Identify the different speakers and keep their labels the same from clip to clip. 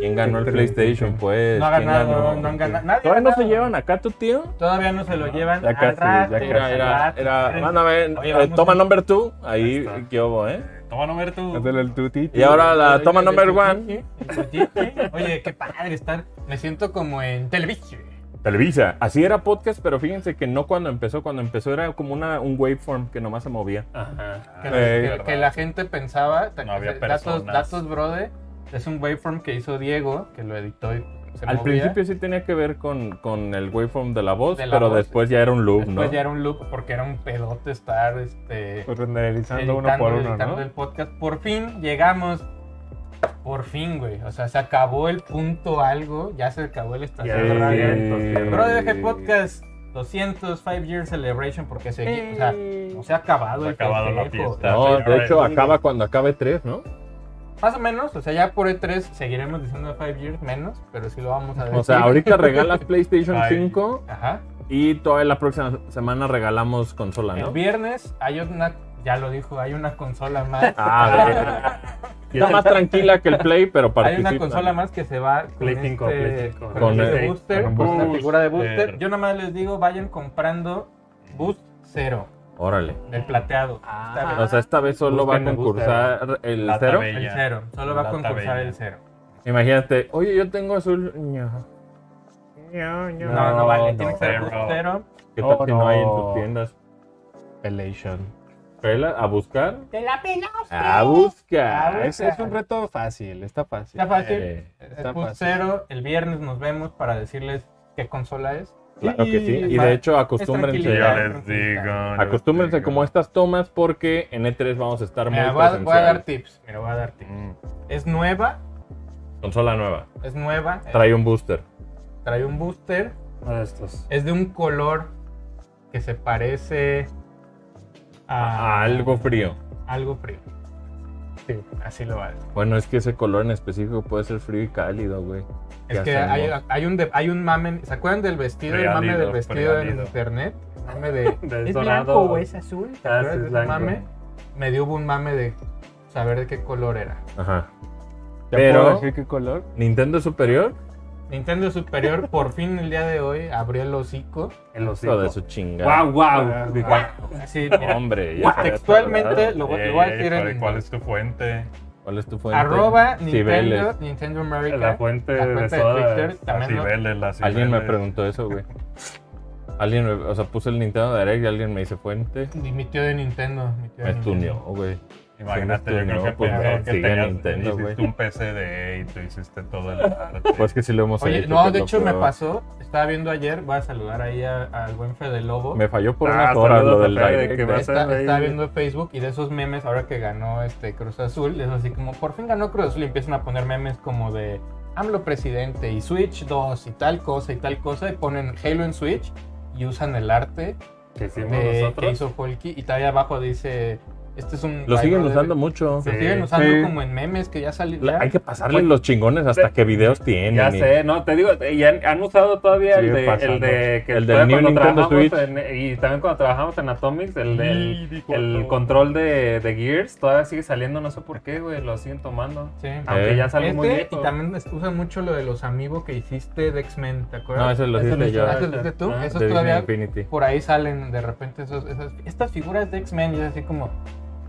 Speaker 1: ¿Quién ganó el PlayStation, pues?
Speaker 2: No ha
Speaker 1: ¿Quién
Speaker 2: ganado,
Speaker 1: ganó?
Speaker 2: no han ganado. Nadie ha
Speaker 3: ¿Todavía no se
Speaker 2: ganado.
Speaker 3: llevan acá tu tío?
Speaker 2: Todavía no se lo llevan.
Speaker 3: Ah, Ya
Speaker 2: al
Speaker 3: casi, ya
Speaker 2: rato,
Speaker 3: casi.
Speaker 2: al
Speaker 3: Era,
Speaker 2: rato.
Speaker 3: era,
Speaker 2: Esperen.
Speaker 3: mándame,
Speaker 2: Oye,
Speaker 3: eh,
Speaker 2: vamos
Speaker 3: toma
Speaker 2: a-
Speaker 3: number two, ahí,
Speaker 1: Ahí está.
Speaker 3: qué hubo, ¿eh?
Speaker 2: Toma no ver tu.
Speaker 3: Hazle el tuti. Y
Speaker 1: Y ahora la
Speaker 3: Ahí
Speaker 1: toma
Speaker 3: viene
Speaker 1: number
Speaker 3: el
Speaker 1: one.
Speaker 2: Oye, qué padre estar. Me siento como en televisión.
Speaker 1: Televisa. Así era podcast, pero fíjense que no cuando empezó. Cuando empezó era como una, un waveform que nomás se movía.
Speaker 2: Ajá. Que,
Speaker 1: Eh,
Speaker 2: que-
Speaker 1: verdad.
Speaker 2: que la gente pensaba.
Speaker 4: No había
Speaker 2: datos,
Speaker 4: personas.
Speaker 2: datos, brother. Es un waveform que hizo Diego, que lo editó y se
Speaker 1: Al
Speaker 2: movía.
Speaker 1: principio sí tenía que ver con, con el waveform de la voz,
Speaker 2: De la
Speaker 1: pero
Speaker 2: voz.
Speaker 1: después ya era un loop,
Speaker 2: Después
Speaker 1: ¿no?
Speaker 2: ya era un loop porque era un pedote estar este,
Speaker 3: Pues Renderizando
Speaker 2: editando,
Speaker 3: uno por uno,
Speaker 2: editando
Speaker 3: ¿no?
Speaker 2: el podcast. Por fin llegamos. Por fin, güey. O sea, se acabó el punto algo. Ya se acabó el
Speaker 4: Y
Speaker 2: estación de
Speaker 3: Eh,
Speaker 4: el
Speaker 2: radio.
Speaker 4: cierto, cierto.
Speaker 2: Bro de Eje este Podcast 200 5 Year Celebration porque se,
Speaker 3: eh.
Speaker 2: o sea, no se ha acabado
Speaker 4: Se ha
Speaker 2: el
Speaker 4: acabado la
Speaker 2: festejo.
Speaker 4: fiesta.
Speaker 1: No,
Speaker 4: Ahora
Speaker 1: de hecho
Speaker 4: es-
Speaker 1: acaba cuando acabe 3, ¿no?
Speaker 2: Más o menos, o sea, ya por E3 seguiremos diciendo 5 Years menos, pero sí lo vamos a decir.
Speaker 1: O sea, ahorita regalas PlayStation
Speaker 4: Ay.
Speaker 1: 5
Speaker 2: Ajá.
Speaker 1: y todavía la próxima semana regalamos consola,
Speaker 2: El
Speaker 1: ¿no?
Speaker 2: viernes hay una, ya lo dijo, hay una consola más.
Speaker 1: Ah, de- Está más tranquila que el Play, pero
Speaker 2: Hay
Speaker 1: participa.
Speaker 2: una consola más que se va con
Speaker 4: Play cinco,
Speaker 2: este-
Speaker 4: Play cinco.
Speaker 2: con
Speaker 1: Con
Speaker 2: este
Speaker 1: el-
Speaker 2: booster,
Speaker 1: con
Speaker 2: con
Speaker 1: un
Speaker 2: la
Speaker 4: booster. Eh.
Speaker 2: figura de booster.
Speaker 4: Booster.
Speaker 2: Yo nada más les digo, vayan comprando Boost Cero
Speaker 1: Órale.
Speaker 2: del plateado. Está bien.
Speaker 1: O sea, esta vez solo va a
Speaker 4: Busquen,
Speaker 1: concursar el
Speaker 4: Lata
Speaker 1: cero.
Speaker 4: Bella.
Speaker 2: El cero, solo va a
Speaker 4: Lata
Speaker 2: concursar
Speaker 4: bella.
Speaker 2: el cero.
Speaker 1: Imagínate, oye, yo tengo azul. Ño.
Speaker 3: No,
Speaker 2: No, no, vale, tiene que ser
Speaker 4: no.
Speaker 2: cero.
Speaker 1: ¿Qué tal
Speaker 2: Oh,
Speaker 3: No,
Speaker 1: si no hay en
Speaker 3: no.
Speaker 1: tus tiendas?
Speaker 3: Pelation.
Speaker 1: Vela, ¿A buscar?
Speaker 2: ¡Te la pelaste!
Speaker 1: A buscar.
Speaker 3: Ah, ese es un reto fácil, está fácil.
Speaker 2: Está fácil.
Speaker 1: Eh,
Speaker 3: está
Speaker 2: Bus
Speaker 3: fácil.
Speaker 2: cero, el viernes nos vemos para decirles qué consola es.
Speaker 1: Claro que sí. Y de hecho, acostúmbrense.
Speaker 2: tranquilidad.
Speaker 1: a-
Speaker 4: Yo les digo. yo
Speaker 1: Acostúmbrense
Speaker 4: les digo.
Speaker 1: como a estas tomas porque en E3 vamos a estar muy
Speaker 2: Mira, voy, a, voy a dar
Speaker 1: presenciales.
Speaker 2: tips. Mira, voy a dar tips.
Speaker 4: Mm.
Speaker 2: Es nueva,
Speaker 1: Consola nueva.
Speaker 2: es nueva, eh, trae,
Speaker 1: Trae un booster.
Speaker 2: un booster,
Speaker 4: Uno de estos.
Speaker 2: es de un color que se parece a,
Speaker 1: A algo frío.
Speaker 2: algo frío. Sí, así lo va a decir.
Speaker 1: Bueno, es que ese color en específico puede ser frío y cálido, güey.
Speaker 2: Es
Speaker 1: ¿Qué
Speaker 2: que
Speaker 1: hacemos?
Speaker 2: hay, hay un de- hay un mame, ¿se acuerdan del vestido? el mame
Speaker 4: Friálido,
Speaker 2: del vestido en
Speaker 4: friálido.
Speaker 2: internet. El Mame de,
Speaker 4: De
Speaker 2: ¿Es
Speaker 4: dorado.
Speaker 2: blanco o es azul? ¿Te
Speaker 4: Ah,
Speaker 2: acuerdas
Speaker 4: sí,
Speaker 2: de
Speaker 4: es
Speaker 2: ese
Speaker 4: blanco.
Speaker 2: mame? Me dio un mame de saber de qué color era.
Speaker 1: Ajá.
Speaker 3: ¿Ya
Speaker 1: Pero-
Speaker 3: puedo decir qué color?
Speaker 1: Nintendo Superior.
Speaker 2: Nintendo Superior por fin el día de hoy abrió el hocico.
Speaker 4: El
Speaker 1: Hijo
Speaker 4: hocico.
Speaker 1: de su chingada.
Speaker 4: Guau, guau.
Speaker 3: Guau.
Speaker 4: Guau.
Speaker 2: Así, mira,
Speaker 1: Hombre, ya sabes,
Speaker 2: textualmente
Speaker 1: ¿verdad?
Speaker 2: lo, voy-
Speaker 4: Ey,
Speaker 2: lo voy a
Speaker 4: ey,
Speaker 2: decir
Speaker 4: ¿cuál-
Speaker 2: en
Speaker 4: ¿Cuál es tu fuente?
Speaker 1: ¿Cuál es tu fuente?
Speaker 2: arroba
Speaker 1: Cibeles.
Speaker 2: Nintendo, Nintendo America.
Speaker 4: La fuente
Speaker 2: La
Speaker 4: de
Speaker 2: fuente de
Speaker 4: soda.
Speaker 2: Twitter
Speaker 4: La
Speaker 2: también, ¿no?
Speaker 4: Cibeles, la Cibeles.
Speaker 1: Alguien me preguntó eso, güey. Alguien, me- o sea, puse el Nintendo Direct y alguien me dice fuente.
Speaker 2: Y mi tío de Nintendo. Mi tío de
Speaker 1: Me
Speaker 2: Nintendo.
Speaker 1: estuneó, güey.
Speaker 4: Imagínate,
Speaker 1: Sí,
Speaker 4: yo creo
Speaker 1: no,
Speaker 4: que
Speaker 1: pues,
Speaker 4: pensó
Speaker 1: no,
Speaker 4: que
Speaker 1: sigue
Speaker 4: tenías,
Speaker 1: Nintendo,
Speaker 4: hiciste
Speaker 1: güey.
Speaker 4: un PCD y tú hiciste todo el...
Speaker 1: Pues que sí lo hemos
Speaker 2: Oye,
Speaker 1: hecho,
Speaker 2: no,
Speaker 1: que es
Speaker 2: de
Speaker 1: lo
Speaker 2: hecho me
Speaker 1: peor.
Speaker 2: pasó. Estaba viendo ayer, voy a saludar ahí a- al buen Fede Lobo.
Speaker 1: Me falló por
Speaker 4: Ah,
Speaker 1: unas horas lo
Speaker 4: saludos a
Speaker 1: del
Speaker 4: Fede,
Speaker 1: Direct.
Speaker 4: que
Speaker 1: ¿eh?
Speaker 4: vas a-
Speaker 2: Está-
Speaker 4: Fede.
Speaker 2: estaba viendo Facebook y de esos memes ahora que ganó este Cruz Azul, es así como por fin ganó Cruz Azul y empiezan a poner memes como de AMLO presidente y Switch 2 y tal cosa y tal cosa y ponen Halo en Switch y usan el arte
Speaker 4: que hicimos
Speaker 2: de, que
Speaker 4: nosotros.
Speaker 2: hizo Folky y todavía abajo dice este es un
Speaker 1: Lo siguen
Speaker 2: brother".
Speaker 1: usando mucho.
Speaker 2: lo
Speaker 4: Sí.
Speaker 2: siguen usando
Speaker 3: Sí.
Speaker 2: como en memes que ya salió
Speaker 1: La- Hay que pasarle los chingones hasta que videos tienen.
Speaker 4: Ya
Speaker 1: y-
Speaker 4: sé, no, te digo, eh, ya han, han usado todavía el
Speaker 1: Sigue
Speaker 4: de, el
Speaker 1: pasando.
Speaker 4: de que
Speaker 1: El del
Speaker 4: todavía
Speaker 1: New
Speaker 4: cuando
Speaker 1: Nintendo
Speaker 4: trabajamos en- y también cuando trabajamos en Atomics, el, el, el control de, de Gears todavía sigue saliendo, no sé por qué, güey, lo siguen tomando.
Speaker 2: Sí.
Speaker 4: Aunque
Speaker 1: Eh.
Speaker 4: ya salió muy
Speaker 2: Este,
Speaker 4: viejo.
Speaker 2: y también es- usan mucho lo de los amigos que hiciste de X-Men, ¿te acuerdas?
Speaker 1: No, eso lo
Speaker 2: Eso
Speaker 1: hice yo.
Speaker 2: hizo- ah, eso lo hiciste tú,
Speaker 4: Ah,
Speaker 2: eso
Speaker 1: de
Speaker 2: todavía
Speaker 1: Disney Infinity.
Speaker 2: por ahí salen de repente esos, esas, estas figuras de X-Men y es así como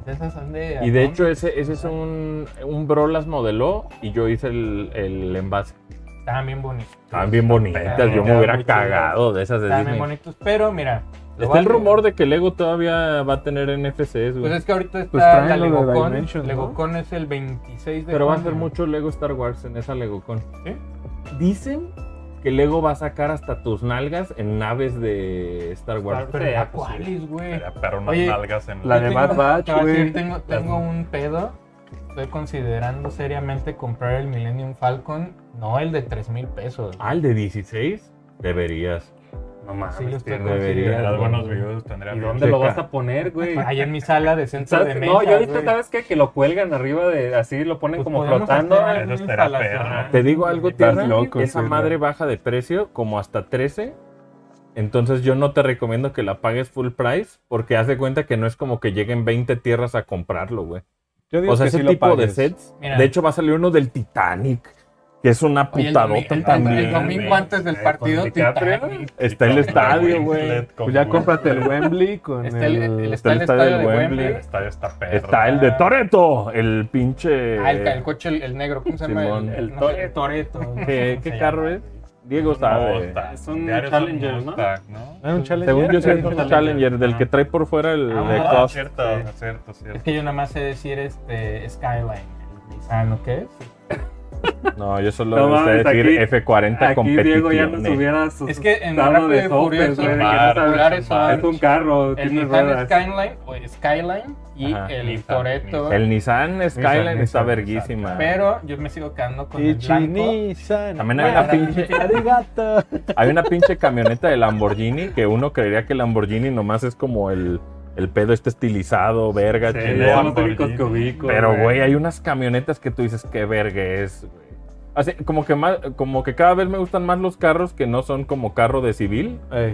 Speaker 2: esas son de
Speaker 1: Y de hecho, ese, ese es un. Un bro las modeló y yo hice el, el envase.
Speaker 2: estaban bien bonitos
Speaker 1: Estaban bien bonitas. Yo me
Speaker 2: Estaban
Speaker 1: hubiera
Speaker 2: muy chidas.
Speaker 1: cagado de esas de
Speaker 2: estaban bien
Speaker 1: Disney.
Speaker 2: bonitos pero mira lo
Speaker 1: Está el
Speaker 2: voy a-
Speaker 1: rumor de que Lego todavía va a tener NFCs,
Speaker 2: pues
Speaker 1: güey.
Speaker 2: es que ahorita está
Speaker 3: Pues traen
Speaker 2: la
Speaker 3: lo de
Speaker 2: LegoCon
Speaker 3: Dimensions, ¿no?
Speaker 2: LegoCon es el 26 de
Speaker 1: Pero va a ser
Speaker 2: junio.
Speaker 1: mucho Lego Star Wars en esa LegoCon.
Speaker 2: ¿Sí?
Speaker 1: Dicen que Lego va a sacar hasta tus nalgas en naves de Star Wars.
Speaker 2: pero
Speaker 4: Sí,
Speaker 2: ya
Speaker 4: pues, sí.
Speaker 2: cuáles güey
Speaker 4: Era para unas
Speaker 2: Oye,
Speaker 4: nalgas en
Speaker 3: la
Speaker 2: Yo
Speaker 3: de
Speaker 2: tengo-
Speaker 3: Bad Batch,
Speaker 2: te voy a decir,
Speaker 3: güey.
Speaker 2: tengo, tengo un pedo estoy considerando seriamente comprar el Millennium Falcon no el de 3 mil pesos
Speaker 1: Ah, el de 16. Deberías.
Speaker 4: No mames,
Speaker 2: Sí, lo estoy
Speaker 4: tiene-
Speaker 1: Debería,
Speaker 4: tendrás
Speaker 1: güey.
Speaker 4: buenos videos, tendría
Speaker 1: ¿Y
Speaker 4: ¿Y
Speaker 1: dónde
Speaker 4: dónde
Speaker 1: lo
Speaker 4: lo
Speaker 1: vas
Speaker 4: vas
Speaker 1: a
Speaker 4: a poner, güey?
Speaker 2: ahí en mi sala de centro de mesa
Speaker 4: No, yo ahorita,
Speaker 2: güey.
Speaker 4: ¿sabes qué? Que lo cuelgan arriba de, así lo ponen
Speaker 2: Pues
Speaker 4: como
Speaker 2: podemos
Speaker 4: flotando.
Speaker 2: hacer
Speaker 4: Eso
Speaker 2: una
Speaker 4: estará
Speaker 2: instalación.
Speaker 4: perro.
Speaker 1: Te digo algo, Tierra.
Speaker 3: loco,
Speaker 1: esa
Speaker 3: Tierra.
Speaker 1: madre baja de precio como hasta 13. Entonces yo no te recomiendo que la pagues full price porque haz de cuenta que no es como que lleguen 20 tierras a comprarlo, güey.
Speaker 3: Yo
Speaker 1: O sea,
Speaker 3: que
Speaker 1: ese
Speaker 3: sí lo
Speaker 1: tipo de
Speaker 3: pagues.
Speaker 1: sets.
Speaker 2: Mira.
Speaker 1: De hecho va a salir uno del Titanic. que es una
Speaker 2: Oye, el
Speaker 1: putadota
Speaker 2: domi- el domi-
Speaker 1: también.
Speaker 2: el domingo
Speaker 1: güey.
Speaker 2: antes del partido, ¿eh?
Speaker 1: Está el estadio, güey.
Speaker 3: Pues ya cómprate el Wembley con
Speaker 2: Está el, el-
Speaker 1: está
Speaker 2: está
Speaker 1: el estadio
Speaker 2: el estadio
Speaker 1: de
Speaker 2: de
Speaker 1: Wembley.
Speaker 2: Wembley.
Speaker 1: güey.
Speaker 5: estadio está perro.
Speaker 1: Está el de Toreto, el pinche.
Speaker 2: Ah, el, el coche, el, el negro, ¿cómo se llama?
Speaker 1: Simón.
Speaker 2: El,
Speaker 4: El
Speaker 2: no sé,
Speaker 4: Toretto.
Speaker 2: Toretto, no sé
Speaker 1: ¿Qué,
Speaker 2: cómo
Speaker 1: qué
Speaker 2: se
Speaker 1: carro
Speaker 2: llama.
Speaker 1: es? Diego sabe.
Speaker 5: Mustang.
Speaker 4: Es un
Speaker 5: Diario
Speaker 4: Challenger, ¿no?
Speaker 5: Mustang, ¿no?
Speaker 1: Ah,
Speaker 3: Era Ah, un challenge.
Speaker 1: Según yo, sí es un
Speaker 4: Challenger.
Speaker 1: Challenger, del que trae por fuera el de
Speaker 5: Ah,
Speaker 1: Cost.
Speaker 5: cierto,
Speaker 4: Sí.
Speaker 5: cierto,
Speaker 2: Es
Speaker 5: cierto.
Speaker 2: que yo nada más sé decir este Skyline, el Nissan, ¿qué es?
Speaker 1: No, yo solo
Speaker 4: No
Speaker 1: sé
Speaker 4: mames,
Speaker 1: decir
Speaker 4: aquí-
Speaker 1: F40
Speaker 4: Aquí Diego ya nos
Speaker 1: competitivo.
Speaker 4: hubiera asustado
Speaker 2: Es que en
Speaker 4: de
Speaker 2: Rápido y
Speaker 4: topes,
Speaker 2: Furioso,
Speaker 4: güey. de que no
Speaker 5: Claro,
Speaker 4: sabes-
Speaker 5: claro.
Speaker 2: populares son
Speaker 4: Es un carro,
Speaker 2: el
Speaker 4: tiene
Speaker 2: Nissan
Speaker 4: ruedas.
Speaker 2: Skyline, o Skyline y
Speaker 1: Ajá,
Speaker 2: el
Speaker 5: Nissan,
Speaker 2: Toretto.
Speaker 1: El Nissan Skyline
Speaker 5: Nissan,
Speaker 1: está
Speaker 5: Nissan,
Speaker 1: verguísima.
Speaker 2: Pero yo me sigo quedando con el blanco.
Speaker 3: Ichinisan.
Speaker 1: También hay una pinche. Hay una pinche camioneta de Lamborghini que uno creería que el Lamborghini nomás es como el, el pedo este estilizado, verga,
Speaker 5: Sí,
Speaker 1: chingón.
Speaker 5: de
Speaker 4: Son los
Speaker 5: Lamborghini.
Speaker 4: únicos que ubico,
Speaker 1: Pero, güey, hay unas camionetas que tú dices qué verga es, güey. Así, como que más, como que cada vez me gustan más los carros que no son como carro de civil,
Speaker 3: Ey,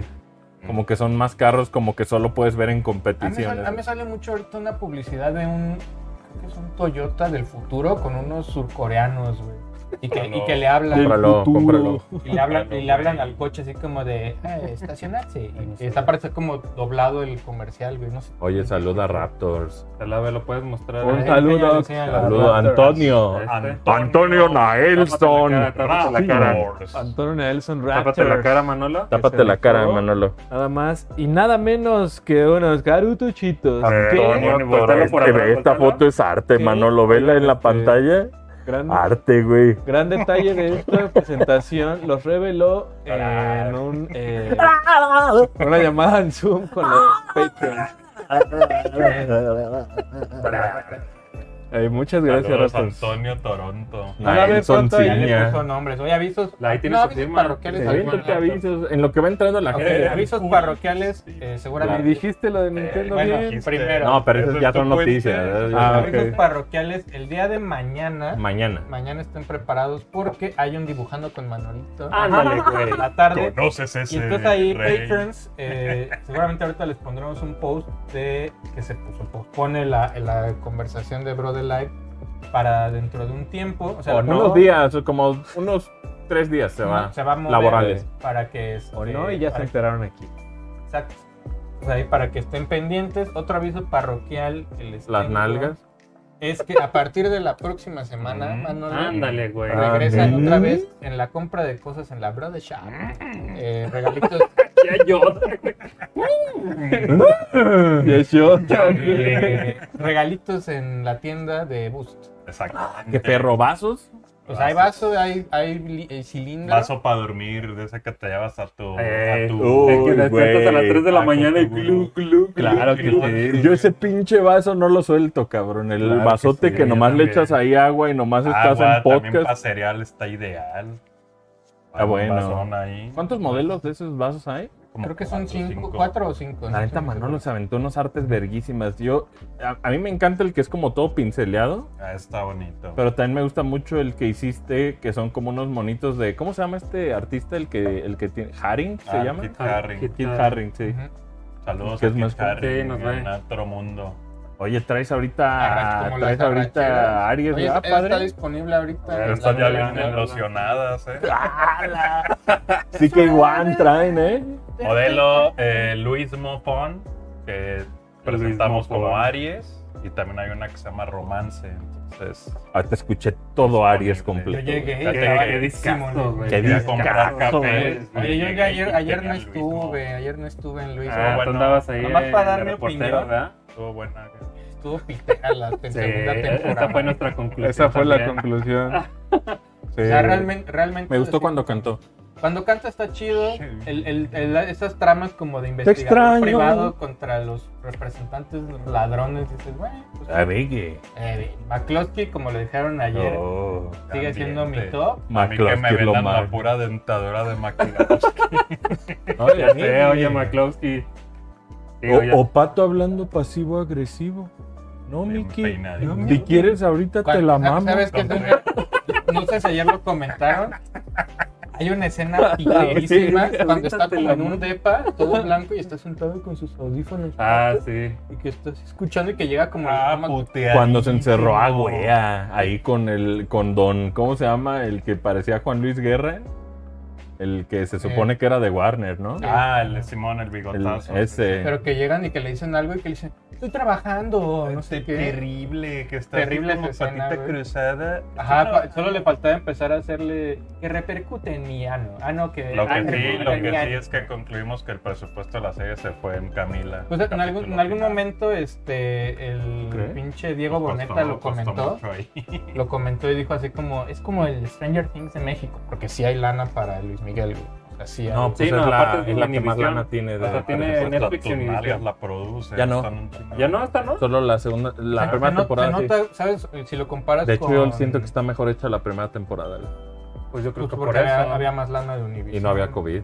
Speaker 1: como que son más carros como que solo puedes ver en
Speaker 2: A mí, sale, a mí
Speaker 1: competiciones.
Speaker 2: sale mucho ahorita una publicidad de un, creo que es un Toyota del futuro con unos surcoreanos, güey. Y que, y que le hablan,
Speaker 1: Cómpralo,
Speaker 3: futuro.
Speaker 1: cómpralo.
Speaker 2: y le hablan, y le hablan al coche así como de "Eh, estacionarse. Y, y está parece como doblado el comercial, güey. No sé.
Speaker 1: Oye, saluda a Raptors.
Speaker 4: Te la ve, lo puedes mostrar.
Speaker 3: Un
Speaker 4: ahí.
Speaker 3: saludo.
Speaker 2: Enséñalo,
Speaker 1: Saluda a Antonio.
Speaker 4: Este.
Speaker 1: Antonio
Speaker 4: Tápate la
Speaker 1: Naelson.
Speaker 4: cara, tápate la cara.
Speaker 3: Antonio Nelson
Speaker 4: Tápate la
Speaker 3: Raptors.
Speaker 4: cara, Manolo.
Speaker 1: Tápate la cara, Manolo.
Speaker 3: Nada más y nada menos que unos garutuchitos.
Speaker 4: Antonio.
Speaker 3: Qué
Speaker 4: Bueno, voltealo por
Speaker 1: Este,
Speaker 4: atrás,
Speaker 1: ve, esta
Speaker 4: voltealo.
Speaker 1: foto es arte,
Speaker 3: Sí.
Speaker 1: Manolo. Vela en la
Speaker 3: Este.
Speaker 1: pantalla.
Speaker 3: gran,
Speaker 1: Arte, güey.
Speaker 3: gran detalle de esta presentación. Los reveló eh, en un, eh, una llamada en Zoom con los Patreons. Eh, muchas gracias,
Speaker 5: Saludos,
Speaker 3: Raptors.
Speaker 5: Antonio Toronto.
Speaker 1: Naelson
Speaker 3: foto ahí.
Speaker 2: Ya le puso
Speaker 1: Ciña.
Speaker 2: nombres. Oye, avisos.
Speaker 4: Ahí tiene
Speaker 2: no,
Speaker 4: su
Speaker 2: avisos
Speaker 4: firma.
Speaker 1: Sí,
Speaker 2: parroquiales.
Speaker 4: Sí,
Speaker 1: ahorita te aviso. En lo que va entrando la
Speaker 2: Ok,
Speaker 1: gente.
Speaker 2: avisos parroquiales, eh,
Speaker 3: Y
Speaker 2: seguramente.
Speaker 3: dijiste lo de Nintendo
Speaker 2: bueno,
Speaker 3: bien.
Speaker 5: dijiste.
Speaker 2: primero.
Speaker 1: No, pero esas
Speaker 5: Eso
Speaker 1: ya
Speaker 5: es tu
Speaker 1: son
Speaker 5: fuente.
Speaker 1: noticias. ¿verdad?
Speaker 3: Ah, ok.
Speaker 2: Avisos parroquiales el día de mañana.
Speaker 1: Mañana.
Speaker 2: mañana estén preparados porque hay un dibujando con Manolito.
Speaker 4: Ándale, güey.
Speaker 2: En la tarde.
Speaker 5: ¿Conoces ese
Speaker 2: Y entonces ahí,
Speaker 5: rey?
Speaker 2: patrons, eh, seguramente ahorita les pondremos un post de que se puso- pospone la, la conversación de Brother Live para dentro de un tiempo. O sea,
Speaker 1: O
Speaker 2: no,
Speaker 1: unos días, o como unos tres días se
Speaker 2: no,
Speaker 1: va.
Speaker 2: se va a mover
Speaker 1: laborales.
Speaker 2: Para que. este,
Speaker 3: O no, y ya se
Speaker 2: para
Speaker 3: enteraron aquí.
Speaker 2: Exacto. O sea, y para que estén pendientes, otro aviso parroquial que les
Speaker 1: Las
Speaker 2: tengo
Speaker 1: nalgas.
Speaker 2: es que a partir de la próxima semana,
Speaker 5: Mm,
Speaker 2: Manolo,
Speaker 4: Ándale, güey.
Speaker 1: Ah,
Speaker 2: regresan
Speaker 1: ¿sí?
Speaker 2: otra vez en la compra de cosas en la Brother Shop. Eh, regalitos.
Speaker 4: Ya yo.
Speaker 3: Yes, yo.
Speaker 2: eh, regalitos en la tienda de Boost.
Speaker 5: Exacto.
Speaker 2: Ah,
Speaker 1: ¿Qué perro vasos?
Speaker 2: O sea, hay vaso, hay, hay li- eh, cilindro.
Speaker 5: Vaso para dormir, de ese que te llevas a tu.
Speaker 4: Eh,
Speaker 5: a tu
Speaker 1: uy,
Speaker 4: es que despiertas a las
Speaker 1: güey.
Speaker 4: 3 de la
Speaker 5: Ah,
Speaker 4: mañana y
Speaker 5: con tu-
Speaker 4: glu, glu,
Speaker 1: Claro
Speaker 4: glu,
Speaker 1: que
Speaker 4: glu.
Speaker 1: sí. Yo ese pinche vaso no lo suelto, cabrón. El
Speaker 4: Claro que
Speaker 1: vasote que,
Speaker 4: sí,
Speaker 1: nomás
Speaker 4: yo
Speaker 1: le
Speaker 4: también.
Speaker 1: echas ahí agua y nomás estás
Speaker 5: agua,
Speaker 1: en
Speaker 5: También para
Speaker 1: podcast.
Speaker 5: cereal está ideal.
Speaker 1: Ah, bueno.
Speaker 5: Un vasón ahí.
Speaker 1: ¿Cuántos modelos de esos vasos hay?
Speaker 5: Como
Speaker 2: Creo que son
Speaker 5: cuatro,
Speaker 2: cinco, cuatro o cinco.
Speaker 1: La
Speaker 2: no
Speaker 1: neta
Speaker 2: estoy muy
Speaker 1: Manolo
Speaker 2: seguro.
Speaker 1: se aventó unos artes verguísimas. Yo, a, a mí me encanta el que es como todo pinceleado,
Speaker 5: Ah, está bonito.
Speaker 1: pero también me gusta mucho el que hiciste, que son como unos monitos de. ¿Cómo se llama este artista? El que, el que tiene. ¿Haring se
Speaker 5: Ah,
Speaker 1: llama?
Speaker 5: Kit Haring.
Speaker 4: Kit
Speaker 1: Kit
Speaker 4: Haring.
Speaker 1: Haring, sí.
Speaker 2: Ujú.
Speaker 5: Saludos
Speaker 1: que
Speaker 5: a
Speaker 1: es más
Speaker 5: Kit Haring,
Speaker 4: Sí, nos ve.
Speaker 5: en otro mundo.
Speaker 1: Oye, traes
Speaker 2: Arras-
Speaker 1: ahorita.
Speaker 2: Ah, como las
Speaker 1: Ah, Traes ahorita
Speaker 2: arracheras.
Speaker 1: a Aries,
Speaker 2: Oye,
Speaker 1: ¿verdad,
Speaker 2: esa está
Speaker 1: padre?
Speaker 2: disponible ahorita.
Speaker 5: Pero
Speaker 2: en
Speaker 5: están
Speaker 2: Pues, la Ah,
Speaker 5: ya
Speaker 2: tienda.
Speaker 5: bien elocionadas, eh.
Speaker 1: Sí que igual traen, ¿eh?
Speaker 5: Modelo eh, Luis Mopon, que presentamos
Speaker 4: Mopon.
Speaker 5: como Aries. Y también hay una que se llama Romance. Entonces,
Speaker 1: Ahorita escuché todo Aries
Speaker 5: Disponible.
Speaker 2: Yo
Speaker 1: completo.
Speaker 2: llegué.
Speaker 5: Ya
Speaker 2: y
Speaker 5: te-
Speaker 2: estaba
Speaker 4: qué
Speaker 2: llenísimo,
Speaker 4: discazo,
Speaker 2: ¿no?
Speaker 4: güey.
Speaker 1: Qué
Speaker 5: fui a
Speaker 1: discazo,
Speaker 5: comprar
Speaker 1: güey.
Speaker 5: café.
Speaker 2: Oye, yo
Speaker 5: llegué
Speaker 2: ayer,
Speaker 5: y
Speaker 2: ayer no
Speaker 5: llegué al Luis Mopon.
Speaker 2: estuve, ayer no estuve en Luis.
Speaker 4: Ah,
Speaker 5: bueno.
Speaker 4: tú andabas ahí.
Speaker 2: Nomás para
Speaker 4: en
Speaker 2: dar mi
Speaker 4: reportero,
Speaker 2: opinión.
Speaker 4: ¿verdad?
Speaker 5: Estuvo buena. güey.
Speaker 2: Estuvo pitera la te-
Speaker 4: Sí,
Speaker 2: segunda temporada.
Speaker 4: esa fue nuestra conclusión.
Speaker 3: Esa fue la
Speaker 4: también.
Speaker 3: conclusión.
Speaker 2: O
Speaker 6: eh,
Speaker 2: sea, realmente, realmente
Speaker 1: Me gustó
Speaker 2: sí.
Speaker 1: cuando cantó.
Speaker 2: Cuando canta está chido.
Speaker 5: Sí.
Speaker 2: El, el- el- esas tramas como de investigador
Speaker 1: extraño.
Speaker 2: privado contra los representantes ladrones. Dices, bueno, pues,
Speaker 1: A ver, ¿qué?
Speaker 2: eh, McCloskey, como lo dijeron ayer,
Speaker 1: Oh.
Speaker 2: sigue siendo mi
Speaker 5: También, este, eh.
Speaker 2: top.
Speaker 5: A mí que me
Speaker 1: McCloskey lo
Speaker 5: vendan la
Speaker 1: mal.
Speaker 5: pura dentadura de McCloskey.
Speaker 1: Oye,
Speaker 4: Ya sé, oye, McCloskey. Digo, ya-
Speaker 1: O, o Pato hablando pasivo-agresivo. No,
Speaker 5: Bien
Speaker 1: Miki.
Speaker 5: peinadito.
Speaker 1: Si quieres, ahorita te
Speaker 2: Cuando-
Speaker 1: la
Speaker 2: ¿sabes-
Speaker 1: mamo.
Speaker 2: ¿Sabes qué?
Speaker 5: Cuando-
Speaker 2: No sé si ayer lo comentaron. Hay una escena picarísima
Speaker 4: Sí,
Speaker 2: cuando está
Speaker 4: te
Speaker 2: como
Speaker 4: la
Speaker 2: en un depa, todo blanco, y está sentado con sus audífonos.
Speaker 4: Ah, sí.
Speaker 2: Y que estás escuchando y que llega como... el
Speaker 5: Ah,
Speaker 2: toma-
Speaker 5: puteadísimo.
Speaker 1: Cuando se encerró a wea ahí con el con don, ¿cómo se llama? El que parecía Juan Luis Guerra, el que se supone que era de Warner, ¿no?
Speaker 5: Ah, el de Simón, el
Speaker 1: El-
Speaker 5: bigotazo.
Speaker 1: ese.
Speaker 2: Pero que llegan y que le dicen algo y que le dicen, estoy trabajando, no
Speaker 5: Este
Speaker 2: sé qué.
Speaker 5: terrible, que está
Speaker 2: Terrible
Speaker 5: terrible como
Speaker 2: esa escena,
Speaker 5: patita
Speaker 2: güey.
Speaker 5: cruzada.
Speaker 2: Ajá, pa- solo le faltaba empezar a hacerle que repercute en mi ano. Ah, no, que...
Speaker 5: Lo
Speaker 2: ah,
Speaker 5: que sí,
Speaker 2: repercute
Speaker 5: lo
Speaker 2: en mi
Speaker 5: que sí
Speaker 2: ano.
Speaker 5: es que concluimos que el presupuesto de la serie se fue en Camila.
Speaker 2: Pues en algún, en
Speaker 5: Capítulo
Speaker 2: algún
Speaker 5: final.
Speaker 2: momento este el
Speaker 1: ¿Crees?
Speaker 2: pinche Diego
Speaker 5: Costó-
Speaker 2: Boneta lo
Speaker 5: costó
Speaker 2: comentó,
Speaker 5: mucho ahí.
Speaker 2: lo comentó y dijo así como, es como el Stranger Things de México, porque sí hay lana para Luis Miguel, güey. O sea, sí hay.
Speaker 1: No,
Speaker 4: Sí,
Speaker 1: pues
Speaker 4: no,
Speaker 1: es, la,
Speaker 4: aparte es
Speaker 1: es la que más
Speaker 4: Univisión.
Speaker 1: lana tiene. de-
Speaker 4: O sea, tiene-
Speaker 5: Hasta
Speaker 4: Netflix y
Speaker 5: tus nalgas
Speaker 4: Univision.
Speaker 5: la produce.
Speaker 1: Ya no.
Speaker 5: están un chingo.
Speaker 4: Ya no, esta no.
Speaker 1: Solo la segunda, la
Speaker 2: Se-
Speaker 1: primera
Speaker 2: se no-
Speaker 1: temporada.
Speaker 2: se
Speaker 1: sí.
Speaker 2: nota, ¿sabes? Si lo comparas
Speaker 1: De hecho,
Speaker 2: con-
Speaker 1: yo siento que está mejor hecha la primera temporada. güey.
Speaker 4: Pues yo creo
Speaker 2: pues,
Speaker 4: que
Speaker 2: porque
Speaker 4: por
Speaker 2: había,
Speaker 4: eso.
Speaker 2: había más lana de Univision.
Speaker 1: Y no había COVID.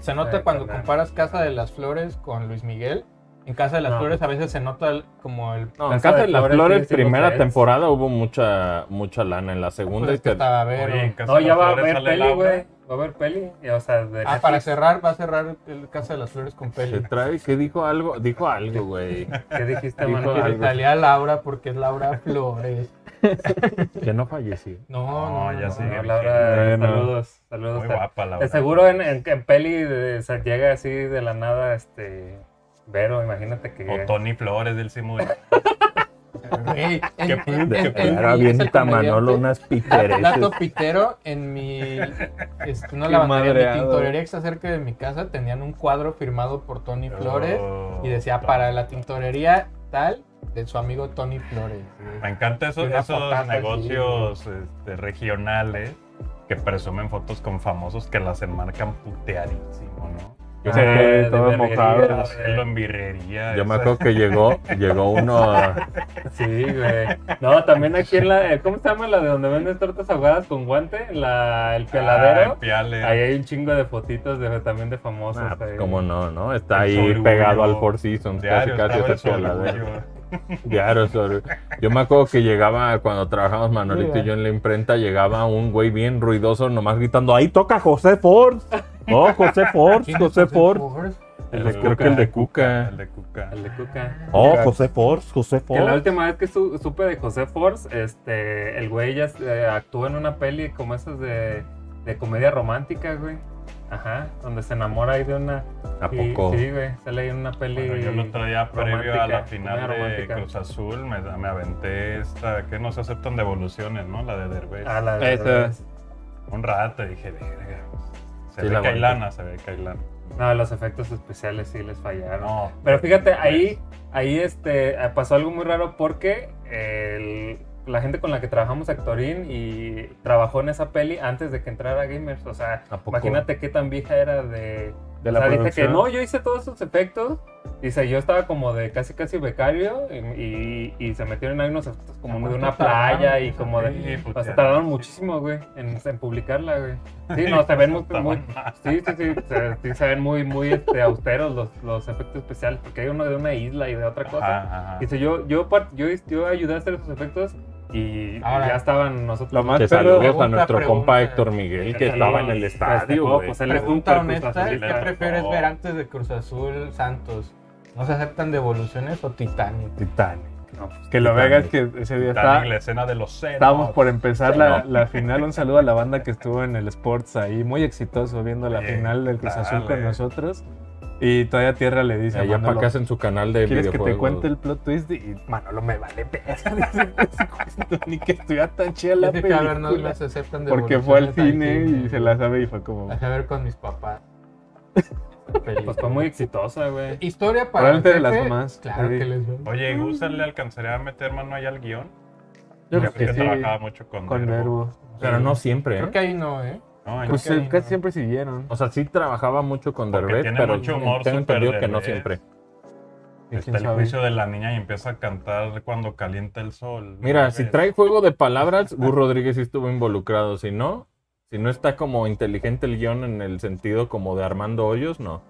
Speaker 2: Se nota
Speaker 4: Sí,
Speaker 2: cuando
Speaker 4: claro.
Speaker 2: comparas Casa de las Flores con Luis Miguel. En Casa de las
Speaker 4: No.
Speaker 2: Flores a veces se nota el- como el...
Speaker 1: No, en
Speaker 4: Casa
Speaker 1: Casa
Speaker 4: de
Speaker 1: de las
Speaker 4: Flores
Speaker 1: Flores,
Speaker 4: sí, sí,
Speaker 1: primera
Speaker 4: lo que es.
Speaker 1: temporada hubo mucha mucha lana. En la segunda
Speaker 2: pues,
Speaker 1: y
Speaker 2: es que
Speaker 1: te-
Speaker 2: estaba Vero.
Speaker 5: Oye, en casa
Speaker 4: No,
Speaker 5: de
Speaker 4: ya
Speaker 5: las
Speaker 4: va a
Speaker 5: flores
Speaker 4: haber
Speaker 5: sale
Speaker 4: peli,
Speaker 5: Laura.
Speaker 4: güey. Va a haber peli. y, O sea, de
Speaker 2: Ah, para cerrar, va a cerrar el Casa de las Flores con
Speaker 1: te
Speaker 2: peli.
Speaker 1: trae, ¿qué dijo algo? Dijo algo, güey.
Speaker 4: ¿Qué dijiste, Ah,
Speaker 1: Dijo
Speaker 4: Manuel?
Speaker 1: algo.
Speaker 2: Que salía Laura porque es Laura Flores.
Speaker 1: que no falleció.
Speaker 2: No, no,
Speaker 5: No, ya
Speaker 2: no,
Speaker 5: sí.
Speaker 2: no.
Speaker 4: No, Laura,
Speaker 1: Bueno.
Speaker 4: saludos. Saludos.
Speaker 5: Muy guapa la
Speaker 4: De
Speaker 5: verdad.
Speaker 4: seguro en, en, en peli de- se llega así de la nada, este. Vero, imagínate que.
Speaker 5: O Tony Flores del Simu.
Speaker 2: Güey, en-
Speaker 5: Qué
Speaker 2: en-
Speaker 5: de
Speaker 2: en-
Speaker 5: que
Speaker 2: en
Speaker 5: Ahora
Speaker 2: mi- es el comediante. Dato
Speaker 1: pitereces.
Speaker 2: pitero, en mi, este, no
Speaker 3: Qué
Speaker 2: lavandería, en mi
Speaker 3: madreado.
Speaker 2: tintorería que está cerca de mi casa tenían un cuadro firmado por Tony Flores
Speaker 5: Oh,
Speaker 2: y decía para la tintorería tal de su amigo Tony Flores. güey.
Speaker 5: Me encanta eso-
Speaker 2: Y una
Speaker 5: esos
Speaker 2: fotata así.
Speaker 5: negocios este, regionales que presumen fotos con famosos que las enmarcan puteadísimo, ¿no? Yo
Speaker 1: Sí,
Speaker 5: me acuerdo de- de
Speaker 1: todos
Speaker 5: verguería,
Speaker 1: mojados.
Speaker 5: hacerlo en birrería.
Speaker 1: Yo me
Speaker 5: esas-
Speaker 1: acuerdo que llegó, llegó uno ah, a-
Speaker 4: Sí, güey. No, también aquí en la. eh, ¿Cómo se llama la de donde venden tortas ahogadas con guante? La, el
Speaker 5: Ah,
Speaker 4: peladero.
Speaker 5: en Piales.
Speaker 4: Ahí hay un chingo de fotitos de, también de famosos.
Speaker 1: Ah, pues
Speaker 4: ahí.
Speaker 1: cómo no, ¿no? Está
Speaker 5: El
Speaker 1: ahí
Speaker 5: Sorullo.
Speaker 1: pegado al Four Seasons, casi
Speaker 5: Diario,
Speaker 1: casi
Speaker 5: estaba
Speaker 1: esa
Speaker 5: el sorullo.
Speaker 1: peladera. Claro, sorry. Yo me acuerdo que llegaba cuando trabajábamos Manolito y yo en la imprenta, llegaba un güey bien ruidoso, nomás gritando, ahí toca José Ford. No, José Ford,
Speaker 2: ¿Quién es
Speaker 1: José Ford.
Speaker 2: Ford?
Speaker 1: El
Speaker 5: de
Speaker 1: de- creo que el de
Speaker 5: El
Speaker 1: Cuca.
Speaker 5: de Cuca.
Speaker 4: El de Cuca.
Speaker 1: Oh, José Ford, José
Speaker 4: Que la
Speaker 1: Ford.
Speaker 4: última vez que su- supe de José Force, este, el güey ya eh, actuó en una peli como esas de, de comedia romántica, güey. Ajá, donde se enamora ahí de una.
Speaker 1: ¿A
Speaker 4: y-
Speaker 1: poco?
Speaker 4: Sí, güey, sale ahí en una peli.
Speaker 5: Bueno, yo lo traía previo
Speaker 4: romántica,
Speaker 5: a la final
Speaker 4: comedia
Speaker 5: de
Speaker 4: romántica.
Speaker 5: Cruz Azul. Me, me aventé esta que no se aceptan devoluciones, ¿no? La de Derbez.
Speaker 4: A Ah, la
Speaker 3: Esa.
Speaker 4: de.
Speaker 5: Un rato y dije, verga. Se
Speaker 1: Sí,
Speaker 5: ve
Speaker 1: la
Speaker 5: que hay
Speaker 1: aguanté.
Speaker 5: lana, se ve que hay lana.
Speaker 4: No, los efectos especiales sí les fallaron.
Speaker 5: No. pues,
Speaker 4: Pero fíjate, ahí, ahí este, pasó algo muy raro porque el- la gente con la que trabajamos, Actorín, y trabajó en esa peli antes de que entrara Gamers. O sea,
Speaker 1: ¿A poco?
Speaker 4: imagínate qué tan vieja era de...
Speaker 1: De
Speaker 4: o
Speaker 1: la
Speaker 4: sea, dice que
Speaker 1: producción.
Speaker 4: no, yo hice todos esos efectos. Dice, yo estaba como de casi casi becario y, y- y se metieron ahí unos efectos como de una playa y como de...
Speaker 5: Sí,
Speaker 4: O sea,
Speaker 5: putearon.
Speaker 4: tardaron muchísimo, güey, en, en publicarla, güey. Sí, no, se ven muy... muy sí, sí, sí, se, sí se ven muy, muy este, austeros los, los efectos especiales, porque hay uno de una isla y de otra cosa.
Speaker 5: Ajá, ajá.
Speaker 4: Dice, yo, yo, par- yo, yo ayudé a hacer esos efectos y
Speaker 2: Ahora.
Speaker 4: ya estaban nosotros.
Speaker 3: Lo más
Speaker 1: Que
Speaker 3: perro-
Speaker 1: saludos a
Speaker 2: Pregunta,
Speaker 1: nuestro
Speaker 2: pregunta.
Speaker 1: compa Héctor Miguel, eh, que este,
Speaker 4: Sí,
Speaker 1: estaba en el
Speaker 4: pues,
Speaker 1: estadio,
Speaker 4: dejó,
Speaker 1: güey.
Speaker 4: pues, él es un
Speaker 2: Pregunta
Speaker 4: Cruz
Speaker 2: honesta, ¿qué
Speaker 4: Azulista.
Speaker 2: prefieres
Speaker 5: No.
Speaker 2: ver antes de Cruz Azul Santos? ¿No se aceptan devoluciones o Titanic?
Speaker 3: Titanic.
Speaker 4: No, pues,
Speaker 3: Que lo veas que ese día está,
Speaker 5: Titanic, la escena de los ceros.
Speaker 3: estábamos por empezar la, la final. Un saludo a la banda que estuvo en el Sports ahí, muy exitoso, viendo la
Speaker 5: Oye,
Speaker 3: final del Cruz Azul con
Speaker 5: dale.
Speaker 3: nosotros. Y todavía Tierra le dice,
Speaker 1: Allá para
Speaker 3: Manolo,
Speaker 1: acá en su canal de
Speaker 3: ¿quieres que
Speaker 1: videojuegos.
Speaker 3: te cuente el plot twist? Y Manolo me vale verga, dice, "Pues, ni que estuviera tan chida la
Speaker 2: Es que a ver, no
Speaker 3: película.
Speaker 2: las aceptan
Speaker 3: Porque fue al
Speaker 2: devoluciones
Speaker 3: cine y se la sabe y fue como...
Speaker 2: Dejé ver con mis papás.
Speaker 4: Pues fue muy exitosa, güey.
Speaker 2: Historia para el
Speaker 3: Probablemente de las
Speaker 2: jefe,
Speaker 3: más.
Speaker 2: Claro
Speaker 3: Sí.
Speaker 2: que les veo.
Speaker 5: Oye, Gusa le alcanzaría a meter mano ahí al guión.
Speaker 3: Yo
Speaker 5: Porque
Speaker 3: creo que sí,
Speaker 5: trabajaba mucho con,
Speaker 3: con
Speaker 5: Nervo.
Speaker 3: Nervo.
Speaker 1: Pero no siempre,
Speaker 2: Creo
Speaker 1: ¿eh?
Speaker 2: que ahí no, ¿eh?
Speaker 5: No,
Speaker 3: Pues
Speaker 2: Creo que
Speaker 3: eh,
Speaker 2: ahí
Speaker 3: casi
Speaker 2: no.
Speaker 3: siempre siguieron.
Speaker 1: O sea, sí trabajaba mucho con
Speaker 5: Porque
Speaker 1: Derbez,
Speaker 5: tiene
Speaker 1: pero
Speaker 5: mucho humor
Speaker 1: tengo
Speaker 5: súper
Speaker 1: entendido que no
Speaker 5: Derbez.
Speaker 1: siempre.
Speaker 3: Y
Speaker 5: está
Speaker 3: quién
Speaker 5: el
Speaker 3: sabe.
Speaker 5: juicio de la niña y empieza a cantar cuando calienta el sol.
Speaker 1: Mira,
Speaker 5: ¿no?
Speaker 1: si
Speaker 5: ¿Ves?
Speaker 1: trae juego de palabras, Gus Rodríguez sí estuvo involucrado. Si no, si no está como inteligente el guión en el sentido como de Armando Hoyos, no.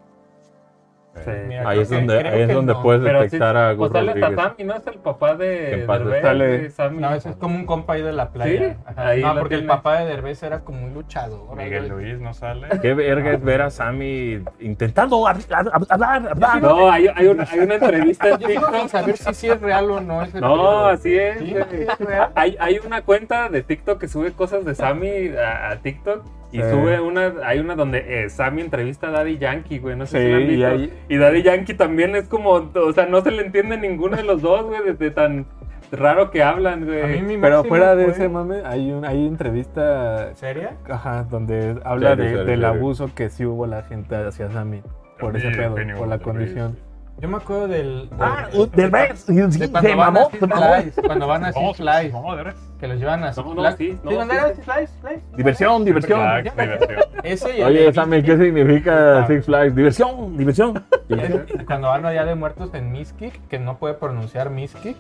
Speaker 4: Sí.
Speaker 2: Mira,
Speaker 1: Ahí
Speaker 2: creo
Speaker 1: es
Speaker 2: que-
Speaker 1: donde,
Speaker 2: creo
Speaker 1: ahí es
Speaker 2: que
Speaker 1: donde
Speaker 2: no.
Speaker 1: puedes
Speaker 4: Pero sí,
Speaker 1: detectar a
Speaker 4: pues
Speaker 1: Gus
Speaker 4: sale
Speaker 1: Rodríguez.
Speaker 4: Tatami, ¿no? Es el papá de
Speaker 1: Que en paz
Speaker 4: Derbez,
Speaker 3: descanse.
Speaker 4: de Sammy.
Speaker 2: No, ese es como un compa ahí de la
Speaker 4: Sí,
Speaker 2: playa. Ajá.
Speaker 4: ahí
Speaker 2: no,
Speaker 4: lo
Speaker 2: porque el
Speaker 4: tiene.
Speaker 2: papá de Derbez era como un luchador.
Speaker 5: Miguel
Speaker 2: algo así.
Speaker 5: Luis no sale.
Speaker 1: Qué verga es ver a Sammy intentando hab- hab- hablar, hablar.
Speaker 4: No, hay, hay, una, hay una entrevista en
Speaker 2: Yo sigo sin
Speaker 4: TikTok.
Speaker 2: saber si sí es real o no. ese
Speaker 4: No,
Speaker 2: pedo.
Speaker 4: así es.
Speaker 2: Sí,
Speaker 4: güey.
Speaker 2: es real.
Speaker 4: Hay, hay una cuenta de TikTok que sube cosas de Sammy a, a TikTok. Y
Speaker 3: Sí.
Speaker 4: sube una, hay una donde eh, Sammy entrevista a Daddy Yankee, güey, no sé si
Speaker 3: Sí,
Speaker 4: la han
Speaker 3: y
Speaker 4: visto. Y,
Speaker 3: hay-
Speaker 4: Daddy Yankee también es como, o sea, no se le entiende a ninguno de los dos, güey, de, de tan raro que hablan, güey.
Speaker 2: A mí mi
Speaker 3: Pero
Speaker 2: máximo
Speaker 3: fuera de
Speaker 2: fue-
Speaker 3: ese mame, hay, un, hay entrevista
Speaker 2: ¿Seria?
Speaker 3: ajá, donde habla
Speaker 1: Serio,
Speaker 3: de-
Speaker 1: serio,
Speaker 3: del
Speaker 1: serio.
Speaker 3: abuso que sí hubo la gente hacia Sammy por ese
Speaker 5: También,
Speaker 3: pedo,
Speaker 5: Eugenio
Speaker 3: por la
Speaker 5: Derbez.
Speaker 3: condición.
Speaker 2: Yo me acuerdo del.
Speaker 1: Ah,
Speaker 2: del-
Speaker 1: Derbez, sí,
Speaker 2: de
Speaker 1: se
Speaker 2: cuando van
Speaker 1: mamó,
Speaker 2: a Six
Speaker 1: se mamó.
Speaker 2: Flags, Cuando van a
Speaker 5: No,
Speaker 2: Six Flags,
Speaker 5: no, de veras.
Speaker 2: que los llevan a Six
Speaker 4: No, no,
Speaker 2: Flags.
Speaker 4: sí, no,
Speaker 2: ¿Sí, cuando
Speaker 4: sí,
Speaker 2: era
Speaker 4: sí.
Speaker 2: Six Flags? Six Flags?
Speaker 1: Diversión, diversión.
Speaker 5: Ah, qué diversión.
Speaker 2: Ese y el
Speaker 1: Oye,
Speaker 2: de
Speaker 1: Sammy,
Speaker 2: Miski.
Speaker 1: ¿qué significa Six Flags? Diversión, diversión.
Speaker 2: Es- Cuando van allá de muertos en Miskik, que no puede pronunciar Miskik.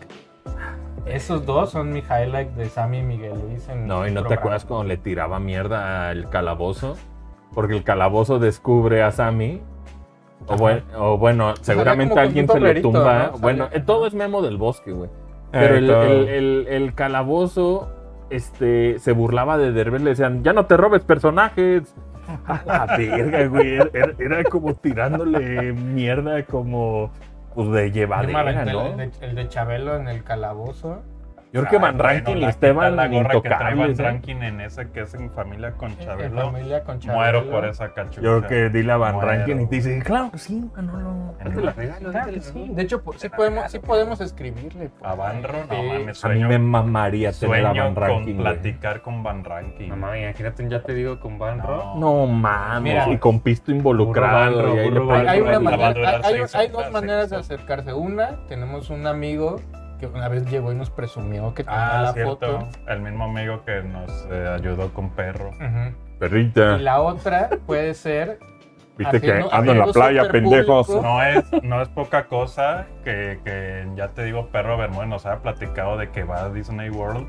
Speaker 2: Esos dos son mi highlight de Sammy y Miguel Luis en
Speaker 1: No, y
Speaker 2: el
Speaker 1: no te
Speaker 2: programa.
Speaker 1: acuerdas cuando le tiraba mierda al calabozo, porque el calabozo descubre a Sammy. O, buen- o bueno, seguramente
Speaker 2: como
Speaker 1: alguien
Speaker 2: con
Speaker 1: se
Speaker 2: un
Speaker 1: lo
Speaker 2: sombrerito,
Speaker 1: tumba.
Speaker 2: ¿no? Salía-
Speaker 1: Bueno, eh, todo es memo del bosque, güey. Pero el, el- el- el calabozo este, se burlaba de Derbez, le decían, ya no te robes personajes. A la verga, güey. Era, era como tirándole mierda como pues, de
Speaker 2: Yo me
Speaker 1: llevadera,
Speaker 2: aventé el-
Speaker 1: ¿no?
Speaker 2: el, de, el de Chabelo en el calabozo.
Speaker 1: Yo creo que Van
Speaker 5: Ay, Ah, bueno,
Speaker 1: Rankin y
Speaker 5: la-
Speaker 1: Esteban
Speaker 5: La gorra que trae Van
Speaker 1: intocables, ¿eh?
Speaker 5: Rankin en esa que es en familia con
Speaker 2: En
Speaker 5: Chabelo.
Speaker 2: familia con Chabelo.
Speaker 5: Muero por esa cachucha.
Speaker 1: Yo creo que dile a Van
Speaker 5: Muero.
Speaker 1: Rankin y te dice, claro que sí, Manolo.
Speaker 5: En-
Speaker 4: No te la regalo,
Speaker 2: Claro
Speaker 4: no
Speaker 2: que
Speaker 4: te la
Speaker 2: sí.
Speaker 4: regalo.
Speaker 2: De hecho, po- sí podemos, sí podemos escribirle. pues.
Speaker 5: A Banro, no
Speaker 2: Sí.
Speaker 5: mames,
Speaker 1: A mí
Speaker 5: sueño,
Speaker 1: me mamaría tener a
Speaker 5: sueño
Speaker 1: Van Rankin.
Speaker 5: con
Speaker 1: güey.
Speaker 5: platicar con Van Rankin.
Speaker 4: No mames, imagínate un ya te digo con Van Rock.
Speaker 1: No mames,
Speaker 2: Mira.
Speaker 1: y con pisto involucrado.
Speaker 4: Burro,
Speaker 1: y ahí le
Speaker 4: burro, burro,
Speaker 2: Hay, hay una
Speaker 5: La va a
Speaker 2: manera-
Speaker 5: durar
Speaker 2: hay- hay-
Speaker 5: seis
Speaker 2: hay dos
Speaker 5: horas,
Speaker 2: maneras de
Speaker 5: seis
Speaker 2: acercarse. Una, tenemos un amigo que una vez llegó y nos presumió que tenía
Speaker 5: Ah,
Speaker 2: la
Speaker 5: cierto.
Speaker 2: foto.
Speaker 5: El mismo amigo que nos eh, ayudó con perro.
Speaker 2: Ujú.
Speaker 1: Perrita,
Speaker 2: Y la otra puede ser.
Speaker 1: viste que
Speaker 2: haciendo-
Speaker 1: ando en la
Speaker 2: haciendo
Speaker 1: playa,
Speaker 2: súper
Speaker 1: pendejos.
Speaker 2: público.
Speaker 5: No es, no es poca cosa que, que ya te digo, perro Bermúdez nos haya platicado de que va a Disney World.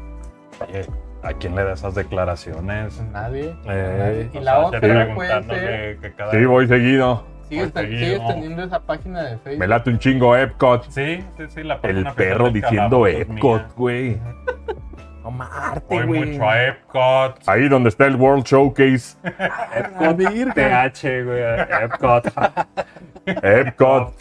Speaker 5: Oye, ¿a quién le da esas declaraciones?
Speaker 2: Nadie.
Speaker 1: Eh,
Speaker 2: Y
Speaker 5: O
Speaker 2: la
Speaker 5: sea,
Speaker 2: otra
Speaker 5: ya
Speaker 2: puede
Speaker 5: preguntando
Speaker 2: ser-
Speaker 5: que- que cada-
Speaker 1: Sí, voy seguido.
Speaker 2: Sigues,
Speaker 5: Pues,
Speaker 2: sigues
Speaker 5: seguido.
Speaker 2: teniendo esa página de Facebook.
Speaker 1: Me late un chingo Epcot.
Speaker 5: Sí, sí, sí, la
Speaker 1: El
Speaker 5: página
Speaker 1: perro
Speaker 5: oficial del
Speaker 1: diciendo
Speaker 5: Calabozo es
Speaker 1: Epcot,
Speaker 5: mía.
Speaker 1: güey. No
Speaker 5: Voy
Speaker 1: marte,
Speaker 5: mucho a Epcot.
Speaker 1: Ahí donde está el World Showcase.
Speaker 4: Epcot TH, güey. Epcot.
Speaker 1: Epcot.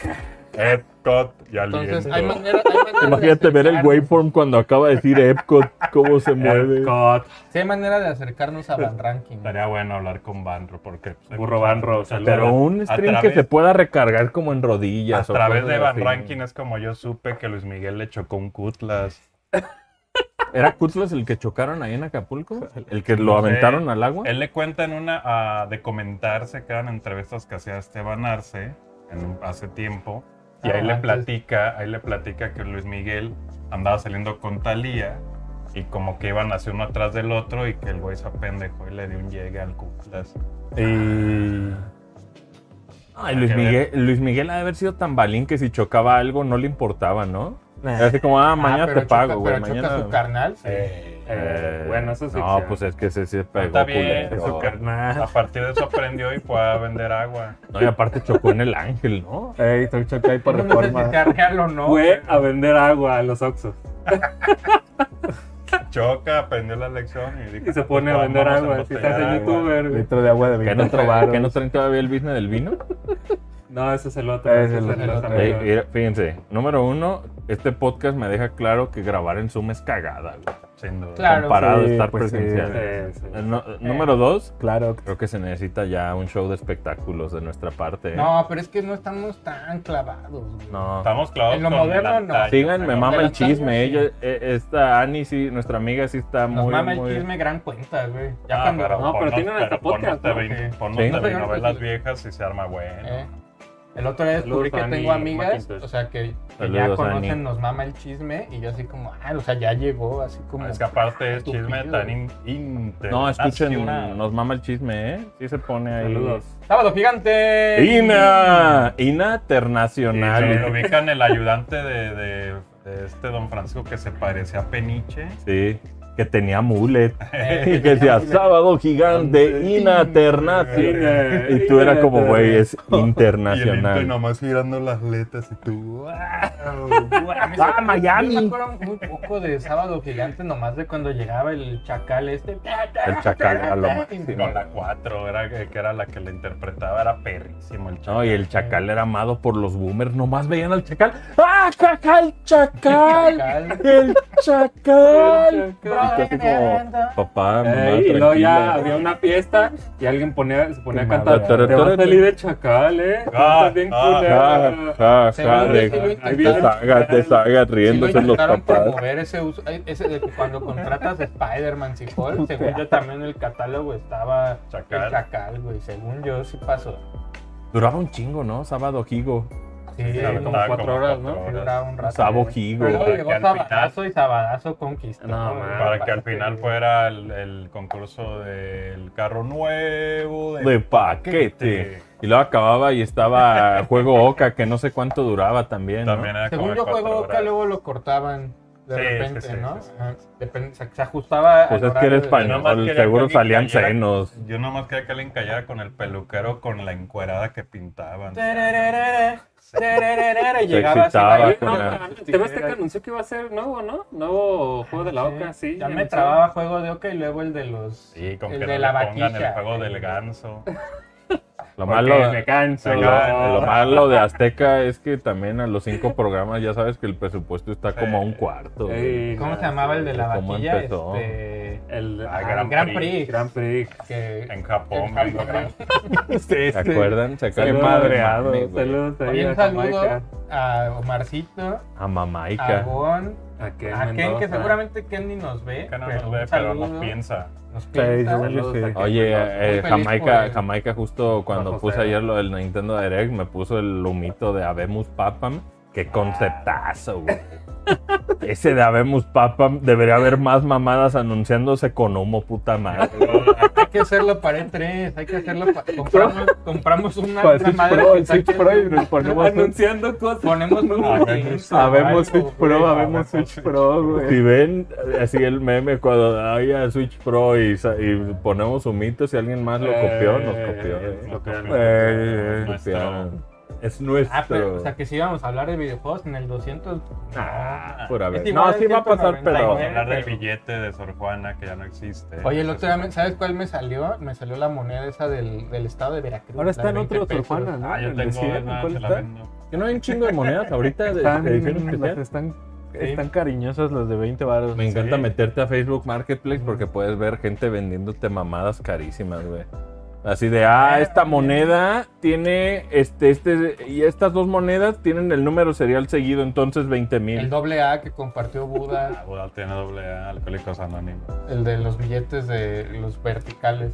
Speaker 5: Epcot y
Speaker 2: Entonces,
Speaker 5: aliento.
Speaker 2: hay manera, hay manera de
Speaker 1: Imagínate ver el
Speaker 2: acercarnos.
Speaker 1: waveform cuando acaba de decir Epcot, cómo se mueve.
Speaker 4: Epcot.
Speaker 2: Sí, hay manera de acercarnos a Van Ranking.
Speaker 5: Estaría bueno hablar con Banro porque pues,
Speaker 4: Burro Van Rock,
Speaker 1: Pero
Speaker 4: saludos.
Speaker 1: un
Speaker 5: A
Speaker 1: stream
Speaker 5: través-
Speaker 1: que se pueda recargar como en
Speaker 5: a
Speaker 1: rodillas. o
Speaker 5: través
Speaker 1: cosas
Speaker 5: de Van
Speaker 1: así.
Speaker 5: Rankin es como yo supe que Luis Miguel le chocó un cutlas.
Speaker 1: ¿Era Kutlas el que chocaron ahí en Acapulco? ¿El que lo
Speaker 5: Sí.
Speaker 1: aventaron al agua?
Speaker 5: Él le cuenta en una ah, de comentarse que eran entrevistas que hacía Esteban Arce en un- hace tiempo. Y
Speaker 2: Ah,
Speaker 5: ahí le
Speaker 2: antes.
Speaker 5: platica, ahí le platica que Luis Miguel andaba saliendo con Talía y como que iban así uno atrás del otro y que el güey se apendejó y le dio un llegue al cutlas.
Speaker 1: Y... Ay, Luis
Speaker 5: Hay que
Speaker 1: Miguel, Luis Miguel ha de haber sido tan balín que si chocaba algo no le importaba, ¿no? Era así como, ah, mañana
Speaker 2: pero
Speaker 1: te pago,
Speaker 2: choca-
Speaker 1: güey.
Speaker 2: Pero
Speaker 1: mañana...
Speaker 2: choca su carnal. sí.
Speaker 1: Eh,
Speaker 4: Eh, bueno, eso sí.
Speaker 1: No, pues es que se, se pegó.
Speaker 5: Está bien,
Speaker 1: culero.
Speaker 5: su carnal. A partir de eso aprendió y fue a vender agua.
Speaker 1: No, y aparte chocó en el ángel, ¿no?
Speaker 3: Ey, estoy chocado ahí por
Speaker 2: no sé
Speaker 3: reforma.
Speaker 2: si sea real o no.
Speaker 4: Fue a vender agua a los Oxxos.
Speaker 5: Choca, aprendió la lección y, dijo,
Speaker 4: Y se pone a
Speaker 5: "Vamos
Speaker 4: vender agua. Si se
Speaker 5: embotellar
Speaker 4: hace
Speaker 5: agua".
Speaker 4: youtuber, güey.
Speaker 3: Litro de agua de
Speaker 1: Que no,
Speaker 3: 24
Speaker 1: traen, que no
Speaker 3: varos.
Speaker 1: traen todavía el business del vino.
Speaker 4: No, ese es el otro.
Speaker 3: Ese
Speaker 4: ese
Speaker 3: es el
Speaker 4: de los
Speaker 3: otro.
Speaker 1: Eh,
Speaker 4: amigos.
Speaker 1: mira, fíjense, número uno, este podcast me deja claro que grabar en Zoom es cagada, güey,
Speaker 5: Sin duda.
Speaker 2: Claro.
Speaker 1: comparado
Speaker 3: Sí,
Speaker 1: a estar
Speaker 3: pues sí.
Speaker 1: presencial.
Speaker 4: Sí, sí.
Speaker 1: Eh, no- número dos,
Speaker 3: Claro.
Speaker 1: creo que se necesita ya un show de espectáculos de nuestra parte. ¿eh?
Speaker 2: No, pero es que no estamos tan clavados. güey.
Speaker 1: no.
Speaker 5: Estamos clavados
Speaker 2: En lo
Speaker 5: con
Speaker 2: moderno,
Speaker 5: el
Speaker 2: no.
Speaker 5: antaño,
Speaker 1: Sigan, me
Speaker 5: pero-
Speaker 1: mama
Speaker 2: Pero
Speaker 1: el chisme.
Speaker 2: también sí.
Speaker 1: Ella, eh, esta Ani, sí, nuestra amiga, sí está
Speaker 2: Nos
Speaker 1: muy.
Speaker 2: mama
Speaker 1: muy-
Speaker 2: el chisme gran cuenta, güey.
Speaker 5: Ah,
Speaker 2: Ya cuando.
Speaker 4: no, pero tienen hasta podcast,
Speaker 5: ponnos
Speaker 4: ¿no?
Speaker 5: TV
Speaker 2: Sí.
Speaker 5: ponnos
Speaker 1: Sí.
Speaker 5: telenovelas viejas y se arma bueno.
Speaker 2: Eh, El otro día descubrí
Speaker 4: Saludos,
Speaker 2: que
Speaker 4: Ani
Speaker 2: tengo amigas,
Speaker 4: Macintosh.
Speaker 2: o sea, que, que ya
Speaker 1: Saludos,
Speaker 2: conocen,
Speaker 1: Ani.
Speaker 2: nos mama el chisme, y yo así como, ah, o sea, ya llegó, así como.
Speaker 5: Es que aparte es chisme
Speaker 2: Estúpido.
Speaker 5: tan in- internacional.
Speaker 1: No, escuchen, nos mama el chisme, ¿eh? Sí se pone ahí.
Speaker 4: Saludos.
Speaker 2: ¡Sábado gigante!
Speaker 1: Ina, Ina
Speaker 5: Y
Speaker 1: Internacional.
Speaker 5: se ubican el ayudante de, de- de este don Francisco que se parecía a Peniche.
Speaker 1: Sí, que tenía mulet y que decía sábado gigante internacional. Y tú era como, güey, es
Speaker 5: Y el Inter
Speaker 1: internacional.
Speaker 5: nomás girando las letras y tú. ¡guau!
Speaker 1: Ah, Miami.
Speaker 2: Yo me acuerdo muy poco de Sábado Gigante, nomás de cuando llegaba el chacal este.
Speaker 1: El chacal a lo máximo.
Speaker 5: Con la 4, era, que que era la que le interpretaba, era perrísimo el
Speaker 1: No,
Speaker 5: chaval.
Speaker 1: y el chacal era amado por los boomers. Nomás veían al chacal. ¡Ah, chacal, chacal! ¡El chacal! Y tú así como, papá, mamá,
Speaker 4: Ey, y luego ya
Speaker 1: tranquila.
Speaker 4: había una fiesta y alguien ponía, se ponía a
Speaker 2: Tu
Speaker 4: cantar.
Speaker 1: madre.
Speaker 4: Te vas a salir de chacal, eh. Tú
Speaker 5: Ah,
Speaker 4: estás bien
Speaker 5: ah,
Speaker 1: Ja,
Speaker 4: culero.
Speaker 1: ja, ja,
Speaker 2: Seguro que sí lo
Speaker 1: de-
Speaker 4: ahí viene
Speaker 1: Te
Speaker 4: el
Speaker 2: intentaron.
Speaker 1: saga, te saga,
Speaker 2: Sí lo
Speaker 1: riéndose los
Speaker 2: intentaron
Speaker 1: papás.
Speaker 2: promover ese uso, ay, ese de que cuando contratas a Spider-Man si Paul, según yo también en el catálogo estaba
Speaker 5: Chacal.
Speaker 2: el chacal, güey, según yo sí pasó.
Speaker 1: Duraba un chingo, ¿no? Sábado Gigo.
Speaker 2: Sí,
Speaker 5: Sí,
Speaker 4: como
Speaker 5: estaba
Speaker 4: cuatro horas, ¿no?
Speaker 5: cuatro horas.
Speaker 2: duraba un rato.
Speaker 1: Sabo
Speaker 2: güey.
Speaker 1: Higo.
Speaker 2: Pero luego llegó
Speaker 5: Para que al
Speaker 2: Sabadazo y Sabadazo conquistó.
Speaker 4: No,
Speaker 2: güey,
Speaker 4: man.
Speaker 5: Para que al
Speaker 2: parte,
Speaker 5: final
Speaker 2: güey.
Speaker 5: fuera el, el concurso del carro nuevo.
Speaker 1: De paquete. Y luego acababa y estaba Juego Oca, que no sé cuánto duraba también. ¿no?
Speaker 5: También era como
Speaker 2: Según
Speaker 5: de
Speaker 2: yo
Speaker 5: cuatro
Speaker 2: juego
Speaker 5: horas.
Speaker 2: Oca luego lo cortaban de
Speaker 5: Sí,
Speaker 2: repente,
Speaker 5: sí, sí,
Speaker 2: ¿no?
Speaker 5: sí, sí.
Speaker 2: Ajá. Depende, se, se ajustaba
Speaker 1: Pues
Speaker 2: al
Speaker 1: es que era
Speaker 2: horario de-
Speaker 1: español,
Speaker 5: Nada más quería
Speaker 1: seguro
Speaker 5: que
Speaker 1: salían
Speaker 5: alguien cayera.
Speaker 1: senos.
Speaker 5: Yo nomás quería que alguien callara con el peluquero con la encuerada que pintaban.
Speaker 2: Tararara, tararara, Llegaba así,
Speaker 1: excitaba
Speaker 2: güey,
Speaker 1: con
Speaker 2: no,
Speaker 1: la-
Speaker 2: mames,
Speaker 4: ¿Te ves que anunció que iba a ser nuevo, no? Nuevo juego de la Oca, sí.
Speaker 2: Ya me
Speaker 4: anunció.
Speaker 2: trababa juego de oca y luego el de los.
Speaker 5: Sí, con
Speaker 2: el
Speaker 5: que
Speaker 2: de
Speaker 5: no
Speaker 2: la
Speaker 5: le pongan
Speaker 2: vaquilla.
Speaker 5: el juego del ganso.
Speaker 1: Lo
Speaker 4: Porque
Speaker 1: malo,
Speaker 4: me canso.
Speaker 1: lo, lo malo de Azteca es que también a los cinco programas ya sabes que el presupuesto está como a un cuarto. güey.
Speaker 4: Ey,
Speaker 2: ¿Cómo
Speaker 4: no,
Speaker 2: se llamaba el de la
Speaker 1: ¿Cómo
Speaker 2: vaquilla?
Speaker 1: empezó?
Speaker 2: Este.
Speaker 4: El
Speaker 5: Ah,
Speaker 2: ah,
Speaker 5: Gran
Speaker 2: Gran
Speaker 5: Prix.
Speaker 2: Prix.
Speaker 4: Gran Prix.
Speaker 2: que-
Speaker 5: En Japón.
Speaker 2: En Japón.
Speaker 5: güey, gran-
Speaker 1: ¿Se acuerdan? Se acuerdan.
Speaker 4: Saludos,
Speaker 1: de
Speaker 4: madreado.
Speaker 1: Mami, güey.
Speaker 4: Saludos ahí
Speaker 2: Oye,
Speaker 4: a
Speaker 2: un saludo
Speaker 4: Jamaica.
Speaker 2: a Omarcito,
Speaker 1: A
Speaker 2: a
Speaker 1: Mamaica.
Speaker 2: Gon,
Speaker 4: A Ken,
Speaker 2: a Ken, que
Speaker 4: Mendoza.
Speaker 2: seguramente Ken ni nos ve.
Speaker 5: Que no
Speaker 2: pero
Speaker 5: nos
Speaker 2: un
Speaker 5: ve, pero
Speaker 2: saludo.
Speaker 5: nos piensa.
Speaker 2: Nos
Speaker 4: Sí,
Speaker 2: piensa.
Speaker 4: saludos a Ken
Speaker 1: Oye,
Speaker 4: Mendoza.
Speaker 1: eh,
Speaker 2: Muy feliz por
Speaker 1: Jamaica,
Speaker 2: él.
Speaker 1: Jamaica justo cuando
Speaker 4: Bajo
Speaker 1: puse
Speaker 4: cero.
Speaker 1: ayer lo del Nintendo Direct me puso el humito de Abemus Papam. Qué conceptazo, güey. Ese de Abemus Papam debería haber más mamadas anunciándose con humo, puta madre.
Speaker 2: Hay que hacerlo para el 3, hay que hacerlo para... Compramos, compramos una,
Speaker 3: Para
Speaker 2: una
Speaker 3: Switch
Speaker 2: madre
Speaker 3: Pro,
Speaker 2: que
Speaker 3: el Switch
Speaker 2: saque-
Speaker 3: Pro y nos ponemos un-
Speaker 4: Anunciando cosas.
Speaker 2: Ponemos un...
Speaker 5: Habemos-
Speaker 3: Habemos Switch Pro, habemos Switch Pro, güey.
Speaker 1: Si ven así el meme cuando había Switch Pro y, sa- y ponemos humitos y alguien más lo copió, nos
Speaker 4: Eh,
Speaker 1: copió. eh.
Speaker 4: nos copió.
Speaker 5: copió.
Speaker 1: Eh, eh,
Speaker 5: Nuestro-
Speaker 1: copiaron. Es
Speaker 2: Ah, pero, o
Speaker 1: nuestro.
Speaker 2: sea, que si íbamos a hablar de videojuegos en el 200...
Speaker 4: Ah,
Speaker 1: Por haber.
Speaker 2: es igual
Speaker 1: No, sí va a pasar,
Speaker 2: 199.
Speaker 1: pero...
Speaker 5: Vamos a hablar del billete de Sor Juana que ya no existe.
Speaker 2: eh, Oye, el otro día, me- ¿sabes cuál me salió? Me salió la moneda esa del, del estado de Veracruz.
Speaker 3: Ahora
Speaker 2: la
Speaker 3: está
Speaker 2: de
Speaker 3: en
Speaker 2: 20
Speaker 3: otro Sor
Speaker 2: pesos.
Speaker 3: Juana, ¿no?
Speaker 5: Ah, yo
Speaker 3: El de
Speaker 5: tengo
Speaker 3: cien,
Speaker 5: una,
Speaker 3: ¿cuál
Speaker 5: se la
Speaker 3: está?
Speaker 5: vendo.
Speaker 1: Que no hay un chingo de monedas ahorita de
Speaker 3: Están,
Speaker 1: de edición especial.
Speaker 3: las están, están cariñosas las de 20 baros.
Speaker 1: Me encanta
Speaker 5: Sí.
Speaker 1: meterte a Facebook Marketplace porque puedes ver gente vendiéndote mamadas carísimas, güey. Así de, ah, esta moneda tiene este, este, y estas dos monedas tienen el número serial seguido, entonces 20
Speaker 2: El
Speaker 1: mil.
Speaker 2: doble A que compartió Buda,
Speaker 5: Ah, bueno, tiene doble A, Alcohólicos Anónimos.
Speaker 2: el de los billetes de los verticales.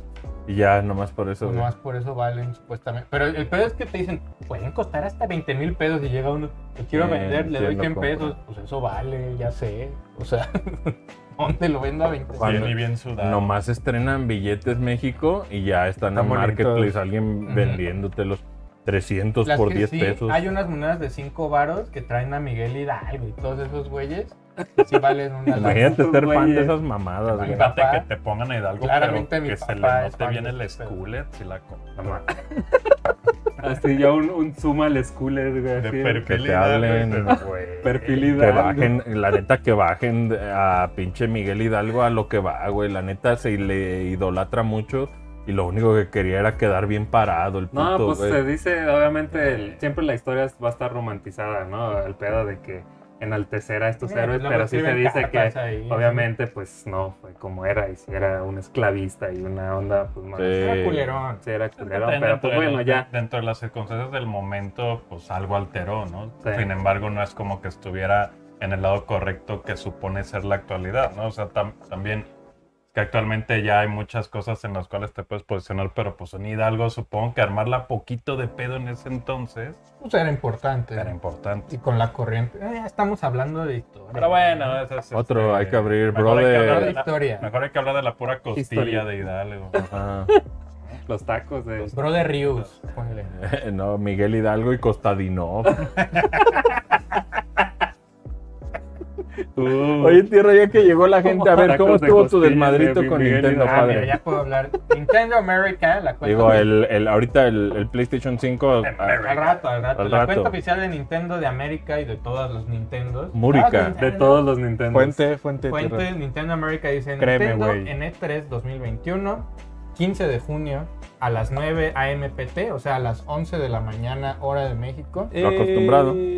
Speaker 1: Y ya, nomás por eso.
Speaker 2: Pues
Speaker 1: güey.
Speaker 2: nomás por eso valen supuestamente. Pero el pedo es que te dicen, pueden costar hasta 20 mil pesos y llega uno, lo quiero
Speaker 1: Sí,
Speaker 2: vender, le doy
Speaker 1: entiendo
Speaker 2: 100
Speaker 1: cómo.
Speaker 2: pesos. Pues eso vale, ya sé. O sea, ¿dónde lo vendo a 20
Speaker 1: Cuando-
Speaker 5: Bien y bien sudado.
Speaker 1: Nomás estrenan billetes México y ya están
Speaker 3: Están
Speaker 1: en
Speaker 3: bonitos.
Speaker 1: Marketplace, alguien
Speaker 2: Ujú.
Speaker 1: vendiéndote los 300
Speaker 2: Las
Speaker 1: por
Speaker 2: que
Speaker 1: 10
Speaker 2: sí,
Speaker 1: pesos.
Speaker 2: Hay unas monedas de 5 varos que traen a Miguel Hidalgo y todos esos güeyes. que Sí valen una lana.
Speaker 1: Imagínate ser fan de
Speaker 4: Güeyes.
Speaker 1: esas mamadas, güey.
Speaker 5: Fíjate
Speaker 2: papá-
Speaker 5: que te pongan a Hidalgo,
Speaker 2: Claramente
Speaker 5: pero
Speaker 2: mi
Speaker 5: que se le
Speaker 2: papá es
Speaker 5: note
Speaker 2: fan
Speaker 5: bien
Speaker 2: de
Speaker 5: el
Speaker 2: este pedo.
Speaker 5: Skullet si la
Speaker 1: Ah,
Speaker 5: compra.
Speaker 4: Así ya un, un suma al schooler, güey.
Speaker 5: De
Speaker 4: así,
Speaker 1: Que
Speaker 5: perfil
Speaker 1: te
Speaker 5: Hidalgo,
Speaker 1: hablen,
Speaker 5: dices, güey.
Speaker 4: perfil
Speaker 1: Que
Speaker 4: Hidalgo.
Speaker 1: bajen, la neta que bajen a pinche Miguel Hidalgo a lo que va, güey. La neta se le idolatra mucho y lo único que quería era quedar bien parado el puto,
Speaker 4: No, pues
Speaker 1: güey.
Speaker 4: se dice, obviamente, el- siempre la historia va a estar romantizada, ¿no? El pedo de que enaltecer a estos
Speaker 2: Mira,
Speaker 4: héroes,
Speaker 2: luego
Speaker 4: pero sí se
Speaker 2: escriben
Speaker 4: dice que,
Speaker 2: cartas ahí.
Speaker 4: obviamente, pues no, fue como era, y si era un esclavista y una onda, pues más.
Speaker 1: Sí.
Speaker 2: Era culerón.
Speaker 4: sí, era culero,
Speaker 5: Dentro
Speaker 4: pero pues
Speaker 5: de-
Speaker 4: bueno, ya.
Speaker 5: Dentro de las circunstancias del momento, pues algo alteró, ¿no?
Speaker 4: Sí.
Speaker 5: Sin embargo, no es como que estuviera en el lado correcto que supone ser la actualidad, ¿no? O sea, tam- también que actualmente ya hay muchas cosas en las cuales te puedes posicionar, pero pues en Hidalgo supongo que armarla poquito de pedo en ese entonces
Speaker 2: Pues era importante.
Speaker 5: era importante.
Speaker 2: Y con la corriente. Eh, ya estamos hablando de historia.
Speaker 5: Pero bueno, eso es,
Speaker 1: Otro, hay que abrir,
Speaker 5: mejor hay que
Speaker 1: brother.
Speaker 5: hablar
Speaker 2: Hablando
Speaker 5: de
Speaker 2: de
Speaker 5: la-
Speaker 2: historia.
Speaker 5: Mejor hay que hablar de la pura costilla
Speaker 4: Historia.
Speaker 5: de Hidalgo.
Speaker 1: Ajá.
Speaker 4: Los tacos de.
Speaker 2: Brother Rius, ponle.
Speaker 1: No, Miguel Hidalgo y Costadinov. Oye, tierra, ya que llegó la gente, a ver, ¿cómo
Speaker 4: Tacos de
Speaker 1: estuvo tu
Speaker 4: costilla
Speaker 1: desmadrito
Speaker 4: de
Speaker 1: con
Speaker 4: Miguel y
Speaker 1: Nintendo,
Speaker 4: de-
Speaker 2: Ah, mira,
Speaker 1: padre?
Speaker 2: ya puedo hablar. Nintendo America, la cuenta.
Speaker 1: Digo, el, el, ahorita el, el PlayStation 5... ah,
Speaker 2: Al rato, al rato.
Speaker 1: Al
Speaker 2: la
Speaker 1: rato.
Speaker 2: cuenta oficial de Nintendo de América y de todos los Nintendos.
Speaker 1: Múrica.
Speaker 2: Ah,
Speaker 4: De
Speaker 2: Nintendo.
Speaker 4: todos los Nintendo.
Speaker 6: Fuente, fuente.
Speaker 2: Fuente
Speaker 6: tierra.
Speaker 2: Nintendo América dice
Speaker 6: Créeme,
Speaker 2: Nintendo
Speaker 6: güey.
Speaker 2: en E E3 2021, 15 de junio a las 9 AM PT, o sea, a las 11 de la mañana hora de México.
Speaker 1: Lo acostumbrado.
Speaker 6: Eh,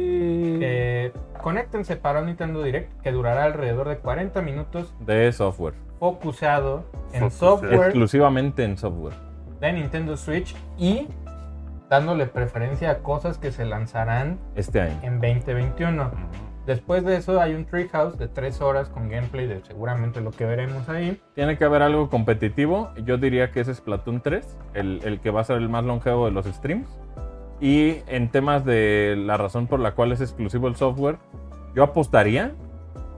Speaker 2: Eh, conéctense para un Nintendo Direct que durará alrededor de 40 minutos
Speaker 1: De software.
Speaker 2: focusado en
Speaker 7: Focusado.
Speaker 2: software
Speaker 1: Exclusivamente en software.
Speaker 2: de Nintendo Switch y dándole preferencia a cosas que se lanzarán
Speaker 1: Este año.
Speaker 2: en 2021. Después de eso hay un Treehouse de 3 horas con gameplay de seguramente lo que veremos ahí.
Speaker 1: Tiene que haber algo competitivo. Yo diría que es Splatoon 3, el, el que va a ser el más longevo de los streams. Y en temas de la razón por la cual es exclusivo el software, yo apostaría,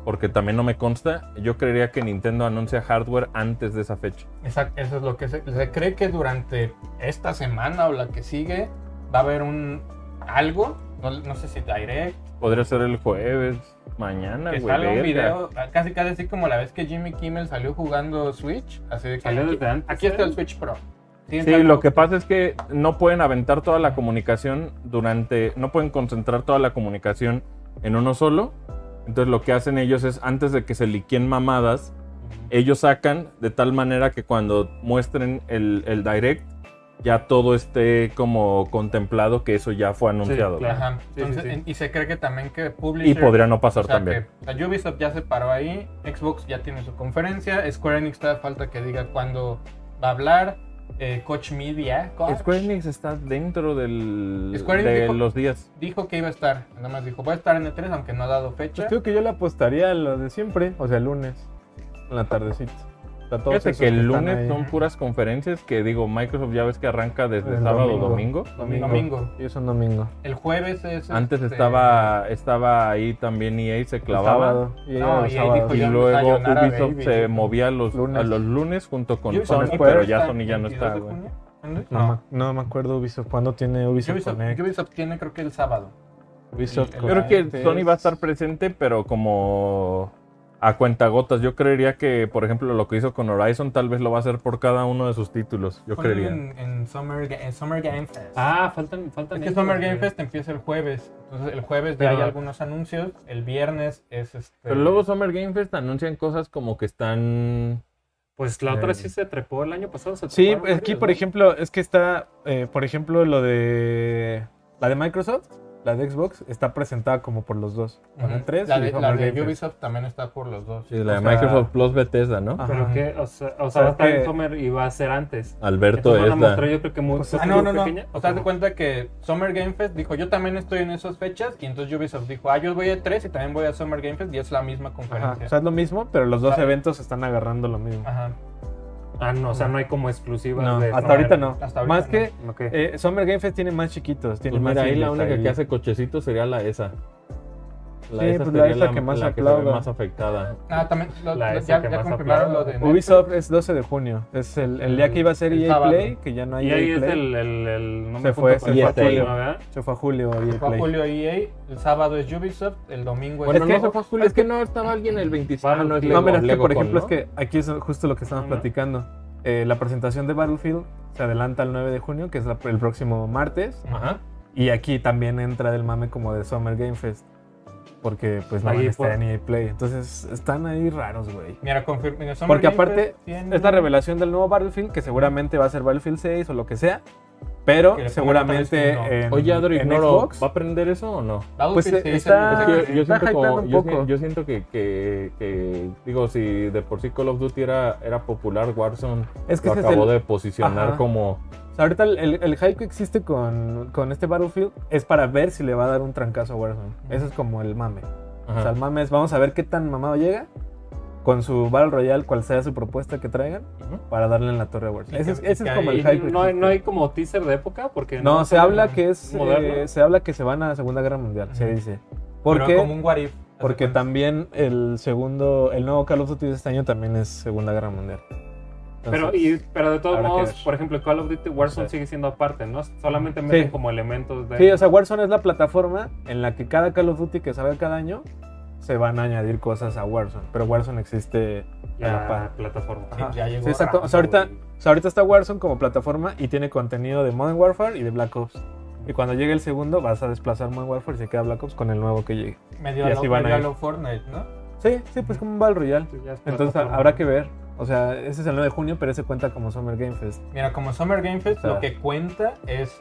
Speaker 1: porque también no me consta, yo creería que Nintendo anuncia hardware antes de esa fecha.
Speaker 2: Exacto, eso es lo que se, se cree que durante esta semana o la que sigue va a haber un algo, no, no sé si direct,
Speaker 1: Podría ser el jueves, mañana,
Speaker 2: que
Speaker 1: güey.
Speaker 2: salga un
Speaker 1: verga.
Speaker 2: video, casi casi así como la vez que Jimmy Kimmel salió jugando Switch, así de que
Speaker 4: Salió
Speaker 2: aquí,
Speaker 4: desde antes,
Speaker 2: aquí está
Speaker 4: ¿eh?
Speaker 2: el Switch Pro.
Speaker 1: Sí, lo que pasa es que no pueden aventar toda la comunicación durante, no pueden concentrar toda la comunicación en uno solo. Entonces lo que hacen ellos es, antes de que se liquien mamadas, ellos sacan de tal manera que cuando muestren el, el direct, ya todo esté como contemplado que eso ya fue anunciado.
Speaker 4: claro.
Speaker 2: Ajá.
Speaker 4: Sí,
Speaker 2: Entonces,
Speaker 4: sí, sí.
Speaker 2: Y se cree que también que
Speaker 1: Y
Speaker 2: Publisher...
Speaker 1: podría no pasar
Speaker 2: o sea,
Speaker 1: también.
Speaker 2: que la Ubisoft ya se paró ahí, Xbox ya tiene su conferencia, Square Enix todavía falta que diga cuándo va a hablar, eh, Coach Media... Coach,
Speaker 1: Square Enix está dentro del,
Speaker 2: Square Enix
Speaker 1: de
Speaker 2: dijo-
Speaker 1: los días.
Speaker 2: dijo que iba a estar. Nada más dijo, voy a estar en E3, aunque no ha dado fecha.
Speaker 6: Pues creo que yo le apostaría a lo de siempre, o sea, el lunes, en la tardecita. O sea, todos
Speaker 1: Fíjate
Speaker 6: esos
Speaker 1: que el
Speaker 6: están
Speaker 1: lunes
Speaker 6: ahí.
Speaker 1: son puras conferencias que digo, Microsoft ya ves que arranca desde
Speaker 6: El
Speaker 1: sábado
Speaker 6: domingo.
Speaker 1: domingo.
Speaker 2: domingo.
Speaker 6: Y es un domingo.
Speaker 2: El jueves es...
Speaker 1: Antes
Speaker 2: este,
Speaker 1: estaba, estaba ahí también EA se
Speaker 6: El
Speaker 1: clavaba.
Speaker 6: sábado. Y
Speaker 2: No,
Speaker 6: era el
Speaker 2: y ahí
Speaker 6: sábado.
Speaker 2: dijo
Speaker 1: Y
Speaker 2: ya
Speaker 1: luego
Speaker 2: sayonara,
Speaker 1: Ubisoft
Speaker 2: baby.
Speaker 1: se movía a los lunes,
Speaker 6: Lunes.
Speaker 1: a los lunes junto con
Speaker 2: Ubisoft
Speaker 1: Sony,
Speaker 2: está
Speaker 1: pero
Speaker 2: el
Speaker 1: ya Sony ya no
Speaker 2: 22
Speaker 1: está,
Speaker 2: de
Speaker 1: güey.
Speaker 2: junio, ¿no?
Speaker 6: No, ma- no me acuerdo Ubisoft. ¿Cuándo tiene Ubisoft,
Speaker 2: Ubisoft,
Speaker 6: Connect?
Speaker 2: Ubisoft tiene creo que el sábado.
Speaker 6: Ubisoft
Speaker 2: Yo
Speaker 1: Yo creo que
Speaker 6: Connect
Speaker 1: Sony va a
Speaker 6: es-
Speaker 1: estar presente, pero como a cuentagotas. Yo creería que, por ejemplo, lo que hizo con Horizon tal vez lo va a hacer por cada uno de sus títulos. Yo
Speaker 2: Ponlo
Speaker 1: creería.
Speaker 2: En, en Summer, Ga- en Summer Game Fest.
Speaker 4: Ah, faltan, faltan.
Speaker 2: es que
Speaker 4: ellos,
Speaker 2: Summer Game
Speaker 4: güey.
Speaker 2: Fest empieza el jueves. Entonces el jueves ya
Speaker 4: Pero-
Speaker 2: hay algunos anuncios. El viernes es este...
Speaker 1: Pero luego Summer Game Fest anuncian cosas como que están...
Speaker 4: Pues la otra sí se trepó el año pasado. se
Speaker 6: Eh, Sí,
Speaker 4: treparon
Speaker 6: aquí
Speaker 4: varios,
Speaker 6: por
Speaker 4: ¿no?
Speaker 6: ejemplo, es que está, eh, por ejemplo, lo de la de Microsoft, la de Xbox, está presentada como por los dos.
Speaker 2: Ujú.
Speaker 6: Con el 3
Speaker 2: la
Speaker 6: y
Speaker 2: de,
Speaker 6: Summer
Speaker 2: la de
Speaker 6: Game Fest.
Speaker 2: Ubisoft también está por los dos.
Speaker 1: Sí, la de
Speaker 6: O sea,
Speaker 1: Microsoft Plus Bethesda, ¿no?
Speaker 6: Ajá.
Speaker 4: Pero que, o sea, o sea,
Speaker 6: sea,
Speaker 4: va a estar en
Speaker 6: que-
Speaker 4: Summer y va a ser antes.
Speaker 1: Alberto
Speaker 4: Entonces
Speaker 1: es
Speaker 4: van a mostrar,
Speaker 1: la...
Speaker 4: yo creo que muy
Speaker 6: Pues,
Speaker 2: Ah, no, no, no.
Speaker 4: pequeña.
Speaker 2: O sea, haz de cuenta que Summer Game Fest dijo, yo también estoy en esas fechas. Y entonces Ubisoft dijo, ah, yo voy a 3 y también voy a Summer Game Fest. Y es la misma
Speaker 6: Ajá,
Speaker 2: conferencia.
Speaker 6: o sea, es lo mismo, pero los dos
Speaker 2: Ajá.
Speaker 6: eventos están agarrando lo mismo.
Speaker 2: Ajá.
Speaker 4: Ah, no, o sea, no hay como exclusivas.
Speaker 6: No,
Speaker 4: de
Speaker 6: hasta
Speaker 4: Summer.
Speaker 6: ahorita no.
Speaker 2: Hasta ahorita
Speaker 6: Más
Speaker 2: no.
Speaker 6: que
Speaker 4: Ok.
Speaker 6: eh, Summer Game Fest tiene más chiquitos, tiene
Speaker 1: Pues
Speaker 6: más
Speaker 1: mira, ahí la
Speaker 6: indies
Speaker 1: única
Speaker 6: ahí.
Speaker 1: que hace cochecitos sería la esa.
Speaker 6: Sí, pues la esa que más
Speaker 1: la que se ve
Speaker 6: aplauda.
Speaker 1: más afectada.
Speaker 6: Pues
Speaker 2: Ah, también lo-
Speaker 4: La
Speaker 2: lo-
Speaker 4: esa
Speaker 2: ya,
Speaker 4: que
Speaker 2: ya
Speaker 4: más
Speaker 2: confirmaron lo
Speaker 4: aplaude.
Speaker 2: de Netflix.
Speaker 6: Ubisoft es 12 de junio, es el, el día que iba a ser
Speaker 2: El
Speaker 6: EA
Speaker 2: sábado.
Speaker 6: Play, que ya no hay
Speaker 4: Y ahí
Speaker 6: EA
Speaker 4: es
Speaker 6: Play.
Speaker 4: el. el, el no
Speaker 6: Se fue,
Speaker 4: acuerdo
Speaker 6: se
Speaker 4: cuál
Speaker 1: fue
Speaker 4: fue,
Speaker 1: Julio.
Speaker 4: ¿no, verdad?
Speaker 6: Se fue a julio EA
Speaker 2: Fue
Speaker 6: Play.
Speaker 2: julio EA, el sábado es Ubisoft, el domingo es...
Speaker 1: Bueno,
Speaker 6: que-
Speaker 1: no se fue Julio, es que no estaba alguien el 25.
Speaker 4: Ah,
Speaker 1: no, es
Speaker 6: No, mira, es que,
Speaker 1: Lego
Speaker 6: por
Speaker 1: Con,
Speaker 6: ejemplo,
Speaker 1: ¿no?
Speaker 6: es que aquí es justo lo que estamos
Speaker 4: Ajá.
Speaker 6: platicando. Eh, la presentación de Battlefield se adelanta el 9 de junio, que es la- el próximo martes.
Speaker 2: Ajá.
Speaker 6: Y aquí también entra el mame como de Summer Game Fest. Porque pues no
Speaker 4: Ahí
Speaker 6: van a
Speaker 4: fue.
Speaker 6: estar en EA Play. Entonces están ahí raros, güey.
Speaker 2: Mira, confirma.
Speaker 6: Porque aparte es la revelación del nuevo Battlefield, que seguramente va a ser Battlefield 6 o lo que sea. Pero
Speaker 2: Que le pongan
Speaker 6: seguramente
Speaker 2: otra vez que
Speaker 6: en,
Speaker 1: Oye, Adro,
Speaker 6: en
Speaker 1: ignoro,
Speaker 6: Xbox-
Speaker 1: ¿va a prender eso o no?
Speaker 6: pues,
Speaker 2: Pues
Speaker 6: eh, está-
Speaker 1: Es
Speaker 6: Ah,
Speaker 1: que yo
Speaker 6: está
Speaker 1: siento,
Speaker 6: hypeando
Speaker 1: como-
Speaker 6: un
Speaker 1: yo,
Speaker 6: poco.
Speaker 1: si- yo siento que, que- que, digo, si de por sí Call of Duty era, era popular, Warzone
Speaker 6: Es que
Speaker 1: lo
Speaker 6: ese es
Speaker 1: acabó
Speaker 6: el-
Speaker 1: de posicionar
Speaker 6: Ajá.
Speaker 1: como...
Speaker 6: o sea, ahorita el, el- el hype que existe con, con este Battlefield es para ver si le va a dar un trancazo a Warzone. Ese es como el mame.
Speaker 1: ajá.
Speaker 6: O sea, el mame es, vamos a ver qué tan mamado llega con su Battle Royale, cual sea su propuesta que traigan,
Speaker 1: Ujú.
Speaker 6: para darle en la torre a Warzone.
Speaker 2: Y
Speaker 6: Ese, es-
Speaker 2: que- y
Speaker 6: ese
Speaker 2: que
Speaker 6: es como el
Speaker 2: ahí
Speaker 4: Y
Speaker 6: hype. que
Speaker 4: no, hay-
Speaker 6: existe.
Speaker 4: no hay como teaser de época porque.
Speaker 6: No, se habla que es.
Speaker 4: moderno.
Speaker 6: eh, se habla que se van a la Segunda Guerra Mundial, se
Speaker 2: Ujú.
Speaker 6: dice.
Speaker 2: Pero
Speaker 6: Porque,
Speaker 2: como un what if.
Speaker 6: porque también el segundo. El nuevo Call of Duty de este año también es Segunda Guerra Mundial.
Speaker 4: Pero,
Speaker 6: Entonces,
Speaker 4: y, pero de todos
Speaker 6: habrá que
Speaker 4: modos,
Speaker 6: ver.
Speaker 4: por ejemplo, Call of Duty Warzone
Speaker 6: Sí.
Speaker 4: sigue siendo aparte, ¿no? Solamente meten
Speaker 6: Sí.
Speaker 4: como elementos de.
Speaker 6: Sí, o sea, Warzone es la plataforma en la que cada Call of Duty que salga cada año se van a añadir cosas a Warzone. Pero Warzone existe a la par.
Speaker 4: la plataforma.
Speaker 2: Sí,
Speaker 6: Ajá.
Speaker 2: ya llegó
Speaker 6: Sí, exacto. O sea,
Speaker 2: rápido,
Speaker 6: ahorita,
Speaker 2: güey.
Speaker 6: o sea, ahorita está Warzone como plataforma y tiene contenido de Modern Warfare y de Black Ops. Y cuando llegue el segundo, vas a desplazar Modern Warfare y se queda Black Ops con el nuevo que llegue.
Speaker 2: Medio
Speaker 6: y
Speaker 2: a
Speaker 6: así
Speaker 2: lo-
Speaker 6: van a
Speaker 2: medio a
Speaker 6: ir.
Speaker 2: lo Fortnite, ¿no?
Speaker 6: Sí, sí, pues como un Battle Royale.
Speaker 4: Ya es
Speaker 6: Entonces
Speaker 4: plataforma.
Speaker 6: habrá que ver. O sea, ese es el 9 de junio, pero ese cuenta como Summer Game Fest.
Speaker 2: Mira, como Summer Game Fest,
Speaker 6: Claro.
Speaker 2: lo que cuenta es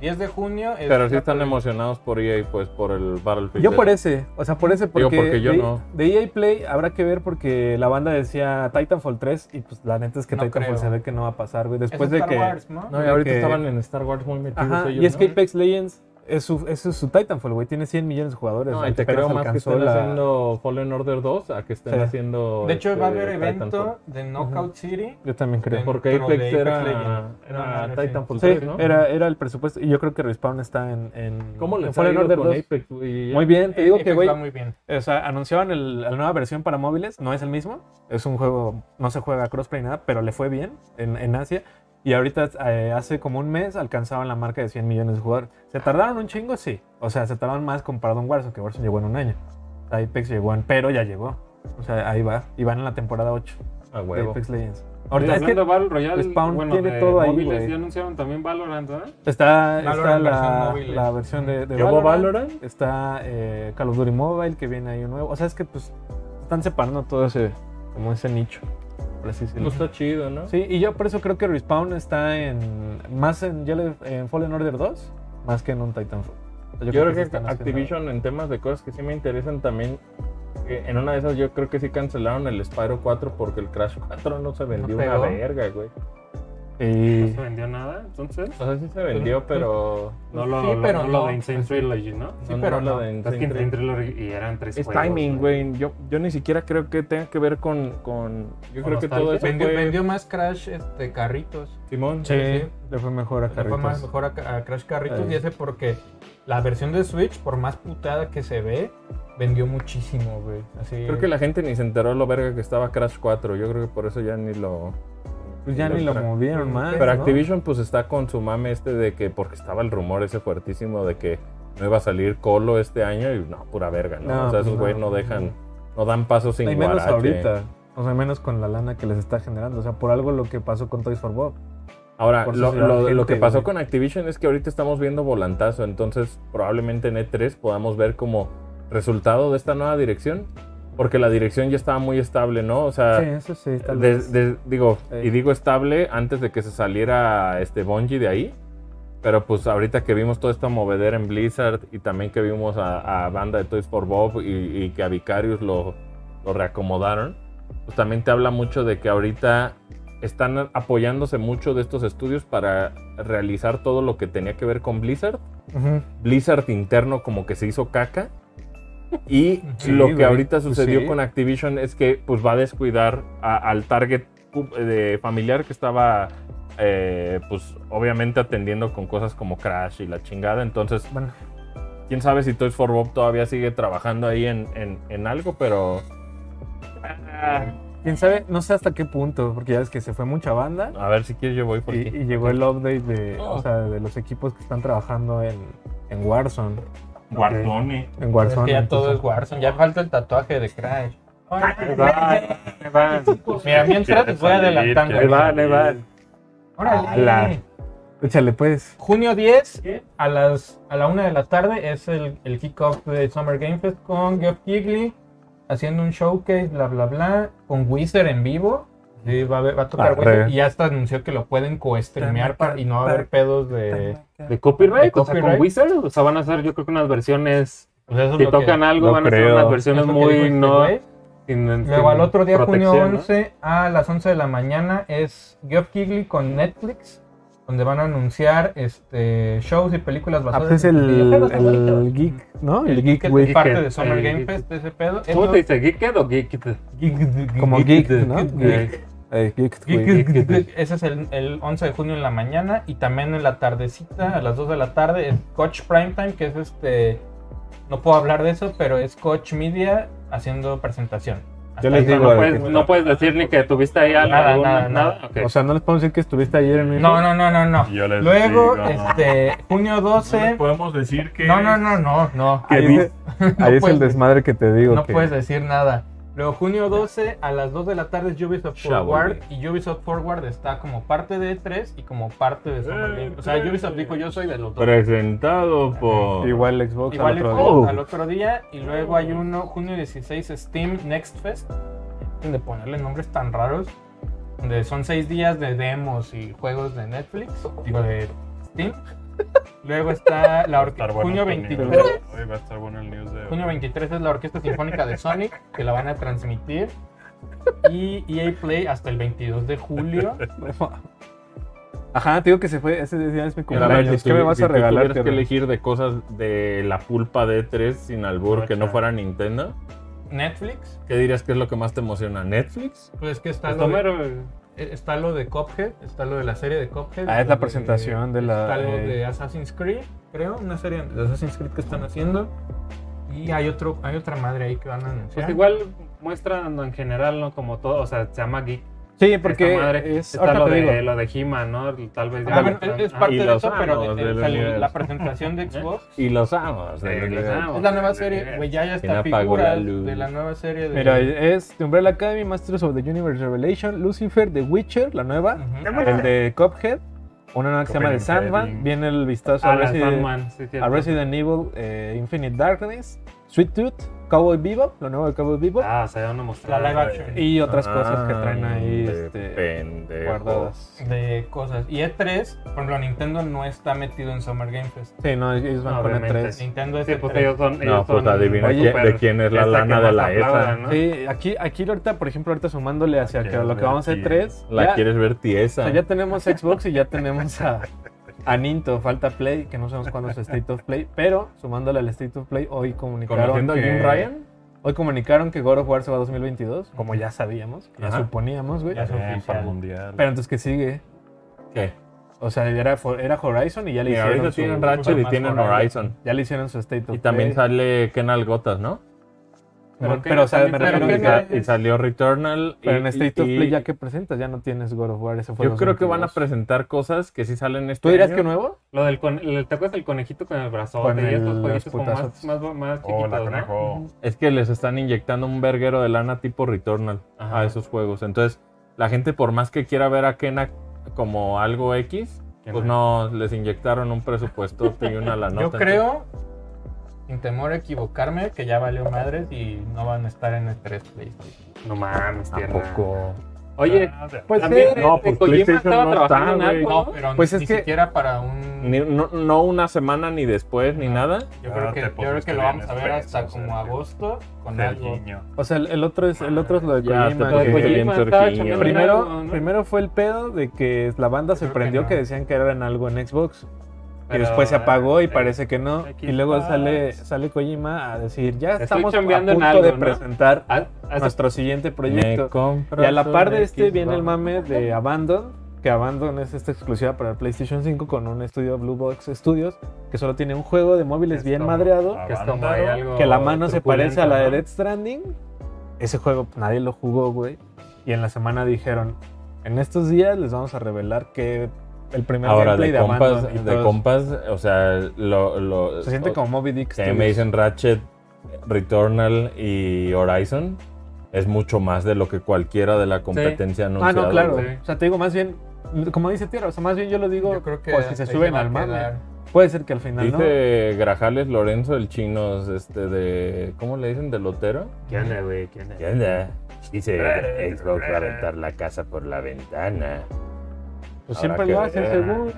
Speaker 2: 10 de junio. es-
Speaker 1: Pero sí están emocionados por EA, pues, por el Battlefield.
Speaker 6: Yo por ese, o sea, por ese porque,
Speaker 1: Digo, porque yo
Speaker 6: de,
Speaker 1: no.
Speaker 6: de EA Play habrá que ver porque la banda decía Titanfall 3 y pues la neta es que
Speaker 2: No
Speaker 6: Titanfall
Speaker 2: creo.
Speaker 6: se ve que no va a pasar, güey.
Speaker 2: es
Speaker 6: Después de
Speaker 2: Star
Speaker 6: que...
Speaker 2: Wars, ¿no?
Speaker 1: No, y ahorita
Speaker 6: que-
Speaker 1: estaban en Star Wars muy metidos
Speaker 6: Ajá,
Speaker 1: ellos,
Speaker 6: y es
Speaker 1: ¿no?
Speaker 6: que Apex Legends es su, es su Titanfall, güey. Tiene 100 millones de jugadores.
Speaker 1: No,
Speaker 6: güey.
Speaker 1: y te
Speaker 6: Apenas
Speaker 1: creo más que
Speaker 6: alcanzó
Speaker 1: estén
Speaker 6: la-
Speaker 1: haciendo Fallen Order 2 a que estén
Speaker 6: Sí.
Speaker 1: haciendo.
Speaker 2: De hecho,
Speaker 1: este,
Speaker 2: va a haber
Speaker 1: Titanfall.
Speaker 2: evento de Knockout City.
Speaker 6: Yo también creo.
Speaker 2: Por-
Speaker 1: Porque
Speaker 2: Pero
Speaker 1: Apex
Speaker 2: de Apex
Speaker 1: era,
Speaker 2: Legends.
Speaker 1: era
Speaker 2: Ah, sí.
Speaker 1: Titanfall
Speaker 6: Sí,
Speaker 1: 3, ¿no?
Speaker 6: era, era el presupuesto. Y yo creo que Respawn está en. en
Speaker 1: ¿Cómo le
Speaker 6: en
Speaker 1: fue
Speaker 6: Fallen Order 2.
Speaker 1: Apex, güey?
Speaker 6: Muy bien, te digo
Speaker 2: Apex
Speaker 6: que, güey.
Speaker 2: va muy bien.
Speaker 6: O sea, anunciaban el- la nueva versión para móviles. No es el mismo. Es un juego. No se juega crossplay ni nada, pero le fue bien en, en Asia. Y ahorita, eh, hace como un mes, alcanzaban la marca de 100 millones de jugadores. ¿Se tardaron un chingo? Sí. O sea, se tardaron más comparado a un Warzone, que Warzone llegó en un año. Apex llegó en. Pero ya llegó. O sea, ahí va. Y van en la temporada 8
Speaker 1: A
Speaker 6: de
Speaker 1: huevo.
Speaker 6: Apex Legends.
Speaker 4: Ahorita
Speaker 6: Ahorita es que
Speaker 4: hablando de Battle Royale,
Speaker 6: Spawn
Speaker 4: bueno,
Speaker 6: tiene
Speaker 4: de
Speaker 6: todo ahí,
Speaker 4: móviles,
Speaker 6: güey.
Speaker 4: ya anunciaron también Valorant, ¿verdad?
Speaker 6: Está, está
Speaker 2: Valorant versión
Speaker 6: la,
Speaker 2: móviles.
Speaker 6: la versión de, de
Speaker 1: ¿Llegó
Speaker 6: Valorant.
Speaker 1: Valorant?
Speaker 6: Está eh, Call of Duty Mobile, que viene ahí un nuevo. O sea, es que pues están separando todo ese, como ese nicho, por así decirlo.
Speaker 1: No está chido, ¿no?
Speaker 6: Sí, y yo por eso creo que Respawn está en más en, ya le- en Fallen Order 2, más que en un Titanfall. O sea,
Speaker 1: Yo creo
Speaker 6: sí
Speaker 1: que
Speaker 6: están haciendo-
Speaker 1: Activision en temas de cosas que sí me interesan también. eh, En una de esas yo creo que sí cancelaron el Spyro 4 porque el Crash 4 no se vendió una
Speaker 2: pegó.
Speaker 1: verga, güey.
Speaker 4: No
Speaker 6: Y-
Speaker 4: se vendió nada, entonces.
Speaker 1: O sea, sí se vendió, pero...
Speaker 4: No lo,
Speaker 2: Sí,
Speaker 4: lo-
Speaker 2: pero
Speaker 4: no lo
Speaker 2: no.
Speaker 4: de Insane Trilogy, ¿no?
Speaker 2: Sí, pero
Speaker 1: la
Speaker 2: no.
Speaker 1: de
Speaker 4: Es que
Speaker 1: Insane
Speaker 4: Insane
Speaker 1: Trilogy.
Speaker 4: Trilogy y eran tres
Speaker 6: es
Speaker 4: juegos,
Speaker 6: timing, güey. Yo, yo ni siquiera creo que tenga que ver con... con
Speaker 1: Yo
Speaker 4: Con
Speaker 1: creo que todo
Speaker 4: nostalgia.
Speaker 1: eso
Speaker 2: Vendió,
Speaker 1: fue-
Speaker 2: vendió más Crash este, carritos.
Speaker 1: Simón.
Speaker 6: sí, le fue mejor a
Speaker 2: Le Pues fue
Speaker 6: Carritos.
Speaker 2: más mejor a, Ca- a Crash Carritos
Speaker 6: Sí.
Speaker 2: y ese porque la versión de Switch, por más putada que se ve, vendió muchísimo, güey. Así.
Speaker 1: Creo que la gente ni se enteró lo verga que estaba Crash 4. Yo creo que por eso ya ni lo...
Speaker 6: Pues ya ni lo
Speaker 1: tra-
Speaker 6: movieron más,
Speaker 1: Pero
Speaker 6: ¿no?
Speaker 1: Activision pues está con su mame este de que... Porque estaba el rumor ese fuertísimo de que no iba a salir Colo este año y no, pura verga, ¿no?
Speaker 6: No,
Speaker 1: o sea,
Speaker 6: pues
Speaker 1: esos güeyes
Speaker 6: no.
Speaker 1: no dejan... No dan pasos sin
Speaker 6: Y menos
Speaker 1: guarache.
Speaker 6: ahorita. O sea, menos con la lana que les está generando. O sea, por algo lo que pasó con Toys for Bob.
Speaker 1: Ahora,
Speaker 6: Por
Speaker 1: lo,
Speaker 6: sociedad
Speaker 1: lo-
Speaker 6: gente,
Speaker 1: lo que pasó
Speaker 6: güey.
Speaker 1: con Activision es que ahorita estamos viendo volantazo, entonces probablemente en E3 podamos ver como resultado de esta nueva dirección, porque la dirección ya estaba muy estable, ¿no? O sea,
Speaker 6: sí, eso sí, tal
Speaker 1: de-
Speaker 6: vez.
Speaker 1: de- digo,
Speaker 6: Sí.
Speaker 1: y digo estable antes de que se saliera este Bungie de ahí, pero pues ahorita que vimos toda esta movedera en Blizzard y también que vimos a, a banda de Toys for Bob y, y que a Vicarius lo, lo reacomodaron, pues también te habla mucho de que ahorita están apoyándose mucho de estos estudios para realizar todo lo que tenía que ver con Blizzard.
Speaker 6: Ujú.
Speaker 1: Blizzard interno como que se hizo caca. Y
Speaker 6: Sí,
Speaker 1: lo que
Speaker 6: güey,
Speaker 1: ahorita
Speaker 6: pues
Speaker 1: sucedió
Speaker 6: sí.
Speaker 1: con Activision es que pues va a descuidar a- al target pu- de familiar que estaba eh, pues obviamente atendiendo con cosas como Crash y la chingada. Entonces,
Speaker 6: Bueno.
Speaker 1: quién sabe si Toys for Bob todavía sigue trabajando ahí en, en- en algo, pero...
Speaker 6: Quién sabe, no sé hasta qué punto, porque ya ves que se fue mucha banda.
Speaker 1: A ver si quieres yo voy por
Speaker 6: Y,
Speaker 1: ti.
Speaker 6: y llegó el update de, o sea, de los equipos que están trabajando en, en Warzone.
Speaker 5: Guardone.
Speaker 6: En
Speaker 2: Es
Speaker 6: Warzone.
Speaker 2: que ya todo
Speaker 6: entonces-
Speaker 2: es Warzone. Ya falta el tatuaje de Crash.
Speaker 4: Ahí van,
Speaker 2: Mira, mientras te voy
Speaker 5: Quiere salir,
Speaker 2: adelantando.
Speaker 5: quiere
Speaker 4: van, ahí
Speaker 5: salir.
Speaker 4: van.
Speaker 2: Órale.
Speaker 6: Ala. Échale pues.
Speaker 2: Junio 10 a las a la 1 de la tarde es el, el kickoff de Summer Game Fest con Geoff Keighley haciendo un showcase, bla bla bla, con Wizard en vivo. Sí, va, a ver- va a tocar
Speaker 6: Arre.
Speaker 2: Wizard y ya hasta anunció que lo pueden co-streamear para- y no va a haber pedos Eh,
Speaker 6: Eh,
Speaker 2: de.
Speaker 4: ¿De copyright?
Speaker 2: ¿De
Speaker 4: O sea, con
Speaker 2: copyright?
Speaker 4: Wizard. O sea, van a hacer, yo creo que unas versiones.
Speaker 2: Pues eso es
Speaker 4: Si
Speaker 2: lo que-
Speaker 4: tocan algo,
Speaker 6: no
Speaker 4: van a hacer
Speaker 6: creo.
Speaker 4: unas
Speaker 2: es lo
Speaker 4: versiones
Speaker 2: que
Speaker 4: muy.
Speaker 2: dijo este
Speaker 4: no,
Speaker 2: güey.
Speaker 4: sin- sin
Speaker 2: Luego al otro día, junio
Speaker 4: protección, ¿no?
Speaker 2: 11, a las 11 de la mañana, es Geoff Keighley con Netflix, donde van a anunciar este, shows y películas
Speaker 6: Ah,
Speaker 2: basadas
Speaker 6: pues es
Speaker 2: en
Speaker 6: el,
Speaker 2: videojuegos.
Speaker 6: el geek, ¿no? El
Speaker 2: que
Speaker 6: geek,
Speaker 2: es
Speaker 6: güey.
Speaker 2: parte de
Speaker 4: Geeked,
Speaker 2: Summer
Speaker 4: eh,
Speaker 2: Game
Speaker 4: Geeked.
Speaker 2: Fest, ese pedo.
Speaker 4: ¿Cómo
Speaker 2: Eso-
Speaker 4: te dice? ¿Geeked o Geeked?
Speaker 6: Como geek, ¿no?
Speaker 4: Geeked.
Speaker 6: Geek. Eh, geek, güey.
Speaker 2: Geeked. Ese es el, el 11 de junio en la mañana y también en la tardecita, a las 2 de la tarde, es Coach Primetime, que es este... No puedo hablar de eso, pero es Coach Media haciendo presentación.
Speaker 6: Yo les
Speaker 4: Pero
Speaker 6: digo.
Speaker 4: no,
Speaker 6: de
Speaker 4: puedes,
Speaker 6: que-
Speaker 4: no puedes decir ni que tuviste ahí algo.
Speaker 2: Nada,
Speaker 4: alguna-
Speaker 2: nada, nada.
Speaker 4: Ok.
Speaker 6: O sea, no les puedo decir que estuviste ayer en un-
Speaker 2: No, no, no, no, no.
Speaker 5: Yo les
Speaker 2: Luego,
Speaker 5: digo, no.
Speaker 2: este, junio 12.
Speaker 5: Podemos decir que.
Speaker 2: No, no, no, no, no.
Speaker 6: Ahí,
Speaker 2: Ahí-
Speaker 6: es- ahí es el
Speaker 2: puedes-
Speaker 6: desmadre que te digo.
Speaker 2: No
Speaker 6: que-
Speaker 2: puedes decir nada. Luego, junio 12, a las 2 de la tarde es Ubisoft
Speaker 1: Ya
Speaker 2: Forward. Y Ubisoft Forward está como parte de E3 y como parte de Summer League. O sea, Ubisoft dijo: Yo soy de los dos.
Speaker 1: Presentado por.
Speaker 6: Igual Xbox.
Speaker 2: Igual
Speaker 6: al
Speaker 2: el
Speaker 6: otro
Speaker 2: juego
Speaker 1: día.
Speaker 2: al otro día. Y luego hay uno, junio 16, Steam Next Fest. De ponerle nombres tan raros. Donde son seis días de demos y juegos de Netflix. Digo, de Steam. Luego está la
Speaker 5: Va a estar
Speaker 2: orquesta.
Speaker 5: bueno
Speaker 2: junio
Speaker 5: el news.
Speaker 2: 23.
Speaker 5: Hoy va a estar bueno el news de.
Speaker 2: Junio 23 es la Orquesta Sinfónica de Sonic, que la van a transmitir. Y EA Play hasta el 22 de julio.
Speaker 6: día. Ajá, te digo que se fue. Ese día es mi
Speaker 1: Claro, si
Speaker 6: cumpleaños.
Speaker 1: tú-
Speaker 6: ¿Qué me vas
Speaker 1: si
Speaker 6: a
Speaker 1: tú
Speaker 6: regalar?
Speaker 1: tuvieras que
Speaker 6: tierra?
Speaker 1: elegir de cosas de la pulpa de E3 sin albur que no fuera Nintendo,
Speaker 2: Netflix,
Speaker 1: ¿qué dirías que es lo que más te emociona? ¿Netflix?
Speaker 2: pues es que está
Speaker 4: Pues,
Speaker 2: lo, de,
Speaker 4: Homero, güey.
Speaker 2: eh, está lo de Cuphead, está lo de la serie de Cuphead.
Speaker 6: Ah, es
Speaker 2: lo
Speaker 6: la presentación de la-
Speaker 2: Está lo
Speaker 6: eh.
Speaker 2: de Assassin's Creed, creo, una serie de Assassin's Creed que están haciendo. Y hay, otro, hay otra madre ahí que van a anunciar.
Speaker 4: Pues igual muestran en general, ¿no? Como todo, o sea, se llama Geek.
Speaker 6: Sí,
Speaker 4: Esta
Speaker 6: porque
Speaker 4: madre,
Speaker 6: es.
Speaker 4: está
Speaker 6: Ahorita
Speaker 4: lo
Speaker 6: te digo.
Speaker 4: de, lo de He-Man, ¿no? Tal vez ya
Speaker 2: Ah, bueno,
Speaker 4: muestran-
Speaker 2: es, es
Speaker 4: ah,
Speaker 2: parte
Speaker 1: y
Speaker 2: de
Speaker 1: los
Speaker 2: eso, pero
Speaker 1: amos
Speaker 2: de-
Speaker 1: del
Speaker 2: o sea,
Speaker 1: universo.
Speaker 2: la presentación de Xbox.
Speaker 1: Y los amos.
Speaker 4: Eh,
Speaker 1: del
Speaker 4: los
Speaker 1: universo.
Speaker 4: amos.
Speaker 2: Es la nueva serie, güey, ya ya
Speaker 1: ¿Quién
Speaker 2: está
Speaker 1: apagó la
Speaker 2: figura
Speaker 1: luz?
Speaker 2: de la nueva serie de...
Speaker 6: Mira, es The Umbrella Academy, Masters of the Universe Revelation, Lucifer, The Witcher, la nueva,
Speaker 2: Ujú.
Speaker 6: el de Cuphead, una nueva que se llama The
Speaker 5: Copenhagen.
Speaker 6: Sandman, viene el vistazo
Speaker 4: Ah,
Speaker 6: a
Speaker 4: la
Speaker 6: Resident,
Speaker 4: Sandman, sí, cierto.
Speaker 6: a Resident Evil eh, Infinite Darkness, Sweet Tooth, Cowboy Bebop, lo nuevo de Cowboy Bebop,
Speaker 4: Ah, o sea, ya no
Speaker 2: La
Speaker 4: mostraron.
Speaker 2: live action.
Speaker 6: y otras cosas que
Speaker 1: Ah,
Speaker 6: traen ahí
Speaker 1: de
Speaker 6: este,
Speaker 1: pendejo.
Speaker 6: guardadas.
Speaker 2: de cosas. Y E3, por ejemplo, Nintendo no está metido en Summer Game Fest.
Speaker 6: Sí, no, ellos van con E
Speaker 4: Obviamente,
Speaker 6: E3.
Speaker 2: Nintendo es
Speaker 4: Sí,
Speaker 2: E E3.
Speaker 4: pues ellos son.
Speaker 1: No,
Speaker 4: ellos son
Speaker 1: pues adivina
Speaker 4: muy
Speaker 1: quién-
Speaker 4: super-
Speaker 1: de quién es la
Speaker 4: es la
Speaker 1: lana
Speaker 4: que
Speaker 1: de
Speaker 4: más
Speaker 1: la ESA.
Speaker 4: aplaudan, ¿no? Ah,
Speaker 6: Sí, aquí, aquí ahorita, por ejemplo, ahorita sumándole hacia
Speaker 5: La
Speaker 6: que lo que
Speaker 5: quieres
Speaker 6: vamos a
Speaker 5: ver
Speaker 6: E3,
Speaker 1: La
Speaker 6: ya-
Speaker 1: quieres ver
Speaker 6: O
Speaker 1: tiesa.
Speaker 6: sea, ya tenemos Xbox y ya tenemos a, a Ninto, falta Play, que no sabemos cuándo es State of Play, pero sumándole al State of Play, hoy comunicaron
Speaker 1: ¿Conociendo a
Speaker 6: que,
Speaker 1: Jim Ryan?
Speaker 6: Hoy comunicaron que God of War se va a 2022, como ya sabíamos, que ya
Speaker 1: Ajá.
Speaker 6: suponíamos, güey.
Speaker 2: Ya se-
Speaker 5: Bien, para
Speaker 2: oficial.
Speaker 5: mundial.
Speaker 6: Pero entonces, ¿qué sigue?
Speaker 1: ¿Qué?
Speaker 6: O sea, era, for- era Horizon y ya le
Speaker 1: Y ahorita
Speaker 6: hicieron
Speaker 1: tienen
Speaker 6: su...
Speaker 1: Ratchet y
Speaker 2: más
Speaker 1: tienen
Speaker 2: Horizon.
Speaker 1: Horizon.
Speaker 6: Ya le hicieron su State of
Speaker 1: Y también
Speaker 6: Play.
Speaker 1: sale Kenal Gotas, ¿no?
Speaker 6: Pero,
Speaker 4: Ok,
Speaker 6: pero, o sea, me
Speaker 4: también- pero
Speaker 6: refiero
Speaker 1: Y,
Speaker 6: a
Speaker 4: Kenal-
Speaker 6: que-
Speaker 1: sa- y salió Returnal. y-
Speaker 6: pero en State of
Speaker 1: y-
Speaker 6: Play ya que presentas, ya no tienes God of War, eso fue
Speaker 1: Yo creo que van a
Speaker 6: 2022.
Speaker 1: presentar cosas que sí salen este
Speaker 6: ¿Tú dirías
Speaker 1: año.
Speaker 6: que nuevo?
Speaker 4: Lo del con- el- ¿Te acuerdas del conejito con el brazo?
Speaker 6: Con
Speaker 4: y
Speaker 6: el-
Speaker 4: estos
Speaker 6: los
Speaker 4: jueguitos como
Speaker 6: putazos.
Speaker 4: más, más, más
Speaker 5: Oh, la
Speaker 4: chiquitos, ¿no?
Speaker 5: conejo.
Speaker 1: Es que les están inyectando un verguero de lana tipo Returnal a
Speaker 4: Ajá.
Speaker 1: esos juegos. Entonces, la gente, por más que quiera ver a Kena como algo X, pues no, les inyectaron un presupuesto y una lana.
Speaker 2: Yo creo, sin temor a equivocarme, que ya valió madres y no van a estar en E3 PlayStation.
Speaker 4: No mames, tierna.
Speaker 1: Tampoco.
Speaker 4: Oye,
Speaker 5: Ah, de-
Speaker 6: Pues
Speaker 4: también
Speaker 6: sí.
Speaker 4: eh,
Speaker 1: No, pues,
Speaker 4: Kojima
Speaker 1: PlayStation
Speaker 4: estaba
Speaker 1: no está,
Speaker 4: trabajando en
Speaker 1: güey.
Speaker 4: algo.
Speaker 2: No, pero
Speaker 6: Pues
Speaker 2: ni
Speaker 6: es que-
Speaker 2: siquiera para un...
Speaker 1: Ni- no, no una semana ni después ni nada.
Speaker 2: Yo,
Speaker 5: Ah,
Speaker 2: creo que,
Speaker 5: te
Speaker 2: yo creo
Speaker 5: pusiste
Speaker 2: que lo
Speaker 5: bien
Speaker 2: vamos a ver
Speaker 5: espeso,
Speaker 2: hasta como
Speaker 5: Sergio.
Speaker 2: agosto con algo.
Speaker 5: Sergiño.
Speaker 6: O sea, el, el otro es el otro es lo de
Speaker 1: Ya,
Speaker 6: pues, Kojima,
Speaker 1: te-
Speaker 6: que-
Speaker 1: Kojima
Speaker 4: Kojima
Speaker 1: Sergiño.
Speaker 4: estaba chambeando en
Speaker 6: Primero,
Speaker 4: algo, ¿no?
Speaker 6: primero fue el pedo de que la banda se
Speaker 2: creo que
Speaker 6: prendió que,
Speaker 2: no.
Speaker 6: decían que era en algo en Xbox. y
Speaker 4: Pero,
Speaker 6: después se apagó y
Speaker 4: eh,
Speaker 6: parece que no.
Speaker 4: Xbox.
Speaker 6: Y luego sale, sale Kojima a decir, ya
Speaker 4: Estoy
Speaker 6: estamos a punto
Speaker 4: chambeando en algo,
Speaker 6: de
Speaker 4: ¿no?
Speaker 6: presentar
Speaker 4: Ah, ah,
Speaker 6: nuestro siguiente
Speaker 1: Me
Speaker 6: proyecto.
Speaker 1: compro
Speaker 6: Y a la par de
Speaker 1: un
Speaker 6: este viene el
Speaker 1: Xbox.
Speaker 6: mame de Abandon, que Abandon es esta exclusiva para el PlayStation 5 con un estudio Blue Box Studios, que solo tiene un juego de móviles
Speaker 4: Es
Speaker 6: bien
Speaker 4: como-
Speaker 6: madreado
Speaker 5: Ah,
Speaker 4: que es como hay algo
Speaker 6: que la mano se parece a la de
Speaker 4: truculento,
Speaker 6: Dead Stranding. Ese juego pues, nadie lo jugó, güey. Y en la semana dijeron, en estos días les vamos a revelar que el primer
Speaker 1: Ahora,
Speaker 6: gameplay
Speaker 1: de
Speaker 6: de,
Speaker 1: compas,
Speaker 6: Abandon y
Speaker 1: de
Speaker 6: todos-
Speaker 1: compas, o sea, lo, lo-
Speaker 6: se siente
Speaker 1: o-
Speaker 6: como Moby Dick.
Speaker 1: que
Speaker 6: Studios.
Speaker 1: me dicen Ratchet, Returnal y Horizon, es mucho más de lo que cualquiera de la competencia
Speaker 6: ah,
Speaker 1: anunciada.
Speaker 6: no, claro.
Speaker 1: güey.
Speaker 6: O sea, te digo más bien, como dice Tierra, o sea, más bien yo lo digo,
Speaker 2: Yo creo que
Speaker 6: pues si se
Speaker 2: ahí
Speaker 6: suben
Speaker 2: va a
Speaker 6: al mame.
Speaker 2: quedar.
Speaker 6: Puede ser que al final
Speaker 1: Dice Grajales Lorenzo, el chino, este de. ¿Cómo le dicen? ¿De Lotero?
Speaker 4: ¿Qué onda, güey? ¿Qué onda?
Speaker 1: ¿Qué onda? Dice Xbox va a aventar la casa por la ventana.
Speaker 6: no. Pues
Speaker 1: Habrá
Speaker 6: siempre
Speaker 1: que
Speaker 6: lo hacen,
Speaker 1: ver.
Speaker 6: según.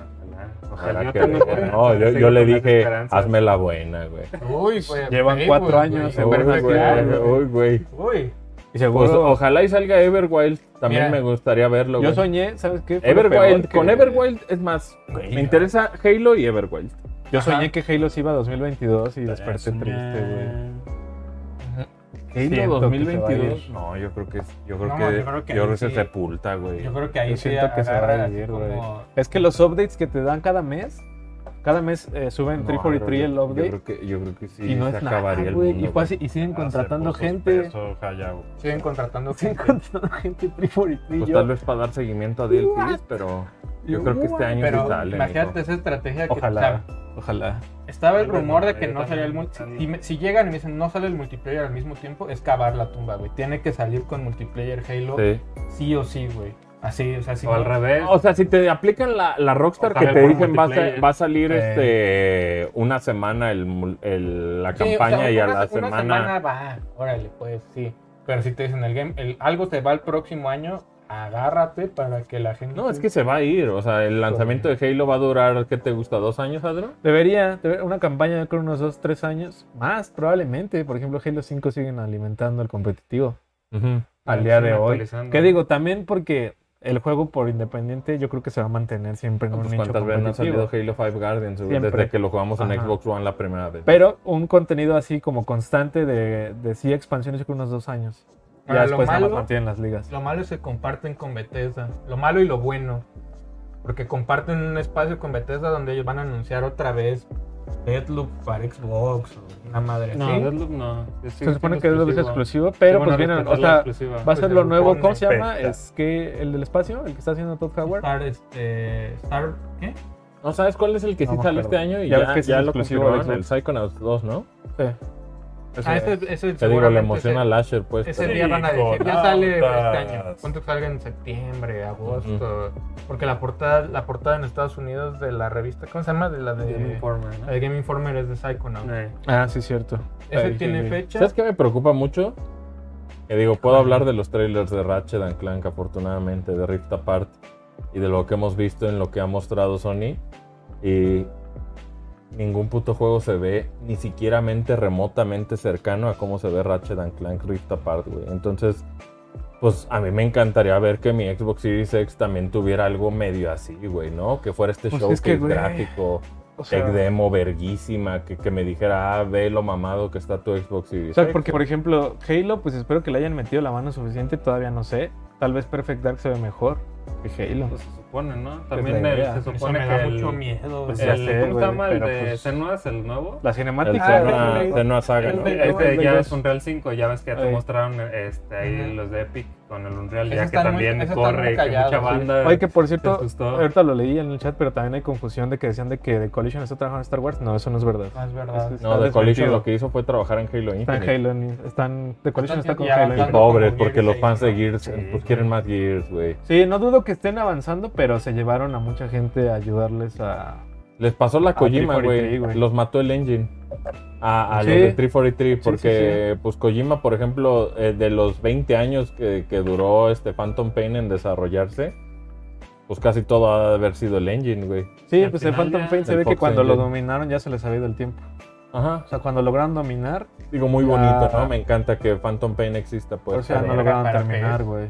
Speaker 1: Ojalá
Speaker 4: Ojalá.
Speaker 1: que-
Speaker 4: Yo tengo-
Speaker 1: No, yo, yo le
Speaker 4: tengo
Speaker 1: dije,
Speaker 4: esperanzas.
Speaker 1: hazme la buena, güey.
Speaker 2: Uy, güey,
Speaker 6: Llevan
Speaker 2: Facebook,
Speaker 6: cuatro
Speaker 2: güey,
Speaker 6: años,
Speaker 2: en
Speaker 6: seguro,
Speaker 1: Uy, güey,
Speaker 2: perpetuidad.
Speaker 1: uy, güey.
Speaker 2: Uy,
Speaker 6: Y
Speaker 1: Pues,
Speaker 6: seguro.
Speaker 1: ojalá y salga Everwild. También
Speaker 2: Mira,
Speaker 1: me gustaría verlo,
Speaker 6: yo
Speaker 1: güey.
Speaker 6: soñé, ¿sabes qué? Fue lo peor
Speaker 1: Everwild,
Speaker 6: que-
Speaker 1: con Everwild es más. me interesa Halo y Everwild.
Speaker 6: Yo
Speaker 2: Ajá.
Speaker 6: soñé que Halo se iba a 2022 y desperté
Speaker 5: Soñé.
Speaker 6: triste, güey.
Speaker 1: Halo
Speaker 6: Siento que se va a
Speaker 1: 2022.
Speaker 6: ir.
Speaker 1: No, yo creo que yo creo
Speaker 2: No,
Speaker 1: que,
Speaker 2: yo creo que
Speaker 1: yo
Speaker 2: ahí
Speaker 1: creo que se
Speaker 2: sí.
Speaker 1: sepulta, güey.
Speaker 2: yo creo que ahí
Speaker 6: Yo
Speaker 2: sí
Speaker 6: siento que se va a
Speaker 2: agarra así
Speaker 6: ir, güey.
Speaker 2: como-
Speaker 6: Es que los updates que te dan cada mes Cada mes eh, suben
Speaker 5: No,
Speaker 6: Tree
Speaker 5: pero
Speaker 6: 43 el
Speaker 5: yo-
Speaker 6: update
Speaker 5: Yo creo que, yo creo que sí
Speaker 6: y no
Speaker 5: se
Speaker 6: es nada,
Speaker 5: acabaría el
Speaker 6: güey.
Speaker 5: mundo.
Speaker 6: Y, fue
Speaker 5: güey.
Speaker 6: así, y siguen
Speaker 5: Ah, se
Speaker 6: contratando
Speaker 5: puso
Speaker 6: gente.
Speaker 5: espeso, Hayao.
Speaker 2: Siguen contratando
Speaker 6: Siguen
Speaker 2: gente.
Speaker 6: contratando gente Tree 43.
Speaker 1: Pues
Speaker 6: yo-
Speaker 1: tal vez para dar seguimiento a DLCs, pero yo creo que este año sí
Speaker 2: Pero
Speaker 1: sale,
Speaker 2: imagínate
Speaker 1: mijo.
Speaker 2: esa estrategia que
Speaker 6: Ojalá, ojalá.
Speaker 2: Estaba el
Speaker 4: Algo
Speaker 2: rumor
Speaker 4: no,
Speaker 2: de
Speaker 4: yo
Speaker 2: que no
Speaker 4: también
Speaker 2: salía el multiplayer.
Speaker 4: buscando.
Speaker 2: Si, me- si llegan y me dicen no sale el multiplayer al mismo tiempo, es cavar la tumba, güey. Tiene que salir con multiplayer Halo sí,
Speaker 1: Sí.
Speaker 2: o sí, güey. Así, o sea, si
Speaker 4: O al
Speaker 2: no-
Speaker 4: revés.
Speaker 1: O sea, si te aplican la, la Rockstar
Speaker 4: Ojalá
Speaker 1: que te
Speaker 4: por
Speaker 1: dicen va a,
Speaker 4: multiplayer.
Speaker 1: sa- va a salir este una semana el, mul- el- la
Speaker 2: Sí, o sea,
Speaker 1: campaña y a
Speaker 2: una-
Speaker 1: la
Speaker 2: una
Speaker 1: semana,
Speaker 2: va, órale, pues sí. Pero si te dicen el game, el- algo te va el próximo año, agárrate para que la gente.
Speaker 1: No, es que se va a ir. O sea, el lanzamiento de Halo va a durar, ¿qué te gusta? ¿Dos años, Adro?
Speaker 6: Debería, deber- una campaña de unos 2, 3 años más, probablemente. Por ejemplo, Halo 5 siguen alimentando el competitivo
Speaker 5: Pues,
Speaker 6: al día de
Speaker 4: siguen
Speaker 6: hoy.
Speaker 4: actualizando.
Speaker 6: Que digo, también porque el juego por independiente yo creo que se va a mantener siempre en
Speaker 1: No,
Speaker 6: un
Speaker 1: pues,
Speaker 6: nicho
Speaker 1: ¿Cuántas veces no ha
Speaker 6: competitivo.
Speaker 1: salido Halo 5 Guardians güey?
Speaker 6: Siempre.
Speaker 1: desde que lo jugamos en
Speaker 6: Ajá.
Speaker 1: Xbox One la primera vez?
Speaker 6: Pero un contenido así como constante de, de sí expansiones yo creo unos dos años. Ya
Speaker 2: Ahora, lo
Speaker 6: después nada más
Speaker 2: malo-
Speaker 6: mantienen las ligas.
Speaker 2: Lo malo es que comparten con Bethesda. Lo malo y lo bueno. Porque comparten un espacio con Bethesda donde ellos van a anunciar otra vez Deadloop para Xbox o una madre
Speaker 6: No,
Speaker 2: así.
Speaker 4: Deadloop no.
Speaker 6: Se supone que es lo que es exclusivo, pero pues vienen, o sea, va a ser lo nuevo, ¿cómo se llama?
Speaker 5: Perfecta.
Speaker 6: Es que el del espacio, el que está haciendo Todd Howard.
Speaker 2: Star, este, Star, ¿qué?
Speaker 1: ¿No sabes cuál es el que
Speaker 6: No
Speaker 1: sí
Speaker 6: me
Speaker 1: sale
Speaker 6: acuerdo.
Speaker 1: este año? Y
Speaker 6: Ya
Speaker 1: ya,
Speaker 6: ves que es
Speaker 1: ya lo
Speaker 6: exclusivo
Speaker 1: confirmaron,
Speaker 6: de
Speaker 1: el Psychonauts 2, ¿no? Ese
Speaker 2: Ah,
Speaker 1: es.
Speaker 2: ese,
Speaker 1: Te digo,
Speaker 2: ese
Speaker 1: le
Speaker 2: seguramente
Speaker 1: emociona a
Speaker 2: ese-
Speaker 1: Lasher, pues.
Speaker 2: Ese
Speaker 1: pero-
Speaker 2: día van a decir, ya sale este
Speaker 5: Híjole.
Speaker 2: año. ¿Cuánto salga en septiembre, agosto? Porque la portada, la portada en Estados Unidos de la revista, ¿cómo se llama? De la de
Speaker 4: Game Informer, ¿no?
Speaker 2: la de Game Informer es de Psychonaut.
Speaker 4: Eh,
Speaker 6: Ah, sí, cierto.
Speaker 2: Ese
Speaker 6: Sí,
Speaker 2: tiene
Speaker 6: sí.
Speaker 2: fecha.
Speaker 1: ¿Sabes qué me preocupa mucho? Que digo, puedo hablar de los trailers de Ratchet and Clank, afortunadamente, de Rift Apart y de lo que hemos visto en lo que ha mostrado Sony. Y ningún puto juego se ve ni siquiera mente remotamente cercano a cómo se ve Ratchet and Clank Rift Apart, güey. Entonces, pues a mí me encantaría ver que mi Xbox Series X también tuviera algo medio así, güey, ¿no? Que fuera este
Speaker 6: Pues
Speaker 1: showcase
Speaker 6: es que, güey,
Speaker 1: gráfico
Speaker 6: O
Speaker 1: tech demo verguísima que, que me dijera, ah, ve lo mamado que está tu Xbox Series.
Speaker 6: O sea, porque por ejemplo, Halo, pues espero que le hayan metido la mano suficiente, todavía no sé. Tal vez Perfect Dark se ve mejor que Halo.
Speaker 4: pues se supone, ¿no? También
Speaker 6: la
Speaker 4: el-
Speaker 6: idea.
Speaker 4: se
Speaker 2: Eso
Speaker 4: supone
Speaker 2: me
Speaker 4: que
Speaker 2: da
Speaker 4: el,
Speaker 2: mucho miedo.
Speaker 6: pues,
Speaker 2: güey.
Speaker 6: ya
Speaker 4: el-
Speaker 6: sé,
Speaker 4: ¿Cómo se
Speaker 6: güey,
Speaker 4: llama el
Speaker 6: pero
Speaker 4: de
Speaker 6: pues-
Speaker 4: Senua's, el nuevo?
Speaker 6: La
Speaker 1: el
Speaker 6: cinemática.
Speaker 1: Senua,
Speaker 6: güey,
Speaker 1: Senua Saga,
Speaker 6: el
Speaker 1: ¿no?
Speaker 6: de-
Speaker 4: Este
Speaker 6: el
Speaker 4: ya
Speaker 6: de-
Speaker 4: es Unreal 5, ya ves que ya te
Speaker 6: Ey.
Speaker 4: mostraron este, ahí
Speaker 2: Ujú.
Speaker 4: los de Epic con el Unreal,
Speaker 2: Esos
Speaker 4: ya que
Speaker 2: están muy-
Speaker 4: también
Speaker 2: esos están muy
Speaker 4: corre, y que
Speaker 2: callados,
Speaker 4: mucha
Speaker 2: sí.
Speaker 4: banda.
Speaker 6: Oye, que por
Speaker 4: se
Speaker 6: cierto,
Speaker 4: asustó.
Speaker 6: ahorita lo leí en el chat, pero también hay confusión de que decían de que The Collision está trabajando en Star Wars. No, eso no es verdad.
Speaker 2: No, es verdad.
Speaker 6: Eso es-
Speaker 1: No,
Speaker 6: está
Speaker 1: The Collision
Speaker 6: desmentido.
Speaker 1: lo que hizo fue trabajar en Halo
Speaker 6: Está en
Speaker 1: Infinite.
Speaker 6: Halo, en- están, The Collision
Speaker 2: Están
Speaker 6: está con
Speaker 2: ya
Speaker 6: Halo.
Speaker 2: avanzando.
Speaker 6: Infinite.
Speaker 1: Pobres,
Speaker 2: Como
Speaker 1: porque los
Speaker 2: Gears,
Speaker 1: fans de
Speaker 2: ¿no?
Speaker 1: Gears
Speaker 4: Sí,
Speaker 1: pues, quieren más Gears, güey.
Speaker 6: Sí, no dudo que estén avanzando, pero se llevaron a mucha gente a ayudarles a...
Speaker 1: Les pasó la Kojima,
Speaker 6: 343,
Speaker 1: güey.
Speaker 6: Ah, güey.
Speaker 1: Los mató el engine. A, a
Speaker 6: Sí.
Speaker 1: los de 343,
Speaker 6: Sí,
Speaker 1: porque pues Kojima, por ejemplo, eh, de los 20 años que, que duró este Phantom Pain en desarrollarse, pues casi todo ha de haber sido el engine, güey.
Speaker 6: Sí,
Speaker 4: al
Speaker 6: pues en
Speaker 4: final
Speaker 6: Phantom
Speaker 4: ya-
Speaker 6: Pain se
Speaker 1: el
Speaker 6: ve que
Speaker 1: Fox
Speaker 6: cuando lo
Speaker 1: Engine.
Speaker 6: dominaron ya se les había ido el tiempo.
Speaker 1: Ajá.
Speaker 6: O sea, cuando lograron dominar,
Speaker 1: Digo, muy bonito,
Speaker 6: Ah.
Speaker 1: ¿no? Me encanta que Phantom Pain exista, pues.
Speaker 6: o sea,
Speaker 1: pero-
Speaker 6: no
Speaker 2: verga,
Speaker 6: lograron
Speaker 2: para
Speaker 6: terminar,
Speaker 2: qué.
Speaker 6: güey.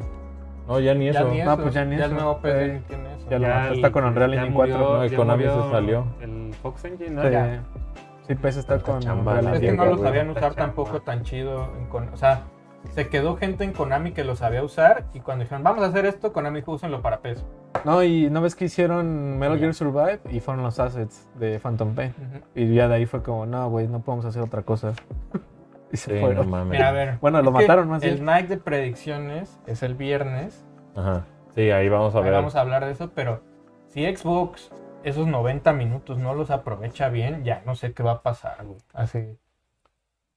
Speaker 1: No, ya ni
Speaker 2: Ya
Speaker 1: eso.
Speaker 2: ni
Speaker 6: No,
Speaker 2: eso,
Speaker 6: pues ya ni
Speaker 2: el
Speaker 6: eso.
Speaker 2: nuevo
Speaker 6: Eh,
Speaker 2: PC tiene eso.
Speaker 6: ya lo mató,
Speaker 4: el-
Speaker 6: está con Unreal
Speaker 4: ya
Speaker 6: Engine 4.
Speaker 4: murió-
Speaker 1: No,
Speaker 4: ya
Speaker 1: Konami se
Speaker 4: murió
Speaker 1: salió.
Speaker 4: El Fox Engine, ¿no?
Speaker 6: Sí,
Speaker 4: Ya.
Speaker 6: sí PES está con
Speaker 1: chamba,
Speaker 6: Umbrella
Speaker 1: la
Speaker 2: Es que
Speaker 6: Engine,
Speaker 2: no lo
Speaker 6: güey.
Speaker 2: sabían
Speaker 4: Esta
Speaker 2: usar
Speaker 4: chamba.
Speaker 2: tampoco tan chido. en Kon- o sea, se quedó gente en Konami que lo sabía usar y cuando dijeron, vamos a hacer esto, Konami dijo, úsenlo para peso.
Speaker 6: No, y no ves que hicieron Metal Gear Survive y fueron los assets de Phantom Pain. Y ya de ahí fue como, no, güey, no podemos hacer otra cosa. Y se
Speaker 1: Sí, no
Speaker 6: fueron.
Speaker 1: mames.
Speaker 2: Mira, a ver.
Speaker 6: Bueno, lo
Speaker 2: es que
Speaker 6: mataron más
Speaker 2: El
Speaker 6: bien.
Speaker 2: night de predicciones es el viernes.
Speaker 1: Ajá. Sí, ahí vamos a
Speaker 2: Ahí
Speaker 1: ver.
Speaker 2: vamos a hablar de eso, pero si Xbox esos 90 minutos no los aprovecha bien, ya no sé qué va a pasar, güey. Así.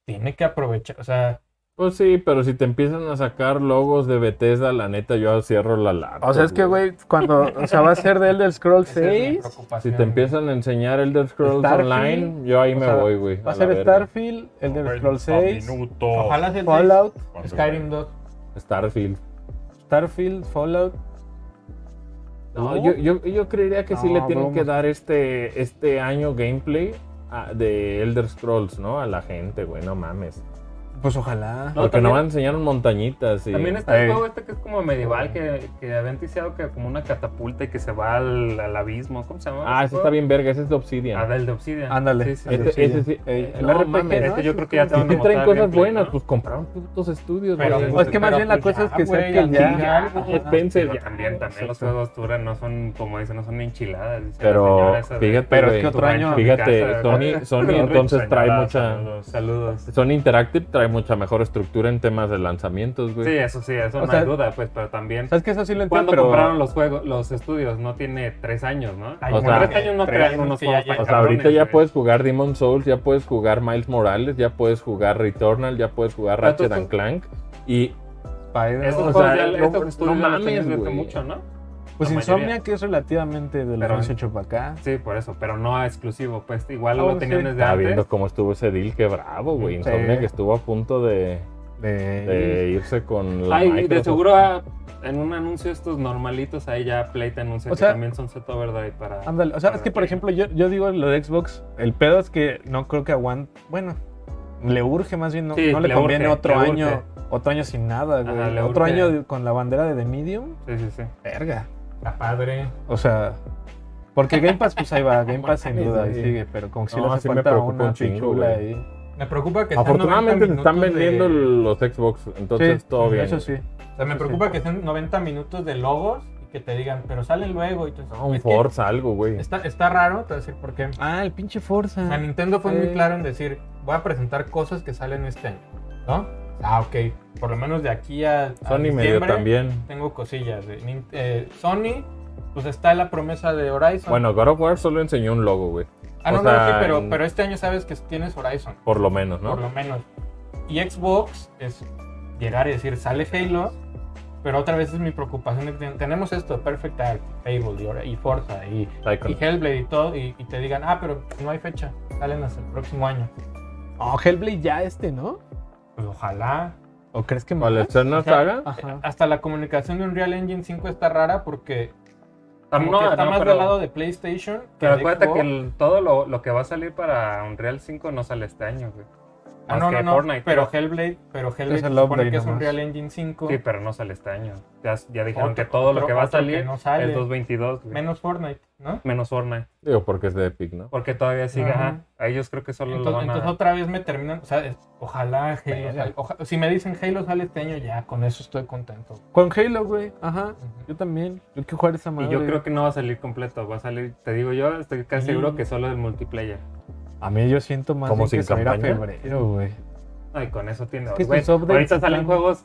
Speaker 2: Tiene que aprovechar, o sea,
Speaker 1: Pues sí, pero si te empiezan a sacar logos de Bethesda, la neta, yo cierro la laptop.
Speaker 6: O sea, es que, güey, cuando. O sea, va a ser de Elder Scrolls
Speaker 2: esa es mi
Speaker 6: 6.
Speaker 1: Si
Speaker 2: preocupación,
Speaker 1: te empiezan a enseñar Elder Scrolls
Speaker 6: Starfield,
Speaker 1: Online, yo ahí
Speaker 6: o
Speaker 1: me
Speaker 6: sea,
Speaker 1: voy, güey.
Speaker 6: Va a
Speaker 1: la
Speaker 6: ser
Speaker 1: verga.
Speaker 6: Starfield, Elder Scrolls 6,
Speaker 5: Minutos.
Speaker 2: güey. Ojalá sea el
Speaker 6: Fallout,
Speaker 5: Cuando-
Speaker 2: 6, Skyrim 2.
Speaker 1: Starfield.
Speaker 6: Starfield, Fallout.
Speaker 1: No, yo, yo, yo creería que sí
Speaker 6: No,
Speaker 1: le tienen
Speaker 6: bromas.
Speaker 1: que dar este, ah, este año gameplay a- de Elder Scrolls, ¿no? A la gente, güey, no mames.
Speaker 6: Pues ojalá.
Speaker 1: Porque
Speaker 4: también-
Speaker 1: nomás enseñaron montañitas y...
Speaker 4: También está el
Speaker 5: Ey.
Speaker 4: juego este que es como medieval, que, que había noticiado que como una catapulta y que se va al, al abismo. ¿Cómo se llama?
Speaker 1: Ah, ese
Speaker 4: ese
Speaker 1: está
Speaker 4: juego?
Speaker 1: bien verga, ese es de
Speaker 4: Ah,
Speaker 1: Obsidian.
Speaker 4: del de Obsidian.
Speaker 6: Ándale.
Speaker 4: Sí, sí,
Speaker 6: Ándale.
Speaker 4: sí.
Speaker 1: Ese, ese sí. eh,
Speaker 6: El
Speaker 1: no
Speaker 6: RPG,
Speaker 1: mames,
Speaker 6: ¿no?
Speaker 4: Este yo creo que ya te van a
Speaker 1: Sí
Speaker 4: mostrar
Speaker 1: traen cosas
Speaker 4: gameplay,
Speaker 1: buenas,
Speaker 4: ¿no?
Speaker 1: pues compraron putos estudios,
Speaker 4: Pero,
Speaker 1: güey.
Speaker 6: pues, es que más bien la
Speaker 2: pues
Speaker 6: cosa es que
Speaker 2: güey,
Speaker 6: saquen ya-
Speaker 2: al
Speaker 1: Ah,
Speaker 2: final,
Speaker 1: Spencer,
Speaker 4: Pero
Speaker 1: ya.
Speaker 4: también, también los juegos duran, no son, como dicen, no son enchiladas. dice la
Speaker 1: Pero
Speaker 4: señora esa de-
Speaker 1: fíjate,
Speaker 6: Pero es
Speaker 1: güey,
Speaker 6: que otro año-
Speaker 1: Fíjate, Sony, Sony entonces trae
Speaker 5: Señora,
Speaker 1: mucha...
Speaker 5: saludos.
Speaker 4: Saludos.
Speaker 1: Sony Interactive trae mucha mejor estructura en temas de lanzamientos, güey.
Speaker 4: Sí, eso sí, eso
Speaker 6: O
Speaker 4: no
Speaker 6: sea,
Speaker 4: hay duda, pues, pero también.
Speaker 6: ¿Sabes que eso sí lo entiendo?
Speaker 4: ¿Cuándo
Speaker 6: Pero
Speaker 4: compraron los juegos, los estudios? No tiene tres años, ¿no?
Speaker 2: Ay,
Speaker 1: O
Speaker 4: Como
Speaker 1: sea,
Speaker 4: tres años no
Speaker 2: tres
Speaker 4: crean
Speaker 2: años
Speaker 4: unos
Speaker 2: que
Speaker 4: juegos
Speaker 2: ya
Speaker 4: para
Speaker 1: O sea,
Speaker 4: cabrones,
Speaker 1: ahorita ya
Speaker 4: güey.
Speaker 1: puedes jugar Demon Souls, ya puedes jugar Miles Morales, ya puedes jugar Returnal, ya puedes jugar
Speaker 4: Pero tú-
Speaker 1: Ratchet and
Speaker 4: tú-
Speaker 1: Clank. Y
Speaker 6: Spider-
Speaker 4: Esos
Speaker 1: o
Speaker 4: juegos
Speaker 1: sea,
Speaker 4: ya-
Speaker 1: no-
Speaker 4: estos
Speaker 1: no
Speaker 4: estudios ya los
Speaker 1: mames,
Speaker 4: tenían desde
Speaker 1: güey.
Speaker 4: mucho, ¿no?
Speaker 6: Pues
Speaker 4: la
Speaker 6: Insomnia,
Speaker 4: mayoría.
Speaker 6: que es relativamente del
Speaker 4: Pero-
Speaker 6: 2008 para acá.
Speaker 4: Sí, por eso, pero no exclusivo, pues igual
Speaker 6: Ah,
Speaker 4: lo
Speaker 6: bueno,
Speaker 4: tenían
Speaker 6: sí.
Speaker 4: desde
Speaker 1: está
Speaker 4: antes.
Speaker 1: viendo cómo estuvo ese deal, que bravo, güey.
Speaker 6: Sí.
Speaker 1: Insomnia que estuvo a punto de,
Speaker 6: De-
Speaker 1: de irse con la
Speaker 4: Ay, de
Speaker 1: Microsoft.
Speaker 4: seguro ah, en un anuncio estos normalitos ahí ya Play te anuncia
Speaker 6: O
Speaker 4: que
Speaker 6: sea-
Speaker 4: también son set overdrive para.
Speaker 6: Ándale, o sea,
Speaker 4: para
Speaker 6: es que por
Speaker 4: Play.
Speaker 6: ejemplo, yo, yo digo lo de Xbox, el pedo es que no creo que aguante, bueno, le urge más bien, no,
Speaker 4: Sí,
Speaker 6: no le,
Speaker 4: le
Speaker 6: conviene
Speaker 4: urge,
Speaker 6: otro
Speaker 4: le
Speaker 6: año,
Speaker 4: urge.
Speaker 6: otro año sin nada, güey.
Speaker 4: Ajá, le
Speaker 6: otro
Speaker 4: urge.
Speaker 6: año de- con la bandera de The Medium,
Speaker 4: Sí, sí, sí.
Speaker 6: verga.
Speaker 2: Está padre.
Speaker 6: O sea, porque Game Pass, pues ahí va, Game Pass sin duda, ahí
Speaker 1: Sí.
Speaker 6: sigue, pero como que si
Speaker 1: No,
Speaker 6: le hace
Speaker 1: sí me
Speaker 6: falta
Speaker 1: preocupa
Speaker 6: una
Speaker 1: un chingo,
Speaker 6: pichula
Speaker 1: güey.
Speaker 6: ahí.
Speaker 2: Me preocupa que sean
Speaker 1: Afortunadamente
Speaker 2: 90
Speaker 1: se están
Speaker 2: minutos de-
Speaker 1: vendiendo los Xbox, entonces
Speaker 6: Sí,
Speaker 1: todo bien.
Speaker 6: Eso sí.
Speaker 2: O sea, me preocupa que sean 90 minutos de logos y que te digan, pero salen luego. Y tú dices,
Speaker 1: No, Ah, un
Speaker 2: "Es que
Speaker 1: Forza, algo, güey.
Speaker 2: Está, está raro, te voy a decir por qué.
Speaker 6: Ah, el pinche
Speaker 2: O sea,
Speaker 6: Forza.
Speaker 2: Nintendo fue
Speaker 6: Sí.
Speaker 2: muy claro en decir, voy a presentar cosas que salen este año, ¿no? Ah, ok. Por lo menos de aquí a, a
Speaker 1: Sony medio
Speaker 2: diciembre
Speaker 1: también.
Speaker 2: tengo cosillas. de Nin- eh, Sony, pues está la promesa de Horizon.
Speaker 1: Bueno, God of War solo enseñó un logo, güey.
Speaker 2: ah, no,
Speaker 1: o
Speaker 2: no,
Speaker 1: sea,
Speaker 2: sí, pero,
Speaker 1: en-
Speaker 2: pero este año sabes que tienes Horizon,
Speaker 1: Por lo menos, ¿no?
Speaker 2: por lo menos. Y Xbox es llegar y decir, sale Halo, pero otra vez es mi preocupación. de que Tenemos esto, Perfect Dark, Fable y Hora- y Forza y
Speaker 1: Psychonauts.
Speaker 2: y Hellblade y todo, y, y te digan, ah, pero no hay fecha, salen hasta el próximo año.
Speaker 6: Oh, Hellblade ya este, ¿no?
Speaker 2: Pues ojalá.
Speaker 6: ¿O crees que
Speaker 1: ¿Cuál
Speaker 6: más?
Speaker 1: es? ¿Eternal
Speaker 2: O sea,
Speaker 1: Saga?
Speaker 6: Ajá.
Speaker 2: Hasta la comunicación de Unreal Engine 5 está rara porque
Speaker 4: Tam-
Speaker 2: como
Speaker 4: Ah, no,
Speaker 2: que está
Speaker 4: no,
Speaker 2: más
Speaker 4: pero-
Speaker 2: del lado de PlayStation. que
Speaker 4: Pero
Speaker 2: de
Speaker 4: acuérdate que
Speaker 2: Xbox.
Speaker 4: el- todo lo, lo que va a salir para Unreal 5 no sale este año, güey.
Speaker 2: Ah,
Speaker 4: Más
Speaker 2: no,
Speaker 4: que
Speaker 2: no, no,
Speaker 4: Fortnite,
Speaker 2: pero
Speaker 4: creo.
Speaker 2: Hellblade, pero Hellblade
Speaker 6: Es
Speaker 2: se
Speaker 6: el
Speaker 2: supone
Speaker 6: update
Speaker 2: que es
Speaker 6: nomás.
Speaker 2: Unreal Engine 5.
Speaker 4: Sí, pero no sale este año. Ya, ya dijeron
Speaker 2: Otro-
Speaker 4: que todo
Speaker 2: otro-
Speaker 4: lo que va a
Speaker 2: otro que
Speaker 4: salir
Speaker 2: no sale.
Speaker 4: es 2.22, güey.
Speaker 2: Menos Fortnite, ¿no?
Speaker 4: Menos Fortnite.
Speaker 1: Digo, porque es de Epic, ¿no?
Speaker 4: Porque todavía sigue,
Speaker 2: Ajá.
Speaker 4: ajá. A ellos creo que solo lo
Speaker 2: Entonces,
Speaker 4: van a...
Speaker 2: entonces otra vez me terminan, o sea, es- ojalá Halo
Speaker 4: Verga.
Speaker 2: salga- oja- si me dicen Halo sale este año, ya, con eso estoy contento.
Speaker 6: Con Halo, güey. Ajá. Yo también. Yo quiero jugar esa madre.
Speaker 4: Y yo creo que no va a salir completo, va a salir, te digo yo, estoy casi
Speaker 6: Sí.
Speaker 1: Mm.
Speaker 4: seguro que solo el multiplayer.
Speaker 6: A mí yo siento más
Speaker 1: ¿Como
Speaker 6: bien que
Speaker 1: sin
Speaker 6: se va a ir a
Speaker 1: campaña?
Speaker 6: febrero, güey.
Speaker 4: Ay, con eso tiene.
Speaker 6: Es que
Speaker 4: güey,
Speaker 6: estos updates
Speaker 4: ahorita salen
Speaker 6: están-
Speaker 4: juegos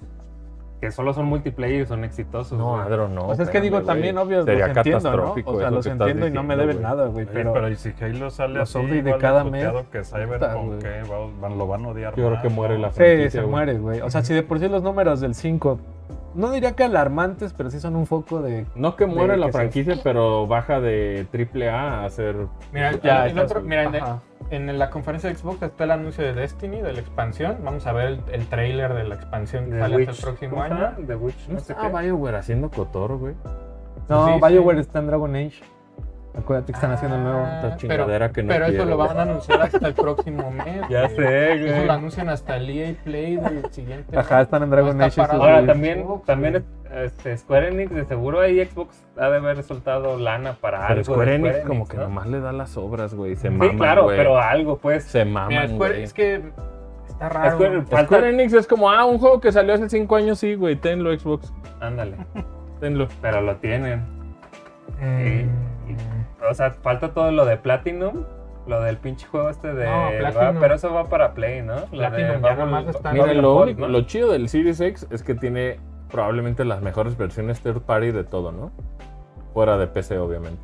Speaker 4: que solo son multiplayer y son exitosos.
Speaker 1: No,
Speaker 4: güey.
Speaker 1: Adro, no.
Speaker 6: o sea, Pues es que digo
Speaker 1: espérame,
Speaker 6: también,
Speaker 1: güey.
Speaker 6: obvio,
Speaker 1: Sería
Speaker 6: los entiendo, ¿no?
Speaker 1: catastrófico
Speaker 6: O sea,
Speaker 1: eso
Speaker 6: los
Speaker 1: que
Speaker 6: entiendo
Speaker 1: estás
Speaker 6: y no me
Speaker 1: diciendo,
Speaker 6: deben
Speaker 1: güey.
Speaker 6: nada, güey.
Speaker 5: Oye,
Speaker 6: Pero,
Speaker 5: pero ¿y si Halo sale
Speaker 6: los
Speaker 5: así,
Speaker 6: updates de
Speaker 5: igual
Speaker 6: cada
Speaker 5: puteado
Speaker 6: mes?
Speaker 5: que
Speaker 6: Puta,
Speaker 5: Cyberpunk, ¿qué? Va- van- lo van a odiar
Speaker 1: Yo creo
Speaker 5: más,
Speaker 1: que muere
Speaker 5: ¿no?
Speaker 1: la
Speaker 6: sí,
Speaker 1: franquicia,
Speaker 6: se
Speaker 1: güey.
Speaker 6: muere, güey. O sea, si de por sí los números del 5, no diría que alarmantes, pero sí son un foco de...
Speaker 1: No que muere
Speaker 6: De
Speaker 1: la
Speaker 6: que se-
Speaker 1: franquicia, pero baja de triple A a ser.
Speaker 2: Mira,
Speaker 6: Ya,
Speaker 2: el
Speaker 6: estás-
Speaker 2: otro- mira, en el-
Speaker 6: Ajá.
Speaker 2: En la conferencia de Xbox está el anuncio de Destiny, de la expansión. Vamos a ver el, el trailer de la expansión que
Speaker 4: The
Speaker 2: sale hasta el
Speaker 4: Witch.
Speaker 2: próximo
Speaker 4: ¿Cómo se
Speaker 2: año.
Speaker 4: llama? The Witch, no
Speaker 1: No
Speaker 4: sé
Speaker 1: está BioWare haciendo cotor, güey.
Speaker 6: No,
Speaker 2: Sí, sí.
Speaker 6: Bioware está en Dragon Age. Acuérdate que están haciendo nuevo.
Speaker 1: Esta
Speaker 2: Ah, pero
Speaker 1: chingadera que no
Speaker 2: pero eso
Speaker 1: quiero,
Speaker 2: lo van
Speaker 1: güey.
Speaker 2: a anunciar hasta el próximo mes.
Speaker 4: Ya
Speaker 2: güey.
Speaker 4: sé, güey.
Speaker 2: Eso lo anuncian hasta el EA Play del siguiente
Speaker 6: Ajá,
Speaker 2: mes.
Speaker 6: están en Dragon
Speaker 2: No
Speaker 6: Age.
Speaker 2: está
Speaker 6: esos
Speaker 2: parado.
Speaker 4: Ahora
Speaker 6: güeyes.
Speaker 4: también, también este, Square Enix, de seguro ahí Xbox ha de haber soltado lana para algo.
Speaker 1: Pero
Speaker 4: de
Speaker 1: Square Enix, como que
Speaker 4: ¿no?
Speaker 1: nomás le da las obras, güey. Se
Speaker 4: Sí,
Speaker 1: maman,
Speaker 4: claro,
Speaker 1: güey.
Speaker 4: pero algo, pues.
Speaker 1: Se
Speaker 2: Mira,
Speaker 1: maman,
Speaker 2: Square-
Speaker 1: güey.
Speaker 2: es que está raro.
Speaker 4: Square-
Speaker 2: ¿no?
Speaker 4: falta-
Speaker 1: Square Enix es como, ah, un juego que salió hace 5 años, sí, güey. Tenlo, Xbox.
Speaker 4: Ándale,
Speaker 1: Tenlo.
Speaker 4: pero lo tienen.
Speaker 2: Mm.
Speaker 4: O sea, falta todo lo de Platinum, lo del pinche juego este de...
Speaker 2: No, Platinum.
Speaker 4: va- pero eso va para Play, ¿no? Lo de
Speaker 2: Platinum, ya nomás está-
Speaker 1: Mira,
Speaker 4: Babel
Speaker 1: lo,
Speaker 4: Ford,
Speaker 1: único-
Speaker 4: Ah, ¿no?
Speaker 1: lo chido del Series X es que tiene probablemente las mejores versiones third party de todo, ¿no? Fuera de PC, obviamente.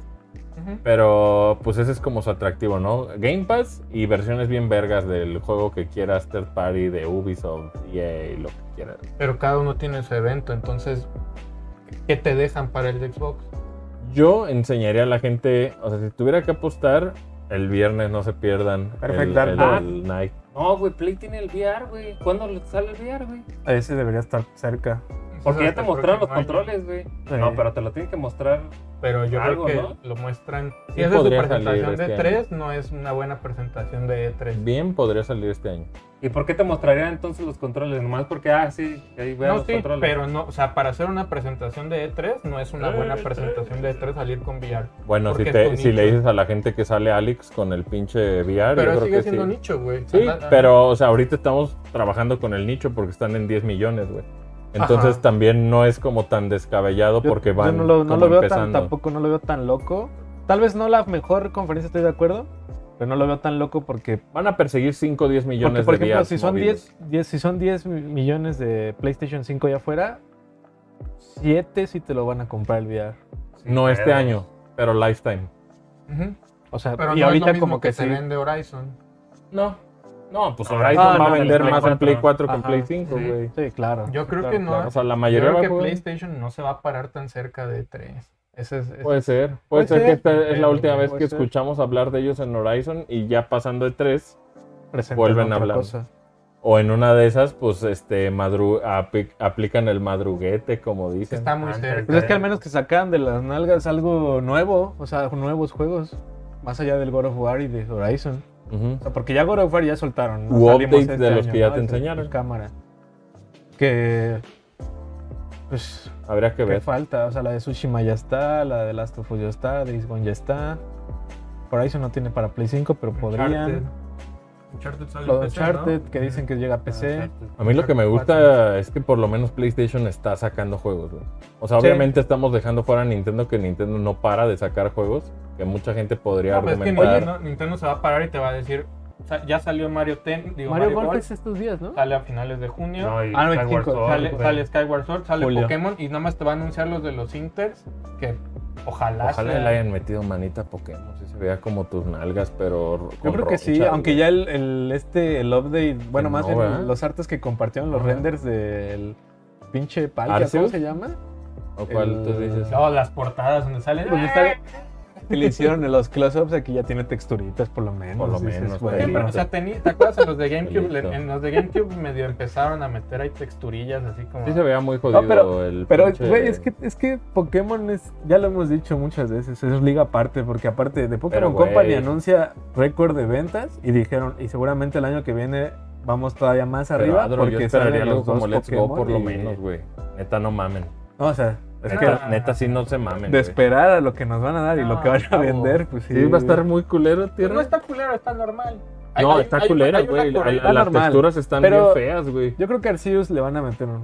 Speaker 2: Ujú.
Speaker 1: Pero pues ese es como su atractivo, ¿no? Game Pass y versiones bien vergas del juego que quieras, third party, de Ubisoft, EA, lo que quieras.
Speaker 2: Pero cada uno tiene su evento, entonces, ¿qué te dejan para el de Xbox?
Speaker 1: Yo enseñaría a la gente, o sea, si tuviera que apostar, el viernes no se pierdan el,
Speaker 6: Perfecto.
Speaker 1: el-
Speaker 4: Ah.
Speaker 1: el Night.
Speaker 4: No, güey, Play tiene el VR, güey. ¿Cuándo le sale el VR, güey?
Speaker 6: Ese debería estar cerca.
Speaker 4: Porque ya
Speaker 2: hasta
Speaker 4: te
Speaker 2: el
Speaker 4: mostraron los
Speaker 2: próximo año.
Speaker 4: controles, güey.
Speaker 8: Sí.
Speaker 4: No, pero te lo tienen que mostrar.
Speaker 2: Pero yo
Speaker 4: Algo,
Speaker 2: creo que
Speaker 4: ¿no?
Speaker 2: lo muestran. Si
Speaker 1: Sí
Speaker 2: esa es su
Speaker 1: podría salir
Speaker 2: presentación
Speaker 1: este
Speaker 2: de
Speaker 1: año.
Speaker 2: 3, no es una buena presentación de E 3.
Speaker 1: Bien podría salir este año.
Speaker 4: ¿Y por qué te mostrarían entonces los controles? Nomás porque, ah, sí, ahí vean
Speaker 2: No,
Speaker 4: los
Speaker 2: sí,
Speaker 4: controles.
Speaker 2: pero no, o sea, para hacer una presentación de E3, no es una
Speaker 4: Eh,
Speaker 2: buena presentación de E3 salir con VR.
Speaker 1: Bueno, si,
Speaker 2: Porque
Speaker 1: te-
Speaker 2: es tu
Speaker 1: si le
Speaker 2: nicho.
Speaker 1: dices a la gente que sale Alex con el pinche VR, yo
Speaker 2: Pero
Speaker 1: creo
Speaker 2: sigue
Speaker 1: que
Speaker 2: siendo
Speaker 1: sí.
Speaker 2: nicho, güey.
Speaker 1: Sí,
Speaker 2: Anda- anda-
Speaker 1: pero, o sea, ahorita estamos trabajando con el nicho porque están en 10 millones, güey. Entonces
Speaker 2: Ajá.
Speaker 1: también no es como tan descabellado
Speaker 6: Yo-
Speaker 1: porque
Speaker 6: yo
Speaker 1: van
Speaker 6: no lo, no
Speaker 1: como
Speaker 6: lo veo tan,
Speaker 1: empezando.
Speaker 6: tampoco no lo veo tan loco. Tal vez no la mejor conferencia, estoy de acuerdo, pero no lo veo tan loco porque,
Speaker 1: Van a perseguir 5 o 10
Speaker 6: porque
Speaker 1: millones
Speaker 6: por
Speaker 1: de
Speaker 6: ejemplo,
Speaker 1: días
Speaker 6: si son,
Speaker 1: movidos.
Speaker 6: 10, 10 si son 10 mi- millones de PlayStation 5 allá afuera, 7 sí te lo van a comprar el VR.
Speaker 1: No
Speaker 4: Sí,
Speaker 1: este
Speaker 4: pero-
Speaker 1: año, pero lifetime.
Speaker 2: Ujú.
Speaker 6: O sea,
Speaker 2: Pero
Speaker 6: y
Speaker 2: no
Speaker 6: ahorita
Speaker 2: es lo mismo
Speaker 6: como
Speaker 2: que,
Speaker 6: que,
Speaker 2: se
Speaker 6: sí.
Speaker 2: vende Horizon.
Speaker 1: No. No, pues
Speaker 4: Ah,
Speaker 1: Horizon
Speaker 6: no,
Speaker 1: va a
Speaker 6: en el
Speaker 1: vender
Speaker 6: Play
Speaker 1: más en Play 4 que en
Speaker 6: Ajá,
Speaker 1: Play 5,
Speaker 4: sí.
Speaker 1: güey.
Speaker 6: Sí, claro.
Speaker 2: Yo creo
Speaker 6: claro,
Speaker 2: que no.
Speaker 6: claro.
Speaker 1: O sea, la
Speaker 2: Yo
Speaker 1: mayoría
Speaker 2: creo
Speaker 1: va a
Speaker 2: que
Speaker 1: jugar.
Speaker 2: PlayStation no se va a parar tan cerca de E3. Ese es, es-
Speaker 1: Puede ser, puede,
Speaker 6: Puede
Speaker 1: ser, que
Speaker 6: ser.
Speaker 1: esta es la
Speaker 6: Puede
Speaker 1: última vez que
Speaker 6: ser.
Speaker 1: escuchamos hablar de ellos en Horizon y ya pasando de 3
Speaker 6: Presentan
Speaker 1: vuelven a
Speaker 6: otra
Speaker 1: hablar.
Speaker 6: cosa.
Speaker 1: o en una de esas, pues este madru apli- aplican el madruguete, como dicen.
Speaker 2: está muy
Speaker 4: Ah,
Speaker 2: cerca.
Speaker 6: Pues
Speaker 1: Eh.
Speaker 6: es que al menos que sacan de las nalgas algo nuevo, o sea, nuevos juegos, más allá del God of War y de Horizon.
Speaker 1: Ujú.
Speaker 6: O sea, porque ya God of War ya soltaron.
Speaker 1: U
Speaker 6: Salimos este
Speaker 1: updates de los que ya te
Speaker 6: Ese-
Speaker 1: enseñaron.
Speaker 6: Cámara. Que. Pues.
Speaker 1: Habría que
Speaker 6: ¿Qué
Speaker 1: ver.
Speaker 6: falta? O sea, la de Tsushima ya está, la de Last of Us ya está, Days Gone ya está. Horizon no tiene para Play 5, pero
Speaker 2: Uncharted.
Speaker 6: podrían.
Speaker 2: Uncharted sale
Speaker 6: Lo
Speaker 2: en
Speaker 6: de
Speaker 2: PC, ¿no?
Speaker 6: Uncharted, que dicen que llega a PC.
Speaker 1: A mí lo que me gusta es que por lo menos PlayStation está sacando juegos. güey. O sea,
Speaker 6: Sí.
Speaker 1: obviamente estamos dejando fuera a Nintendo que Nintendo no para de sacar juegos, que mucha gente podría
Speaker 2: No, pues es que
Speaker 1: argumentar.
Speaker 2: Nintendo, Nintendo se va a parar y te va a decir, "Sa- ya salió Mario Ten, digo, Mario,
Speaker 6: Mario Golf
Speaker 2: Golf,
Speaker 6: es estos días, ¿no?
Speaker 2: sale a finales de junio,
Speaker 4: No, y
Speaker 6: Ah, no,
Speaker 4: Skyward
Speaker 6: cinco,
Speaker 4: Sword,
Speaker 2: sale,
Speaker 4: güey.
Speaker 2: sale Skyward Sword, sale
Speaker 6: Julio.
Speaker 2: Pokémon y nada más te va a anunciar los de los Inters, que ojalá,
Speaker 1: Ojalá
Speaker 2: sea-
Speaker 1: le hayan metido manita a Pokémon, si se vea como tus nalgas, pero.
Speaker 6: Yo
Speaker 1: con
Speaker 6: creo que sí,
Speaker 1: ronchas,
Speaker 6: aunque
Speaker 1: güey.
Speaker 6: ya el, el- este, el update, bueno,
Speaker 1: Que
Speaker 6: más
Speaker 1: no,
Speaker 6: bien
Speaker 1: ¿verdad?
Speaker 6: los artes que compartieron los
Speaker 1: ¿eh? Ajá.
Speaker 6: renders del pinche Palkia, ¿cómo
Speaker 1: ¿Arceus?
Speaker 6: se llama?
Speaker 1: ¿O cuál tú dices?
Speaker 2: No, las portadas donde sale,
Speaker 6: Pues está- que le hicieron en los close-ups, aquí ya tiene texturitas por lo menos.
Speaker 1: Por lo
Speaker 6: Dices,
Speaker 1: menos,
Speaker 6: bueno,
Speaker 2: Sí, pero, o sea, teni- ¿te acuerdas en los de GameCube?
Speaker 1: Listo.
Speaker 2: en los de GameCube medio empezaron a meter ahí texturillas así como...
Speaker 1: Sí se veía muy jodido
Speaker 6: pero-
Speaker 1: el.
Speaker 6: Pero,
Speaker 1: pinche-
Speaker 6: güey, es que, es que Pokémon es, ya lo hemos dicho muchas veces, es liga aparte, porque aparte de Pokémon
Speaker 1: Pero, güey.
Speaker 6: Company anuncia récord de ventas y dijeron, y seguramente el año que viene vamos todavía más
Speaker 1: Pero,
Speaker 6: arriba,
Speaker 1: Adro, yo
Speaker 6: porque
Speaker 1: esperaría
Speaker 6: salen los
Speaker 1: algo como
Speaker 6: dos
Speaker 1: Let's Go
Speaker 6: Pokémon
Speaker 1: por lo
Speaker 6: y-
Speaker 1: menos, güey. Neta, no mamen.
Speaker 6: No, o sea, es que
Speaker 1: Neta, neta, sí no se mamen.
Speaker 6: de
Speaker 1: güey.
Speaker 6: esperar a lo que nos van a dar y lo que van a
Speaker 1: chavo.
Speaker 6: vender, pues sí.
Speaker 1: Sí, va a estar muy culero,
Speaker 2: Pero
Speaker 1: tierra.
Speaker 2: no está culero, está normal.
Speaker 1: No,
Speaker 2: Hay- hay-
Speaker 1: está
Speaker 2: hay-
Speaker 1: culera,
Speaker 2: hay una
Speaker 1: güey.
Speaker 2: corre-
Speaker 1: La-
Speaker 6: está
Speaker 1: Las
Speaker 6: normal.
Speaker 1: texturas están bien
Speaker 6: Pero-
Speaker 1: feas, güey.
Speaker 6: Yo creo que a Arceus le van a meter un,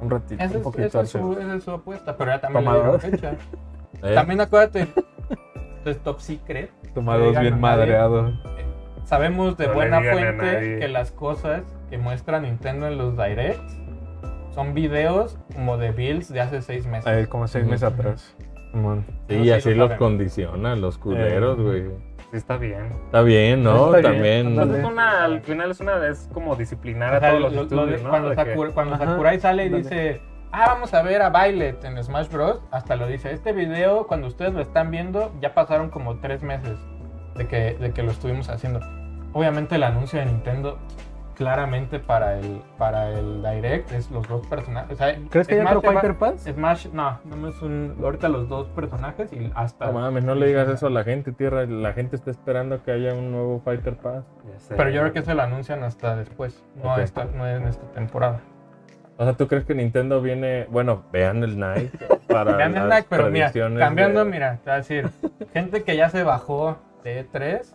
Speaker 6: un ratito,
Speaker 2: Esa
Speaker 6: un
Speaker 2: es,
Speaker 6: poquito
Speaker 2: esa
Speaker 6: a
Speaker 2: es su,
Speaker 6: Arceus.
Speaker 2: esa es su apuesta, pero ya también le
Speaker 6: Toma
Speaker 2: dieron
Speaker 6: dos.
Speaker 2: fecha.
Speaker 1: Eh,
Speaker 2: También acuérdate, de Top Secret.
Speaker 6: Tomados
Speaker 2: Oigan,
Speaker 6: bien
Speaker 2: a nadie.
Speaker 6: madreado.
Speaker 2: Sabemos de
Speaker 4: No le
Speaker 2: buena
Speaker 4: digan a
Speaker 2: fuente
Speaker 4: nadie.
Speaker 2: que las cosas que muestra Nintendo en los directs son videos como de builds de hace seis meses.
Speaker 6: Eh, como seis
Speaker 1: Ujú.
Speaker 6: meses atrás. Simón.
Speaker 1: Sí,
Speaker 2: no,
Speaker 1: y
Speaker 2: sí,
Speaker 1: así
Speaker 2: lo
Speaker 1: los
Speaker 2: saben.
Speaker 1: condicionan los culeros,
Speaker 6: Eh.
Speaker 1: güey.
Speaker 4: Sí, está bien.
Speaker 1: Está bien, ¿no?
Speaker 6: Está bien,
Speaker 1: También.
Speaker 4: Entonces,
Speaker 6: ándale.
Speaker 4: es una, al final es una es como disciplinar
Speaker 2: O
Speaker 4: a
Speaker 2: sea,
Speaker 4: todos
Speaker 2: lo-
Speaker 4: los
Speaker 2: lo
Speaker 4: estudios,
Speaker 2: de-
Speaker 4: ¿no?
Speaker 2: Cuando,
Speaker 4: De que-
Speaker 2: Sakur- cuando
Speaker 6: Ajá,
Speaker 2: Sakurai sale y
Speaker 6: ándale.
Speaker 2: dice, ah, vamos a ver a Violet en Smash Bros. Hasta lo dice, este video, cuando ustedes lo están viendo, ya pasaron como tres meses de que, de que lo estuvimos haciendo. Obviamente el anuncio de Nintendo claramente para el, para el Direct es los dos personajes. O sea,
Speaker 6: ¿Crees que ya
Speaker 2: Smash
Speaker 6: entró
Speaker 2: se va-
Speaker 6: Fighter Pass?
Speaker 2: Smash, no, no es un, ahorita los dos personajes y hasta...
Speaker 1: No mames, no le digas eso a la gente, tierra. La gente está esperando que haya un nuevo Fighter Pass.
Speaker 4: Ya sé.
Speaker 2: Pero yo creo que se lo anuncian hasta después, no,
Speaker 1: Ok.
Speaker 2: esta- no en esta temporada.
Speaker 1: O sea, ¿tú crees que Nintendo viene. Bueno, vean el Nike para.
Speaker 2: Vean el
Speaker 1: las
Speaker 2: like, pero mira,
Speaker 1: predicciones
Speaker 2: cambiando,
Speaker 1: de-
Speaker 2: mira, te voy a decir, gente que ya se bajó de E3.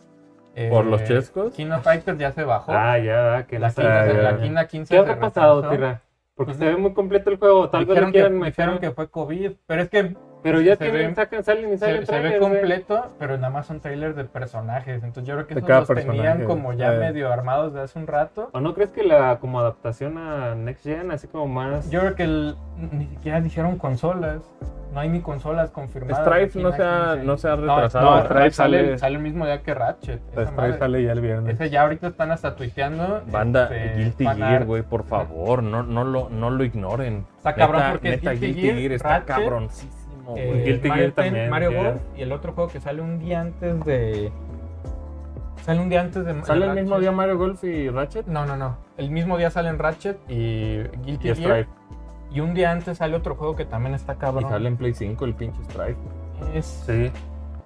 Speaker 2: eh,
Speaker 1: ¿Por los chescos?
Speaker 2: Kino Fighters ya se bajó.
Speaker 4: Ah, ya, va, que
Speaker 2: la
Speaker 4: no
Speaker 2: Kina,
Speaker 4: está-
Speaker 2: la
Speaker 1: ya.
Speaker 2: Kina 15
Speaker 4: ¿Qué
Speaker 2: se
Speaker 4: ha pasado,
Speaker 2: retrasó.
Speaker 4: Tierra? Porque
Speaker 2: Ujú.
Speaker 4: se ve muy completo el juego. Tal vez
Speaker 2: Dijeron,
Speaker 4: lo quieran
Speaker 2: que,
Speaker 4: meter.
Speaker 2: dijeron que fue COVID, pero es que
Speaker 4: Pero ya
Speaker 2: se
Speaker 4: tienen,
Speaker 2: ve-
Speaker 4: sacan, salen y salen
Speaker 2: se, se ve
Speaker 4: trailers, güey.
Speaker 2: completo, pero nada más son trailers de personajes. Entonces yo creo que
Speaker 1: De
Speaker 2: esos
Speaker 1: cada
Speaker 2: los
Speaker 1: personaje,
Speaker 2: tenían como ya
Speaker 1: eh.
Speaker 2: medio armados de hace un rato.
Speaker 4: ¿O no crees que la como adaptación a Next Gen, así como más...
Speaker 2: Yo creo que el- ni siquiera dijeron consolas. No hay ni consolas confirmadas. de
Speaker 1: Strife no
Speaker 2: Kina
Speaker 1: se ha,
Speaker 2: 15.
Speaker 1: no se ha
Speaker 2: No,
Speaker 1: retrasado.
Speaker 2: no,
Speaker 1: ¿verdad?
Speaker 2: Strife sale,
Speaker 6: sale-
Speaker 2: sale el mismo día que Ratchet. esa madre.
Speaker 6: sale ya el viernes.
Speaker 2: Ese ya ahorita están hasta tuiteando.
Speaker 1: Banda
Speaker 2: este,
Speaker 1: Guilty
Speaker 2: fan
Speaker 1: Gear,
Speaker 2: art.
Speaker 1: güey, por favor, no, no, lo, no lo ignoren.
Speaker 2: Está cabrón porque
Speaker 1: neta,
Speaker 2: Guilty
Speaker 1: Guilty
Speaker 2: Gear,
Speaker 1: Gear, está
Speaker 2: Ratchet,
Speaker 1: cabroncísimo,
Speaker 2: Eh,
Speaker 1: güey.
Speaker 4: Guilty
Speaker 2: Mario
Speaker 4: Gear
Speaker 2: Ten-
Speaker 4: también,
Speaker 2: Mario
Speaker 4: yeah.
Speaker 2: Golf y el otro juego que sale un día antes de. Sale un día antes de.
Speaker 1: ¿Sale el
Speaker 2: Ratchet.
Speaker 1: mismo día Mario Golf y Ratchet?
Speaker 2: No, no, no. El mismo día salen Ratchet y Guilty
Speaker 1: Y
Speaker 2: Gear.
Speaker 1: Strife.
Speaker 2: Y un día antes sale otro juego que también está
Speaker 1: Y
Speaker 2: cabrón.
Speaker 1: sale en Play 5 el pinche Strike.
Speaker 2: Es-
Speaker 4: Sí.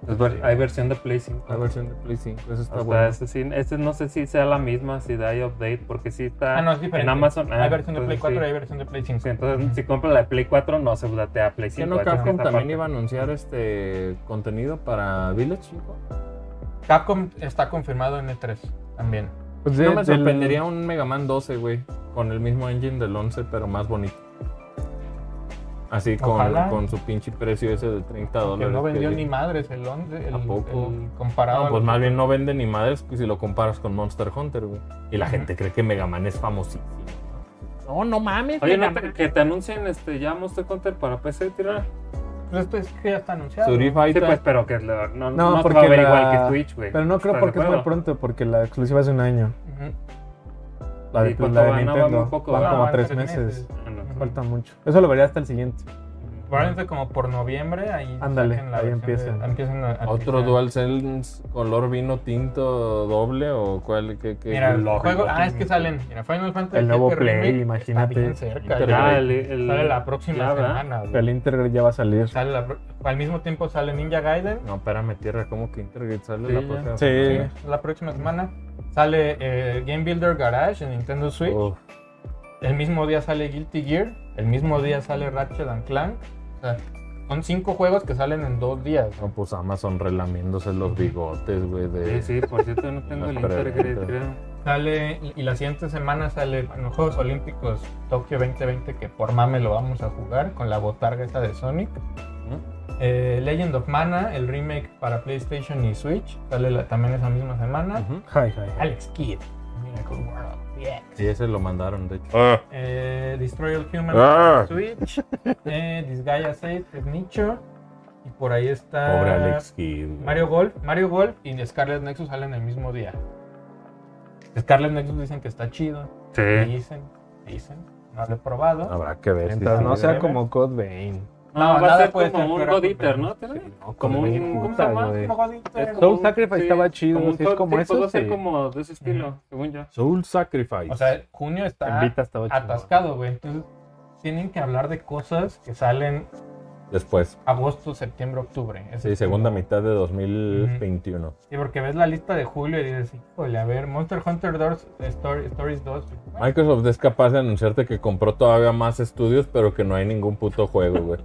Speaker 4: Es ver- Hay versión de Play 5.
Speaker 2: Ah,
Speaker 1: La versión de Play 5. Eso está
Speaker 4: O sea,
Speaker 1: bueno.
Speaker 4: este, sí- este no sé si sea la misma, si da ahí update, porque sí está
Speaker 2: Ah, no, es diferente.
Speaker 4: en Amazon. ah,
Speaker 2: hay versión de Play
Speaker 4: entonces
Speaker 2: 4
Speaker 4: sí.
Speaker 2: y hay versión de Play 5.
Speaker 4: Sí, entonces, si compras la de Play 4, no se updatea a Play 5.
Speaker 1: ¿Qué no
Speaker 4: esa es
Speaker 1: Capcom
Speaker 4: esta
Speaker 1: también
Speaker 4: parte.
Speaker 1: iba a anunciar este contenido para Village 5?
Speaker 2: Capcom está confirmado en E3 también.
Speaker 3: Pues de-
Speaker 1: No me
Speaker 3: del-
Speaker 1: sorprendería un Mega Man 12, güey. Con el mismo engine del 11, pero más bonito. Así con,
Speaker 2: Ojalá.
Speaker 1: con su pinche precio ese de 30
Speaker 2: Que
Speaker 1: dólares.
Speaker 2: no vendió
Speaker 1: que-
Speaker 2: ni madres el 11, el,
Speaker 1: ¿A poco?
Speaker 2: el comparado.
Speaker 1: No, pues
Speaker 2: al-
Speaker 1: más bien no vende ni madres pues, si lo comparas con Monster Hunter, güey. Y la gente cree que Mega Man es famosísimo. No, no mames.
Speaker 4: Oye,
Speaker 1: Mega
Speaker 4: no te-
Speaker 1: Man.
Speaker 4: que te anuncien este, ya Monster Hunter para PC, tirar.
Speaker 2: Pues esto es que ya está anunciado.
Speaker 1: Street
Speaker 4: Sí,
Speaker 1: Fighter.
Speaker 4: pues, pero que lo- no,
Speaker 6: No,
Speaker 4: no, se va
Speaker 6: porque
Speaker 4: a ver
Speaker 6: la-
Speaker 4: igual que Twitch, güey.
Speaker 6: Pero no creo
Speaker 4: ¿Estás
Speaker 6: porque
Speaker 4: de
Speaker 6: es muy
Speaker 4: acuerdo?
Speaker 6: pronto, porque la exclusiva es un año.
Speaker 2: Ujú.
Speaker 6: La de,
Speaker 4: ¿Y cuánto
Speaker 6: la de
Speaker 4: van? No, va muy
Speaker 6: Nintendo.
Speaker 4: poco,
Speaker 6: van
Speaker 4: ¿verdad?
Speaker 6: como
Speaker 2: Van
Speaker 6: tres
Speaker 2: tres
Speaker 6: meses.
Speaker 2: meses.
Speaker 4: Ah, no.
Speaker 6: Me Falta mucho. Eso lo vería hasta el siguiente.
Speaker 2: Probablemente como por noviembre. Ahí
Speaker 6: Ándale,
Speaker 2: saquen la
Speaker 6: ahí
Speaker 2: versión
Speaker 6: empiezan.
Speaker 2: de- empiezan a- a
Speaker 1: Otro
Speaker 2: utilizar.
Speaker 1: DualSense color vino tinto doble o cuál que
Speaker 2: Mira,
Speaker 5: Lógico.
Speaker 2: juego, ah, es que salen. Mira, Final Fantasy
Speaker 6: El nuevo
Speaker 2: VII
Speaker 6: Play,
Speaker 2: Remake
Speaker 6: imagínate.
Speaker 2: Está bien cerca.
Speaker 1: Inter-
Speaker 2: ya.
Speaker 4: Ya, el- el-
Speaker 2: sale la próxima
Speaker 4: ya, ¿verdad?
Speaker 2: semana. güey.
Speaker 6: El Inter ya va a salir.
Speaker 2: Sale la pro- al mismo tiempo sale Ninja Gaiden.
Speaker 1: No, espérame, tierra, como que Intergate sale
Speaker 4: Sí,
Speaker 1: la
Speaker 4: ya.
Speaker 1: próxima.
Speaker 6: Sí.
Speaker 2: La próxima semana sale eh, Game Builder Garage en Nintendo Switch.
Speaker 1: Uf,
Speaker 2: El mismo día sale Guilty Gear. El mismo día sale Ratchet and Clank. O sea, son cinco juegos que salen en dos días.
Speaker 1: no, pues Amazon relamiéndose los bigotes, güey. De...
Speaker 4: Sí, sí, por cierto, no tengo el
Speaker 1: Las
Speaker 4: Intergrade,
Speaker 1: preguntas.
Speaker 4: creo.
Speaker 2: Sale, y la siguiente semana sale en los Juegos Olímpicos Tokio 2020, que por mame lo vamos a jugar con la botarga esa de Sonic. Eh, Legend of Mana, el remake para PlayStation y Switch, sale la- también esa misma semana.
Speaker 1: Ujú.
Speaker 6: Hi, hi.
Speaker 2: Alex Kidd, Miracle World, yeah.
Speaker 1: Sí, ese lo mandaron, de hecho.
Speaker 5: Ah,
Speaker 2: Eh, Destroy All Humans
Speaker 5: Ah.
Speaker 2: para Switch. Eh, Disgaea 6 es nicho. Y por ahí está
Speaker 1: Pobre Alex Kidd. güey.
Speaker 2: Ah, Mario Golf. Mario Golf y Scarlet Nexus salen el mismo día. Scarlet Nexus dicen que está chido.
Speaker 4: Sí.
Speaker 2: Dicen, dicen. No lo he probado.
Speaker 1: Habrá que ver. si
Speaker 6: Mientras
Speaker 1: sí,
Speaker 6: no
Speaker 1: güey.
Speaker 6: sea como Code Vein.
Speaker 4: No, va
Speaker 2: nada
Speaker 4: a ser
Speaker 2: puede ser
Speaker 4: como un
Speaker 2: fuera
Speaker 4: God
Speaker 2: contra
Speaker 4: Eater,
Speaker 2: mí.
Speaker 4: ¿no? Tierra?
Speaker 6: No,
Speaker 4: Como
Speaker 6: Code Vein,
Speaker 4: un- ¿cómo se
Speaker 6: puta,
Speaker 4: llama?
Speaker 6: güey.
Speaker 2: Como Godito.
Speaker 4: Es como
Speaker 6: Soul
Speaker 4: un-
Speaker 6: Sacrifice
Speaker 4: sí,
Speaker 6: estaba chido,
Speaker 4: Como un
Speaker 6: si es
Speaker 4: Cod-
Speaker 6: como
Speaker 4: sí,
Speaker 6: eso,
Speaker 4: podría ser
Speaker 6: sí.
Speaker 4: como de ese estilo, según yo.
Speaker 1: Soul Sacrifice.
Speaker 2: O sea, junio está
Speaker 6: En Vita estaba chido.
Speaker 2: atascado, güey. Entonces, tienen que hablar de cosas que salen
Speaker 1: Después.
Speaker 2: agosto, septiembre, octubre. Ese
Speaker 1: Sí,
Speaker 2: es
Speaker 1: segunda
Speaker 2: como-
Speaker 1: mitad de 2021.
Speaker 2: Sí, porque ves la lista de julio y dices, híjole, a ver, Monster Hunter Doors, Story- Stories 2. Bueno,
Speaker 1: Microsoft es capaz de anunciarte que compró todavía más estudios, pero que no hay ningún puto juego, güey.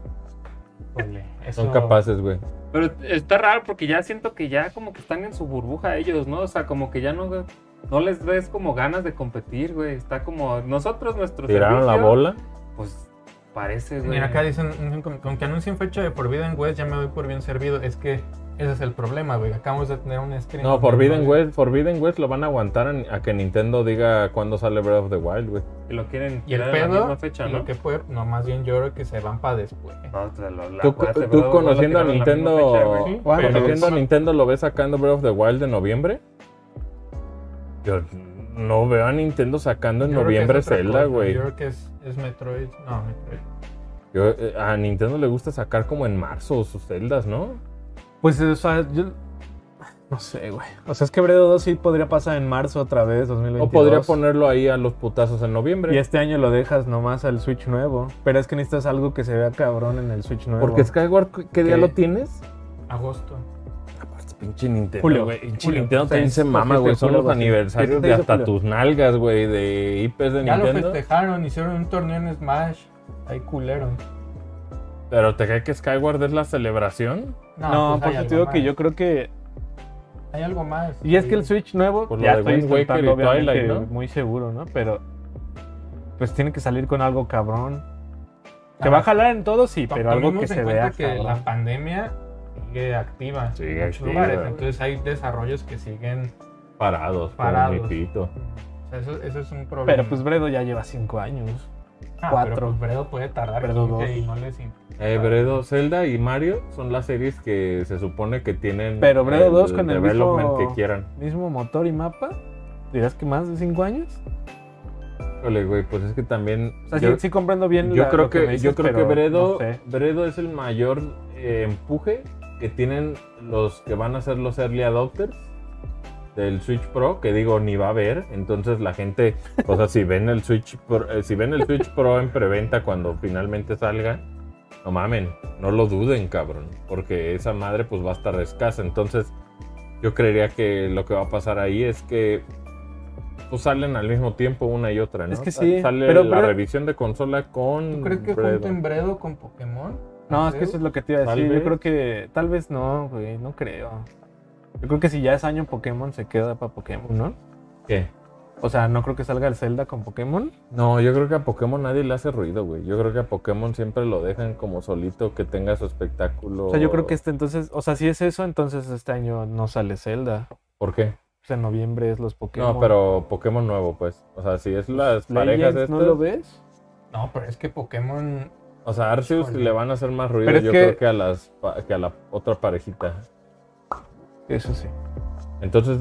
Speaker 2: híjole, eso-
Speaker 1: Son capaces, güey.
Speaker 4: Pero está raro porque ya siento que ya como que están en su burbuja ellos, ¿no? O sea, como que ya no, no les ves como ganas de competir, güey. Está como nosotros, nuestro
Speaker 1: Tiraron la
Speaker 4: servicio,
Speaker 1: bola.
Speaker 4: Pues parece, güey.
Speaker 2: Mira, acá dicen, con, con que anuncien fecha de Forbidden West, ya me doy por bien servido. Es que ese es el problema, güey. Acabamos de tener un stream.
Speaker 1: No,
Speaker 2: donde
Speaker 1: Forbidden
Speaker 2: no-
Speaker 1: West, Forbidden West lo van a aguantar en- a que Nintendo diga cuándo sale Breath of the Wild, güey.
Speaker 4: Y lo quieren
Speaker 2: Y el
Speaker 4: tirar en la
Speaker 2: pedo,
Speaker 4: misma fecha,
Speaker 2: y
Speaker 4: ¿no? Ah,
Speaker 2: lo que fue, no, más bien yo creo que se van para después.
Speaker 4: No, te lo- la-
Speaker 1: Tú,
Speaker 4: acuérdate,
Speaker 1: tú
Speaker 4: bro,
Speaker 1: conociendo a
Speaker 4: lo tiraron en la misma
Speaker 1: Nintendo,
Speaker 4: fecha, güey.
Speaker 2: Sí,
Speaker 6: Bueno,
Speaker 2: pero-
Speaker 1: conociendo a Nintendo lo ves sacando Breath of the Wild en noviembre. Yo no veo a Nintendo sacando en
Speaker 2: yo creo que es
Speaker 1: noviembre
Speaker 2: otra
Speaker 1: Zelda,
Speaker 2: cosa,
Speaker 1: güey.
Speaker 2: Yo creo que es, es Metroid. No, Metroid.
Speaker 1: Yo- eh, A Nintendo le gusta sacar como en marzo sus celdas, ¿no?
Speaker 6: Pues, o sea, yo. No sé, güey. O sea, es que Bredo 2 sí podría pasar en marzo otra vez, 2022.
Speaker 1: O podría ponerlo ahí a los putazos en noviembre.
Speaker 6: Y este año lo dejas nomás al Switch nuevo. Pero es que necesitas algo que se vea cabrón en el Switch nuevo.
Speaker 1: Porque Skyward, ¿qué día
Speaker 6: ¿Qué?
Speaker 1: lo tienes?
Speaker 2: Agosto.
Speaker 1: Aparte, pinche Nintendo.
Speaker 6: Julio,
Speaker 1: güey. Pinche
Speaker 6: julio.
Speaker 1: Nintendo también
Speaker 6: Seis,
Speaker 1: se mama,
Speaker 6: siete
Speaker 1: güey.
Speaker 6: de
Speaker 1: Son
Speaker 6: julio,
Speaker 1: los
Speaker 6: así.
Speaker 1: aniversarios de
Speaker 6: Siete de
Speaker 1: hasta
Speaker 6: julio.
Speaker 1: tus nalgas, güey, de IPs de
Speaker 2: Ya lo
Speaker 1: Nintendo.
Speaker 2: festejaron, hicieron un torneo en Smash. Ahí culero.
Speaker 1: Pero te crees que Skyward es la celebración.
Speaker 6: No,
Speaker 2: pues
Speaker 6: por
Speaker 2: hay
Speaker 6: eso
Speaker 2: algo
Speaker 6: te digo que
Speaker 2: más.
Speaker 6: yo creo que.
Speaker 2: Hay algo más.
Speaker 6: Y es que el
Speaker 2: Sí.
Speaker 6: Switch nuevo.
Speaker 1: Por lo
Speaker 6: ya
Speaker 1: de
Speaker 6: estoy
Speaker 1: Wind Waker
Speaker 6: intentando,
Speaker 1: y Twilight,
Speaker 6: obviamente,
Speaker 1: ¿no?
Speaker 6: muy seguro, ¿no? Pero. Pues tiene que salir con algo cabrón. Que
Speaker 2: Ah,
Speaker 6: va a jalar en todo, sí, pero algo
Speaker 2: tomemos
Speaker 6: que
Speaker 2: en
Speaker 6: se
Speaker 2: cuenta
Speaker 6: vea.
Speaker 2: que
Speaker 6: cabrón.
Speaker 2: la pandemia sigue activa
Speaker 1: Sigue
Speaker 2: en muchos
Speaker 1: activa,
Speaker 2: lugares.
Speaker 1: güey.
Speaker 2: Entonces hay desarrollos que siguen.
Speaker 1: Parados, pues,
Speaker 2: Parados.
Speaker 1: Parados. mi pito.
Speaker 2: o sea, eso, eso es un problema.
Speaker 6: Pero pues Bredo ya lleva cinco años.
Speaker 2: Ah,
Speaker 6: cuatro.
Speaker 2: pero, pues, Bredo puede tardar
Speaker 6: Bredo
Speaker 2: 15
Speaker 6: dos.
Speaker 2: y no les importa.
Speaker 1: Eh, Bredo, Zelda y Mario son las series que se supone que tienen.
Speaker 6: Pero Bredo 2 con el
Speaker 1: development
Speaker 6: mismo-
Speaker 1: que quieran.
Speaker 6: Mismo motor y mapa. ¿Dirás que más de cinco años?
Speaker 1: Híjole, güey, pues es que también.
Speaker 6: O sea,
Speaker 1: yo-
Speaker 6: sí, sí comprendo bien
Speaker 1: Yo
Speaker 6: la-
Speaker 1: creo
Speaker 6: lo
Speaker 1: que,
Speaker 6: me dices,
Speaker 1: yo creo que
Speaker 6: pero
Speaker 1: Bredo,
Speaker 6: no sé.
Speaker 1: Bredo es el mayor eh, empuje que tienen los que van a ser los early adopters del Switch Pro, que digo, ni va a haber. Entonces la gente, o sea, si ven el Switch Pro, eh, si ven el Switch Pro en preventa cuando finalmente salga, no mamen, no lo duden, cabrón. Porque esa madre pues va a estar escasa. Entonces, yo creería que lo que va a pasar ahí es que pues salen al mismo tiempo una y otra, ¿no?
Speaker 6: Es que sí,
Speaker 1: Sale
Speaker 6: pero-
Speaker 1: la
Speaker 6: pero-
Speaker 1: revisión de consola con.
Speaker 2: ¿Tú crees que
Speaker 1: Bredo.
Speaker 2: junten Bredo con Pokémon?
Speaker 6: Mm, No, es que eso es lo que te iba a
Speaker 1: ¿Eh? Tal
Speaker 6: decir.
Speaker 1: vez.
Speaker 6: Yo creo que tal vez no, güey, no creo. Yo creo que si ya es año Pokémon, se queda para Pokémon, ¿no?
Speaker 1: ¿Qué?
Speaker 6: O sea, no creo que salga el Zelda con Pokémon.
Speaker 1: No, yo creo que a Pokémon nadie le hace ruido, güey. Yo creo que a Pokémon siempre lo dejan como solito, que tenga su espectáculo.
Speaker 6: O sea, yo creo que este entonces, o sea, si es eso, entonces este año no sale Zelda.
Speaker 1: ¿Por qué?
Speaker 6: O sea, en noviembre es los Pokémon.
Speaker 1: No, pero Pokémon nuevo, pues. O sea, si es las parejas
Speaker 6: Legends,
Speaker 1: estas.
Speaker 6: ¿no lo ves?
Speaker 2: No, pero es que Pokémon.
Speaker 1: O sea, Arceus
Speaker 2: Híjole.
Speaker 1: le van a hacer más ruido,
Speaker 6: Pero es
Speaker 1: yo
Speaker 6: que-
Speaker 1: creo que a las pa- que a la otra parejita.
Speaker 6: Eso sí.
Speaker 1: Entonces,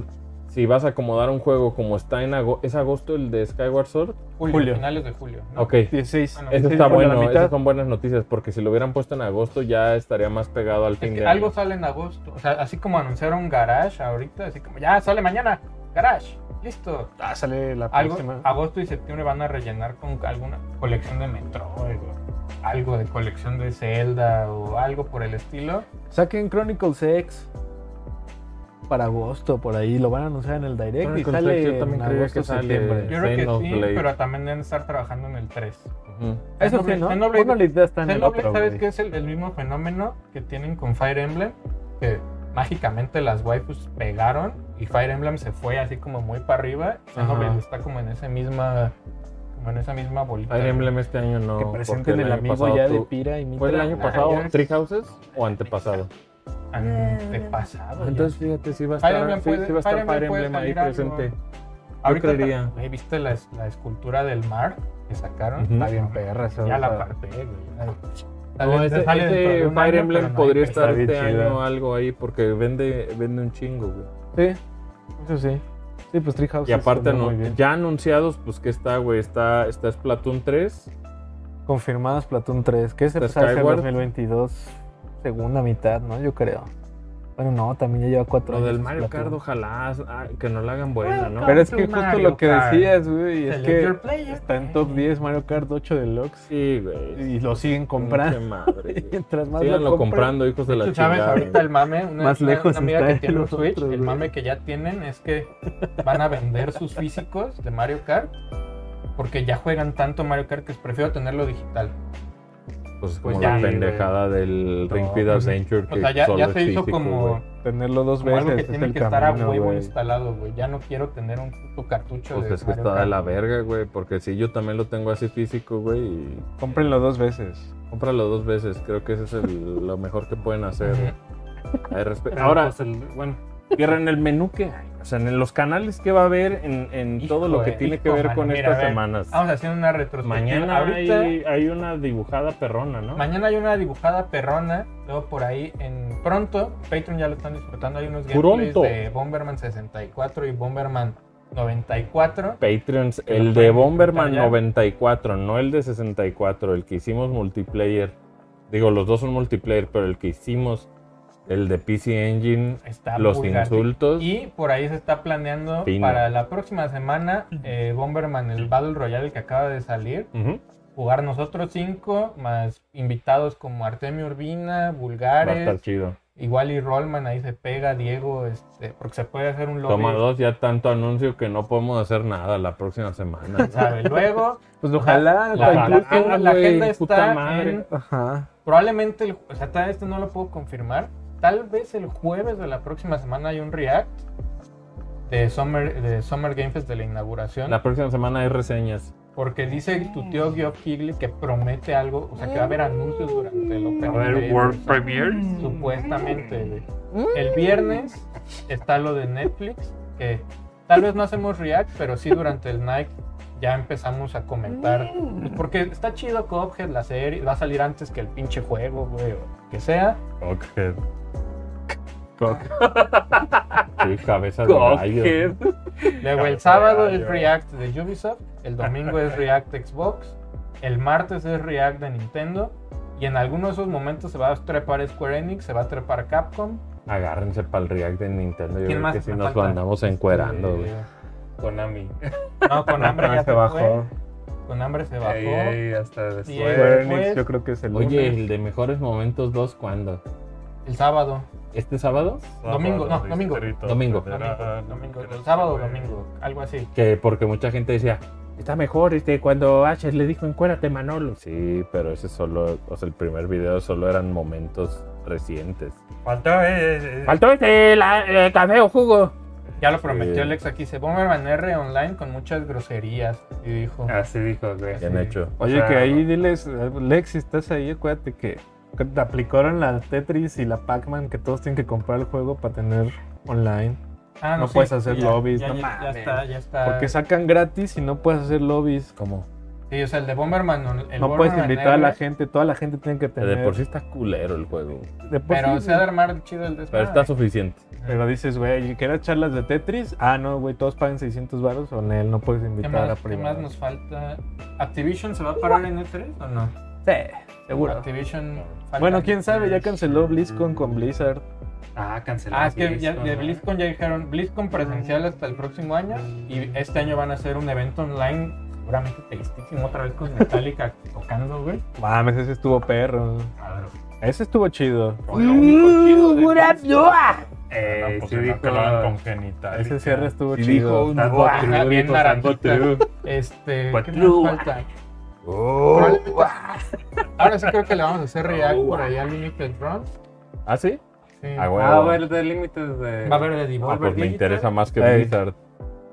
Speaker 1: si vas a acomodar un juego como está en agosto, ¿es agosto el de Skyward Sword?
Speaker 2: Julio,
Speaker 6: Julio.
Speaker 2: finales de julio. ¿no?
Speaker 1: Ok.
Speaker 6: 16.
Speaker 2: Bueno,
Speaker 1: Eso
Speaker 6: sí,
Speaker 1: está
Speaker 6: por la
Speaker 1: bueno,
Speaker 6: mitad.
Speaker 1: esas son buenas noticias, porque si lo hubieran puesto en agosto ya estaría más pegado al
Speaker 2: Es
Speaker 1: fin
Speaker 2: que
Speaker 1: de
Speaker 2: algo
Speaker 1: año.
Speaker 2: sale en agosto. O sea, así como anunciaron Garage ahorita, así como ya sale mañana, Garage, listo.
Speaker 6: Ah, sale la
Speaker 2: Algo,
Speaker 6: próxima.
Speaker 2: agosto y septiembre van a rellenar con alguna colección de Metroid, o algo de colección de Zelda o algo por el estilo.
Speaker 6: Saquen Chronicles X para agosto, por ahí. Lo van a anunciar en el Direct
Speaker 1: Chronicles
Speaker 6: y sale
Speaker 1: X, yo también
Speaker 6: en
Speaker 1: creía
Speaker 6: agosto,
Speaker 1: que sale.
Speaker 6: septiembre.
Speaker 2: Yo creo que sí,
Speaker 1: Xenoblade.
Speaker 2: pero también deben estar trabajando en el 3.
Speaker 1: Ujú.
Speaker 6: Eso sí,
Speaker 2: Xenoblade-
Speaker 6: ¿no?
Speaker 2: Xenoblade-
Speaker 6: Bueno, la idea está en el
Speaker 2: Xenoblade,
Speaker 6: otro,
Speaker 2: ¿sabes
Speaker 6: güey.
Speaker 2: qué es el, el mismo fenómeno que tienen con Fire Emblem? Que mágicamente las waifus pegaron y Fire Emblem se fue así como muy para arriba. Xenoblade
Speaker 1: Ajá.
Speaker 2: está como en esa misma como en esa misma bolita.
Speaker 1: Fire Emblem este año no.
Speaker 6: Que
Speaker 1: porque
Speaker 6: presenten el,
Speaker 1: año
Speaker 6: amigo
Speaker 1: pasado
Speaker 6: ya de
Speaker 1: tu-
Speaker 6: Pira y Mitra.
Speaker 1: ¿Fue el año
Speaker 2: Ah,
Speaker 1: pasado
Speaker 2: ya.
Speaker 1: Three Houses o antepasado?
Speaker 2: Antepasado. ya.
Speaker 1: Entonces fíjate, si va a
Speaker 2: Fire
Speaker 1: estar
Speaker 2: Emblem
Speaker 1: sí-
Speaker 2: puede-
Speaker 1: sí va a estar
Speaker 2: Fire Emblem
Speaker 1: Fire
Speaker 2: puede
Speaker 1: Emblem ahí
Speaker 2: salir algo.
Speaker 1: presente.
Speaker 2: Ahorita
Speaker 1: creería.
Speaker 2: ta- güey, ¿Viste la, es- la escultura del mar que sacaron?
Speaker 1: Ujú. Está
Speaker 2: bien
Speaker 6: perra esa
Speaker 2: Ya la
Speaker 6: hoja.
Speaker 2: parte, güey. Tal
Speaker 1: No,
Speaker 2: vez
Speaker 1: ese,
Speaker 2: sale
Speaker 1: ese
Speaker 2: dentro de un
Speaker 1: Fire
Speaker 2: año,
Speaker 1: Emblem
Speaker 2: pero no
Speaker 1: podría
Speaker 2: hay fecha.
Speaker 1: estar este
Speaker 6: bien chida.
Speaker 1: año algo ahí porque vende, vende un chingo, güey.
Speaker 6: Sí, eso sí. Sí, pues Treehouse.
Speaker 1: Y aparte
Speaker 6: suena
Speaker 1: no,
Speaker 6: muy bien.
Speaker 1: ya anunciados, pues que está, güey, está, está Splatoon 3,
Speaker 6: Confirmadas Platoon 3, que ese
Speaker 1: Está
Speaker 6: pues, ha de ser
Speaker 1: Skyward.
Speaker 6: 2022, segunda mitad, ¿no? Yo creo. Bueno, no, también ya lleva cuatro
Speaker 1: lo
Speaker 6: años
Speaker 1: del Mario
Speaker 6: Splatoon.
Speaker 1: Kart, ojalá ah, que no la hagan buena, ¿no?
Speaker 6: Pero es que
Speaker 2: Mario
Speaker 6: justo lo que
Speaker 2: Kart.
Speaker 6: decías, güey, es
Speaker 2: Select
Speaker 6: que
Speaker 2: your player.
Speaker 6: está en top 10 Mario Kart 8 Deluxe
Speaker 1: sí, güey.
Speaker 6: y lo siguen comprando.
Speaker 1: Pinche madre, güey.
Speaker 6: Mientras más
Speaker 1: Síganlo
Speaker 6: lo compran,
Speaker 1: comprando, hijos de la
Speaker 2: Tú
Speaker 1: chingada.
Speaker 2: sabes ahorita el mame, una,
Speaker 6: Más
Speaker 2: una-
Speaker 6: lejos
Speaker 2: una amiga
Speaker 6: está
Speaker 2: que
Speaker 6: de
Speaker 2: tiene un
Speaker 6: nosotros,
Speaker 2: Switch,
Speaker 6: güey.
Speaker 2: el mame que ya tienen es que van a vender sus físicos de Mario Kart porque ya juegan tanto Mario Kart que prefiero tenerlo digital.
Speaker 1: Pues es
Speaker 2: Pues
Speaker 1: como
Speaker 2: ya,
Speaker 1: la
Speaker 2: güey.
Speaker 1: pendejada del Ring Fit Adventure
Speaker 2: O
Speaker 1: que
Speaker 2: sea, ya,
Speaker 1: solo
Speaker 2: ya
Speaker 1: es
Speaker 2: se hizo
Speaker 1: físico,
Speaker 2: como,
Speaker 1: güey.
Speaker 6: tenerlo dos
Speaker 2: como algo que
Speaker 1: este
Speaker 6: veces es
Speaker 2: tiene
Speaker 6: el
Speaker 2: que estar a
Speaker 6: camino,
Speaker 2: huevo
Speaker 6: güey.
Speaker 2: instalado, güey. Ya no quiero tener un puto cartucho
Speaker 1: Pues
Speaker 2: de
Speaker 1: es que
Speaker 2: Mario
Speaker 1: está de
Speaker 2: Kart.
Speaker 1: la verga, güey, porque si yo también lo tengo así físico, güey, y
Speaker 6: Cómprenlo dos veces.
Speaker 1: cómpralo dos veces, creo que eso es el- lo mejor que pueden hacer.
Speaker 2: Ujú.
Speaker 1: Hay respe-
Speaker 4: Pero,
Speaker 1: Ahora,
Speaker 4: pues, el- bueno,
Speaker 1: cierran el menú que hay, o sea, en los canales que va a haber, en, en todo lo que
Speaker 2: Híjole,
Speaker 1: tiene que
Speaker 2: hijo,
Speaker 1: ver
Speaker 2: mano,
Speaker 1: con
Speaker 2: mira, a
Speaker 1: estas
Speaker 2: ver, Ah,
Speaker 1: semanas.
Speaker 2: Vamos a hacer una retrospectiva.
Speaker 1: Mañana
Speaker 2: Ahorita-
Speaker 1: hay, hay una dibujada perrona, ¿no?
Speaker 2: Mañana hay una dibujada perrona. Luego por ahí en pronto, Patreon ya lo están disfrutando. Hay unos gameplays
Speaker 1: Pronto.
Speaker 2: de Bomberman 64 y Bomberman 94.
Speaker 1: Patreons,
Speaker 2: Que lo
Speaker 1: el de
Speaker 2: pueden
Speaker 1: Bomberman
Speaker 2: disfrutar ya.
Speaker 1: 94, no el de 64, el que hicimos multiplayer. Digo, los dos son multiplayer, pero el que hicimos, el de PC Engine,
Speaker 2: Está
Speaker 1: los
Speaker 2: vulgar.
Speaker 1: insultos.
Speaker 2: Ah, Y por ahí se está planeando
Speaker 1: Fino.
Speaker 2: para la próxima semana eh, Bomberman, el Battle Royale que acaba de salir.
Speaker 1: Ujú.
Speaker 2: Jugar nosotros cinco, más invitados como Artemio Urbina,
Speaker 1: Va a estar
Speaker 2: Vulgares,
Speaker 1: chido.
Speaker 2: igual y Rollman, ahí se pega, Diego, este, porque se puede hacer un lobby.
Speaker 1: Toma dos, ya tanto anuncio que no podemos hacer nada la próxima semana.
Speaker 2: ¿sabe? Luego,
Speaker 6: Pues
Speaker 2: la,
Speaker 6: ojalá,
Speaker 1: Ojalá,
Speaker 2: la agenda- la
Speaker 1: güey,
Speaker 2: agenda
Speaker 1: puta
Speaker 2: está
Speaker 1: madre.
Speaker 2: en
Speaker 6: Ajá.
Speaker 2: Probablemente, el, o sea, tal, esto no lo puedo confirmar. Tal vez el jueves de la próxima semana hay un react de Summer, de Summer Game Fest de la inauguración.
Speaker 1: la próxima semana hay reseñas.
Speaker 2: Porque dice tu tío Geoff Keighley que promete algo, o sea, que va a haber anuncios durante el Open
Speaker 5: A ver,
Speaker 2: Day,
Speaker 5: World
Speaker 2: o sea,
Speaker 5: Premiere.
Speaker 2: Supuestamente. güey. El viernes está lo de Netflix, que tal vez no hacemos react, pero sí durante el night ya empezamos a comentar. Pues Porque está chido Cuphead, la serie, va a salir antes que el pinche juego, güey, o que sea.
Speaker 5: Cockhead.
Speaker 1: Sí, cabeza de gallo.
Speaker 2: Luego el sábado es React de Ubisoft, el domingo es React de Xbox, el martes es React de Nintendo y en alguno de esos momentos se va a trepar Square Enix, se va a trepar Capcom
Speaker 1: Agárrense para el React de Nintendo. Yo
Speaker 2: ¿Quién
Speaker 1: creo
Speaker 2: más
Speaker 1: que si
Speaker 2: me
Speaker 1: nos lo
Speaker 2: falta?
Speaker 1: andamos encuerando, güey.
Speaker 4: Konami.
Speaker 2: Eh, No, con hambre ya
Speaker 6: se bajó.
Speaker 2: Con hambre se bajó.
Speaker 4: Ahí, ahí, hasta
Speaker 2: Y
Speaker 4: después.
Speaker 2: el,
Speaker 6: Square Enix, yo creo que es el
Speaker 1: Oye,
Speaker 6: lunes.
Speaker 1: el de mejores momentos 2, ¿cuándo?
Speaker 2: el sábado.
Speaker 1: ¿Este sábado?
Speaker 2: Domingo, no,
Speaker 5: Sábado,
Speaker 2: domingo.
Speaker 5: Distrito
Speaker 1: Domingo.
Speaker 5: Federal,
Speaker 2: Domingo,
Speaker 5: que no sé,
Speaker 2: sábado o
Speaker 5: güey.
Speaker 2: domingo, algo así.
Speaker 1: Que porque mucha gente decía, está mejor este cuando Asher le dijo encuérate Manolo. Sí, pero ese solo, o sea, el primer video solo eran momentos recientes.
Speaker 5: Faltó, eh, eh, eh.
Speaker 1: Faltó este la- eh, café o jugo.
Speaker 2: Ya lo prometió Alex aquí. Dice Bomberman R online con muchas groserías. Y dijo.
Speaker 4: Así dijo, güey.
Speaker 1: Bien
Speaker 2: Sí.
Speaker 1: hecho.
Speaker 6: Oye,
Speaker 4: O sea,
Speaker 6: que ahí diles, eh, Lex, si estás ahí, acuérdate que que te aplicaron la Tetris y la Pac-Man, que todos tienen que comprar el juego para tener online.
Speaker 2: Ah,
Speaker 6: no puedes hacer lobbies,
Speaker 2: Ya,
Speaker 6: no
Speaker 2: ya- ya
Speaker 6: mames.
Speaker 2: está, ya está.
Speaker 6: Porque sacan gratis y no puedes hacer lobbies.
Speaker 1: ¿Cómo?
Speaker 2: Sí, o sea, el de Bomberman. on- El
Speaker 6: no puedes
Speaker 2: Bomberman
Speaker 6: invitar a la
Speaker 2: R,
Speaker 6: gente, toda la gente tiene que tener.
Speaker 1: De por sí está culero el juego.
Speaker 6: de por
Speaker 2: Pero
Speaker 6: sí,
Speaker 2: se ha de armar chido el
Speaker 1: Pero
Speaker 2: desmadre.
Speaker 1: está suficiente.
Speaker 6: Pero dices, güey, ¿y ¿quieres charlas de Tetris? Ah, no, güey, todos pagan 600 baros o en él no puedes
Speaker 2: ¿Qué
Speaker 6: invitar a
Speaker 2: más, qué
Speaker 6: primera.
Speaker 2: más nos falta? ¿Activision se va a parar en E3 o no?
Speaker 6: Sí, seguro.
Speaker 2: Activision. falta-
Speaker 6: Bueno, quién sabe, ya canceló BlizzCon con Blizzard.
Speaker 4: Ah, cancelado.
Speaker 2: Ah, es que ya,
Speaker 4: Blizzcon,
Speaker 2: de
Speaker 4: ¿no?
Speaker 2: BlizzCon ya dijeron BlizzCon presencial hasta el próximo año y este año van a hacer un evento online seguramente tristísimo otra vez con Metallica tocando, güey.
Speaker 6: Mames, ese estuvo perro. Ese estuvo chido.
Speaker 2: Fue lo único chido de BlizzCon.
Speaker 4: Eh,
Speaker 5: Pues
Speaker 4: sí
Speaker 5: no,
Speaker 4: dijo.
Speaker 5: que lo hagan con genital.
Speaker 6: Ese cierre estuvo
Speaker 1: Sí,
Speaker 6: chido.
Speaker 1: dijo un-
Speaker 4: Tanto
Speaker 1: Guau,
Speaker 4: true,
Speaker 2: bien
Speaker 4: dijo tanto
Speaker 2: naranjita.
Speaker 4: true.
Speaker 2: Este, ¿qué
Speaker 4: Cuatro.
Speaker 2: más falta?
Speaker 1: Oh,
Speaker 2: Probablemente- Ahora sí creo que le vamos a hacer react por allá al Limited Run.
Speaker 1: ¿Ah, sí?
Speaker 2: Sí.
Speaker 1: Ah,
Speaker 2: Va
Speaker 1: huevo.
Speaker 4: Ah, bueno, de límites de.
Speaker 2: a haber de
Speaker 1: Ah,
Speaker 2: Devolver
Speaker 1: pues me
Speaker 2: Digital.
Speaker 1: interesa más que
Speaker 6: Ey.
Speaker 1: Blizzard.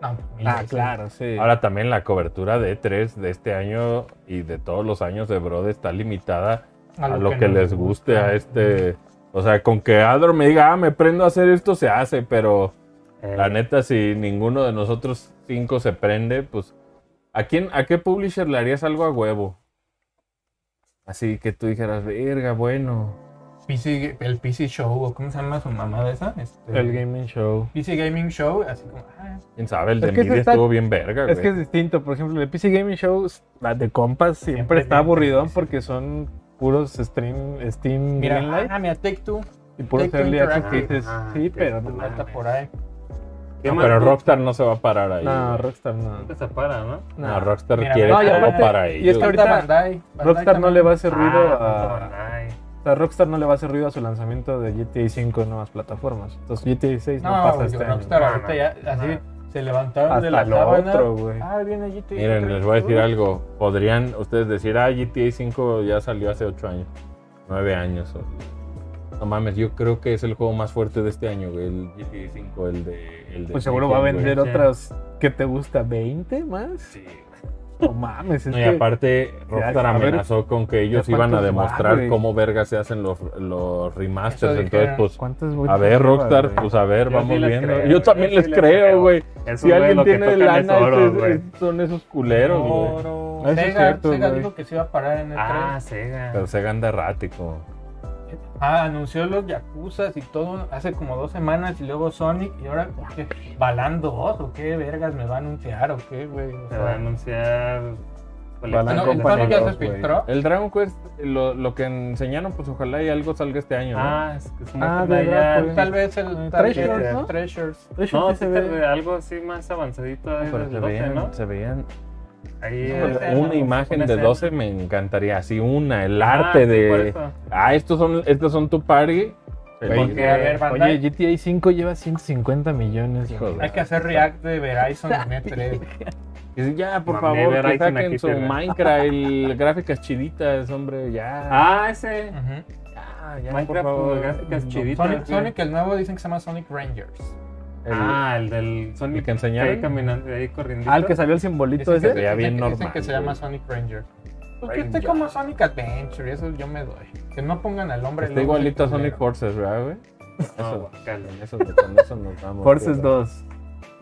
Speaker 2: No, pues, mil
Speaker 6: Ah,
Speaker 2: veces.
Speaker 6: claro, sí.
Speaker 1: Ahora también la cobertura de E3 de este año y de todos los años de Brode está limitada a lo, que,
Speaker 2: nos
Speaker 1: les guste a este. O sea, con que Adro me diga, ah, me prendo a hacer esto, se hace, pero
Speaker 4: Eh,
Speaker 1: la neta, si ninguno de nosotros cinco se prende, pues. ¿A quién, a qué publisher le harías algo a huevo? Así que tú dijeras, verga, bueno.
Speaker 2: PC, el PC Show, o ¿cómo se llama su mamá de esa? Este,
Speaker 6: el gaming show.
Speaker 2: PC Gaming Show, así como, ah,
Speaker 1: Quién sabe, el
Speaker 6: Es
Speaker 1: de
Speaker 6: que ese
Speaker 1: Nvidia
Speaker 6: está-
Speaker 1: estuvo bien verga, güey.
Speaker 6: Es que es distinto. Por ejemplo, el PC Gaming Show, la de compas, siempre,
Speaker 2: Siempre
Speaker 6: está
Speaker 2: bien
Speaker 6: aburridón
Speaker 2: difícil.
Speaker 6: porque son puros stream, Steam
Speaker 2: mira,
Speaker 6: Greenlight
Speaker 2: ah, mira, Take Two,
Speaker 6: y puros
Speaker 2: Take-Two
Speaker 6: early access que
Speaker 4: Interactive.
Speaker 6: dices,
Speaker 4: Ah,
Speaker 6: sí,
Speaker 4: Take
Speaker 6: pero
Speaker 4: Two.
Speaker 6: no.
Speaker 2: está por ahí.
Speaker 4: ¿qué
Speaker 1: No,
Speaker 4: más?
Speaker 1: pero Rockstar no se va a parar ahí.
Speaker 6: No,
Speaker 1: No,
Speaker 6: Rockstar no.
Speaker 4: Nunca se para, ¿no?
Speaker 1: no, Rockstar
Speaker 2: Mira,
Speaker 1: quiere
Speaker 2: no,
Speaker 6: y
Speaker 1: todo
Speaker 6: aparte-
Speaker 1: para
Speaker 6: y
Speaker 1: ellos.
Speaker 6: es que ahorita
Speaker 2: Falta Bandai, Bandai
Speaker 6: Rockstar no
Speaker 2: también.
Speaker 6: le va a hacer ruido
Speaker 4: Ah,
Speaker 6: a.
Speaker 4: Bandai.
Speaker 6: o sea, Rockstar no le va a hacer ruido a su lanzamiento de GTA 5 en nuevas plataformas. Entonces GTA 6 no,
Speaker 2: No,
Speaker 6: pasa
Speaker 2: güey,
Speaker 6: este año. Ah.
Speaker 2: Rockstar
Speaker 4: No,
Speaker 2: ahorita
Speaker 4: no,
Speaker 2: ya, así, se levantaron de
Speaker 6: Hasta
Speaker 2: la
Speaker 6: lo
Speaker 2: sábana.
Speaker 6: otro, güey.
Speaker 2: Ah, viene GTA.
Speaker 1: Miren, les voy a decir algo. Podrían ustedes decir, ah, GTA 5 ya salió hace 8 años, 9 años. o- No mames, yo creo que es el juego más fuerte de este año, güey, el GTA 5, el de. El de
Speaker 6: Pues seguro va a
Speaker 1: Nintendo,
Speaker 6: vender
Speaker 1: güey.
Speaker 4: sí.
Speaker 6: otras. ¿Qué te gusta? ¿20 más? Sí. No mames. es
Speaker 1: No, y
Speaker 6: que-
Speaker 1: aparte,
Speaker 6: Ya,
Speaker 1: Rockstar
Speaker 6: a ver,
Speaker 1: amenazó con que ellos
Speaker 6: ya
Speaker 1: iban a
Speaker 6: cuántos va,
Speaker 1: demostrar
Speaker 6: güey.
Speaker 1: cómo verga se hacen los, los remasters.
Speaker 2: Eso
Speaker 1: Entonces,
Speaker 2: dijeron.
Speaker 1: pues,
Speaker 6: ¿Cuántas
Speaker 1: a
Speaker 6: vueltas
Speaker 1: ver,
Speaker 6: lleva,
Speaker 1: Rockstar,
Speaker 6: güey?
Speaker 1: pues a ver,
Speaker 4: Yo sí
Speaker 1: vamos
Speaker 4: les
Speaker 1: viendo.
Speaker 4: creo,
Speaker 1: yo
Speaker 4: güey,
Speaker 1: también
Speaker 4: yo
Speaker 1: les
Speaker 4: sí les
Speaker 1: creo,
Speaker 4: creo.
Speaker 1: güey.
Speaker 4: Esos,
Speaker 1: Si
Speaker 4: güey,
Speaker 1: alguien
Speaker 4: lo que
Speaker 1: tiene
Speaker 4: tocan es
Speaker 1: lana,
Speaker 4: oro,
Speaker 1: este es-
Speaker 4: güey.
Speaker 1: es- son esos culeros, güey.
Speaker 2: Oro.
Speaker 6: Eso es
Speaker 2: Sega,
Speaker 6: Ah, cierto,
Speaker 2: Sega
Speaker 6: güey.
Speaker 2: dijo que se iba a parar en el
Speaker 4: Ah,
Speaker 2: 3.
Speaker 1: Pero
Speaker 4: Sega.
Speaker 1: Sega anda errático.
Speaker 2: Ah, anunció los Yakuzas y todo hace como dos semanas y luego Sonic y ahora ¿por qué? Balando 2 o qué vergas me va a anunciar o qué, güey. O
Speaker 4: Se va a
Speaker 2: sea,
Speaker 4: anunciar.
Speaker 2: Ah,
Speaker 6: Balan
Speaker 2: no, el
Speaker 6: Company
Speaker 2: Sonic ya se
Speaker 6: dos, güey.
Speaker 2: filtró.
Speaker 1: Pues, El Dragon Quest, lo, lo que enseñaron, pues ojalá y algo salga este año. ¿no?
Speaker 4: Ah, es que es
Speaker 6: Ah,
Speaker 4: una
Speaker 6: de verdad, pues.
Speaker 2: Tal vez el tal vez
Speaker 6: Treasures,
Speaker 2: el
Speaker 6: ¿no?
Speaker 2: Treasures.
Speaker 6: De hecho,
Speaker 4: No,
Speaker 6: sí
Speaker 4: sí, se ve algo así más avanzadito ahí
Speaker 1: Pero
Speaker 4: del
Speaker 1: se
Speaker 4: 12,
Speaker 1: veían,
Speaker 4: ¿no?
Speaker 1: se veían-
Speaker 4: Ahí
Speaker 1: Ah,
Speaker 2: No,
Speaker 4: es-
Speaker 2: pero-
Speaker 1: una imagen
Speaker 4: una
Speaker 1: de
Speaker 4: escena.
Speaker 1: 12 me encantaría, así una, el
Speaker 4: Ah,
Speaker 1: arte
Speaker 4: sí, por
Speaker 1: de...
Speaker 4: eso.
Speaker 1: Ah, estos son, estos son tu party.
Speaker 2: Porque, a ver,
Speaker 6: Oye,
Speaker 2: Bandai,
Speaker 6: GTA 5 lleva 150 millones.
Speaker 1: Hijo
Speaker 6: güey.
Speaker 1: de-
Speaker 2: hay que hacer react de Verizon en E3.
Speaker 1: Y dice, ya, por
Speaker 4: Mami,
Speaker 1: favor,
Speaker 4: ver,
Speaker 1: que
Speaker 4: ahí tiene
Speaker 1: saquen
Speaker 4: aquí,
Speaker 1: su
Speaker 4: tiene.
Speaker 1: Minecraft, el, gráficas chiditas, hombre, ya.
Speaker 4: Ah, ese.
Speaker 2: Ujú.
Speaker 1: ya, ya, por
Speaker 4: Minecraft
Speaker 1: favor.
Speaker 4: con gráficas
Speaker 1: No.
Speaker 4: chiditas.
Speaker 2: Sonic,
Speaker 4: sí.
Speaker 2: Sonic, el nuevo dicen que se llama Sonic Rangers.
Speaker 1: El-
Speaker 4: ah, el del Sonic.
Speaker 1: el que
Speaker 4: que Ahí
Speaker 1: enseñaron.
Speaker 4: caminando, ahí corriendo.
Speaker 6: Ah, el que salió el simbolito
Speaker 2: Dicen que,
Speaker 1: se
Speaker 6: ese.
Speaker 1: veía
Speaker 2: dicen
Speaker 1: bien
Speaker 2: que- dicen
Speaker 1: normal,
Speaker 2: que se llama
Speaker 1: güey.
Speaker 2: Sonic Ranger. Pues que esté
Speaker 1: Ranger.
Speaker 2: como Sonic Adventure, eso yo me doy. Que no pongan al hombre.
Speaker 1: Está
Speaker 2: lobo
Speaker 1: igualito a
Speaker 2: de
Speaker 1: Sonic
Speaker 2: culero.
Speaker 1: Forces, ¿verdad, güey?
Speaker 4: No,
Speaker 1: Eso,
Speaker 4: guacala.
Speaker 1: con eso, con eso nos vamos. güey.
Speaker 6: Forces 2.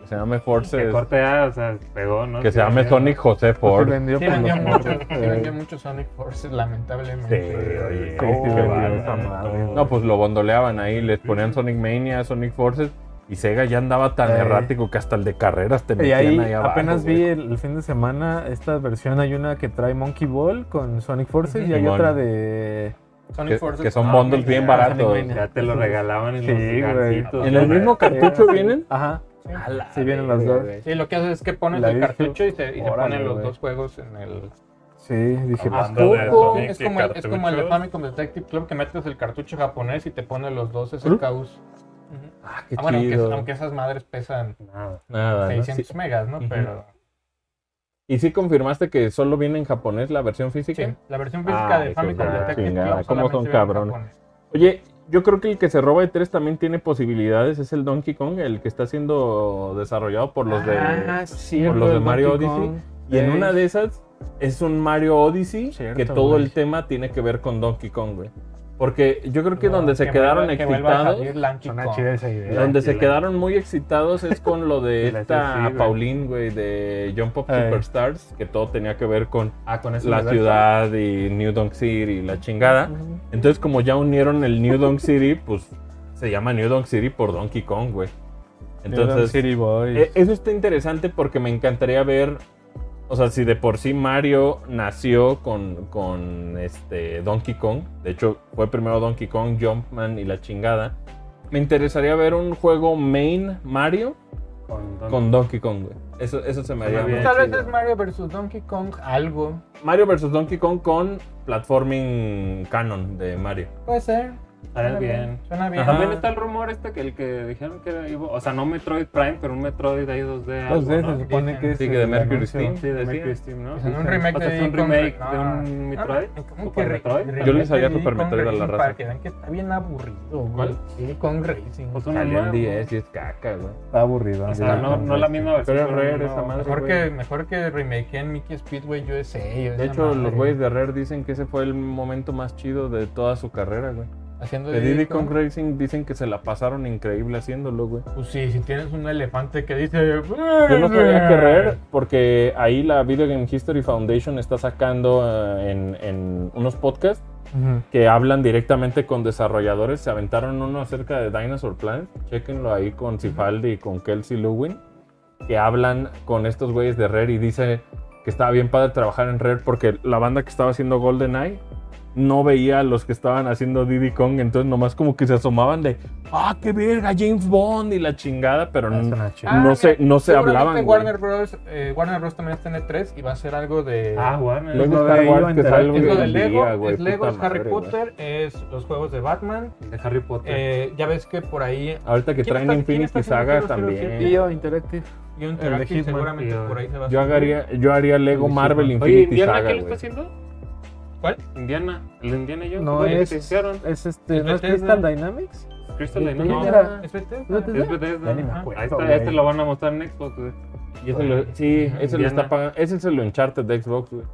Speaker 1: Se llama
Speaker 4: Que
Speaker 1: Forces.
Speaker 4: corte ya, o sea, pegó, ¿no?
Speaker 1: Que
Speaker 4: Sí,
Speaker 1: se llame
Speaker 4: sí,
Speaker 1: Sonic José
Speaker 6: Pues
Speaker 1: Ford.
Speaker 6: se vendió
Speaker 2: Sí,
Speaker 6: por
Speaker 2: vendió
Speaker 6: los
Speaker 2: mucho,
Speaker 6: morros,
Speaker 2: sí
Speaker 6: güey.
Speaker 2: vendió mucho Sonic Forces,
Speaker 1: Sí,
Speaker 2: lamentablemente.
Speaker 1: oye.
Speaker 6: Sí,
Speaker 1: oh,
Speaker 6: sí,
Speaker 1: qué
Speaker 6: vendió
Speaker 1: bárbaro.
Speaker 6: esa madre.
Speaker 1: No, pues lo bondoleaban ahí, les ponían Sonic Mania, Sonic Forces, y Sega ya andaba tan
Speaker 6: Eh.
Speaker 1: errático que hasta el de carreras te
Speaker 6: Y
Speaker 1: metían
Speaker 6: ahí
Speaker 1: abajo,
Speaker 6: apenas vi
Speaker 1: güey.
Speaker 6: el, el fin de semana esta versión. Hay una que trae Monkey Ball con Sonic Forces y hay
Speaker 1: Simón.
Speaker 6: otra de
Speaker 2: Sonic
Speaker 1: Que,
Speaker 2: Forces.
Speaker 1: que son
Speaker 2: Ah,
Speaker 1: bundles
Speaker 2: güey,
Speaker 1: bien
Speaker 2: ya,
Speaker 1: baratos.
Speaker 2: Sonic Mania.
Speaker 4: Ya te lo regalaban en
Speaker 1: Sí,
Speaker 4: los
Speaker 1: güey.
Speaker 4: lugarcitos,
Speaker 3: ¿En el
Speaker 4: ¿no?
Speaker 3: mismo cartucho vienen?
Speaker 6: Ajá.
Speaker 1: Ala,
Speaker 6: Sí, vienen las dos.
Speaker 2: Sí, lo que haces es que pones
Speaker 6: La
Speaker 2: el
Speaker 6: disco.
Speaker 2: cartucho y se, y se
Speaker 6: Órale,
Speaker 2: ponen los
Speaker 6: güey.
Speaker 2: dos juegos en el.
Speaker 6: Sí, dije,
Speaker 5: Ah,
Speaker 6: pues,
Speaker 5: Hablando de
Speaker 2: Tampoco,
Speaker 5: Sonic
Speaker 2: es,
Speaker 5: y
Speaker 2: como el, es como el de
Speaker 5: cartuchos.
Speaker 2: Famicom Detective Club que metes el cartucho japonés y te pone los dos
Speaker 4: ¿Mm?
Speaker 2: SKUs. Ujú.
Speaker 3: Ah, qué
Speaker 2: Ah, bueno, aunque,
Speaker 3: chido.
Speaker 2: aunque esas madres pesan
Speaker 4: Nada.
Speaker 1: nada, ¿no?
Speaker 2: 600 megas, ¿no?
Speaker 1: Ujú.
Speaker 2: Pero
Speaker 1: ¿Y sí confirmaste que solo viene en japonés la versión física?
Speaker 2: sí, la versión física
Speaker 1: Ah,
Speaker 2: de
Speaker 1: eso
Speaker 2: Famicom
Speaker 1: ya,
Speaker 2: Detective
Speaker 1: chingada,
Speaker 2: Club.
Speaker 1: cómo son
Speaker 2: solamente viene en
Speaker 1: cabrones.
Speaker 2: japonés.
Speaker 1: Oye, yo creo que el que se roba de tres también tiene posibilidades. Es el Donkey Kong, el que está siendo desarrollado por los de.
Speaker 6: Ah, sí,
Speaker 1: por los de Mario Odyssey. Y en una de esas es un Mario Odyssey
Speaker 6: Cierto,
Speaker 1: que todo
Speaker 6: güey.
Speaker 1: el tema tiene que ver con Donkey Kong, güey. Porque yo creo que donde se
Speaker 2: Que
Speaker 1: quedaron
Speaker 2: vuelva- que vuelva a
Speaker 1: excitados,
Speaker 2: salir Lanky
Speaker 6: Suena
Speaker 2: Kong.
Speaker 6: chida esa idea.
Speaker 1: donde se
Speaker 4: la-
Speaker 1: quedaron muy excitados es con lo de
Speaker 4: La- sí,
Speaker 1: esta
Speaker 4: güey.
Speaker 1: Pauline, güey, de Jump Up
Speaker 6: Ey.
Speaker 1: Superstars, que todo tenía que ver con
Speaker 4: Ah, con eso
Speaker 1: la
Speaker 4: universo.
Speaker 1: ciudad y New Donk City y la chingada. Entonces, como ya unieron el New Donk City, pues se llama New Donk City por Donkey Kong, güey.
Speaker 6: Entonces,
Speaker 1: Entonces,
Speaker 6: City Boys.
Speaker 1: eh, Eso está interesante porque me encantaría ver. O sea, si de por sí Mario nació con, con este Donkey Kong. De hecho, fue primero Donkey Kong, Jumpman y la chingada. Me interesaría ver un juego main Mario
Speaker 4: Con, Don-
Speaker 1: con Donkey Kong, güey. Eso, eso se me haría
Speaker 4: Suena bien.
Speaker 1: bien.
Speaker 2: Pues, Tal vez
Speaker 4: chido.
Speaker 2: es Mario vs. Donkey Kong algo.
Speaker 1: Mario vs. Donkey Kong con platforming canon de Mario.
Speaker 2: Puede ser.
Speaker 4: Sale bien.
Speaker 2: Suena bien.
Speaker 4: Eh, También está el rumor este que el que dijeron que era, iba- o sea, no Metroid Prime, pero un Metroid ahí 2D. algo,
Speaker 6: Dos veces
Speaker 4: ¿no?
Speaker 6: se supone que es eh,
Speaker 1: Sí, que de
Speaker 6: el
Speaker 1: Mercury
Speaker 6: anuncio.
Speaker 1: Steam.
Speaker 4: Sí, de Mercury Steam, ¿no?
Speaker 2: O sea, en un remake
Speaker 4: ¿Vas a hacer
Speaker 2: de
Speaker 4: un
Speaker 2: Donkey
Speaker 4: remake
Speaker 2: Kong,
Speaker 4: de
Speaker 2: no.
Speaker 4: un Metroid?
Speaker 2: ¿Cómo que
Speaker 4: ¿Super
Speaker 2: re-
Speaker 4: Metroid?
Speaker 2: remake
Speaker 1: Yo les haría
Speaker 2: de
Speaker 1: Super
Speaker 2: Donkey Kong
Speaker 1: Metroid a la
Speaker 2: Racing
Speaker 1: raza.
Speaker 2: Para que vean que está bien aburrido. güey.
Speaker 4: ¿Cuál?
Speaker 2: Donkey Kong Racing.
Speaker 4: Pues
Speaker 1: Salió
Speaker 4: uno
Speaker 1: en
Speaker 4: nuevo.
Speaker 1: 10 y es caca, güey.
Speaker 6: Está aburrido.
Speaker 4: O sea, no, no la misma versión.
Speaker 1: Pero es
Speaker 4: pero
Speaker 1: rare
Speaker 4: no.
Speaker 1: esa madre.
Speaker 2: Mejor
Speaker 1: güey.
Speaker 2: que, mejor que remakeen Mickey Speedway USA.
Speaker 1: De hecho, los güeyes de Rare dicen que ese fue el momento más chido de toda su carrera, güey.
Speaker 2: Haciendo
Speaker 1: De Diddy Kong
Speaker 2: Kong.
Speaker 1: Racing dicen que se la pasaron increíble haciéndolo, güey.
Speaker 2: Pues sí, si tienes un elefante que dice.
Speaker 1: Yo no sabía que Rare, porque ahí la Video Game History Foundation está sacando eh, en, en unos podcasts que hablan directamente con desarrolladores. Se aventaron uno acerca de Dinosaur Planet. Chéquenlo ahí con Cifaldi y con Kelsey Lewin. Que hablan con estos güeyes de Rare y dice que estaba bien padre trabajar en Rare porque la banda que estaba haciendo GoldenEye no veía a los que estaban haciendo Diddy Kong. Entonces nomás como que se asomaban de, ah, qué verga, James Bond y la chingada. Pero
Speaker 4: Ah,
Speaker 1: no,
Speaker 4: suena chido.
Speaker 2: Ah,
Speaker 1: no se, no se
Speaker 2: Seguramente
Speaker 1: hablaban. güey.
Speaker 2: Warner Bros. eh, Warner Bros. también está en E3 y va a ser algo de.
Speaker 4: Ah, Warner.
Speaker 1: Luego
Speaker 4: No
Speaker 1: Star
Speaker 4: había
Speaker 1: Wars
Speaker 4: ido a
Speaker 1: que
Speaker 4: enterar.
Speaker 1: sale
Speaker 2: es lo
Speaker 1: güey,
Speaker 2: de
Speaker 1: el
Speaker 2: Lego,
Speaker 1: día, güey,
Speaker 2: es Lego,
Speaker 1: puta
Speaker 2: es Harry
Speaker 1: madre, güey.
Speaker 2: Potter, es los juegos de Batman.
Speaker 4: El de Harry Potter.
Speaker 2: Eh, ya ves que por ahí
Speaker 1: Ahorita que
Speaker 2: ¿Quién
Speaker 1: traen
Speaker 2: está- quién
Speaker 1: Infinity
Speaker 2: está haciendo
Speaker 1: Saga
Speaker 2: Hero Zero Zero?
Speaker 1: también.
Speaker 3: Tío, Interactive.
Speaker 2: y un
Speaker 6: el de
Speaker 2: Interactive
Speaker 6: Hitman,
Speaker 2: seguramente
Speaker 4: tío.
Speaker 2: por ahí se va a
Speaker 1: Yo
Speaker 2: subir.
Speaker 1: haría, yo haría Lego
Speaker 6: Sí,
Speaker 1: Marvel
Speaker 6: sí.
Speaker 4: Oye,
Speaker 1: Infinity
Speaker 4: ¿Indiana
Speaker 1: Saga,
Speaker 4: qué le está
Speaker 1: güey.
Speaker 4: haciendo?
Speaker 2: ¿Cuál?
Speaker 4: Indiana. El de Indiana Jones.
Speaker 6: No
Speaker 4: güey, que
Speaker 6: es.
Speaker 4: se hicieron.
Speaker 6: Es este.
Speaker 2: Es
Speaker 6: ¿No es
Speaker 2: Bethesda.
Speaker 6: Crystal Dynamics?
Speaker 4: Crystal
Speaker 6: ¿De
Speaker 4: Dynamics.
Speaker 6: quién
Speaker 4: No,
Speaker 6: era?
Speaker 2: ¿Es Bethesda?
Speaker 6: ¿No te-
Speaker 4: Es Bethesda.
Speaker 6: Ya ni me
Speaker 4: Ajá.
Speaker 6: acuerdo,
Speaker 4: Ahí está,
Speaker 6: güey.
Speaker 4: este lo van a mostrar en Xbox, güey.
Speaker 1: Y ese lo- sí, ese lo
Speaker 4: Indiana.
Speaker 1: está pagando. Ese es el Uncharted de Xbox, güey.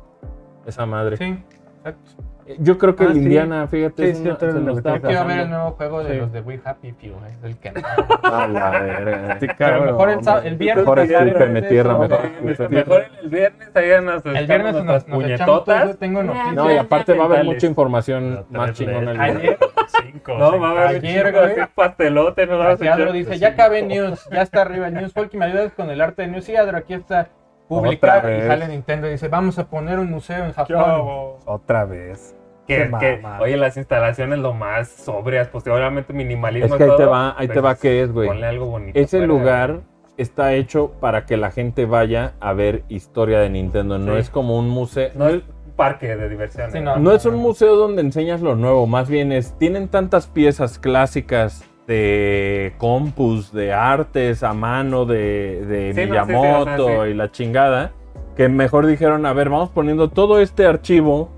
Speaker 1: Esa madre.
Speaker 2: Sí, exacto.
Speaker 1: Yo creo que
Speaker 6: Ah,
Speaker 1: el
Speaker 6: sí.
Speaker 1: Indiana, fíjate,
Speaker 6: Sí,
Speaker 1: es
Speaker 6: sí,
Speaker 1: una-
Speaker 6: yo también
Speaker 1: se
Speaker 6: lo
Speaker 1: lo está
Speaker 6: estoy
Speaker 2: Quiero ver
Speaker 1: pasando.
Speaker 2: el nuevo juego de
Speaker 1: Sí.
Speaker 2: los de We Happy Few, eh, del que no.
Speaker 1: A la verga.
Speaker 2: Pero a lo mejor el, sa- el viernes.
Speaker 1: Mejor
Speaker 2: ya
Speaker 1: escúpeme
Speaker 2: veremos eso.
Speaker 1: tierra,
Speaker 2: Ok.
Speaker 1: mejor.
Speaker 4: Mejor el viernes ahí nos
Speaker 2: El viernes nos,
Speaker 4: nuestras
Speaker 2: nos echamos todo eso,
Speaker 4: puñetotas.
Speaker 2: tengo noticias.
Speaker 1: No, y aparte va a haber
Speaker 4: Mentales.
Speaker 1: mucha información
Speaker 5: Los
Speaker 1: más
Speaker 5: tres
Speaker 1: chingona.
Speaker 5: leyes.
Speaker 1: güey.
Speaker 2: Ayer,
Speaker 5: Cinco.
Speaker 4: No,
Speaker 5: cinco.
Speaker 4: va a haber un
Speaker 2: Ayer,
Speaker 4: chingo
Speaker 2: güey.
Speaker 4: de pastelote. Nos vamos a
Speaker 2: Adro
Speaker 4: echar.
Speaker 2: dice, ya cabe News, ya está arriba el News. Folk, ¿me ayudas con el arte de News? Sí, Adro, aquí está. Publicar
Speaker 6: Otra
Speaker 2: y
Speaker 6: vez.
Speaker 2: sale Nintendo y dice, vamos a poner un museo en
Speaker 5: ¿Qué
Speaker 2: Japón.
Speaker 5: hubo?
Speaker 6: Otra vez.
Speaker 4: Que,
Speaker 6: Qué
Speaker 4: que,
Speaker 6: mamada.
Speaker 4: oye, las instalaciones lo más sobrias, pues obviamente minimalismo.
Speaker 1: Es que ahí
Speaker 4: todo,
Speaker 1: te va, ahí te
Speaker 4: pero
Speaker 1: va que es, güey.
Speaker 4: Ponle algo bonito.
Speaker 1: Ese
Speaker 4: fuera.
Speaker 1: lugar está hecho para que la gente vaya a ver historia de Nintendo. No
Speaker 4: Sí.
Speaker 1: es como un museo.
Speaker 4: No es un parque de diversión.
Speaker 2: Sí,
Speaker 4: ¿eh?
Speaker 2: no.
Speaker 1: No es un museo donde enseñas lo nuevo, más bien es, tienen tantas piezas clásicas de compus, de artes a mano, de, de
Speaker 4: Sí, no, sí, sí, o sea,
Speaker 1: Miyamoto
Speaker 4: sí.
Speaker 1: y la chingada, que mejor dijeron, a ver, vamos poniendo todo este archivo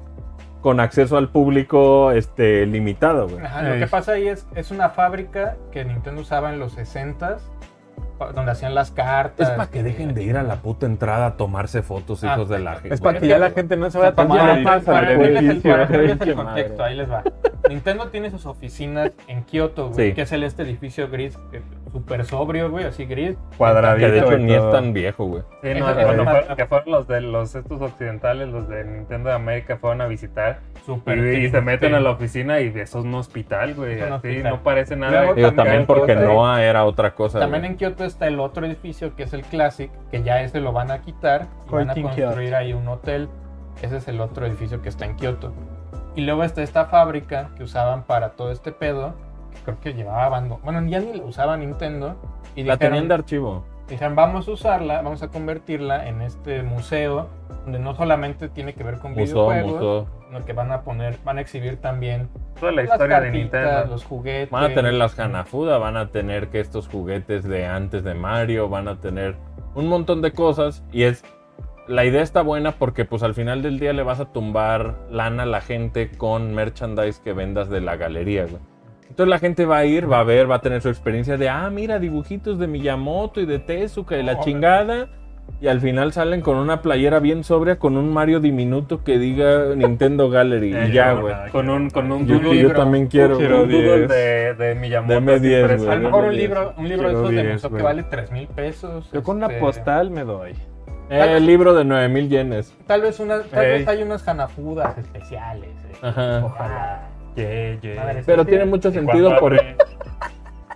Speaker 1: con acceso al público este, limitado, güey.
Speaker 2: Ajá, lo que pasa ahí es, es una fábrica que Nintendo usaba en los 60s, pa- donde hacían las cartas.
Speaker 1: Es para que dejen de ir a la puta entrada a tomarse fotos,
Speaker 2: Ah,
Speaker 1: hijos de la
Speaker 6: Es para que ya la gente no se vaya a
Speaker 2: Para-
Speaker 6: tomar
Speaker 2: para-
Speaker 6: el-
Speaker 2: para darles el, para
Speaker 1: edificio.
Speaker 2: darles el
Speaker 1: Qué
Speaker 2: contexto,
Speaker 1: madre.
Speaker 2: ahí les va. Nintendo tiene sus oficinas en Kioto, güey,
Speaker 1: Sí.
Speaker 2: que es el este edificio gris, eh, súper sobrio, güey, así gris.
Speaker 1: Que de hecho
Speaker 6: y
Speaker 1: ni es
Speaker 6: todo.
Speaker 1: tan viejo, güey.
Speaker 4: Sí, no,
Speaker 2: Ese-
Speaker 4: que cuando
Speaker 2: ese-
Speaker 4: fueron, que fueron los de los estos occidentales, los de Nintendo de América, fueron a visitar y,
Speaker 2: Súper
Speaker 4: y se
Speaker 2: triste.
Speaker 4: meten a la oficina y eso es un hospital, güey.
Speaker 2: Es un
Speaker 4: así,
Speaker 2: hospital.
Speaker 4: no parece nada.
Speaker 2: Luego-
Speaker 4: que-
Speaker 1: Digo, también
Speaker 2: También
Speaker 1: porque
Speaker 2: otra-
Speaker 1: Noah era otra cosa.
Speaker 2: También
Speaker 1: güey.
Speaker 2: en Kioto está el otro edificio que es el Classic, que ya ese lo van a quitar y van a
Speaker 6: Koiken
Speaker 2: construir ahí un hotel. Ese es el otro edificio que está en Kioto. Y luego está esta fábrica que usaban para todo este pedo, que creo que llevaba bando. Bueno, ya ni la usaba Nintendo. Y
Speaker 6: La
Speaker 2: dijeron-
Speaker 6: tenían de archivo.
Speaker 2: Dijeron, vamos a usarla, vamos a convertirla en este museo, donde no solamente tiene que ver con
Speaker 1: Musó,
Speaker 2: videojuegos,
Speaker 1: musó.
Speaker 2: sino que van a poner, van a exhibir también
Speaker 4: Toda la
Speaker 2: las
Speaker 4: historia de
Speaker 2: cartitas,
Speaker 4: Nintendo.
Speaker 2: los juguetes.
Speaker 1: Van a tener las Hanafuda, van a tener que estos juguetes de antes de Mario, van a tener un montón de cosas y es la idea está buena porque pues al final del día le vas a tumbar lana a la gente con merchandise que vendas de la galería, güey. Entonces la gente va a ir, va a ver, va a tener su experiencia de, ah, mira, dibujitos de Miyamoto y de Tezuka y la
Speaker 2: Órale.
Speaker 1: chingada. Y al final salen con una playera bien sobria con un Mario diminuto que diga Nintendo Gallery.
Speaker 5: Eh,
Speaker 1: y ya,
Speaker 5: yo,
Speaker 1: güey.
Speaker 5: nada,
Speaker 4: Con un, con un
Speaker 1: Yo,
Speaker 4: doodle,
Speaker 1: yo
Speaker 2: libro.
Speaker 1: también quiero.
Speaker 3: Quiero
Speaker 1: güey.
Speaker 4: un doodle
Speaker 3: 10.
Speaker 4: de, de Miyamoto.
Speaker 1: Dame
Speaker 4: así
Speaker 1: 10,
Speaker 4: impreso.
Speaker 2: A lo
Speaker 1: güey.
Speaker 2: mejor un libro, un libro de
Speaker 3: Quiero
Speaker 2: esos de
Speaker 3: diez,
Speaker 2: museo que
Speaker 3: güey.
Speaker 2: vale 3 mil pesos.
Speaker 3: Yo con una
Speaker 2: este,
Speaker 3: postal me doy.
Speaker 1: Eh, el libro de 9000 yenes.
Speaker 2: Tal vez una, tal
Speaker 4: Ey.
Speaker 2: vez hay unas hanafudas especiales. eh.
Speaker 1: Ajá.
Speaker 2: Ojalá.
Speaker 5: Yeah, yeah.
Speaker 2: Madre,
Speaker 1: Ah. Pero
Speaker 2: sí.
Speaker 1: tiene mucho sentido por
Speaker 5: abre?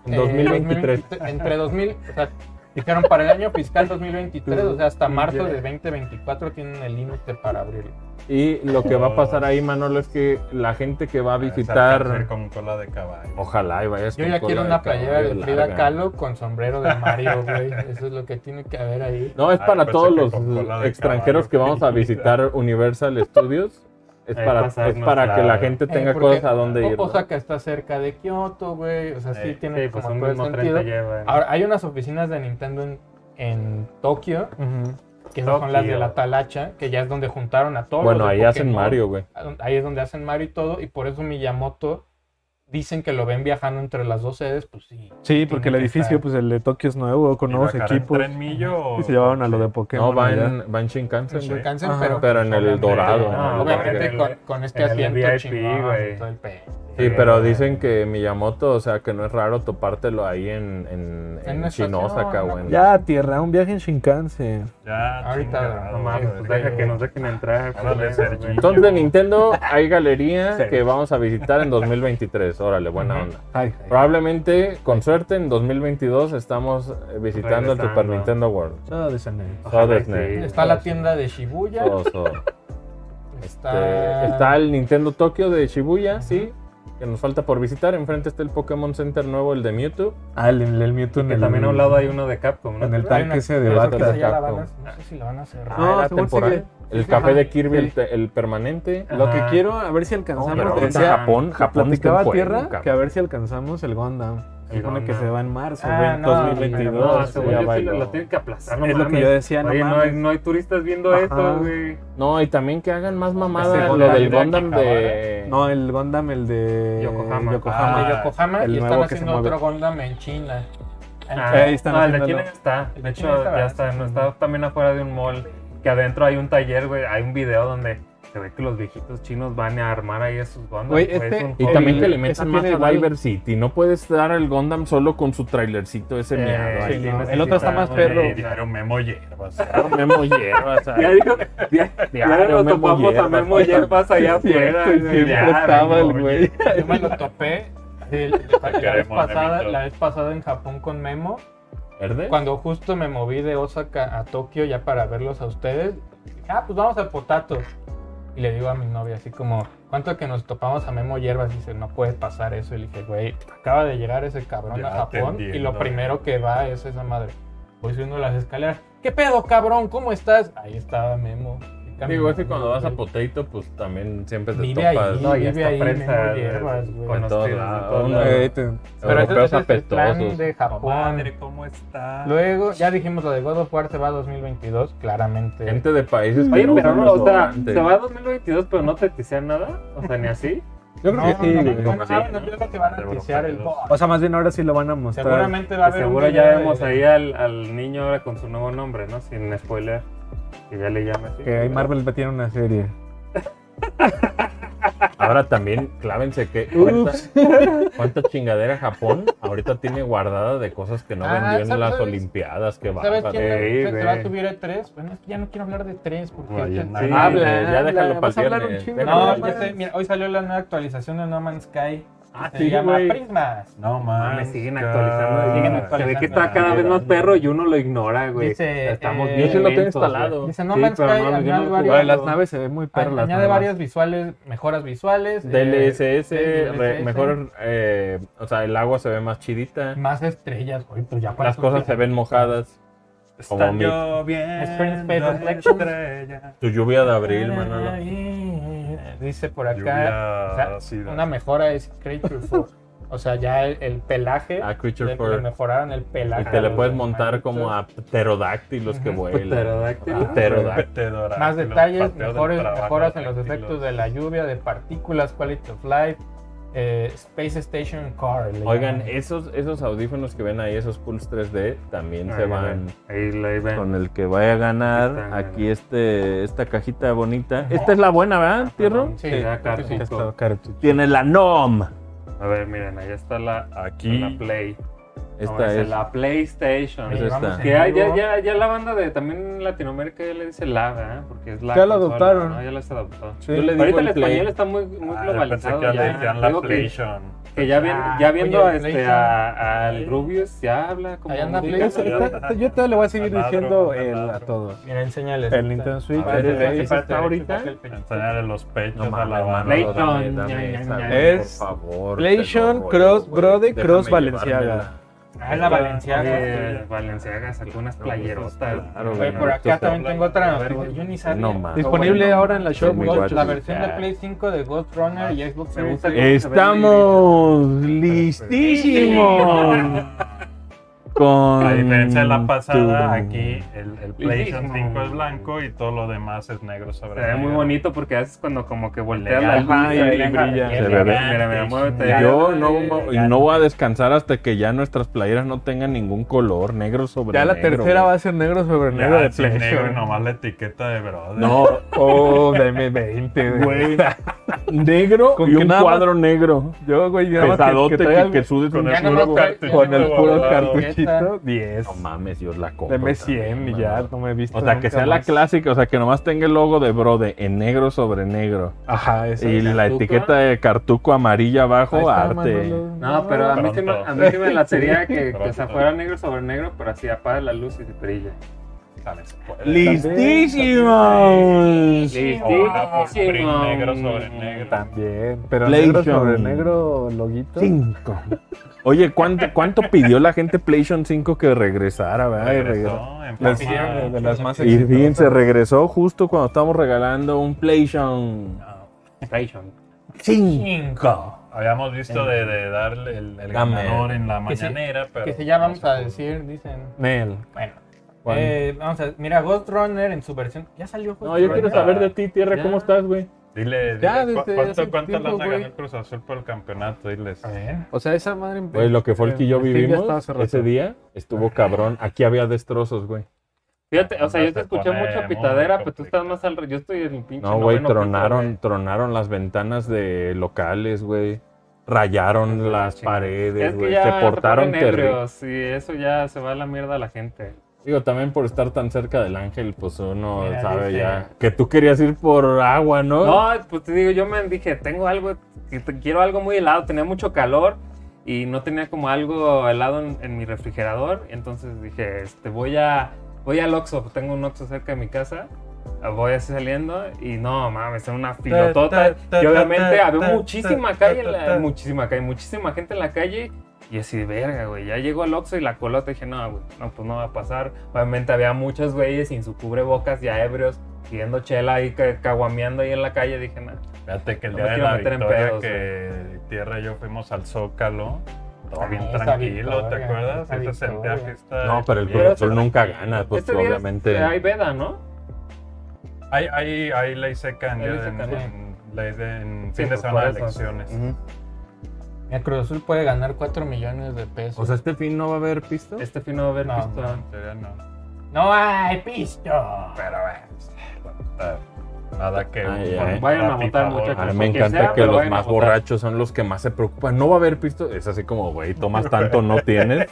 Speaker 1: 2023.
Speaker 2: 2020, entre 2000, o sea, dijeron para el año fiscal 2023, o sea, hasta marzo de 2024 tienen el límite para abrirlo.
Speaker 1: Y lo que va a pasar ahí, Manolo, es que la gente que va a
Speaker 5: Sarcasmo
Speaker 1: visitar.
Speaker 5: Con cola de caballo.
Speaker 1: Ojalá y vayas
Speaker 2: Yo
Speaker 1: con
Speaker 2: ya
Speaker 1: cola
Speaker 2: quiero una playera de
Speaker 1: caballo
Speaker 2: Frida
Speaker 1: larga.
Speaker 2: Kahlo con sombrero de Mario, güey. Eso es lo que tiene que haber ahí.
Speaker 1: No, es
Speaker 5: Ay,
Speaker 1: para
Speaker 5: Ah, pensé
Speaker 1: todos
Speaker 5: que
Speaker 1: los
Speaker 5: con cola de
Speaker 1: extranjeros
Speaker 5: caballo,
Speaker 1: que vamos a
Speaker 5: Frida.
Speaker 1: visitar Universal Studios. Es
Speaker 4: Ahí
Speaker 1: para, es
Speaker 4: pasarnos
Speaker 1: para
Speaker 4: la-
Speaker 1: que la gente
Speaker 2: Eh,
Speaker 1: tenga
Speaker 2: porque
Speaker 1: cosas a dónde ir. ¿no?
Speaker 2: Osaka está cerca de Kioto, güey. O sea, sí
Speaker 5: Eh,
Speaker 2: tiene
Speaker 4: Sí, pues
Speaker 2: como
Speaker 4: un
Speaker 2: todo el
Speaker 4: mismo tren
Speaker 2: sentido.
Speaker 4: te lleva. ¿no?
Speaker 2: Ahora, hay unas oficinas de Nintendo en, en Tokio, que esas son las de
Speaker 4: Tokio.
Speaker 2: la Talacha, que ya es donde juntaron a todos.
Speaker 1: Bueno,
Speaker 2: los de
Speaker 1: ahí hacen
Speaker 2: Pokémon. Ah,
Speaker 1: Mario, güey.
Speaker 2: Ahí es donde hacen Mario y todo, y por eso Miyamoto dicen que lo ven viajando entre las dos sedes, pues sí.
Speaker 3: Sí, porque el
Speaker 2: Tiene que
Speaker 3: edificio,
Speaker 2: estar.
Speaker 3: pues el de Tokio es nuevo, con
Speaker 5: ¿Y
Speaker 3: nuevos
Speaker 5: bajará en
Speaker 3: equipos.
Speaker 5: ¿Tren millo o-
Speaker 3: Y se llevaban a lo de Pokémon.
Speaker 1: No, va
Speaker 3: allá.
Speaker 1: en, va en Shinkansen,
Speaker 5: Sí.
Speaker 1: güey.
Speaker 2: Shinkansen,
Speaker 3: Ajá.
Speaker 2: pero.
Speaker 1: Pero en el
Speaker 2: obviamente-
Speaker 1: dorado.
Speaker 5: Ah,
Speaker 1: ¿no?
Speaker 2: obviamente
Speaker 4: en el-
Speaker 2: con, con este
Speaker 4: en el
Speaker 2: asiento
Speaker 4: VIP,
Speaker 2: chingón,
Speaker 4: güey.
Speaker 2: todo el pedo.
Speaker 1: Sí, pero dicen que Miyamoto, o sea, que no es raro topártelo ahí en, en,
Speaker 2: En
Speaker 1: en
Speaker 2: una estación,
Speaker 1: Shinozaka o en...
Speaker 3: Ya, tierra, un viaje en Shinkansen.
Speaker 5: Ya,
Speaker 2: Ahorita,
Speaker 5: chingado,
Speaker 4: No mames, pues
Speaker 5: güey.
Speaker 4: deja que nos dejen entrar.
Speaker 5: Órale,
Speaker 4: culeros,
Speaker 5: Sergi.
Speaker 4: güey.
Speaker 1: Entonces de Nintendo hay galería
Speaker 4: Sí.
Speaker 1: que vamos a visitar en 2023. Órale, buena onda. Probablemente, con suerte, en 2022 estamos eh, visitando el
Speaker 4: Regresando.
Speaker 1: Super Nintendo World.
Speaker 3: Todo de San Miguel.
Speaker 1: Todo
Speaker 4: Ojalá y
Speaker 1: Disney.
Speaker 4: sí.
Speaker 2: Está la tienda de Shibuya.
Speaker 1: Todo, todo.
Speaker 2: Está.
Speaker 1: Oh, Este, está el Nintendo Tokio de Shibuya, sí, que nos falta por visitar. Enfrente está el Pokémon Center nuevo, el de Mewtwo.
Speaker 3: Ah, el, el Mewtwo en
Speaker 4: Que
Speaker 3: el,
Speaker 4: también a un lado hay uno de Capcom, ¿no?
Speaker 3: en el
Speaker 2: Hay
Speaker 3: tanque
Speaker 2: una-
Speaker 3: ese de
Speaker 2: Pero
Speaker 1: bata
Speaker 2: creo que
Speaker 1: de
Speaker 2: esa ya la van a-
Speaker 1: Capcom. Ah,
Speaker 2: No sé si la van a cerrar.
Speaker 3: No,
Speaker 1: era
Speaker 3: según
Speaker 1: temporal.
Speaker 3: Ah, sigue.
Speaker 1: El
Speaker 3: Sí,
Speaker 1: café
Speaker 3: ajá.
Speaker 1: de Kirby, el,
Speaker 3: Sí. Ah.
Speaker 1: te- el permanente.
Speaker 3: Lo que
Speaker 4: Ajá.
Speaker 3: quiero, a ver si
Speaker 1: No,
Speaker 3: alcanzamos.
Speaker 1: pero ahorita
Speaker 3: decía,
Speaker 1: Japón, Japón está
Speaker 3: platicaba
Speaker 1: en fuego,
Speaker 3: tierra, que a
Speaker 1: cabrón.
Speaker 3: ver si alcanzamos el Gundam. Se
Speaker 4: El
Speaker 3: supone que
Speaker 4: Gundam.
Speaker 3: se va en marzo,
Speaker 2: Ah,
Speaker 3: güey, en
Speaker 2: no, pero
Speaker 4: No,
Speaker 3: 2022.
Speaker 4: según
Speaker 1: ya
Speaker 4: yo sí
Speaker 1: bailó.
Speaker 4: lo, lo tienen que aplazar, no
Speaker 3: Es lo que
Speaker 4: mames.
Speaker 3: yo decía, no
Speaker 4: Oye, no, hay,
Speaker 3: mames.
Speaker 4: no hay turistas viendo
Speaker 3: Ajá.
Speaker 4: eso, güey.
Speaker 1: No, y también que hagan más mamada
Speaker 5: Ese
Speaker 1: lo
Speaker 5: Gundam
Speaker 1: del
Speaker 5: de
Speaker 1: Gundam de...
Speaker 5: Akihabara.
Speaker 3: No, el Gundam, el de
Speaker 4: Yokohama.
Speaker 5: Ah,
Speaker 2: de
Speaker 5: el
Speaker 2: Yokohama
Speaker 3: el
Speaker 2: y están
Speaker 3: nuevo que se
Speaker 2: haciendo
Speaker 3: mueve.
Speaker 2: otro Gundam en China.
Speaker 4: Ah,
Speaker 3: ahí están
Speaker 4: no, el de
Speaker 3: haciéndolo.
Speaker 4: China ya está.
Speaker 2: El
Speaker 4: De
Speaker 2: de
Speaker 4: hecho,
Speaker 2: China ya está,
Speaker 4: ya está. No está también afuera de un mall. Que adentro hay un taller, güey. Hay un video donde se ve que los viejitos chinos van a armar ahí esos bandas.
Speaker 3: Güey, este-
Speaker 1: Y
Speaker 3: El-
Speaker 1: también que le
Speaker 3: esa
Speaker 1: metan más
Speaker 3: tiene
Speaker 1: a
Speaker 3: igual-
Speaker 1: Diver City. No puedes dar al Gundam solo con su trailercito
Speaker 4: Eh,
Speaker 1: ese
Speaker 2: este,
Speaker 1: miado ahí.
Speaker 3: sí, no, el otro está más perro.
Speaker 5: Eh, diario Memo Hierbas.
Speaker 1: Memo Hierbas, ahí.
Speaker 4: Ya digo, ya,
Speaker 1: Diario
Speaker 4: nos
Speaker 1: Memo
Speaker 4: topamos a
Speaker 1: Hierbas.
Speaker 4: Memo Hierbas allá afuera. güey.
Speaker 3: Siempre
Speaker 4: Ya,
Speaker 3: estaba el
Speaker 4: Memo.
Speaker 3: güey.
Speaker 2: Yo me lo topé. sí, la, la vez
Speaker 5: Queremos,
Speaker 2: pasada,
Speaker 5: Memito.
Speaker 2: la vez pasada en Japón con Memo,
Speaker 1: ¿Verde?
Speaker 2: cuando justo me moví de Osaka a Tokio ya para verlos a ustedes, dije, ah, pues vamos a Potato. Y le digo a mi novia así como, ¿cuánto que nos topamos a Memo Hierbas? Y dice, no puede pasar eso. Y le dije, güey, acaba de llegar ese cabrón
Speaker 5: Ya
Speaker 2: a Japón y
Speaker 5: atendiendo.
Speaker 2: lo primero que va es esa madre. Voy subiendo las escaleras. ¿Qué pedo, cabrón? ¿Cómo estás? Ahí estaba Memo.
Speaker 1: Digo, es que cuando vas a Potato, pues también siempre te
Speaker 2: Vive
Speaker 1: topas.
Speaker 2: ahí,
Speaker 1: No, y
Speaker 2: vive
Speaker 1: hasta
Speaker 2: ahí,
Speaker 1: prensa.
Speaker 2: Memo
Speaker 4: güey.
Speaker 2: Hierbas, güey.
Speaker 1: Con
Speaker 4: Conocidos
Speaker 1: todo
Speaker 4: de
Speaker 1: lado,
Speaker 4: todos
Speaker 1: uno.
Speaker 4: lados.
Speaker 6: Eh,
Speaker 3: Ahí te-
Speaker 2: Pero ese-
Speaker 1: Europeos
Speaker 2: ese es el plan
Speaker 1: apestosos.
Speaker 2: de Japón.
Speaker 5: Madre, ¿cómo está?
Speaker 2: Luego, ya dijimos lo de God of War se va a 2022, claramente.
Speaker 1: Gente de países que
Speaker 4: Oye,
Speaker 1: no
Speaker 4: pero
Speaker 1: usan
Speaker 4: no,
Speaker 1: los
Speaker 4: o sea,
Speaker 1: volantes.
Speaker 4: se va a 2022, pero no te tisean nada. O sea, ni así.
Speaker 3: Yo creo
Speaker 2: No,
Speaker 3: que
Speaker 2: no,
Speaker 3: sí,
Speaker 2: no,
Speaker 3: güey.
Speaker 2: no, no,
Speaker 5: Sí,
Speaker 2: ah, no,
Speaker 5: ¿no?
Speaker 2: yo creo que van a
Speaker 5: De
Speaker 2: noticiar el
Speaker 5: europeos.
Speaker 2: bot.
Speaker 3: O sea, más bien ahora sí lo van a mostrar.
Speaker 2: Seguramente va a
Speaker 4: Que
Speaker 2: haber. un
Speaker 4: Pues seguro
Speaker 2: video
Speaker 4: ya
Speaker 2: de-
Speaker 4: vemos ahí al, al niño ahora con su nuevo nombre, ¿no? Sin spoiler. Que ya le llame así.
Speaker 3: Que ahí Marvel tiene una serie.
Speaker 1: Ahora también, clávense que. ¿cuánta, cuánta chingadera Japón ahorita tiene guardada de cosas que no
Speaker 2: Ah,
Speaker 1: vendió en
Speaker 2: ¿sabes-
Speaker 1: las
Speaker 2: sabes-
Speaker 1: Olimpiadas? Que va
Speaker 2: ¿Sabes quién
Speaker 4: Ey,
Speaker 2: se, se
Speaker 4: güey.
Speaker 2: va a subir a 3? Bueno, es que ya no quiero hablar de 3 porque.
Speaker 5: Güey,
Speaker 2: este-
Speaker 5: ya
Speaker 2: Sí.
Speaker 5: nada.
Speaker 1: Ah, pues, ya déjalo
Speaker 3: vas a
Speaker 1: para el
Speaker 3: hablar un
Speaker 1: viernes. pues.
Speaker 3: chingo,
Speaker 1: déjalo
Speaker 2: No,
Speaker 1: para el
Speaker 2: ya sé, mira, hoy salió la nueva actualización de No Man's Sky. Ah, se
Speaker 1: sí,
Speaker 2: llama
Speaker 1: güey.
Speaker 2: Prismas.
Speaker 5: No
Speaker 4: Ah, Me
Speaker 5: mames.
Speaker 4: siguen
Speaker 5: cara.
Speaker 4: actualizando.
Speaker 2: siguen
Speaker 4: Se ve que está
Speaker 2: actualizando.
Speaker 4: cada vez más perro y uno lo ignora, güey.
Speaker 2: Dice,
Speaker 4: Estamos
Speaker 2: eh,
Speaker 4: bien
Speaker 2: yo sí lo
Speaker 1: tengo
Speaker 4: lentos,
Speaker 1: instalado.
Speaker 4: güey.
Speaker 2: Dice No
Speaker 4: Sí,
Speaker 2: Man's
Speaker 4: pero
Speaker 2: Sky,
Speaker 4: no, yo no
Speaker 2: añade
Speaker 4: lo
Speaker 2: varios-
Speaker 4: jugué.
Speaker 3: Las naves se ven muy perlas.
Speaker 2: añade
Speaker 3: nada más.
Speaker 2: varias visuales, mejoras visuales. eh,
Speaker 1: DLSS,
Speaker 2: sí, Mm,
Speaker 1: re-
Speaker 2: DLSS,
Speaker 1: mejor, eh, o sea, el agua se ve más chidita,
Speaker 2: Más estrellas, güey, pues ya para
Speaker 1: las
Speaker 2: eso-
Speaker 1: cosas se ven mojadas.
Speaker 5: Está
Speaker 1: mi-
Speaker 2: Experience
Speaker 5: lloviendo
Speaker 2: Paper Collection.
Speaker 5: estrella.
Speaker 1: Tu lluvia de abril, Manolo.
Speaker 2: Dice por acá,
Speaker 5: Lluvia
Speaker 2: o
Speaker 1: Ah,
Speaker 2: sea,
Speaker 5: ácida.
Speaker 2: una mejora es Creature 4. O sea, ya el, el pelaje,
Speaker 1: A Ah, Creature
Speaker 2: le, le
Speaker 1: Fur.
Speaker 2: mejoraron el pelaje.
Speaker 1: Y te le
Speaker 2: los
Speaker 1: puedes montar
Speaker 2: animalitos.
Speaker 1: como a pterodáctilos que
Speaker 2: Ujú.
Speaker 1: vuelan.
Speaker 4: Pterodáctilo.
Speaker 1: Ah, pterodáctilos.
Speaker 5: Pterodáctilo,
Speaker 2: Más detalles,
Speaker 5: pateos del
Speaker 2: mejores,
Speaker 5: trabajo,
Speaker 2: mejoras en los
Speaker 5: tranquilos.
Speaker 2: efectos de la lluvia, de partículas, quality of life, eh, Space Station Car. le
Speaker 1: Oigan, eh,
Speaker 2: llaman.
Speaker 1: esos, esos audífonos que ven ahí, esos Pulse 3D, también
Speaker 4: Ahí
Speaker 1: se
Speaker 4: la
Speaker 1: van.
Speaker 4: ven, Ahí la ahí ven.
Speaker 3: Con el que vaya a ganar
Speaker 4: Están
Speaker 3: aquí este, esta cajita bonita. Esta es la buena, ¿verdad, Tierro?
Speaker 4: Sí,
Speaker 2: Sí, creo
Speaker 4: acá
Speaker 2: que sí.
Speaker 4: rico.
Speaker 3: Tiene la NOM.
Speaker 4: A ver, miren, ahí está la,
Speaker 5: Aquí. ah,
Speaker 4: la Play. No,
Speaker 3: Esta
Speaker 4: esa
Speaker 3: es.
Speaker 4: la PlayStation.
Speaker 3: Esa
Speaker 2: Y vamos
Speaker 3: está.
Speaker 2: en
Speaker 4: Que ya,
Speaker 2: vivo.
Speaker 4: ya, ya, ya la banda de también en Latinoamérica ya le dice la, ¿verdad? Porque es la.
Speaker 3: Ya la
Speaker 4: consola,
Speaker 3: adoptaron.
Speaker 4: ¿no? Ya la se adoptó.
Speaker 1: Yo le digo
Speaker 4: Ahorita el
Speaker 1: el Play.
Speaker 4: español está muy, muy
Speaker 5: Ah, yo pensé
Speaker 4: globalizado.
Speaker 5: que le
Speaker 4: ya.
Speaker 5: decían la
Speaker 4: Digo que-
Speaker 5: PlayStation.
Speaker 4: Que ya, vien-
Speaker 2: Ah,
Speaker 4: ya viendo
Speaker 2: oye,
Speaker 4: este,
Speaker 2: PlayStation.
Speaker 4: a- al Rubius, ya habla como.
Speaker 2: Ahí anda
Speaker 4: Sí,
Speaker 2: PlayStation.
Speaker 4: sí,
Speaker 5: Está- está- yo todavía le voy a seguir diciendo el a
Speaker 6: todo.
Speaker 2: Mira, enséñales. Ah,
Speaker 6: El Nintendo Switch.
Speaker 5: A ver,
Speaker 1: el
Speaker 5: el-
Speaker 1: Xbox está
Speaker 5: el-
Speaker 1: ahorita.
Speaker 2: El
Speaker 5: Enseñarle los pechos
Speaker 1: No
Speaker 5: a
Speaker 1: mames,
Speaker 5: la banda.
Speaker 1: Manolo, dame,
Speaker 4: Playton,
Speaker 1: dame
Speaker 4: ya,
Speaker 1: esa,
Speaker 4: ya, ya.
Speaker 1: güey,
Speaker 3: Es
Speaker 1: por favor,
Speaker 3: Playton
Speaker 1: te lo
Speaker 3: Cross
Speaker 1: güey.
Speaker 3: Brode
Speaker 1: Déjame
Speaker 3: Cross
Speaker 1: llevármela.
Speaker 3: Valenciaga.
Speaker 2: Ah, la Valenciaga.
Speaker 4: Oye, Valenciaga sacó unas playerotas.
Speaker 1: Ah,
Speaker 3: Claro,
Speaker 2: Oye, por acá también tengo otra noticia. Yo ni sabía. Ah.
Speaker 1: No mames.
Speaker 3: Disponible
Speaker 1: Bueno,
Speaker 3: ahora en la
Speaker 1: sí,
Speaker 3: shop.
Speaker 1: mi
Speaker 2: Ghost-
Speaker 1: guacho.
Speaker 2: la
Speaker 3: muchachos.
Speaker 2: versión de Play 5 de Ghost Runner y Xbox
Speaker 4: Me
Speaker 2: Series
Speaker 4: gusta
Speaker 2: X.
Speaker 3: Estamos listísimos. Con
Speaker 5: A diferencia de
Speaker 1: Mm,
Speaker 5: la pasada,
Speaker 3: tu-
Speaker 5: aquí el, el PlayStation
Speaker 4: Listísimo.
Speaker 5: 5 es blanco y todo lo demás es negro
Speaker 4: Se
Speaker 5: sobre
Speaker 4: ve muy
Speaker 5: negro.
Speaker 4: bonito porque haces cuando como que volteas la luz.
Speaker 3: Ajá, y
Speaker 4: ahí,
Speaker 3: brilla.
Speaker 4: mira,
Speaker 3: Se ve
Speaker 4: Mira, mira, mira, muévete.
Speaker 1: Yo no, y no voy a descansar hasta que ya nuestras playeras no tengan ningún color negro sobre
Speaker 3: Ya la
Speaker 1: negro,
Speaker 3: tercera
Speaker 1: güey.
Speaker 3: va a ser negro sobre
Speaker 5: Ya,
Speaker 3: negro de
Speaker 5: sí, negro y
Speaker 3: PlayStation.
Speaker 5: nomás la etiqueta de brother.
Speaker 1: No,
Speaker 3: Oh, deme 20, güey.
Speaker 1: negro
Speaker 3: Con
Speaker 1: y
Speaker 3: que
Speaker 1: un
Speaker 3: nada más-
Speaker 1: cuadro negro.
Speaker 3: Yo, güey, ya nada más
Speaker 1: Pesadote
Speaker 3: que, que
Speaker 1: que,
Speaker 3: traiga
Speaker 1: que sudes
Speaker 5: con
Speaker 1: un
Speaker 5: el
Speaker 2: Ya
Speaker 1: puro
Speaker 2: nomás
Speaker 5: puro
Speaker 2: trae-
Speaker 5: cartucho
Speaker 3: con el puro
Speaker 5: guardado.
Speaker 3: cartuchito, 10.
Speaker 1: No mames, Dios la compro.
Speaker 3: Deme
Speaker 1: también,
Speaker 3: 100 y
Speaker 1: mano.
Speaker 3: ya no me he visto.
Speaker 1: O sea, que
Speaker 3: nunca
Speaker 1: sea la
Speaker 3: más.
Speaker 1: clásica, o sea, que nomás tenga el logo de Brode en negro sobre negro.
Speaker 3: Ajá, esa.
Speaker 1: y la
Speaker 4: Cartuco.
Speaker 1: etiqueta de cartuco amarilla abajo, arte.
Speaker 4: No, pero a mí, sí me, a mí sí me lacería que, que se
Speaker 5: Pronto.
Speaker 4: fuera negro sobre negro, pero así apaga la luz y se brilla.
Speaker 5: También se puede.
Speaker 3: ¡Listísimos!
Speaker 5: O una por print negro sobre negro.
Speaker 3: También, pero negro
Speaker 1: PlayStation.
Speaker 3: sobre negro loguito.
Speaker 1: 5. Oye, ¿cuánto, ¿cuánto pidió la gente PlayStation 5 que regresara? verdad? Y regresó.
Speaker 5: Regresó en
Speaker 3: Les-
Speaker 5: forma-
Speaker 3: de, de las más
Speaker 1: Y fíjense,
Speaker 3: exitosas.
Speaker 1: regresó justo cuando estábamos regalando un PlayStation
Speaker 4: Station.
Speaker 1: 5.
Speaker 5: Habíamos visto de, de darle el, el
Speaker 1: Dame.
Speaker 5: ganador en la
Speaker 2: Que se-
Speaker 5: mañanera, pero...
Speaker 2: Que si ya vamos a decir, dicen.
Speaker 6: Nel.
Speaker 2: Bueno.
Speaker 1: ¿Cuál?
Speaker 2: Eh, vamos a mira, Ghost Runner en su versión. Ya salió. Ghost
Speaker 1: No, yo
Speaker 2: Runner.
Speaker 1: quiero saber de ti, Tierra, ¿cómo estás, güey?
Speaker 5: Dile,
Speaker 6: Ya,
Speaker 5: dile, ¿cu-
Speaker 6: desde hace
Speaker 5: ¿cuánto, cuánto
Speaker 6: tiempo,
Speaker 5: lanza
Speaker 6: güey.
Speaker 5: ganó el Cruz Azul por el campeonato? Diles.
Speaker 2: A ver.
Speaker 6: O sea, esa madre.
Speaker 1: Güey, lo que Folky y yo
Speaker 6: El fin ya
Speaker 1: vivimos
Speaker 6: estaba hace rato.
Speaker 1: ese día estuvo cabrón. Aquí había destrozos, güey.
Speaker 4: Fíjate, o sea, yo
Speaker 5: Se
Speaker 4: te escuché
Speaker 5: pone
Speaker 4: mucho
Speaker 5: muy
Speaker 4: pitadera, pero tú
Speaker 5: complicado.
Speaker 4: estás más al. re- Yo estoy en el pinche.
Speaker 1: No, güey,
Speaker 4: noveno piso,
Speaker 1: tronaron, tronaron las ventanas de locales, güey. Rayaron las
Speaker 4: chingada. Es
Speaker 1: paredes,
Speaker 4: que
Speaker 1: güey.
Speaker 4: ya
Speaker 1: Se
Speaker 4: se
Speaker 1: portaron
Speaker 4: ponen
Speaker 1: terrible.
Speaker 4: ebrios y eso ya se va a la mierda a la gente.
Speaker 1: Digo, también por estar tan cerca del ángel, pues uno
Speaker 2: Mira,
Speaker 1: sabe
Speaker 2: dice-
Speaker 1: ya. Que tú querías ir por agua, ¿no?
Speaker 4: No, pues te digo, yo me dije, tengo algo, que te- quiero algo muy helado, tenía mucho calor y no tenía como algo helado en, en mi refrigerador, entonces dije, este, voy a, voy al Oxxo, pues, tengo un Oxxo cerca de mi casa, ah, voy así saliendo y no, mames, era una filotota
Speaker 5: ta,
Speaker 4: y
Speaker 5: ta,
Speaker 4: obviamente
Speaker 5: ta,
Speaker 4: había
Speaker 5: ta,
Speaker 4: muchísima
Speaker 5: ta,
Speaker 4: calle, en
Speaker 5: ta,
Speaker 4: la-
Speaker 5: ta.
Speaker 4: muchísima calle, muchísima gente en la calle y así de verga, güey. Ya llegó el Oxxo y la colota. Dije, no, güey, no, pues no va a pasar. Obviamente había muchos güeyes sin su cubrebocas, ya ebrios, pidiendo chela ahí, ca- caguameando ahí en la calle. Dije, no.
Speaker 5: Fíjate que el
Speaker 4: No
Speaker 5: día
Speaker 4: me
Speaker 5: de
Speaker 4: quiero
Speaker 5: la
Speaker 4: meter en
Speaker 5: victoria
Speaker 4: pedos,
Speaker 5: que Tierra y yo fuimos al Zócalo, todo bien
Speaker 2: esa
Speaker 5: tranquilo, ¿te
Speaker 2: victoria,
Speaker 5: acuerdas?
Speaker 2: esa
Speaker 5: Ese sentía
Speaker 2: victoria.
Speaker 5: que está...
Speaker 1: No, pero el
Speaker 5: bien.
Speaker 1: Cruz Azul nunca gana, pues
Speaker 4: este día
Speaker 1: obviamente.
Speaker 4: hay veda, ¿no?
Speaker 5: Hay, hay, hay ley seca en,
Speaker 4: Hay ley
Speaker 5: día de- en,
Speaker 4: seca, ¿no?
Speaker 5: en- ley de- en
Speaker 4: Sí,
Speaker 5: fin de
Speaker 4: pues,
Speaker 5: semana de
Speaker 4: por eso.
Speaker 5: elecciones.
Speaker 2: El Cruz Azul puede ganar 4 millones de pesos.
Speaker 1: O sea, este fin no va a haber pisto.
Speaker 4: Este fin no va a haber
Speaker 2: No,
Speaker 4: visto.
Speaker 5: En teoría no.
Speaker 2: no hay pisto.
Speaker 5: Pero bueno, está- nada que...
Speaker 1: Ay,
Speaker 5: con
Speaker 1: ay.
Speaker 4: Vayan a
Speaker 5: papi
Speaker 4: votar,
Speaker 5: favor,
Speaker 4: muchachos.
Speaker 1: A
Speaker 5: ¿no?
Speaker 1: mí me
Speaker 4: quien sea,
Speaker 1: encanta que
Speaker 4: pero
Speaker 1: los
Speaker 4: vayan a
Speaker 1: más
Speaker 4: votar.
Speaker 1: borrachos son los que más se preocupan. No va a haber pisto. Es así como, güey, tomas tanto, no tienes.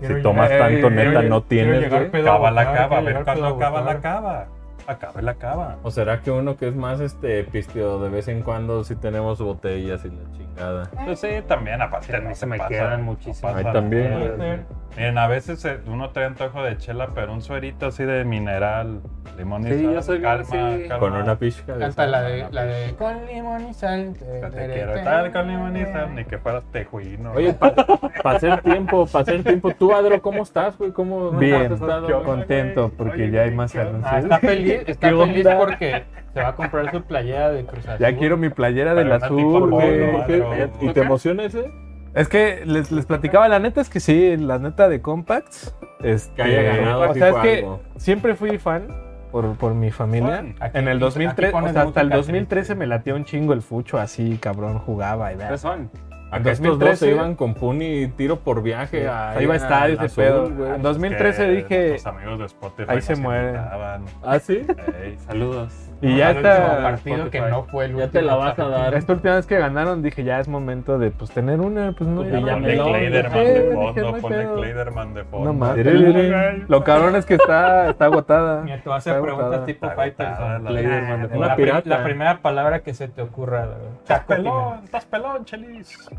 Speaker 2: Quiero
Speaker 1: tomas
Speaker 2: llegar-
Speaker 1: tanto, neta,
Speaker 2: quiero
Speaker 1: no tienes,
Speaker 2: llegar
Speaker 1: güey.
Speaker 2: pedo a
Speaker 5: Cava la
Speaker 2: votar,
Speaker 5: cava, a
Speaker 2: quiero
Speaker 5: ver
Speaker 2: llegar pedo
Speaker 5: cuándo
Speaker 2: a
Speaker 5: acaba la
Speaker 2: votar.
Speaker 5: cava. acabe la cava.
Speaker 1: ¿O será que uno que es más este pistio de vez en cuando si tenemos botellas y la chingada?
Speaker 5: Pues sí, también, aparte
Speaker 4: A mí
Speaker 5: no
Speaker 4: se me
Speaker 5: pasa-
Speaker 4: quedan
Speaker 5: no
Speaker 4: muchísimas.
Speaker 5: pasa
Speaker 1: Ahí también.
Speaker 5: nada.
Speaker 2: Puede
Speaker 5: Miren, a veces eh, uno trae antojo de chela, pero un suerito así de mineral, limón y
Speaker 4: Sí,
Speaker 5: sal,
Speaker 4: yo soy bien así.
Speaker 1: Con
Speaker 5: Ah.
Speaker 1: una pizca de
Speaker 2: Canta
Speaker 1: sal.
Speaker 2: la de, la de Con limón y sal.
Speaker 5: Yo Te quiero tal con limón y sal, ni que fueras tejuino.
Speaker 1: Oye, para hacer tiempo, para hacer tiempo. Tú, Adro, ¿cómo estás, güey? ¿Cómo cómo
Speaker 6: Bien,
Speaker 1: has estado, güey?
Speaker 6: contento porque
Speaker 5: Oye,
Speaker 6: ya hay
Speaker 5: güey,
Speaker 6: más
Speaker 5: ¿qué onda?
Speaker 2: Ah,
Speaker 6: anuncios.
Speaker 2: está feliz, está
Speaker 6: ¿Qué
Speaker 2: feliz
Speaker 6: onda?
Speaker 2: porque se va a comprar su playera de Cruz Azul.
Speaker 6: Ya quiero mi playera del
Speaker 5: Pero una tipo
Speaker 6: azul,
Speaker 5: polo,
Speaker 6: güey.
Speaker 5: ¿no?
Speaker 1: ¿Qué? ¿Y te emociona ese?
Speaker 6: Es que les, les platicaba, la neta es que sí, la neta de Compacts. Este,
Speaker 1: Que haya ganado,
Speaker 6: O
Speaker 1: sí
Speaker 6: sea, es
Speaker 1: fue
Speaker 6: que
Speaker 1: algo.
Speaker 6: siempre fui fan por, por mi familia.
Speaker 5: Fan.
Speaker 2: Aquí-
Speaker 6: En el
Speaker 2: aquí
Speaker 6: 2003, o
Speaker 2: pones
Speaker 6: sea, hasta el
Speaker 2: música
Speaker 6: 2013 me latía un chingo el fucho, así cabrón jugaba y vea.
Speaker 4: ¿Cuáles son?
Speaker 1: Acá estos dos
Speaker 6: 2013.
Speaker 1: se iban con Puni tiro por viaje.
Speaker 6: O
Speaker 1: a-
Speaker 6: sea, iba a estadios
Speaker 1: al
Speaker 6: de
Speaker 1: azul,
Speaker 6: pedo.
Speaker 1: güey.
Speaker 6: En
Speaker 5: Que
Speaker 6: 2013 dije,
Speaker 5: Los amigos de Spotify
Speaker 6: ahí
Speaker 5: nos
Speaker 6: se muere.
Speaker 5: invitaban.
Speaker 1: ¿Ah, sí?
Speaker 5: Ey,
Speaker 4: Saludos.
Speaker 6: y ya
Speaker 2: al último
Speaker 6: esta,
Speaker 2: partido que
Speaker 5: Spotify.
Speaker 2: no fue el
Speaker 1: Ya te la
Speaker 2: último
Speaker 1: vas a
Speaker 2: partido.
Speaker 1: dar.
Speaker 6: esta última vez que ganaron, dije, ya es momento de pues tener una, pues no.
Speaker 1: Pues,
Speaker 6: ya
Speaker 1: ya
Speaker 6: no,
Speaker 1: me
Speaker 5: Ponle
Speaker 1: lo-
Speaker 5: Clayderman
Speaker 6: Eh,
Speaker 5: de
Speaker 6: dije, no
Speaker 5: fondo,
Speaker 6: hay
Speaker 5: ponle
Speaker 6: pedo.
Speaker 5: Clayderman de
Speaker 6: No
Speaker 5: fondo.
Speaker 6: mames.
Speaker 1: Tiriririn.
Speaker 6: Lo cabrón es que está, está agotada.
Speaker 2: Mira, tú haces
Speaker 6: Está
Speaker 2: preguntas
Speaker 6: agotada.
Speaker 2: tipo
Speaker 5: Está
Speaker 2: Fighters.
Speaker 5: agotada la-
Speaker 1: Clayderman de
Speaker 2: La,
Speaker 1: fondo. Una
Speaker 2: pri-
Speaker 1: pirata.
Speaker 2: la primera palabra que se te ocurra. güey.
Speaker 5: Estás
Speaker 2: Chaco
Speaker 5: pelón, estás pelón, Chelis.
Speaker 2: Jiménez.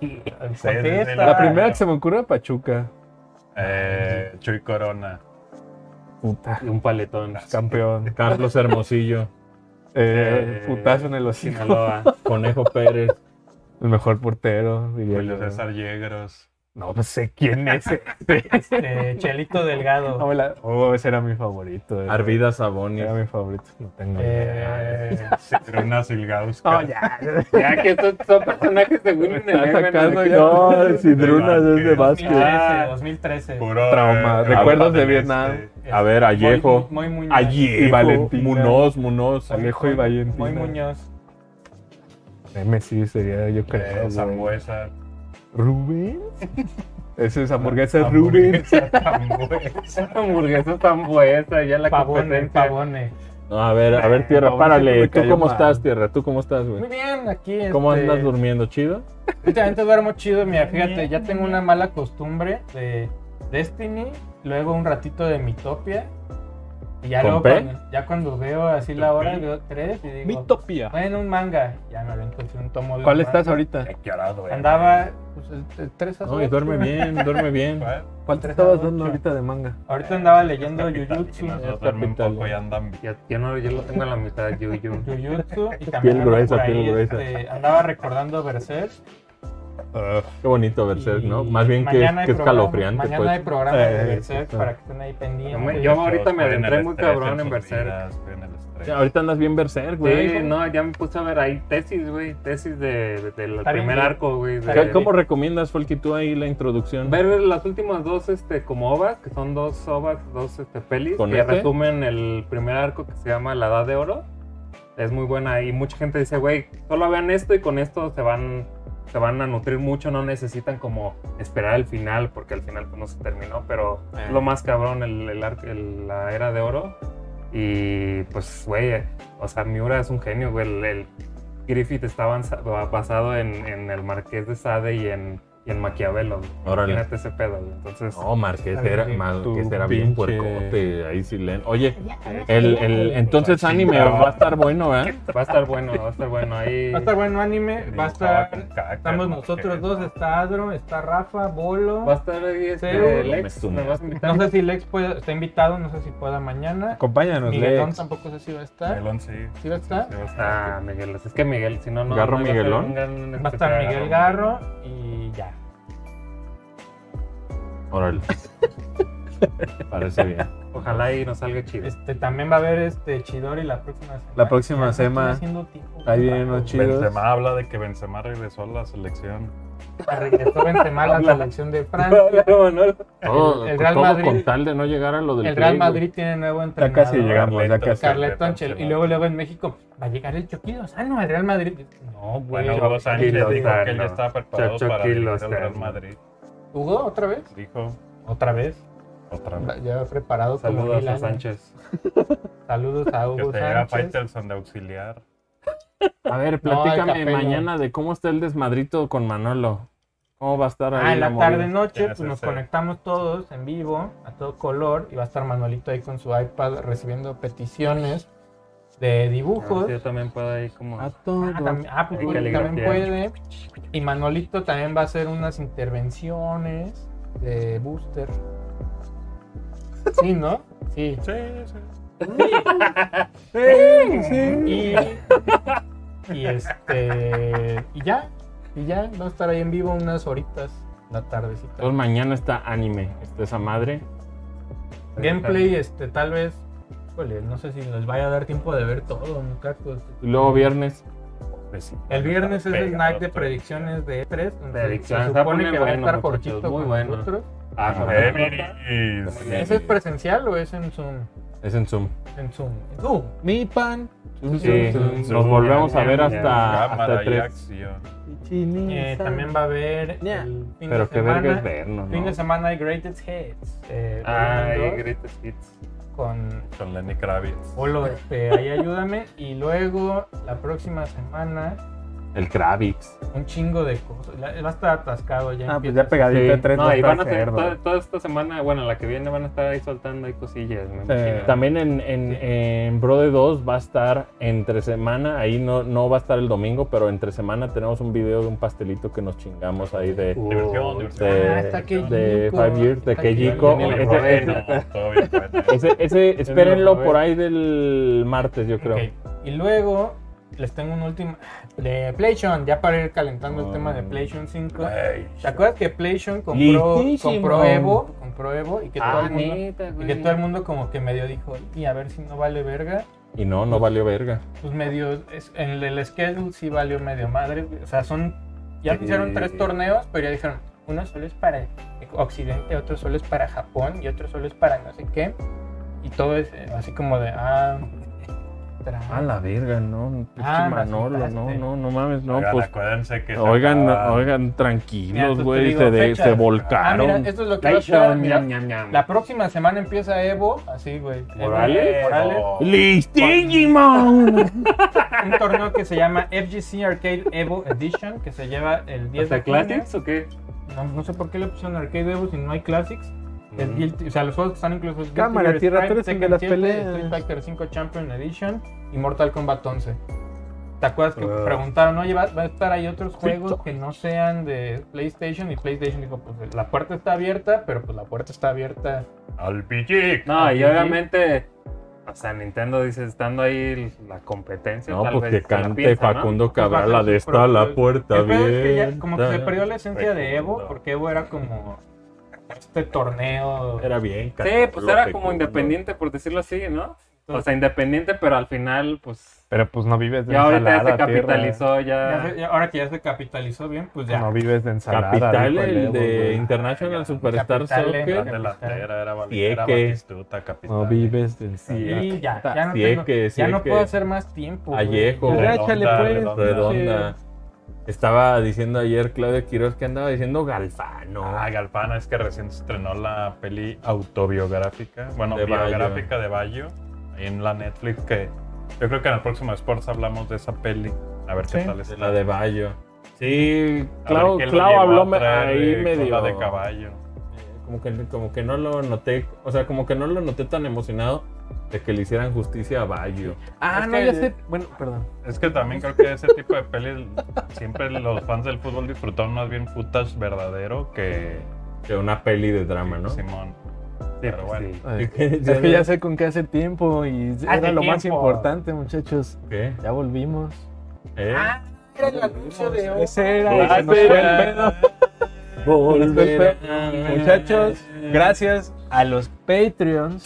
Speaker 5: Sí, sí, sí,
Speaker 2: Contesta.
Speaker 6: La primera que se me ocurre Pachuca.
Speaker 5: Eh, Chuy Corona.
Speaker 6: Puta,
Speaker 4: Y un paletón.
Speaker 6: campeón.
Speaker 1: Carlos Hermosillo,
Speaker 6: Eh,
Speaker 4: Eh,
Speaker 6: putazo en el hocico.
Speaker 4: Sinaloa.
Speaker 1: Conejo Pérez.
Speaker 6: El mejor portero, diría
Speaker 5: Julio
Speaker 6: yo.
Speaker 5: César Yegros.
Speaker 6: No, no sé quién es.
Speaker 2: Este, Chelito Delgado.
Speaker 6: Hola. Oh, ese era mi favorito. eh.
Speaker 1: Arvida Sabonis.
Speaker 6: Era mi favorito. No tengo idea.
Speaker 2: Eh,
Speaker 5: Citruna Silgauskas.
Speaker 6: No, ya.
Speaker 4: Ya que estos son personajes de Winning
Speaker 6: Está sacando
Speaker 4: Eleven.
Speaker 6: ya.
Speaker 1: No, Sidruna es de básquet.
Speaker 2: 2013, 2013.
Speaker 5: Puro,
Speaker 6: Trauma,
Speaker 5: Europa
Speaker 6: recuerdos de
Speaker 5: del
Speaker 6: Vietnam.
Speaker 5: Este.
Speaker 1: A ver, Vallejo.
Speaker 2: Muy, muy, muy
Speaker 1: Allí,
Speaker 6: Y Valentina.
Speaker 1: Munoz, Munoz.
Speaker 6: Alejo y Valentina.
Speaker 2: Muy Muñoz.
Speaker 6: Messi sería, yo creo.
Speaker 5: Eh,
Speaker 6: güey.
Speaker 5: Zambuesa.
Speaker 6: Rubén. Ese es hamburguesa Rubén.
Speaker 5: Zambuesa.
Speaker 4: Esas hamburguesas tan buenas, ya la
Speaker 2: Pavone,
Speaker 4: competencia.
Speaker 2: Pavone.
Speaker 1: No, a ver, a ver, Tierra,
Speaker 6: Paul,
Speaker 1: párale.
Speaker 6: siempre
Speaker 1: ¿Tú
Speaker 6: cayó
Speaker 1: cómo
Speaker 6: mal.
Speaker 1: estás, Tierra? ¿Tú cómo estás,
Speaker 2: Muy
Speaker 1: güey?
Speaker 2: bien, aquí.
Speaker 1: ¿Cómo
Speaker 2: este,
Speaker 1: andas durmiendo? ¿Chido?
Speaker 2: Últimamente duermo chido, mira, fíjate, ya tengo una mala costumbre de Destiny, luego un ratito de Mitopia. Y ya
Speaker 1: ¿Con
Speaker 2: luego,
Speaker 1: P?
Speaker 2: cuando, ya cuando veo así la hora,
Speaker 5: ¿Con
Speaker 2: veo tres y digo,
Speaker 6: Mitopia.
Speaker 2: bueno, un manga. Ya me avento así un tomo de un
Speaker 6: ¿Cuál
Speaker 2: manga.
Speaker 6: estás ahorita?
Speaker 5: ¿Qué hora duerme?
Speaker 2: Andaba pues, este, tres a
Speaker 1: No, y
Speaker 2: ocho.
Speaker 1: duerme bien, duerme bien.
Speaker 5: Bueno,
Speaker 6: ¿Cuál
Speaker 2: Tres
Speaker 6: estabas
Speaker 2: a
Speaker 6: dando
Speaker 2: ocho.
Speaker 6: ahorita de manga?
Speaker 2: Ahorita andaba leyendo
Speaker 5: capitalinos,
Speaker 2: Jujutsu.
Speaker 5: los duerme un poco y andan bien.
Speaker 4: Ya, ya no, yo lo tengo a la mitad, yo, yo.
Speaker 2: Jujutsu y también
Speaker 1: Piel gruesa,
Speaker 2: por ahí,
Speaker 1: piel gruesa.
Speaker 2: este, andaba recordando Berserk.
Speaker 1: Qué bonito Berserk,
Speaker 2: y
Speaker 1: ¿no? Más bien que,
Speaker 2: mañana hay
Speaker 1: que es
Speaker 2: programa-
Speaker 1: calofriante,
Speaker 2: Mañana hay
Speaker 1: pues.
Speaker 2: programa de
Speaker 6: Eh,
Speaker 2: Berserk
Speaker 6: sí, sí.
Speaker 2: para que estén ahí
Speaker 4: Yo,
Speaker 2: pendientes.
Speaker 4: me- yo ahorita
Speaker 5: Todos
Speaker 4: me
Speaker 5: cuiden el
Speaker 4: adentré muy
Speaker 5: estrés
Speaker 4: cabrón en
Speaker 5: sus
Speaker 4: Berserk.
Speaker 5: vidas, cuiden el estrés.
Speaker 1: Ahorita andas bien Berserk, güey.
Speaker 4: Sí, no, ya me puse a ver ahí tesis, güey. Tesis de- de- del
Speaker 2: Está bien,
Speaker 4: primer
Speaker 2: güey.
Speaker 4: arco, güey. de-
Speaker 6: eh,
Speaker 1: ¿Qué- ¿Cómo recomiendas, Folky, tú ahí la introducción?
Speaker 4: Ver las últimas dos, este, como ovas, que son dos ovas, dos este, pelis,
Speaker 1: ¿Con
Speaker 4: que
Speaker 1: este?
Speaker 4: resumen el primer arco que se llama La Edad de Oro. Es muy buena y mucha gente dice, güey, solo vean esto y con esto se van, se van a nutrir mucho, no necesitan como esperar el final, porque al final pues, no se terminó, pero
Speaker 1: Eh.
Speaker 4: es lo más cabrón el, el arco- el- la Era de Oro. Y pues, güey, o sea, Miura es un genio, güey. El, el Griffith está avanza- basado en, en el Marqués de Sade y en, y en Maquiavelo. güey.
Speaker 1: Órale.
Speaker 4: Imagínate ese pedo, güey. Entonces,
Speaker 1: No, Marqués
Speaker 6: Ay,
Speaker 1: era,
Speaker 6: sí,
Speaker 1: Marqués
Speaker 6: tu
Speaker 1: era bien
Speaker 6: pinche-
Speaker 1: puercote, ahí sí leen. Oye, el, el, entonces anime
Speaker 5: chingada.
Speaker 1: va a estar bueno, ¿eh? ¿verdad?
Speaker 4: va a estar bueno, va a estar bueno. Ahí
Speaker 2: Va a estar bueno anime, va a
Speaker 5: Dibujaba
Speaker 2: estar...
Speaker 5: con caca,
Speaker 2: Estamos
Speaker 5: ¿no?
Speaker 2: nosotros
Speaker 5: Que-
Speaker 2: dos, está Adro, está Rafa, Bolo.
Speaker 4: va a estar ahí este,
Speaker 2: Sí.
Speaker 4: el ex,
Speaker 1: No me
Speaker 4: me vas a invitar.
Speaker 2: No sé si Lex puede- está invitado, no sé si pueda mañana.
Speaker 6: Acompáñanos,
Speaker 2: Miguelón
Speaker 6: Lex.
Speaker 2: tampoco sé si va a estar.
Speaker 5: Melón sí, sí
Speaker 2: ¿Sí va a estar?
Speaker 5: va a estar.
Speaker 4: Ah, Miguel, es que Miguel, si no, no.
Speaker 1: ¿Garro
Speaker 4: no iba a ser
Speaker 1: Miguelón?
Speaker 4: un gran
Speaker 2: Va a estar
Speaker 4: espectáculo.
Speaker 2: Miguel Garro y ya.
Speaker 1: Órale. Parece bien.
Speaker 4: Ojalá y nos salga chido.
Speaker 2: Este, también va a haber este Chidori la próxima semana.
Speaker 6: La próxima
Speaker 2: Ya, estoy
Speaker 6: semana.
Speaker 2: haciendo tiempo.
Speaker 6: Ahí vienen los chidos.
Speaker 5: Benzema habla de que Benzema regresó a la selección.
Speaker 2: Regresó Benzema a la selección de Francia.
Speaker 4: No, no, no. pues
Speaker 1: Todo,
Speaker 2: el Real
Speaker 1: todo
Speaker 2: Madrid-
Speaker 1: con tal de no llegar a lo del
Speaker 2: El Real
Speaker 1: Tri, güey.
Speaker 2: Madrid tiene nuevo
Speaker 6: Ya
Speaker 2: entrenador.
Speaker 6: casi llegamos, ya
Speaker 5: Carleto.
Speaker 6: casi.
Speaker 2: Carleto Ancelotti. Y luego, luego en México, va a llegar el Choquido Sano al Real Madrid. No, güey.
Speaker 5: Bueno, Hugo Sánchez
Speaker 4: Kilo
Speaker 5: dijo que él
Speaker 4: Sano.
Speaker 5: ya estaba preparado
Speaker 4: Chacho
Speaker 5: para
Speaker 4: Kilo
Speaker 5: dirigir al
Speaker 4: Sano.
Speaker 5: Real Madrid.
Speaker 2: ¿Hugo otra vez?
Speaker 5: Dijo
Speaker 2: Otra vez.
Speaker 5: otra vez.
Speaker 2: Ya preparado como
Speaker 4: Saludos
Speaker 2: mil
Speaker 4: a
Speaker 2: años.
Speaker 4: Sánchez.
Speaker 2: Saludos a
Speaker 5: Que
Speaker 2: Hugo
Speaker 5: se llega
Speaker 2: Sánchez.
Speaker 5: Faitelson de auxiliar.
Speaker 1: A ver,
Speaker 2: No, al
Speaker 1: platícame
Speaker 2: Capello.
Speaker 1: mañana de cómo está el desmadrito con Manolo. ¿Cómo va a estar ahí?
Speaker 2: Ah, en la
Speaker 1: movida?
Speaker 2: tarde noche,
Speaker 5: Ya,
Speaker 2: pues
Speaker 5: sí,
Speaker 2: nos
Speaker 5: sí.
Speaker 2: conectamos todos en vivo, a todo color, y va a estar Manuelito ahí con su iPad recibiendo peticiones de
Speaker 4: A ver
Speaker 2: dibujos.
Speaker 4: si yo también puedo ahí como...
Speaker 6: A todo.
Speaker 2: Ah, también, ah, pues
Speaker 4: Y
Speaker 2: Juli también
Speaker 4: caligrafía.
Speaker 2: puede. Y Manolito también va a hacer unas intervenciones de booster. Sí, ¿no? Sí.
Speaker 5: Sí, sí.
Speaker 2: Y, y este. Y ya. Y ya. Va a estar ahí en vivo unas horitas la tardecita.
Speaker 1: Entonces mañana está anime, está esa madre.
Speaker 2: Gameplay, este, tal vez. híjole, no sé si les vaya a dar tiempo de ver todo, muchachos.
Speaker 1: Y luego viernes.
Speaker 5: Pues
Speaker 2: El viernes es el
Speaker 5: Pegado,
Speaker 2: night de
Speaker 5: todo.
Speaker 2: predicciones de E3. entonces
Speaker 4: Predicciones,
Speaker 2: Se
Speaker 4: va a
Speaker 2: supone
Speaker 4: poner
Speaker 2: que va a
Speaker 4: bueno,
Speaker 2: estar
Speaker 4: muchachos,
Speaker 2: cortito
Speaker 4: muy
Speaker 2: con
Speaker 4: bueno.
Speaker 2: nosotros.
Speaker 1: Ah,
Speaker 5: Géminis.
Speaker 2: ¿Ese es presencial o es en Zoom?
Speaker 1: es en Zoom.
Speaker 2: En Zoom. Eh, En Zoom.
Speaker 6: Mi pan.
Speaker 1: Sí, nos volvemos a ver hasta,
Speaker 5: Cámara
Speaker 1: hasta
Speaker 5: y
Speaker 1: tres.
Speaker 5: acción.
Speaker 2: Eh, también va a haber
Speaker 6: Ya.
Speaker 2: el fin
Speaker 1: Pero
Speaker 2: de
Speaker 1: qué verga
Speaker 2: semana.
Speaker 1: es vernos,
Speaker 2: Fin
Speaker 1: ¿no?
Speaker 2: de semana hay Greatest Hits. Eh,
Speaker 4: Ay,
Speaker 2: volumen
Speaker 4: Greatest Hits.
Speaker 2: dos, con
Speaker 5: Con Lenny Kravitz.
Speaker 2: Olo, este, ahí ayúdame. Y luego la próxima semana,
Speaker 1: El Kravitz.
Speaker 2: un chingo de cosas. La- Va a estar atascado ya.
Speaker 6: Ah, pues
Speaker 2: empieza-
Speaker 6: ya pegadito
Speaker 1: Sí.
Speaker 6: en tres
Speaker 4: No,
Speaker 6: va a
Speaker 4: y van a
Speaker 6: estar
Speaker 4: tener
Speaker 6: cerdo.
Speaker 4: toda, toda esta semana, bueno, la que viene van a estar ahí soltando ahí cosillas, me
Speaker 6: Eh,
Speaker 4: imagino.
Speaker 1: También en, en, en Brode 2 va a estar entre semana, ahí no, no va a estar el domingo, pero entre semana tenemos un video de un pastelito que nos chingamos ahí de,
Speaker 5: Diversión, diversión.
Speaker 1: de,
Speaker 2: Uh, Ah, está Keijiko.
Speaker 1: de Five Years, de
Speaker 2: Está
Speaker 1: Keijiko.
Speaker 4: Keijiko.
Speaker 1: Ese-
Speaker 5: Ese,
Speaker 1: ese-
Speaker 5: todo bien, bueno.
Speaker 1: Ese, ese, espérenlo por ahí del martes, yo creo.
Speaker 2: Ok. Y luego les tengo un último. De PlayStation, ya para ir calentando el tema de PlayStation 5.
Speaker 5: Ey,
Speaker 2: ¿Te acuerdas que PlayStation compró,
Speaker 1: Listísimo.
Speaker 2: compró Evo? Compró Evo y que todo
Speaker 4: Ah,
Speaker 2: el mundo.
Speaker 4: neta,
Speaker 2: Y
Speaker 4: güey.
Speaker 2: que todo el mundo como que medio dijo, y a ver si no vale verga.
Speaker 1: Y no, no valió verga.
Speaker 2: Pues medio, es- en el, el schedule sí valió medio madre. güey. O sea, son, ya hicieron tres torneos, pero ya dijeron, uno solo es para Occidente, otro solo es para Japón y otro solo es para no sé qué. Y todo es eh, así como de, ah, tra-
Speaker 1: A
Speaker 4: Ah,
Speaker 1: la verga, no. pinche
Speaker 2: Ah, me
Speaker 1: Manolo, no,
Speaker 2: asustaste.
Speaker 1: no, no mames, no,
Speaker 5: oigan,
Speaker 1: pues.
Speaker 5: acuérdense que se
Speaker 1: Oigan,
Speaker 5: acaba-
Speaker 1: oigan,
Speaker 2: Mira,
Speaker 1: tranquilos,
Speaker 2: entonces te
Speaker 1: güey,
Speaker 2: digo
Speaker 1: se, de-
Speaker 2: fechas.
Speaker 1: se
Speaker 2: Ah,
Speaker 1: volcaron.
Speaker 2: mira, esto es lo que va a estar,
Speaker 4: PlayStation,
Speaker 2: mira.
Speaker 4: ñam, ñam, ñam.
Speaker 2: La próxima semana empieza Evo, así, güey. Eh, Evo,
Speaker 4: ¿Morales?
Speaker 2: Morales.
Speaker 5: Oh,
Speaker 1: ¡Listísimo!
Speaker 2: un torneo que se llama FGC Arcade Evo Edition, que se lleva el 10 de
Speaker 4: ¿Hasta
Speaker 2: junio.
Speaker 4: Classics o qué?
Speaker 2: No, no sé por qué le pusieron Arcade Evo si no hay Classics. Es
Speaker 1: Mm.
Speaker 2: Guilty- o sea, los juegos que están incluso es Guilty
Speaker 6: Cámara,
Speaker 2: Gear
Speaker 6: Tierra
Speaker 2: Strive,
Speaker 6: tres, el de
Speaker 2: Tekken
Speaker 6: las
Speaker 2: 7,
Speaker 6: peleas.
Speaker 2: Street Fighter 5 Champion Edition y Mortal Kombat 11. ¿Te acuerdas que
Speaker 1: Ah.
Speaker 2: preguntaron, oye, va, va a estar ahí otros juegos que no sean de PlayStation? Y PlayStation dijo, pues la puerta está abierta, pero pues la puerta está abierta.
Speaker 5: Al Pichic.
Speaker 4: No, y
Speaker 2: Ujú.
Speaker 4: obviamente, o sea, Nintendo dice, estando ahí la competencia,
Speaker 1: No,
Speaker 4: tal
Speaker 1: pues
Speaker 4: vez
Speaker 1: que
Speaker 4: se la
Speaker 1: cante
Speaker 4: piensa, ¿no?
Speaker 1: Facundo
Speaker 2: Pues va a
Speaker 1: Cabral, la
Speaker 2: ser
Speaker 1: de
Speaker 2: su
Speaker 1: está la
Speaker 2: propio-
Speaker 1: puerta
Speaker 2: El pedo es que ya
Speaker 1: bien.
Speaker 2: como que se perdió la esencia de Evo, porque Evo era como este torneo.
Speaker 1: Era bien,
Speaker 4: Sí, pues
Speaker 1: Carlos
Speaker 4: era como
Speaker 1: Facundo.
Speaker 4: independiente, por decirlo así, ¿no? O sea, independiente, pero al final, pues,
Speaker 6: Pero pues no vives de
Speaker 4: ya ahorita
Speaker 6: ensalada,
Speaker 4: ya se
Speaker 6: tierra.
Speaker 4: capitalizó,
Speaker 2: Ya
Speaker 4: ya...
Speaker 2: se- ya- ahora que ya se capitalizó bien, pues ya.
Speaker 6: No vives de ensalada.
Speaker 1: Capital,
Speaker 6: dijo el
Speaker 1: el
Speaker 6: Evo,
Speaker 1: de
Speaker 6: güey.
Speaker 1: International Superstar
Speaker 2: Capital,
Speaker 5: Gran
Speaker 1: Soccer.
Speaker 2: eh.
Speaker 5: delantera, era, Val-
Speaker 1: Sieque.
Speaker 5: era Batistuta, capitán.
Speaker 6: No vives de ensalada.
Speaker 2: Sí, ya,
Speaker 1: puta,
Speaker 2: ya no,
Speaker 1: si
Speaker 2: tengo-
Speaker 1: es que- si
Speaker 2: ya
Speaker 1: es
Speaker 2: no
Speaker 1: que-
Speaker 2: puedo hacer más tiempo. güey.
Speaker 1: Vallejo.
Speaker 2: Ya-
Speaker 6: Ya, échale,
Speaker 5: Redonda,
Speaker 6: pues.
Speaker 5: redonda.
Speaker 1: Redonda. Estaba diciendo ayer Claudia Quiroz que andaba diciendo Galfano.
Speaker 5: Ah, Galpana, es que recién se estrenó la peli autobiográfica, bueno,
Speaker 1: De Bayo.
Speaker 5: biográfica de Bayo, ahí en la Netflix, que yo creo que en el próximo Sports hablamos de esa peli, a ver qué tal
Speaker 1: de
Speaker 5: está.
Speaker 1: la de Bayo. Sí,
Speaker 5: A ver
Speaker 1: Clau,
Speaker 5: qué lo
Speaker 1: Clau
Speaker 5: llevó a
Speaker 1: habló me-
Speaker 5: traer
Speaker 1: ahí
Speaker 5: de
Speaker 1: medio.
Speaker 5: cola de caballo.
Speaker 1: Como que, como que no lo noté, o sea, como que no lo noté tan emocionado de que le hicieran justicia a Bayo.
Speaker 6: Ah,
Speaker 2: Es
Speaker 6: no,
Speaker 2: que-
Speaker 6: ya sé. Bueno, perdón.
Speaker 5: Es que también creo que ese tipo de pelis siempre los fans del fútbol disfrutaron más bien footage verdadero que
Speaker 1: Que una peli de drama, ¿no?
Speaker 5: Simón.
Speaker 4: Sí, pues,
Speaker 5: Pero bueno.
Speaker 4: sí.
Speaker 6: Ay, Es que ya sé con qué hace tiempo y era lo más
Speaker 2: tiempo.
Speaker 6: importante, muchachos.
Speaker 1: ¿Qué?
Speaker 6: Ya volvimos.
Speaker 1: ¿Eh?
Speaker 2: Ah, era el anuncio de hoy.
Speaker 6: Ese era.
Speaker 1: Ah,
Speaker 6: ese no fue
Speaker 1: espera.
Speaker 6: el pedo. Muchachos, gracias a los Patreons,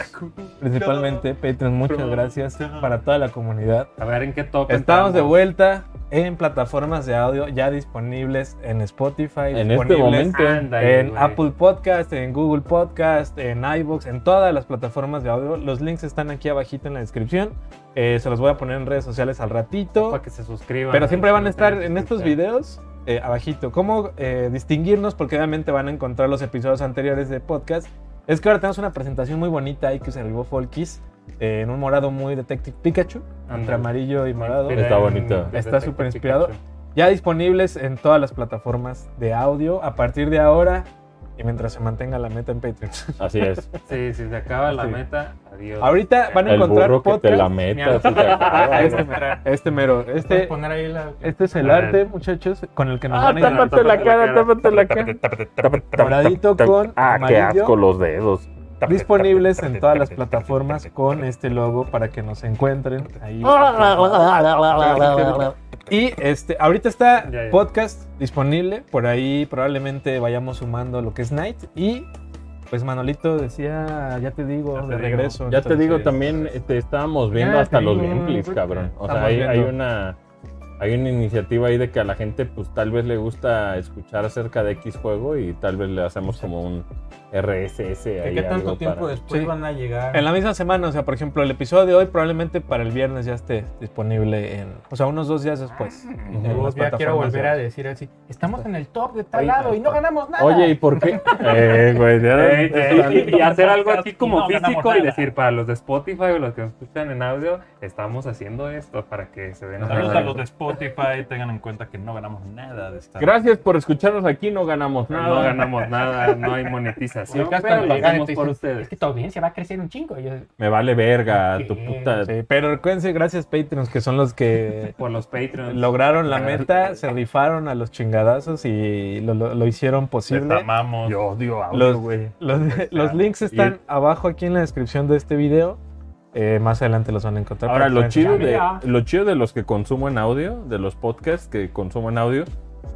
Speaker 6: principalmente Patreon, muchas gracias para toda la comunidad.
Speaker 4: A ver en qué top
Speaker 6: Estamos
Speaker 4: entramos.
Speaker 6: de vuelta en plataformas de audio ya disponibles en Spotify,
Speaker 1: En este
Speaker 6: disponibles
Speaker 1: momento.
Speaker 4: Ándale,
Speaker 6: en
Speaker 4: güey.
Speaker 6: Apple Podcast, en Google Podcast, en iBox, en todas las plataformas de audio. Los links están aquí abajito en la descripción. Eh, se los voy a poner en redes sociales al ratito.
Speaker 4: Para que se suscriban.
Speaker 6: Pero siempre van a estar
Speaker 4: Sí,
Speaker 6: en estos
Speaker 4: sí.
Speaker 6: videos eh, abajito. ¿Cómo eh, distinguirnos? Porque obviamente van a encontrar los episodios anteriores de podcast. Es que ahora tenemos una presentación muy bonita ahí que se arribó Folkis eh, en un morado muy Detective Pikachu, entre
Speaker 4: Ándale.
Speaker 6: amarillo y morado.
Speaker 4: Inspira
Speaker 1: Está
Speaker 4: en
Speaker 1: bonito.
Speaker 4: Detective
Speaker 6: Está súper inspirado.
Speaker 4: Pikachu.
Speaker 6: ya disponibles en todas las plataformas de audio a partir de ahora y mientras se mantenga la meta en Patreon.
Speaker 1: Así es.
Speaker 4: Sí, si se acaba la
Speaker 6: Sí.
Speaker 4: meta, adiós.
Speaker 6: Ahorita van a
Speaker 1: El
Speaker 6: encontrar
Speaker 1: burro que te la
Speaker 6: podcast.
Speaker 1: meta. si te acaba,
Speaker 6: Este,
Speaker 1: güey.
Speaker 6: este mero,
Speaker 2: Puedes
Speaker 6: este,
Speaker 2: poner ahí la.
Speaker 6: este es el
Speaker 5: A
Speaker 6: arte, muchachos, con el que nos
Speaker 1: Ah,
Speaker 6: van a ir
Speaker 1: tápate la cara, tápate la cara.
Speaker 6: Doradito con
Speaker 1: Ah, qué
Speaker 6: amarillo.
Speaker 1: asco los dedos.
Speaker 6: disponibles en todas las plataformas con este logo para que nos encuentren ahí. Y este, ahorita está
Speaker 4: Ya, ya.
Speaker 6: podcast disponible, por ahí probablemente vayamos sumando lo que es Night y pues Manolito decía, ya te digo,
Speaker 5: Ya te
Speaker 6: de
Speaker 5: digo.
Speaker 6: regreso.
Speaker 1: Ya te digo
Speaker 6: entonces-
Speaker 1: también, este, estábamos viendo
Speaker 2: Ya
Speaker 1: hasta
Speaker 2: te
Speaker 1: los
Speaker 2: digo,
Speaker 1: gameplays,
Speaker 2: güey.
Speaker 1: cabrón. O sea,
Speaker 2: Estamos
Speaker 1: hay, hay
Speaker 2: viendo.
Speaker 1: una hay una iniciativa ahí de que a la gente pues tal vez le gusta escuchar acerca de X juego y tal vez le hacemos como un RSS
Speaker 2: ¿De
Speaker 1: ahí
Speaker 2: qué tanto
Speaker 1: algo
Speaker 2: tiempo
Speaker 1: para-
Speaker 2: después
Speaker 6: Sí.
Speaker 2: van a llegar?
Speaker 6: En la misma semana, o sea, por ejemplo, el episodio de hoy probablemente para el viernes ya esté disponible en, o sea, unos dos días después.
Speaker 1: Ujú.
Speaker 2: Yo
Speaker 6: en las
Speaker 2: ya quiero
Speaker 6: plataformas
Speaker 2: volver a
Speaker 6: de-
Speaker 2: decir así. Estamos en el top de tal
Speaker 1: Oye,
Speaker 2: lado y no
Speaker 1: está.
Speaker 2: ganamos nada.
Speaker 1: Oye, ¿y por qué? Eh, güey, ya-
Speaker 4: Ey, ey, y hacer algo aquí como
Speaker 2: No ganamos
Speaker 4: físico y
Speaker 2: nada.
Speaker 4: decir para los de Spotify o los que nos escuchan en audio, estamos haciendo esto para que se den
Speaker 5: Saludos a los de Spotify, tengan en cuenta que no ganamos nada de esta.
Speaker 1: Gracias por escucharnos aquí, no ganamos nada.
Speaker 4: No ganamos nada, no hay monetización.
Speaker 2: Acá
Speaker 4: pero
Speaker 2: están
Speaker 4: lo
Speaker 2: llegando y
Speaker 4: hacemos
Speaker 2: te
Speaker 4: por
Speaker 2: dicen,
Speaker 4: ustedes.
Speaker 2: Es que tu audiencia va a crecer un chingo. Y yo,
Speaker 1: Me vale verga,
Speaker 2: Sí.
Speaker 1: Ah, tu puta.
Speaker 6: Sí, pero recuérdense, gracias Patreons, que son los que
Speaker 4: Por los Patreons.
Speaker 6: lograron la meta, se rifaron a los chingadazos y lo, lo- lo hicieron
Speaker 5: Les
Speaker 6: posible.
Speaker 5: amamos.
Speaker 1: Yo odio audio,
Speaker 6: Los-
Speaker 1: güey.
Speaker 6: Los, los links están abajo aquí en la descripción de este video. Eh, más adelante los van a encontrar.
Speaker 1: Ahora,
Speaker 6: para que
Speaker 1: lo
Speaker 6: puedan
Speaker 1: chido,
Speaker 6: seguir.
Speaker 1: de,
Speaker 2: mira.
Speaker 1: lo chido de los que consumen audio, de los podcasts que consumen audio,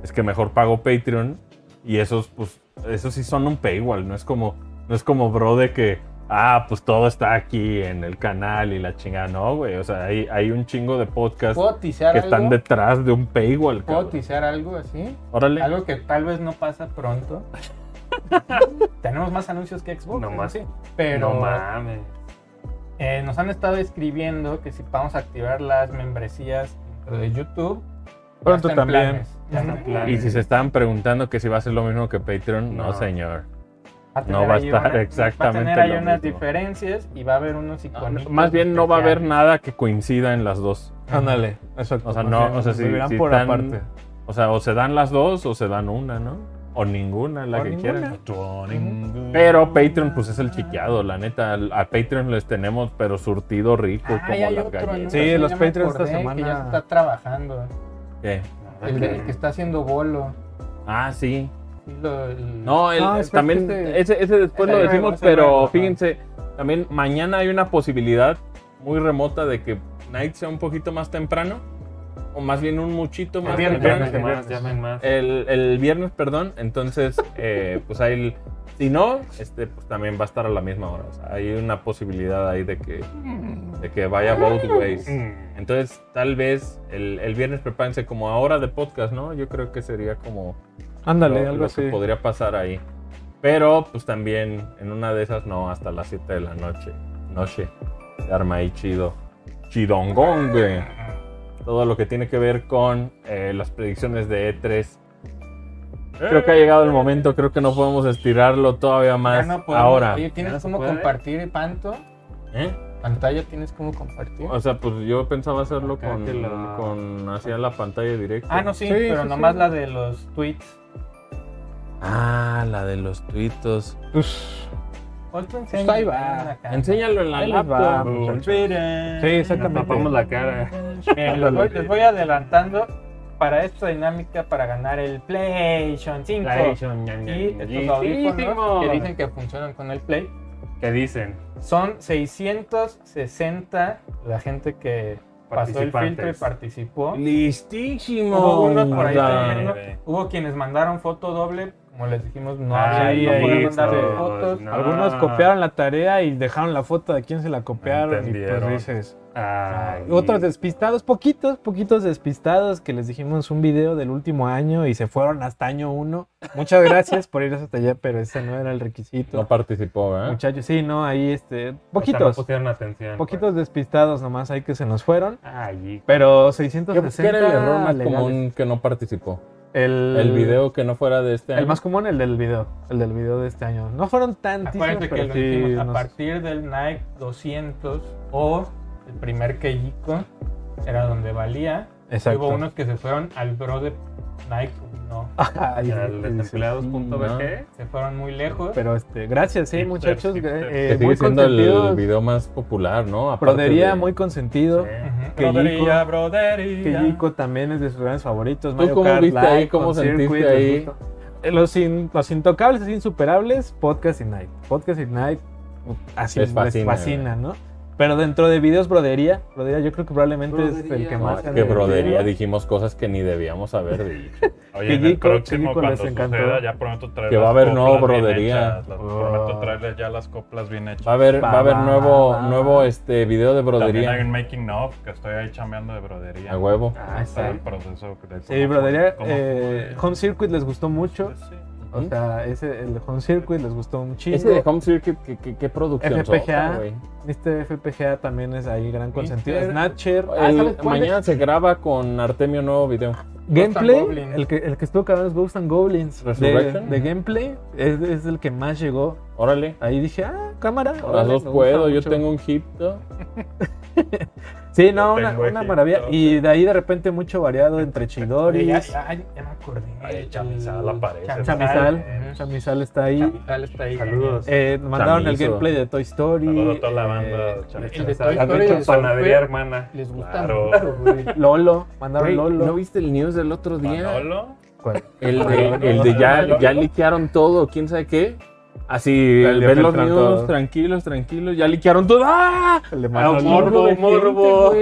Speaker 1: es que mejor pago Patreon y esos, pues, esos sí son un paywall, no es como, no es como bro de que, ah, pues todo está aquí en el canal y la chingada, no, güey, o sea, hay, hay un chingo de podcasts
Speaker 2: ¿Puedo tisear
Speaker 1: que están
Speaker 2: algo?
Speaker 1: detrás de un paywall,
Speaker 2: ¿Puedo
Speaker 1: cabrón.
Speaker 2: tisear algo así?
Speaker 1: Órale.
Speaker 2: Algo que tal vez no pasa pronto. Tenemos más anuncios que Xbox.
Speaker 4: No
Speaker 2: eso
Speaker 4: más.
Speaker 2: sí. Pero
Speaker 4: No mames.
Speaker 2: eh, nos han estado escribiendo que si vamos a activar las membresías dentro de YouTube. ya
Speaker 6: Pronto
Speaker 2: está en
Speaker 6: también.
Speaker 2: planes, ya está en
Speaker 4: Ujú.
Speaker 2: planes.
Speaker 1: Y si se estaban preguntando que si va a ser lo mismo que Patreon, no,
Speaker 4: No.
Speaker 1: señor.
Speaker 2: Va a
Speaker 1: no
Speaker 2: tener
Speaker 1: va a
Speaker 2: ahí
Speaker 1: estar
Speaker 2: una-
Speaker 1: exactamente
Speaker 2: Va a tener ahí
Speaker 1: lo
Speaker 2: unas
Speaker 1: mismo.
Speaker 2: diferencias y va a haber unos iconos.
Speaker 1: Más bien no va a haber nada que coincida en las dos.
Speaker 6: Ándale, exacto.
Speaker 1: O sea, no, o sea, si,
Speaker 6: Lo verán
Speaker 1: si
Speaker 6: por
Speaker 1: están-
Speaker 6: aparte.
Speaker 1: O sea, o se dan las dos o se dan una, ¿no? O ninguna, la
Speaker 6: O
Speaker 1: que
Speaker 6: ninguna.
Speaker 1: quieran.
Speaker 5: Tuning.
Speaker 1: Pero Patreon, pues es el chiqueado, la neta. A Patreon les tenemos, pero surtido rico,
Speaker 2: Ah,
Speaker 1: como
Speaker 2: hay
Speaker 1: las
Speaker 2: otro
Speaker 1: galletas.
Speaker 2: anuncio,
Speaker 6: Sí, los
Speaker 2: ya me
Speaker 6: Patreons esta
Speaker 2: acordé, que ya
Speaker 6: semana-
Speaker 2: se está trabajando.
Speaker 1: ¿Qué?
Speaker 2: El, de- el que está haciendo bolo.
Speaker 1: Ah, sí.
Speaker 2: Sí, lo- el-
Speaker 1: No, el-
Speaker 6: Ah, espera,
Speaker 1: también,
Speaker 6: que este-
Speaker 1: ese, ese después
Speaker 2: Ese
Speaker 1: lo
Speaker 2: es nuevo,
Speaker 1: decimos,
Speaker 2: ese es
Speaker 1: pero
Speaker 2: nuevo, ajá.
Speaker 1: fíjense, también mañana hay una posibilidad muy remota de que Night sea un poquito más temprano, o más bien un muchito más
Speaker 2: El viernes,
Speaker 1: temprano.
Speaker 2: el viernes.
Speaker 4: llamen más.
Speaker 1: el, el viernes, perdón. Entonces, eh, pues ahí, el- si no, este, pues también va a estar a la misma hora. O sea, hay una posibilidad ahí de que, de que vaya both ways.
Speaker 4: Mm.
Speaker 1: Entonces, tal vez el, el viernes prepárense como a hora de podcast, ¿no? Yo creo que sería como
Speaker 6: Ándale,
Speaker 1: lo,
Speaker 6: algo
Speaker 1: lo
Speaker 6: así.
Speaker 1: que podría pasar ahí. Pero, pues también en una de esas, no, hasta las 7 de la noche. Noche. Se arma ahí chido. Chidongongue. Todo lo que tiene que ver con eh, las predicciones de E3. Creo que ha llegado el momento, creo que no podemos estirarlo todavía
Speaker 2: ya
Speaker 1: más
Speaker 2: no podemos-
Speaker 1: ahora.
Speaker 2: Oye, ¿tienes
Speaker 4: Ya no se
Speaker 2: cómo
Speaker 4: puede.
Speaker 2: compartir panto?
Speaker 1: ¿Eh?
Speaker 2: Pantalla tienes cómo compartir.
Speaker 1: O sea, pues yo pensaba hacerlo
Speaker 4: Acá
Speaker 1: con,
Speaker 4: que lo-
Speaker 1: con hacia la pantalla directa.
Speaker 2: Ah, no, sí,
Speaker 6: Sí,
Speaker 2: pero
Speaker 6: sí,
Speaker 2: nomás
Speaker 6: sí.
Speaker 2: la de los tweets.
Speaker 1: Ah, la de los tuitos.
Speaker 2: Hoy tú
Speaker 6: Pues ahí
Speaker 2: Ah,
Speaker 6: va.
Speaker 1: Enséñalo en la
Speaker 6: Ahí les va,
Speaker 1: laptop.
Speaker 6: muchachos. Sí,
Speaker 2: Sí.
Speaker 1: pues,
Speaker 4: Nos tapamos
Speaker 6: exactamente.
Speaker 4: la cara.
Speaker 2: les, voy, les voy adelantando para esta dinámica para ganar el PlayStation 5. Y estos audífonos que dicen que funcionan con el Play
Speaker 4: ¿Qué dicen?
Speaker 2: son 660 la gente que pasó el filtro y
Speaker 4: Participantes.
Speaker 2: participó. Hubo
Speaker 1: Listísimo.
Speaker 2: unos por ahí
Speaker 1: Puta.
Speaker 2: teniendo- Hubo quienes mandaron foto doble, como les dijimos, no
Speaker 6: Ay,
Speaker 5: Ah,
Speaker 2: había no
Speaker 6: ahí
Speaker 2: podían
Speaker 6: está.
Speaker 2: mandar fotos.
Speaker 4: No.
Speaker 6: Algunos copiaron la tarea y dejaron la foto de quién se la copiaron y pues
Speaker 5: Entendieron.
Speaker 6: dices.
Speaker 4: Ay.
Speaker 6: Otros despistados, poquitos, poquitos despistados que les dijimos un video del último año y se fueron hasta año uno. Muchas gracias por ir hasta allá, pero ese no era el requisito.
Speaker 1: No participó, ¿eh?
Speaker 6: Muchachos, sí, no, ahí este,
Speaker 4: O sea, no
Speaker 6: poquitos,
Speaker 4: pusieron
Speaker 1: pues.
Speaker 4: atención.
Speaker 6: poquitos despistados nomás ahí que se nos fueron,
Speaker 4: pues. Ay,
Speaker 6: pero
Speaker 1: ¿Qué,
Speaker 6: 660
Speaker 1: qué era el error más
Speaker 6: legales.
Speaker 1: común que no participó?
Speaker 6: El,
Speaker 1: El video que no fuera de este
Speaker 6: el
Speaker 1: año.
Speaker 6: más común el del video, el del video de este año. No fueron tantísimos,
Speaker 2: Acuérdense que
Speaker 6: pero
Speaker 2: lo
Speaker 6: sí
Speaker 2: dijimos, a
Speaker 6: nos-
Speaker 2: partir del Nike 200 o el primer Keiko era donde valía.
Speaker 3: Exacto.
Speaker 2: Hubo unos que se fueron al bro de Nike, no.
Speaker 6: Ay,
Speaker 4: Al
Speaker 6: dices,
Speaker 4: desempleados.bg.
Speaker 2: Se fueron muy lejos.
Speaker 6: Pero este, gracias, sí,
Speaker 5: Hipsters,
Speaker 6: muchachos.
Speaker 5: hipsters.
Speaker 6: eh,
Speaker 1: Que sigue
Speaker 6: muy
Speaker 1: siendo el
Speaker 6: consentidos.
Speaker 1: video más popular, ¿no? Aparte
Speaker 6: Brodería
Speaker 1: de-
Speaker 6: muy consentido.
Speaker 4: Eh,
Speaker 2: Ujú.
Speaker 6: Que
Speaker 5: Brodería,
Speaker 6: Yico-
Speaker 5: brodería.
Speaker 6: Que Yico también es de sus grandes favoritos.
Speaker 1: ¿Tú
Speaker 6: Mario
Speaker 1: cómo
Speaker 6: Kart
Speaker 1: viste
Speaker 6: Live,
Speaker 1: ahí? ¿Cómo
Speaker 6: con
Speaker 1: sentiste
Speaker 6: Circuit,
Speaker 1: ahí?
Speaker 6: los justo- eh, Los, in- los intocables, así insuperables, Podcast Ignite. Podcast Ignite, uh, así
Speaker 1: Les
Speaker 6: les
Speaker 1: fascina,
Speaker 6: fascina, ¿no? Pero dentro de videos, brodería. Brodería, yo creo que probablemente es el
Speaker 4: Brodería.
Speaker 6: que
Speaker 1: No,
Speaker 6: más.
Speaker 1: es
Speaker 6: se ha
Speaker 1: que
Speaker 6: vendido.
Speaker 1: Ah, brodería dijimos cosas que ni debíamos haber dicho.
Speaker 5: Oye,
Speaker 6: Que
Speaker 5: en el
Speaker 6: Yico- que
Speaker 5: próximo
Speaker 6: Yico
Speaker 5: cuando
Speaker 6: les encantó.
Speaker 5: suceda ya prometo traer
Speaker 1: Que va
Speaker 5: las
Speaker 1: a haber nuevo
Speaker 5: coplas bien
Speaker 1: brodería.
Speaker 5: hechas, las- Prometo traerles ya las coplas bien hechas.
Speaker 1: Va a haber, va a haber
Speaker 6: Va, va,
Speaker 1: nuevo,
Speaker 6: va, va.
Speaker 1: nuevo este video de
Speaker 5: También hay
Speaker 1: brodería.
Speaker 5: un making of que estoy ahí chambeando de brodería.
Speaker 1: A huevo.
Speaker 5: Ah, está
Speaker 6: sí.
Speaker 5: el proceso de cómo
Speaker 6: Sí, brodería.
Speaker 5: fue- cómo
Speaker 6: eh,
Speaker 5: fue.
Speaker 6: Home Circuit les gustó mucho.
Speaker 5: Sí, sí.
Speaker 6: O sea, ese, el de Home Circuit les gustó
Speaker 1: ¿Mm?
Speaker 6: muchísimo.
Speaker 1: Ese de Home Circuit, ¿qué, qué, qué producción?
Speaker 6: FPGA.
Speaker 1: sota, güey?
Speaker 6: Este FPGA también es ahí gran consentido.
Speaker 2: Mister-
Speaker 6: Snatcher.
Speaker 1: El-
Speaker 6: Ah, ¿sabes cuál
Speaker 1: mañana se graba con Artemio un nuevo video.
Speaker 6: Gameplay,
Speaker 2: Ghosts and Goblins.
Speaker 6: el que, el que estuvo acabando es Ghosts and Goblins. De,
Speaker 1: Resurrection.
Speaker 6: de gameplay es, es el que más llegó.
Speaker 1: Órale.
Speaker 6: Ahí dije, ah, cámara.
Speaker 1: Las
Speaker 6: órale,
Speaker 1: dos
Speaker 6: me gusta
Speaker 1: puedo, yo
Speaker 6: mucho.
Speaker 1: tengo un hit. ¿no?
Speaker 6: Sí, no,
Speaker 5: Yo
Speaker 6: una,
Speaker 5: tengo
Speaker 6: una
Speaker 5: aquí,
Speaker 6: maravilla.
Speaker 5: todo.
Speaker 6: Y de ahí de repente mucho variado entre
Speaker 2: Oye, ya,
Speaker 6: Chidoris,
Speaker 2: ya- ya me acordé.
Speaker 5: Ay,
Speaker 2: El-
Speaker 5: chamizal aparece.
Speaker 6: Chamizal. Chamizal está ahí.
Speaker 2: Chamizal está ahí.
Speaker 4: Saludos.
Speaker 6: Eh, mandaron el
Speaker 1: Chamizo.
Speaker 6: gameplay de Toy Story.
Speaker 5: Saludos a toda la banda
Speaker 6: eh,
Speaker 5: de Chamizal.
Speaker 2: El de Toy
Speaker 6: Han
Speaker 2: Story
Speaker 6: hecho
Speaker 2: de
Speaker 4: Panadería
Speaker 2: Software
Speaker 4: hermana.
Speaker 2: les gusta
Speaker 5: Claro.
Speaker 2: mucho, güey.
Speaker 6: Lolo, mandaron
Speaker 1: Güey,
Speaker 6: Lolo.
Speaker 1: ¿No viste el news del otro día?
Speaker 5: Manolo.
Speaker 6: ¿Cuál?
Speaker 1: El de, el de ya, ya liquearon todo, quién sabe qué. Así,
Speaker 6: El de
Speaker 1: ven los
Speaker 6: filtran
Speaker 1: news,
Speaker 6: todo.
Speaker 1: tranquilos, tranquilos, ya liquearon todo. ¡Ah!
Speaker 6: El de
Speaker 1: Ah,
Speaker 6: Manolo.
Speaker 1: morbo,
Speaker 4: gente,
Speaker 1: morbo.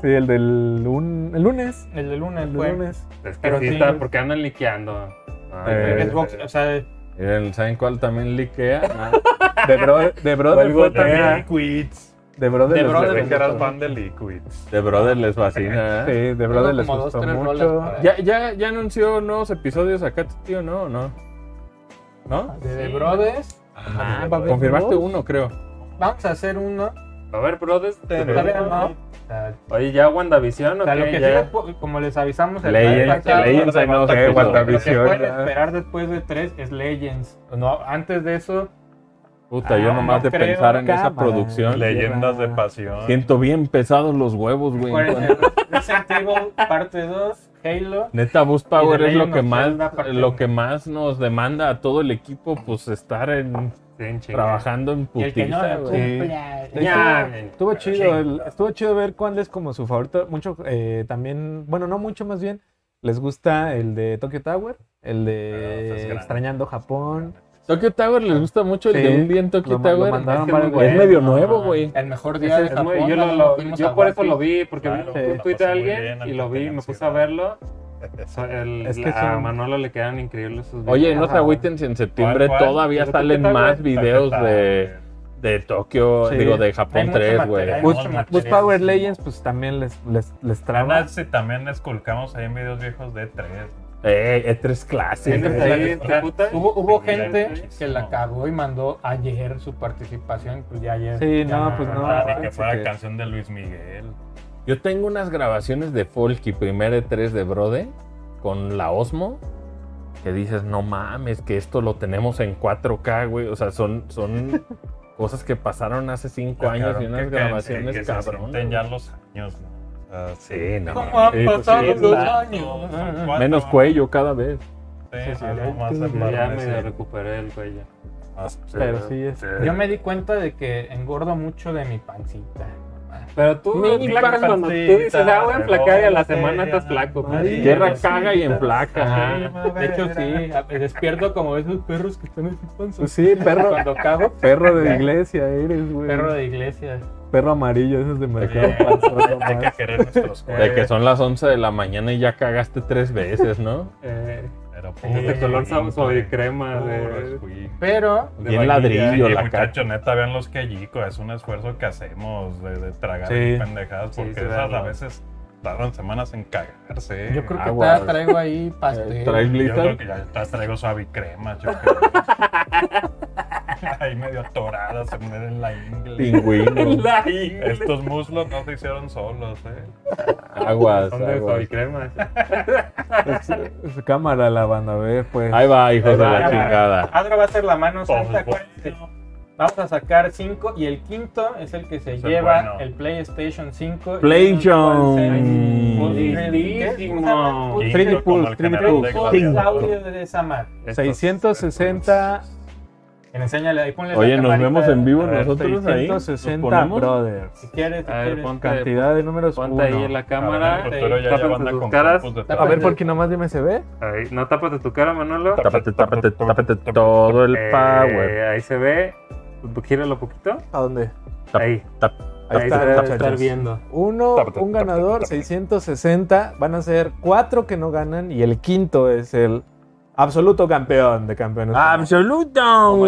Speaker 6: Sí, el del lun- el lunes.
Speaker 2: El de lunes,
Speaker 6: El
Speaker 2: fue.
Speaker 6: lunes.
Speaker 4: Es que
Speaker 2: Pero
Speaker 4: sí
Speaker 2: sí.
Speaker 4: está, porque andan liqueando. Ay,
Speaker 1: Eh,
Speaker 4: güey.
Speaker 2: Xbox, o sea,
Speaker 1: Miren, ¿Saben cuál también liquea?
Speaker 6: De, bro, de Brother
Speaker 1: Vuelvo
Speaker 6: fue
Speaker 1: de-
Speaker 6: también.
Speaker 5: Liquids.
Speaker 6: De
Speaker 1: Este
Speaker 6: Brother.
Speaker 2: De
Speaker 6: les
Speaker 2: Brother.
Speaker 5: Pensé
Speaker 6: gustó.
Speaker 5: que eras fan de Liquids.
Speaker 1: De Brother les fascina.
Speaker 6: Sí,
Speaker 1: ¿eh?
Speaker 6: de Brother les
Speaker 2: como dos,
Speaker 6: gustó
Speaker 2: tres
Speaker 6: mucho.
Speaker 2: rolas para-
Speaker 1: ¿Ya, ya, ya anunció nuevos episodios acá, tu tío, ¿no? ¿O ¿No? ¿No?
Speaker 2: de The Brothers.
Speaker 1: Ah,
Speaker 2: va a haber
Speaker 1: Confirmaste
Speaker 2: dos.
Speaker 1: uno, creo.
Speaker 2: Vamos a hacer uno.
Speaker 4: A ver, brothers.
Speaker 2: Todavía no. O sea,
Speaker 4: Oye, ¿ya WandaVision o
Speaker 2: O sea, lo
Speaker 4: qué?
Speaker 2: que
Speaker 4: Ya-
Speaker 2: siga, po- como les avisamos, el
Speaker 1: Legends,
Speaker 2: live pasado,
Speaker 1: Legends, ahí no sé,
Speaker 2: Lo que
Speaker 1: WandaVision.
Speaker 2: pueden
Speaker 1: ¿verdad?
Speaker 2: esperar después de tres es Legends. No, antes de eso,
Speaker 1: Puta, yo
Speaker 2: Ah,
Speaker 1: nomás de
Speaker 2: creo,
Speaker 1: pensar en esa
Speaker 6: cámara.
Speaker 1: producción.
Speaker 5: Leyendas de pasión.
Speaker 1: Siento bien pesados los huevos, güey.
Speaker 2: acuérdense, Resident Evil parte 2, Halo.
Speaker 1: Neta, Boost Power
Speaker 2: Y de
Speaker 1: es lo
Speaker 2: Legend
Speaker 1: que
Speaker 2: of
Speaker 1: más
Speaker 2: Zelda, aparte.
Speaker 1: lo que más nos demanda a todo el equipo, pues estar en
Speaker 4: Sí, en chinga.
Speaker 1: trabajando en
Speaker 2: Y el que no
Speaker 1: putiza,
Speaker 2: lo
Speaker 1: güey.
Speaker 2: cumpla.
Speaker 6: Sí.
Speaker 2: Ya,
Speaker 4: Ya,
Speaker 6: Estuvo chido, el- estuvo chido ver cuál es como su favorito. Mucho eh, también, bueno, no mucho más bien, les gusta el de Tokyo Tower, el
Speaker 5: Ah, ese es
Speaker 6: de
Speaker 5: grande.
Speaker 6: Extrañando Japón.
Speaker 1: Tokyo Tower les gusta mucho el
Speaker 6: Sí,
Speaker 1: de un día en Tokyo
Speaker 6: lo ma- lo
Speaker 1: Tower.
Speaker 6: mandaron
Speaker 1: que
Speaker 6: varios
Speaker 1: es
Speaker 6: veces.
Speaker 1: medio nuevo, güey.
Speaker 2: El mejor día de
Speaker 4: Es muy-
Speaker 2: Japón.
Speaker 4: yo
Speaker 2: la-
Speaker 4: lo-
Speaker 2: la
Speaker 4: lo-
Speaker 2: fuimos a
Speaker 4: yo por eso
Speaker 2: Guapi.
Speaker 4: lo vi, porque
Speaker 5: Claro,
Speaker 4: vi
Speaker 6: la
Speaker 4: un
Speaker 5: pasé
Speaker 4: tweet de
Speaker 5: muy
Speaker 4: alguien
Speaker 5: bien,
Speaker 4: y lo vi, me
Speaker 5: alta
Speaker 4: puse a verlo. So- el-
Speaker 6: Es que
Speaker 4: a
Speaker 6: son-
Speaker 4: Manolo le quedaron increíbles sus videos.
Speaker 1: Oye, no se
Speaker 6: Ajá.
Speaker 1: agüiten si en septiembre
Speaker 5: ¿Cuál, cuál?
Speaker 1: todavía
Speaker 4: Pero
Speaker 1: salen
Speaker 4: Tokyo Tower.
Speaker 1: más videos de, de Tokio,
Speaker 6: Sí.
Speaker 1: digo, de
Speaker 2: Hay
Speaker 1: Japón
Speaker 2: mucho
Speaker 1: 3,
Speaker 2: material,
Speaker 1: güey.
Speaker 2: hay
Speaker 6: Bus,
Speaker 2: mucho
Speaker 5: Bus
Speaker 2: material.
Speaker 6: Power Legends, pues también les, les, les traba.
Speaker 5: Ana, si también les colcamos ahí en videos viejos de tres.
Speaker 1: Eh, E3 Classic.
Speaker 4: Siéntate
Speaker 1: güey.
Speaker 4: ahí, te puta.
Speaker 2: Hubo, hubo
Speaker 5: Sí,
Speaker 2: gente
Speaker 5: muchísimo.
Speaker 2: que la cagó y mandó ayer su participación. Pues ya ayer.
Speaker 6: Sí,
Speaker 2: ya
Speaker 6: no, pues no.
Speaker 5: Ah, ni que
Speaker 6: parece
Speaker 5: fuera
Speaker 6: que-
Speaker 5: canción de Luis Miguel.
Speaker 1: Yo tengo unas grabaciones de Folky, primer E3 de Brode, con la Osmo, que dices, no mames, que esto lo tenemos en 4K, güey. O sea, son, son cosas que pasaron hace cinco
Speaker 5: Ah,
Speaker 1: años y unas grabaciones cabrón.
Speaker 5: cabrones. ya los años, ¿no? Ah,
Speaker 1: Sí, no.
Speaker 2: ¿Cómo han
Speaker 1: Sí, pues,
Speaker 2: pasado
Speaker 1: sí,
Speaker 2: los
Speaker 1: está.
Speaker 2: años?
Speaker 5: Son cuatro,
Speaker 1: Menos
Speaker 5: ¿no?
Speaker 1: cuello cada vez.
Speaker 5: Sí,
Speaker 2: sí,
Speaker 5: algo
Speaker 2: sí.
Speaker 5: más
Speaker 6: Sí,
Speaker 5: hermano,
Speaker 4: Ya
Speaker 5: ese.
Speaker 4: me recuperé el cuello.
Speaker 5: Más-
Speaker 6: Pero sí es.
Speaker 2: Yo me di cuenta de que engordo mucho de mi pancita.
Speaker 4: Pero tú,
Speaker 1: Mi
Speaker 4: flacas cuando tú
Speaker 5: pancita,
Speaker 4: dices, ah, voy a enflacar y a la semana estás flaco.
Speaker 5: María.
Speaker 1: Tierra
Speaker 5: pues sí,
Speaker 1: caga y emplaca.
Speaker 5: Sí,
Speaker 1: ajá.
Speaker 5: madre,
Speaker 2: De hecho,
Speaker 5: era-
Speaker 2: sí, a- despierto como esos perros que están así
Speaker 6: Pues
Speaker 2: panzones.
Speaker 6: sí, perro,
Speaker 2: Cuando cago,
Speaker 6: perro de iglesia eres, güey.
Speaker 2: perro de iglesia.
Speaker 6: Perro amarillo, ese es de mercado.
Speaker 5: Bien.
Speaker 6: panzón,
Speaker 5: Hay que
Speaker 6: nomás.
Speaker 5: querer nuestros
Speaker 1: De que
Speaker 5: cuerpos.
Speaker 1: son las 11 de la mañana y ya cagaste tres veces, ¿no?
Speaker 4: Eh,
Speaker 5: Pero
Speaker 4: es de
Speaker 5: puro
Speaker 4: color
Speaker 5: escuincle,
Speaker 4: sobre crema.
Speaker 5: puro
Speaker 4: De...
Speaker 5: escuincle.
Speaker 2: Pero
Speaker 5: De
Speaker 1: Bien
Speaker 5: vainilla.
Speaker 1: ladrillo
Speaker 5: Oye,
Speaker 1: la cara.
Speaker 5: muchachos, neta, vean los que yico, es un esfuerzo que hacemos de, de tragar
Speaker 6: Sí.
Speaker 5: pendejadas,
Speaker 4: Sí,
Speaker 5: porque
Speaker 4: sí,
Speaker 5: esas a
Speaker 4: verdad.
Speaker 5: veces tardan semanas en cagarse.
Speaker 2: yo creo que
Speaker 1: Agua.
Speaker 2: todavía traigo ahí pastel.
Speaker 1: Eh, Trae
Speaker 5: Yo creo
Speaker 1: glitter.
Speaker 5: que ya te traigo suave crema, yo creo. Ahí medio atorada, se me da en la ingle.
Speaker 1: Pingüino.
Speaker 5: Estos muslos no se hicieron solos, eh.
Speaker 1: Aguas.
Speaker 4: Son de
Speaker 1: aguas.
Speaker 4: suavicrema.
Speaker 6: Es- es cámara la banda, a ver, pues.
Speaker 1: Ahí va, hijos de
Speaker 5: Ahí
Speaker 1: la
Speaker 5: va.
Speaker 1: chingada.
Speaker 2: Adro va a ser la mano
Speaker 5: Pues,
Speaker 2: santa.
Speaker 5: bueno,
Speaker 2: acuérdense. Vamos a sacar cinco y el quinto es el que se
Speaker 5: Es el
Speaker 2: lleva
Speaker 5: bueno.
Speaker 2: el PlayStation 5. y
Speaker 6: pues,
Speaker 1: PlayStation.
Speaker 2: el Pulse
Speaker 1: Sí.
Speaker 2: Series. ¿Qué? ¿Cómo se llama?
Speaker 5: Y
Speaker 2: Pulse-
Speaker 5: 3D como
Speaker 6: Pulse,
Speaker 5: el
Speaker 6: 3D
Speaker 5: general
Speaker 6: Pulse.
Speaker 5: de Gladiador.
Speaker 2: Pulse audio de esa man.
Speaker 4: Estos-
Speaker 6: 660.
Speaker 2: Enséñale ahí, ponle la
Speaker 1: Oye, nos
Speaker 2: camarita.
Speaker 1: vemos en vivo nosotros ahí. ¿Nos
Speaker 6: 660
Speaker 1: ponemos?
Speaker 6: brother.
Speaker 2: Si quieres, si
Speaker 4: A ver,
Speaker 2: quieres.
Speaker 4: ponte,
Speaker 6: Cantidad de números.
Speaker 4: ponte ahí
Speaker 6: uno.
Speaker 4: en la
Speaker 5: Ahora en el
Speaker 4: cámara.
Speaker 5: futuro ya
Speaker 4: Tápense
Speaker 5: llevan la
Speaker 4: sus
Speaker 5: con
Speaker 4: caras.
Speaker 5: cuerpos de-
Speaker 6: A ver, porque nomás dime se ve.
Speaker 4: Ahí, no tápate tu cara, Manolo.
Speaker 1: Tápate, tápate, tápate todo el
Speaker 4: Eh,
Speaker 1: power.
Speaker 4: Ahí se ve. Gíralo poquito.
Speaker 6: ¿A dónde?
Speaker 1: Tap-
Speaker 4: Ahí.
Speaker 1: tap.
Speaker 4: Ahí,
Speaker 6: está,
Speaker 4: se debe
Speaker 6: muchachos.
Speaker 4: estar viendo.
Speaker 6: Uno,
Speaker 5: Tap, tap,
Speaker 6: un
Speaker 5: tap,
Speaker 6: ganador,
Speaker 5: tap, tap.
Speaker 6: 660. Van a ser cuatro que no ganan y el quinto es el absoluto campeón de campeones. Como el Cruz
Speaker 1: Absoluto.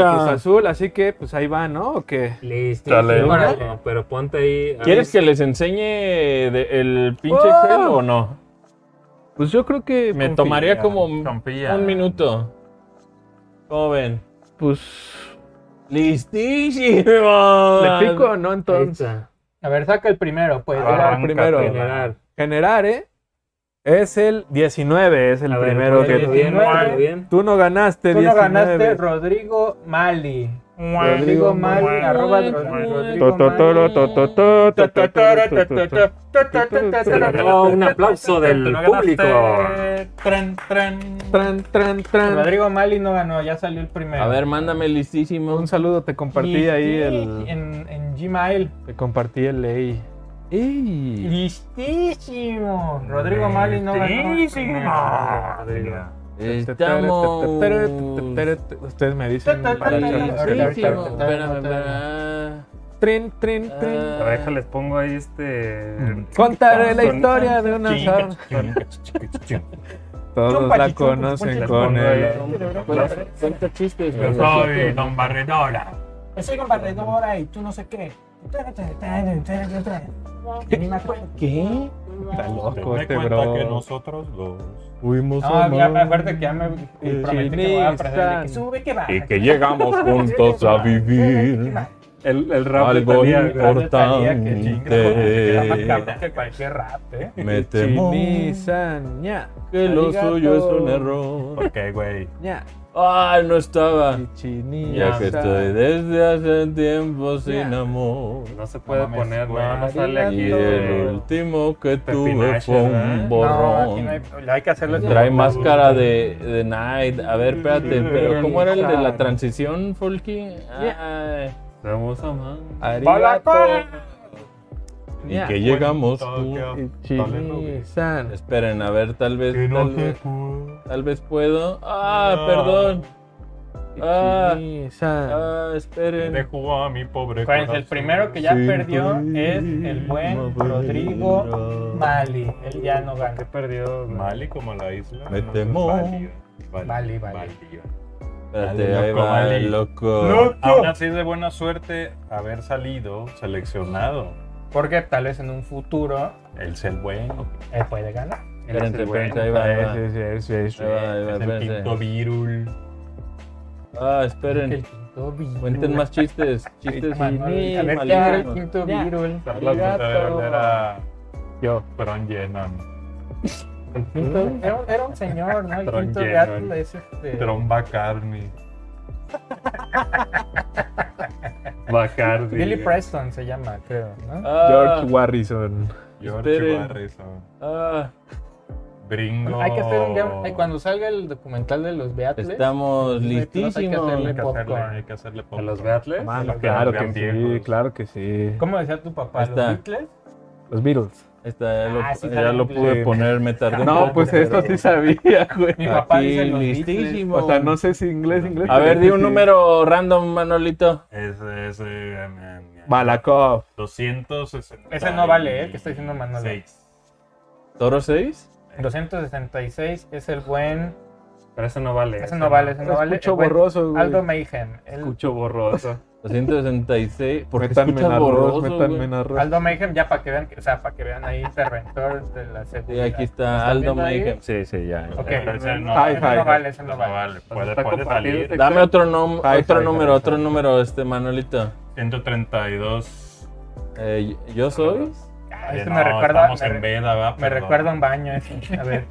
Speaker 6: Azul, así que pues ahí va, ¿no? ¿O qué?
Speaker 4: Listo.
Speaker 5: Dale.
Speaker 4: sí,
Speaker 2: Órale.
Speaker 4: pero- Pero ponte ahí.
Speaker 1: ¿Quieres que les enseñe de- el pinche
Speaker 6: Oh.
Speaker 1: Excel o no?
Speaker 6: Pues yo creo que
Speaker 1: Me
Speaker 6: confía.
Speaker 1: tomaría como un
Speaker 5: Confía.
Speaker 1: minuto. ¿Cómo ven?
Speaker 6: Pues
Speaker 1: ¡Listísimo!
Speaker 6: le pico, o ¿no? Entonces,
Speaker 2: A ver, saca el primero, pues.
Speaker 1: Ah,
Speaker 6: Ahora
Speaker 2: Ahora,
Speaker 5: Arráncate,
Speaker 6: primero.
Speaker 4: generar?
Speaker 6: generar, ¿eh? Es el 19, es el
Speaker 4: A ver,
Speaker 6: primero
Speaker 4: ponle
Speaker 6: que...
Speaker 2: el
Speaker 4: bien, ponle bien.
Speaker 6: Tú no ganaste,
Speaker 2: Tú no
Speaker 6: 19.
Speaker 2: ganaste Rodrigo Mali. Rodrigo Mali,
Speaker 5: Mali.
Speaker 2: arroba
Speaker 1: Mali.
Speaker 2: Rodrigo Mali.
Speaker 4: No, un aplauso del público.
Speaker 5: Tran, tran.
Speaker 6: Tran, tran, tran.
Speaker 2: Rodrigo Mali no ganó, ya salió el primero.
Speaker 1: A ver, mándame el listísimo.
Speaker 6: Un saludo, te compartí
Speaker 2: Y-
Speaker 6: ahí
Speaker 2: y-
Speaker 6: el...
Speaker 2: En, en Gmail.
Speaker 6: Te compartí el ley.
Speaker 2: Listísimo. Rodrigo Mali no ganó.
Speaker 5: Ah,
Speaker 1: Estamos.
Speaker 6: Ustedes me dicen... para
Speaker 1: Listísimo.
Speaker 6: echarles-
Speaker 1: Espérame, espérame.
Speaker 6: Trin, trin, trin.
Speaker 4: A ver, déjales, pongo ahí este.
Speaker 6: Contaré la
Speaker 4: Con-
Speaker 6: historia de una zarza. Todos la conocen con
Speaker 4: Pongo ahí
Speaker 6: él.
Speaker 4: un-
Speaker 1: Cuenta chistes,
Speaker 5: Yo soy Don Barredora.
Speaker 2: Yo soy compartidora y tú no sé qué. Ni me acuerdo. ¿Qué?
Speaker 6: Está
Speaker 5: Tenme
Speaker 6: loco este
Speaker 5: cuenta que
Speaker 6: bro.
Speaker 5: nosotros dos.
Speaker 6: Fuimos
Speaker 2: No, ya me
Speaker 6: amados.
Speaker 2: acuerdo que ya me eh, prometí que voy a aprender. de que Sube, que baja.
Speaker 1: Y que llegamos juntos a vivir
Speaker 4: El, el rap de
Speaker 1: algo
Speaker 4: Thalía, güey.
Speaker 2: Era más cabrón
Speaker 1: importante.
Speaker 2: que cualquier rap, ¿eh?
Speaker 1: Me temo
Speaker 6: Chinisan, ña.
Speaker 1: que lo
Speaker 6: Arigato.
Speaker 1: suyo es un error.
Speaker 5: Ok, güey.
Speaker 6: Ña.
Speaker 1: Ay, no estaba.
Speaker 6: Chinisan.
Speaker 1: Ya que estoy desde hace tiempo sin amor.
Speaker 4: No se puede
Speaker 5: mames,
Speaker 4: poner, no, no
Speaker 5: güey.
Speaker 4: sale aquí.
Speaker 1: Y
Speaker 4: güey.
Speaker 1: el último que tuve
Speaker 4: Pepinache,
Speaker 1: fue un
Speaker 4: ¿verdad?
Speaker 2: No, aquí no
Speaker 1: borrón.
Speaker 2: hay, hay que hacerlo.
Speaker 1: Trae máscara de, de Night. A ver, espérate, pero ¿cómo era el de la transición, Folky? Ay,
Speaker 4: Vamos a man.
Speaker 1: y que llegamos. uh,
Speaker 5: Tokio.
Speaker 6: Chinisan.
Speaker 1: Esperen, a ver, tal vez.
Speaker 5: Que no
Speaker 1: tal
Speaker 5: te
Speaker 1: vez- Tal vez puedo. Ah, perdón. Ah,
Speaker 6: Chinisan.
Speaker 1: ah,
Speaker 5: Le
Speaker 1: esperen.
Speaker 5: jugó a mi pobre
Speaker 2: Acuérdense, el
Speaker 5: corazón.
Speaker 2: primero que ya
Speaker 1: Sí,
Speaker 2: perdió
Speaker 1: sí,
Speaker 2: es el buen
Speaker 1: madre.
Speaker 2: Rodrigo Mali. Él ya no ganó.
Speaker 4: perdió. güey.
Speaker 5: Mali como la isla.
Speaker 1: Me
Speaker 5: no sé,
Speaker 1: temo.
Speaker 5: Bali, Bali,
Speaker 2: Bali, Bali.
Speaker 1: Espérate,
Speaker 5: Dale,
Speaker 1: ahí
Speaker 5: loco,
Speaker 1: va,
Speaker 5: dale.
Speaker 1: loco.
Speaker 5: Aún así es de buena suerte haber salido seleccionado.
Speaker 2: Porque tal vez en un futuro
Speaker 5: El ser bueno.
Speaker 2: él puede ganar.
Speaker 1: Esperen,
Speaker 4: Ese güey.
Speaker 1: esperen, ahí va, ahí va.
Speaker 6: Sí, sí, sí, sí.
Speaker 1: Ahí va, ahí va,
Speaker 5: Es el quinto
Speaker 1: espérense.
Speaker 5: virul.
Speaker 1: Ah,
Speaker 2: El
Speaker 1: esperen.
Speaker 2: quinto virus.
Speaker 1: Cuenten más chistes. Chistes
Speaker 2: Manuel, A ver, ¿quién era el
Speaker 1: malignos.
Speaker 2: quinto virus?
Speaker 5: La puta de volver a
Speaker 6: Yo.
Speaker 5: Tron Yenon.
Speaker 2: Era, un- era un señor, ¿no? El
Speaker 5: Tron
Speaker 2: quinto
Speaker 5: lleno,
Speaker 2: gato
Speaker 5: el-
Speaker 2: es este.
Speaker 5: Tron Bacarni.
Speaker 4: Bacardi.
Speaker 2: Billy Preston se llama, creo, ¿no?
Speaker 1: Ah,
Speaker 6: George Warrison.
Speaker 5: George
Speaker 1: Esperen.
Speaker 5: Harrison.
Speaker 1: ah,
Speaker 5: Bringo.
Speaker 2: Hay que hacer un día, ay, cuando salga el documental de los Beatles, pues,
Speaker 1: estamos
Speaker 2: Hay que hacerle
Speaker 1: listísimos.
Speaker 5: Hay que hacerle,
Speaker 2: popcorn.
Speaker 5: hay que hacerle
Speaker 4: ¿A
Speaker 5: popcorn.
Speaker 4: los Beatles?
Speaker 6: Mano,
Speaker 5: que
Speaker 6: claro que
Speaker 5: eran
Speaker 6: sí,
Speaker 5: viejos.
Speaker 6: claro que sí.
Speaker 2: ¿cómo decía tu papá?
Speaker 1: Ahí
Speaker 2: ¿Los
Speaker 1: está.
Speaker 2: Beatles?
Speaker 6: Los Beatles.
Speaker 1: Ahí está, ya lo,
Speaker 2: Ah, sí
Speaker 1: ya
Speaker 2: sale
Speaker 1: lo
Speaker 2: en
Speaker 1: pude
Speaker 6: inglés.
Speaker 1: poner, me tardé un
Speaker 6: No,
Speaker 1: poco,
Speaker 6: pues
Speaker 1: pero-
Speaker 6: esto sí sabía, güey.
Speaker 2: Mi papá
Speaker 1: Pues, Aquí,
Speaker 2: dice los Beatles.
Speaker 1: listísimo.
Speaker 6: O sea, no sé si inglés, inglés.
Speaker 1: A ver, di
Speaker 6: pero
Speaker 1: un
Speaker 6: sí.
Speaker 1: número random, Manolito.
Speaker 5: Ese, ese. em, em, em,
Speaker 6: Balakov.
Speaker 5: 260.
Speaker 2: Ese no vale, ¿eh? Que está diciendo Manolo.
Speaker 5: Seis.
Speaker 1: ¿Toro 6?
Speaker 2: 266 es el buen.
Speaker 4: Pero ese no vale.
Speaker 2: Ese no vale, ese no vale.
Speaker 6: Escucho
Speaker 2: El buen
Speaker 6: borroso, güey.
Speaker 2: Aldo Mayhem. El
Speaker 4: Escucho borroso.
Speaker 1: 266. ¿Por qué
Speaker 6: Métanme en
Speaker 1: escuchas
Speaker 6: arroz,
Speaker 1: borroso,
Speaker 6: métanme
Speaker 1: güey?
Speaker 6: en arroz.
Speaker 2: Aldo Mayhem, ya para que vean, que- o sea, para que vean ahí Interventor de la
Speaker 1: Sí,
Speaker 2: seguridad.
Speaker 1: aquí
Speaker 2: ¿Lo
Speaker 1: está
Speaker 2: están
Speaker 1: Aldo
Speaker 2: viendo ahí?
Speaker 1: Mayhem. Sí, sí, ya. ya.
Speaker 2: Ok,
Speaker 5: Pero ese no,
Speaker 6: Hi,
Speaker 2: ese no
Speaker 6: hi.
Speaker 2: vale, ese
Speaker 5: ese
Speaker 2: no
Speaker 5: no
Speaker 2: vale.
Speaker 5: vale. Puede,
Speaker 4: Está
Speaker 5: puede
Speaker 4: compartido
Speaker 5: salir.
Speaker 4: este-
Speaker 1: Dame otro, nom-
Speaker 6: Ahí está,
Speaker 1: otro
Speaker 6: ahí está,
Speaker 1: número,
Speaker 6: ahí
Speaker 1: otro número, este Manolito.
Speaker 5: 132.
Speaker 1: Eh, ¿Yo soy?
Speaker 2: Ah,
Speaker 5: Oye,
Speaker 2: Este
Speaker 5: Eh, no,
Speaker 2: me recuerda.
Speaker 5: Estamos
Speaker 2: me re-
Speaker 5: en veda, va.
Speaker 2: Me
Speaker 5: Perdón.
Speaker 2: recuerda un baño ese. A ver.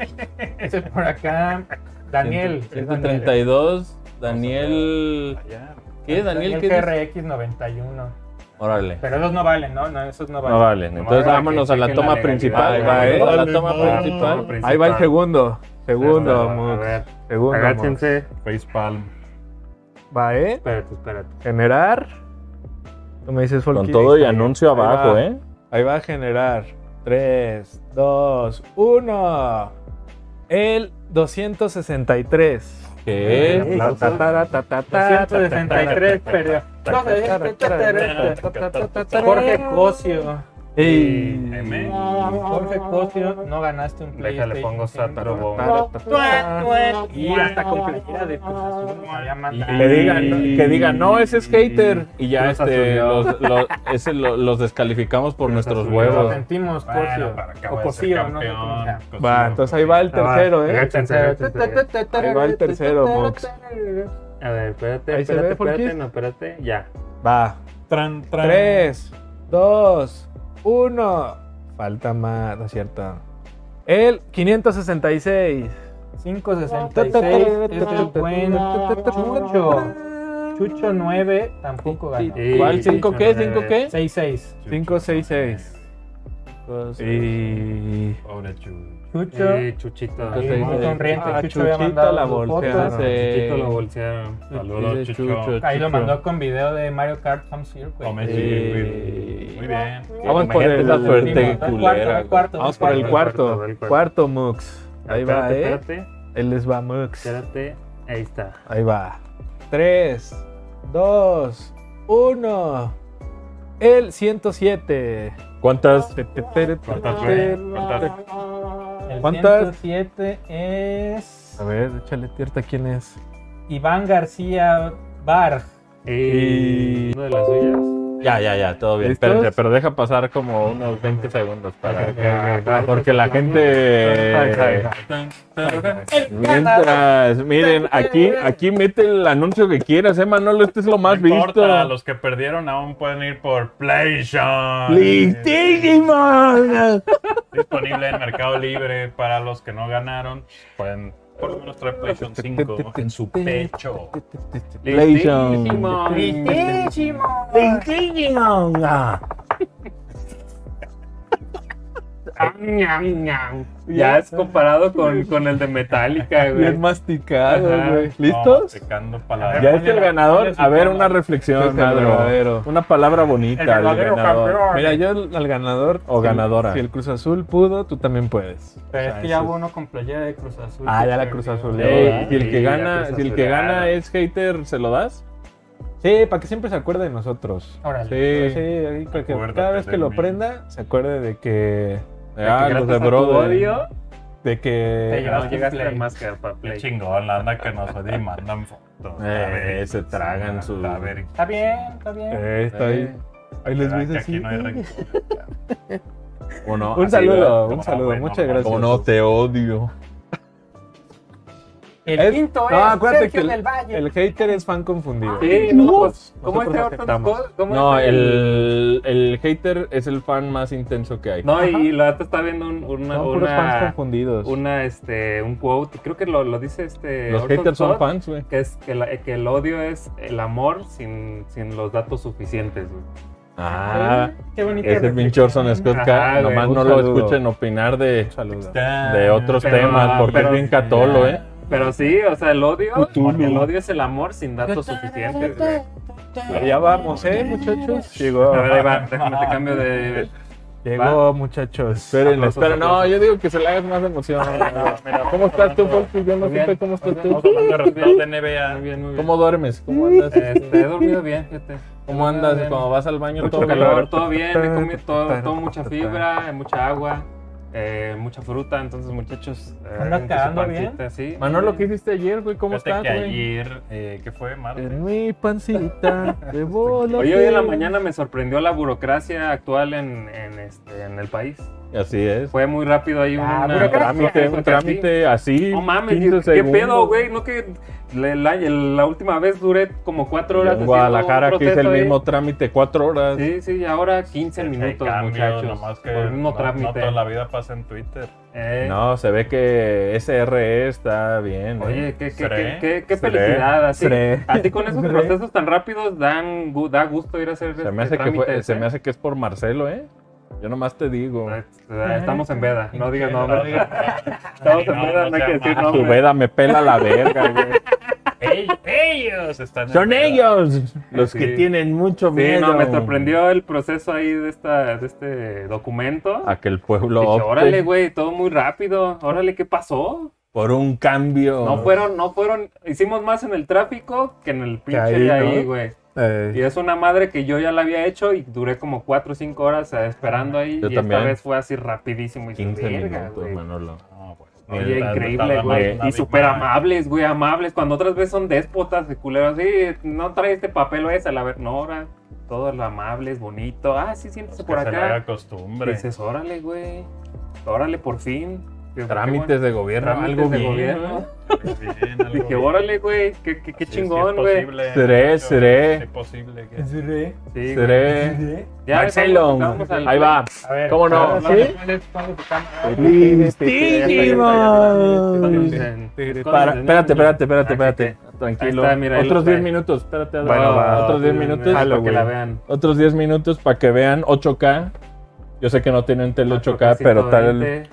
Speaker 2: Ese por acá. Daniel. sí, es Daniel.
Speaker 1: 132. Daniel.
Speaker 5: Allá.
Speaker 1: ¿Qué es, Daniel?
Speaker 2: El
Speaker 1: ¿Qué dices?
Speaker 2: GRX 91.
Speaker 1: Órale.
Speaker 2: Pero esos no valen, ¿no? No, esos no valen.
Speaker 1: No valen. Entonces
Speaker 4: Ahora
Speaker 1: vámonos
Speaker 4: que
Speaker 1: a la
Speaker 4: chequen
Speaker 1: toma
Speaker 4: la
Speaker 1: principal.
Speaker 4: legalidad,
Speaker 1: va,
Speaker 4: güey.
Speaker 1: ¿eh? A la
Speaker 5: Dale,
Speaker 1: toma
Speaker 5: no.
Speaker 1: principal.
Speaker 6: Ahí va el
Speaker 4: Principal.
Speaker 6: segundo. Segundo,
Speaker 4: A
Speaker 6: Mux.
Speaker 4: ver,
Speaker 6: Segundo. Mux.
Speaker 4: agáchense.
Speaker 5: Facepalm.
Speaker 6: Va, ¿eh?
Speaker 2: Espérate, espérate.
Speaker 6: Generar. Tú me dices,
Speaker 1: Con
Speaker 6: Folky,
Speaker 1: todo y
Speaker 6: ahí-
Speaker 1: anuncio
Speaker 6: ahí va.
Speaker 1: abajo, ¿eh?
Speaker 6: Ahí va a generar. 3, 2, 1. El 263.
Speaker 1: ¿Qué?
Speaker 6: Eh, ta, ta, ta, ta, ta, ta, ta, ta, ta, ta,
Speaker 2: 263, pero. Jorge Cosio.
Speaker 6: Ey.
Speaker 5: M.
Speaker 2: Jorge Cosio, no ganaste un PlayStation.
Speaker 4: Déjale, pongo Sátaro
Speaker 2: Sátaro.
Speaker 4: Bomb.
Speaker 5: Oh.
Speaker 2: Y hasta con playera de Cruz Azul, me había mandado.
Speaker 1: Que digan, que digan, no, ese es hater. Y ya
Speaker 4: Cruz
Speaker 1: este,
Speaker 4: Azul,
Speaker 1: los, los- ese lo- los descalificamos por nuestros
Speaker 4: Azul,
Speaker 2: Lo
Speaker 1: huevos.
Speaker 2: sentimos, Cosio.
Speaker 5: Bueno, Ah, para acabar
Speaker 2: O
Speaker 5: de ser
Speaker 2: Cosio, no sé cómo se
Speaker 5: campeón.
Speaker 2: llama.
Speaker 5: Cosío.
Speaker 6: Va, entonces ahí va el tercero, ¿eh?
Speaker 4: Agáchense, agáchense.
Speaker 6: Ahí va el tercero, Mox.
Speaker 4: A ver, espérate,
Speaker 6: Ahí se
Speaker 4: espérate,
Speaker 6: ve, ¿por qué?
Speaker 4: espérate, no, espérate. Ya.
Speaker 6: Va.
Speaker 5: Tran, tran.
Speaker 6: 3, 2, 1. Falta más, no es cierto. El 566.
Speaker 2: 566 es
Speaker 6: este
Speaker 2: el buen Chucho. Chucho 9 tampoco ganó.
Speaker 4: Sí.
Speaker 1: ¿Cuál? ¿Cinco qué?
Speaker 4: sí,
Speaker 1: ¿Cinco
Speaker 4: sí.
Speaker 1: qué?
Speaker 2: 66.
Speaker 6: 566. Y.
Speaker 5: Pobre Chu.
Speaker 2: Chucho.
Speaker 4: Sí, Chuchito.
Speaker 1: Chuchito,
Speaker 4: Sí,
Speaker 2: Muy
Speaker 1: sí.
Speaker 2: sonriente.
Speaker 6: Ah,
Speaker 2: Chucho había
Speaker 6: Chuchito
Speaker 2: mandado
Speaker 6: la
Speaker 2: su eh. foto.
Speaker 6: voltearon.
Speaker 4: Chuchito lo
Speaker 1: Ese-
Speaker 4: bolsearon.
Speaker 5: Saludos,
Speaker 1: ese
Speaker 5: Chucho.
Speaker 1: Eh, chucho,
Speaker 2: Ahí lo
Speaker 1: chucho.
Speaker 2: mandó con video de Mario Kart Home Circuit.
Speaker 5: Come
Speaker 1: Sí.
Speaker 5: Circuit. Muy bien.
Speaker 1: Vamos por
Speaker 5: Imagínate
Speaker 1: el
Speaker 5: la
Speaker 2: Último,
Speaker 1: suerte
Speaker 2: el cuarto,
Speaker 1: culera.
Speaker 2: el cuarto,
Speaker 6: Vamos por el
Speaker 4: Del
Speaker 6: cuarto.
Speaker 4: cuarto, del
Speaker 6: Cuarto,
Speaker 4: cuarto.
Speaker 6: Mux. Ahí
Speaker 4: espérate,
Speaker 6: va, ¿eh?
Speaker 4: espérate,
Speaker 6: Él les va Mux.
Speaker 4: espérate. Ahí está.
Speaker 6: Ahí va. 3, 2, 1. El 107.
Speaker 1: ¿Cuántas?
Speaker 6: Te, te, te, te,
Speaker 5: ¿Cuántas,
Speaker 6: te,
Speaker 5: güey?
Speaker 6: te.
Speaker 5: ¿Cuántas?
Speaker 2: El
Speaker 6: ¿Cuántas?
Speaker 2: 107 es
Speaker 6: A ver, échale tierta quién es.
Speaker 2: Iván García Barg.
Speaker 4: Y... Una de las suyas.
Speaker 1: Ya, ya, ya, todo bien.
Speaker 6: ¿Listos?
Speaker 1: Espérense, pero deja pasar como unos 20 segundos
Speaker 4: Ah,
Speaker 1: para. Ah, Porque eh, la
Speaker 6: Ay,
Speaker 1: gente. Mientras, miren, aquí, aquí mete el anuncio que quieras, eh, Manolo, este es lo más
Speaker 5: No
Speaker 1: visto.
Speaker 5: importa, los que perdieron aún pueden ir por PlayStation.
Speaker 1: Listísimo.
Speaker 5: Disponible en Mercado Libre para los que no ganaron. Pueden por lo menos traer PlayStation 5 en su pecho.
Speaker 1: PlayStation.
Speaker 4: Listísimo. Ah, ñam, ñam. Ya es comparado con, con el de Metallica, güey.
Speaker 6: Bien masticado,
Speaker 4: Ajá.
Speaker 6: güey.
Speaker 5: No,
Speaker 6: ¿Listos?
Speaker 5: secando palabras.
Speaker 1: Ya es el ganador. A ver, una reflexión,
Speaker 6: Este es el
Speaker 1: Madro.
Speaker 6: verdadero.
Speaker 1: Una palabra bonita. del ganador.
Speaker 6: Mira, yo al al ganador
Speaker 1: O
Speaker 6: si el-
Speaker 1: ganadora.
Speaker 6: Si el Cruz Azul pudo, tú también puedes.
Speaker 2: Pero
Speaker 6: O sea,
Speaker 2: es que ya
Speaker 6: eso
Speaker 2: hubo uno con playera de Cruz Azul.
Speaker 6: Ah,
Speaker 2: que
Speaker 6: ya la
Speaker 2: perdió.
Speaker 6: Cruz Azul.
Speaker 1: Ey, si el que
Speaker 4: Sí, la
Speaker 1: gana,
Speaker 4: Cruz
Speaker 1: si el que
Speaker 4: Azul,
Speaker 1: gana
Speaker 4: ah.
Speaker 1: es hater, ¿se lo das?
Speaker 6: Sí, para que siempre se acuerde de nosotros.
Speaker 2: Órale.
Speaker 6: Sí,
Speaker 1: Sí.
Speaker 6: ahí para que
Speaker 5: Acuérdate
Speaker 6: cada vez que
Speaker 5: de
Speaker 6: lo
Speaker 5: mí.
Speaker 6: prenda, se acuerde de que.
Speaker 1: Ah, los de
Speaker 4: Gracias a tu
Speaker 1: brother.
Speaker 4: odio,
Speaker 6: De
Speaker 2: Te
Speaker 6: que.
Speaker 2: llevas
Speaker 4: no
Speaker 2: tu
Speaker 4: llegaste
Speaker 2: play.
Speaker 4: más que para
Speaker 5: Qué
Speaker 4: Play.
Speaker 5: chingón, la anda que nos odia y mandan fotos.
Speaker 1: Eh,
Speaker 5: La ver-
Speaker 1: se tragan su-
Speaker 5: la ver-
Speaker 2: Está bien, está bien.
Speaker 6: Eh, está ahí. Ahí les
Speaker 5: ¿verdad?
Speaker 6: ves
Speaker 5: Que
Speaker 6: así.
Speaker 5: aquí no hay rencor.
Speaker 1: ¿O no?
Speaker 6: Un
Speaker 1: Así, ¿verdad?
Speaker 6: saludo,
Speaker 5: ¿verdad?
Speaker 6: un saludo.
Speaker 5: No,
Speaker 6: Muchas
Speaker 5: bueno,
Speaker 6: gracias.
Speaker 1: ¿O no? Te odio.
Speaker 2: El
Speaker 6: Es-
Speaker 2: quinto
Speaker 6: No,
Speaker 2: es
Speaker 6: acuérdate
Speaker 2: Sergio
Speaker 6: que el-
Speaker 2: del Valle.
Speaker 6: El hater es fan confundido.
Speaker 4: Sí, no, pues, ¿cómo
Speaker 6: Nosotros
Speaker 4: este Orton
Speaker 6: aceptamos.
Speaker 4: Scott? ¿Cómo
Speaker 1: No,
Speaker 4: este-
Speaker 1: el, el hater es el fan más intenso que hay.
Speaker 4: No, y la otra está viendo un- una,
Speaker 6: Son puros fans
Speaker 4: una,
Speaker 6: confundidos.
Speaker 4: una, este, un quote, creo que lo, lo dice este.
Speaker 1: Los
Speaker 4: Orson
Speaker 1: haters son
Speaker 4: Scott,
Speaker 1: fans, güey.
Speaker 4: Que, es, que, la- que el odio es el amor sin, sin los datos suficientes. güey.
Speaker 1: Ah,
Speaker 2: Qué bonito.
Speaker 1: ese pinche Orson Scott Card,
Speaker 4: Ajá, güey,
Speaker 1: nomás
Speaker 6: un
Speaker 1: no lo
Speaker 6: saludo.
Speaker 1: escuchen opinar de,
Speaker 6: Saludos.
Speaker 1: de otros
Speaker 4: Pero-
Speaker 1: temas, porque
Speaker 4: pero-
Speaker 1: es bien catolo, ¿eh?
Speaker 4: Pero sí, o sea, el odio, el odio es el amor sin datos suficientes. güey.
Speaker 6: Ya vamos, ¿eh, muchachos? Llegó.
Speaker 4: A ver, ahí va, déjame te cambio de.
Speaker 6: Llegó, muchachos.
Speaker 1: Esperen,
Speaker 4: Aplausos,
Speaker 1: esperen. No,
Speaker 4: aplausos.
Speaker 1: yo digo que se le hagas más emoción. ¿Cómo estás tú, Fox? Yo no
Speaker 4: Muy bien.
Speaker 1: supe cómo estás tú.
Speaker 5: Estamos hablando de resultados de NBA.
Speaker 4: Muy bien, muy bien.
Speaker 1: ¿Cómo duermes? ¿Cómo andas?
Speaker 4: Este, he dormido bien, fíjate.
Speaker 1: ¿Cómo andas cuando vas al baño?
Speaker 4: Mucho
Speaker 1: todo
Speaker 4: calor,
Speaker 1: calor.
Speaker 4: todo bien, he comido todo, todo mucha fibra, mucha agua, eh, mucha fruta, entonces muchachos, eh, háganse
Speaker 2: ¿Andas
Speaker 4: su
Speaker 2: quedando
Speaker 4: pancita, sí.
Speaker 1: Manolo, ¿qué hiciste ayer, güey? ¿Cómo
Speaker 5: Fíjate
Speaker 1: estás,
Speaker 5: que
Speaker 1: güey?
Speaker 5: ayer, eh, ¿qué fue? Martes.
Speaker 6: En mi pancita de bola.
Speaker 4: Hoy, hoy en la mañana me sorprendió la burocracia actual en, en, este, en el país.
Speaker 1: Así es.
Speaker 4: Fue muy rápido ahí
Speaker 2: Ah,
Speaker 4: una-
Speaker 1: Un
Speaker 2: burocracia,
Speaker 1: trámite,
Speaker 4: porque
Speaker 1: un trámite ¿eh? así.
Speaker 4: así, No mames,
Speaker 1: 15
Speaker 4: ¿qué, qué pedo,
Speaker 1: segundos.
Speaker 4: güey? No que la, la- la última vez duré como cuatro
Speaker 1: Yo
Speaker 4: horas.
Speaker 1: En
Speaker 4: haciendo un
Speaker 1: Guadalajara que hice el
Speaker 4: proceso ahí.
Speaker 1: mismo trámite, cuatro horas.
Speaker 4: Sí, sí, y ahora 15
Speaker 5: Ese
Speaker 4: minutos,
Speaker 5: cambio,
Speaker 4: Este muchachos.
Speaker 5: nomás que
Speaker 4: por el mismo
Speaker 5: no, no
Speaker 4: trámite.
Speaker 5: toda la vida pasa en Twitter.
Speaker 4: Eh,
Speaker 1: No, se ve que SRE está bien.
Speaker 4: Oye, qué, qué,
Speaker 5: Seré,
Speaker 4: qué, qué- qué
Speaker 1: seré,
Speaker 4: felicidad. Así,
Speaker 1: seré.
Speaker 4: así con esos
Speaker 1: Seré.
Speaker 4: procesos tan rápidos dan, gu- da gusto ir a hacer
Speaker 1: se, me hace
Speaker 4: este
Speaker 1: que fue-
Speaker 4: trámites,
Speaker 1: se
Speaker 4: ¿eh?
Speaker 1: me hace que es por Marcelo, ¿eh? Yo nomás te digo.
Speaker 4: Ah, Estamos en veda, no digas
Speaker 5: No
Speaker 4: nombres.
Speaker 5: digas-
Speaker 4: Estamos en
Speaker 5: no,
Speaker 4: veda,
Speaker 5: no
Speaker 4: no hay que
Speaker 5: sea
Speaker 4: decir
Speaker 5: malo.
Speaker 1: Tu
Speaker 4: nombres.
Speaker 1: veda me pela la verga, güey.
Speaker 5: Ellos, ellos están en
Speaker 9: Son
Speaker 5: la-
Speaker 9: ellos los que
Speaker 4: Sí.
Speaker 9: tienen mucho miedo.
Speaker 4: Sí, no, me sorprendió el proceso ahí de, esta, de este documento.
Speaker 1: A que el pueblo
Speaker 4: Dije,
Speaker 1: opte
Speaker 4: órale, güey, todo muy rápido. Órale, ¿qué pasó?
Speaker 1: por un cambio.
Speaker 4: No fueron, no fueron, hicimos más en el tráfico que en el pinche
Speaker 6: ahí,
Speaker 4: de
Speaker 6: ¿no?
Speaker 4: ahí, güey.
Speaker 6: Eh,
Speaker 4: Y es una madre que yo ya la había hecho y duré como 4 o 5 horas eh, esperando ahí.
Speaker 1: Yo
Speaker 4: y
Speaker 1: también.
Speaker 4: esta vez fue así rapidísimo. Y
Speaker 1: 15
Speaker 4: verga,
Speaker 1: minutos,
Speaker 4: güey.
Speaker 1: Manolo.
Speaker 5: No, pues, no,
Speaker 4: Oye,
Speaker 5: está-
Speaker 4: increíble,
Speaker 5: está
Speaker 4: güey.
Speaker 5: la- la
Speaker 4: Y súper
Speaker 5: misma-
Speaker 4: amables, güey, amables. Cuando otras veces son déspotas, de culeros. Sí, no trae este papel o esa, la ver. No, ahora todos amables, bonito. Ah, sí, siéntese por
Speaker 5: que se le haga
Speaker 4: acá. Y
Speaker 5: costumbre.
Speaker 4: dices, órale, güey. Órale, por fin. Qué- qué
Speaker 1: Trámites
Speaker 4: bueno.
Speaker 1: de gobierno,
Speaker 4: Trámites
Speaker 1: algo
Speaker 4: de
Speaker 1: bien.
Speaker 4: gobierno.
Speaker 5: Bien, algo
Speaker 4: Dije,
Speaker 5: bien.
Speaker 4: órale, güey. Qué, qué, qué
Speaker 5: Sí, sí es
Speaker 4: chingón, güey.
Speaker 5: posible,
Speaker 1: Seré,
Speaker 5: muchacho,
Speaker 1: seré.
Speaker 5: sí Es posible que-
Speaker 4: Sí, güey.
Speaker 1: Seré.
Speaker 4: Ya,
Speaker 1: Marcelo,
Speaker 4: vamos- vamos al-
Speaker 1: ahí va.
Speaker 2: A ver,
Speaker 1: ¿Cómo no?
Speaker 2: ¿cuál es- cuál es- cuál es tu cámara?
Speaker 1: Para- espérate, espérate, espérate, espérate.
Speaker 4: Ah, Ahí
Speaker 1: Tranquilo.
Speaker 4: está, mira, ahí
Speaker 1: Otros
Speaker 4: lo
Speaker 1: 10
Speaker 4: trae.
Speaker 1: minutos, espérate. Adán.
Speaker 4: Bueno, va.
Speaker 1: otros 10 minutos.
Speaker 4: Para que la
Speaker 1: Halloween.
Speaker 4: vean.
Speaker 1: Otros 10 minutos para que vean 8K. Yo sé que no tienen tele 8K, pero tal.
Speaker 4: 120.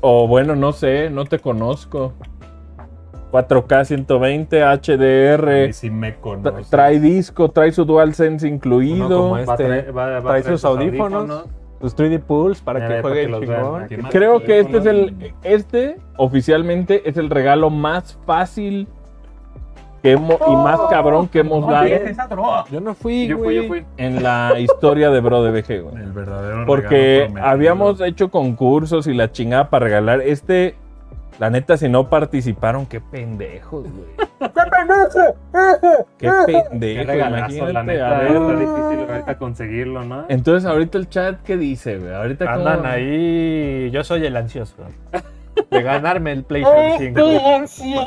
Speaker 1: O bueno, no sé, no te conozco. 4K 120, HDR.
Speaker 5: Y si me
Speaker 1: tra-
Speaker 5: conoce.
Speaker 1: Trae disco, trae su DualSense
Speaker 6: Uno como
Speaker 1: incluido.
Speaker 6: este.
Speaker 4: Va a traer- va- va a
Speaker 6: trae
Speaker 4: traer
Speaker 6: sus audífonos, sus 3D Pulls para
Speaker 4: Ya
Speaker 6: que
Speaker 4: ve, para
Speaker 6: juegue
Speaker 4: que los vean
Speaker 6: chingón.
Speaker 4: aquí.
Speaker 1: Creo que este es el. Este oficialmente es el regalo más fácil que hemo- y más cabrón que hemos
Speaker 2: Ah,
Speaker 1: dado
Speaker 6: Yo no fui,
Speaker 4: Yo fui, yo
Speaker 6: güey.
Speaker 4: fui.
Speaker 1: en la historia de Bro de BG, güey.
Speaker 5: El verdadero regalo
Speaker 1: Porque
Speaker 5: prometido.
Speaker 1: habíamos hecho concursos y la chingada para regalar. Este, la neta, si no participaron, qué pendejos, güey. ¡Qué
Speaker 4: Qué
Speaker 1: pendejos!
Speaker 4: regalazo, la
Speaker 1: imagínate,
Speaker 4: neta.
Speaker 1: a
Speaker 4: Está
Speaker 1: ver.
Speaker 4: difícil ahorita conseguirlo, ¿no?
Speaker 1: Entonces, ahorita el chat, ¿qué dice, güey? Ahorita cómo-
Speaker 6: Andan ahí. Yo soy el ansioso de ganarme el PlayStation 5.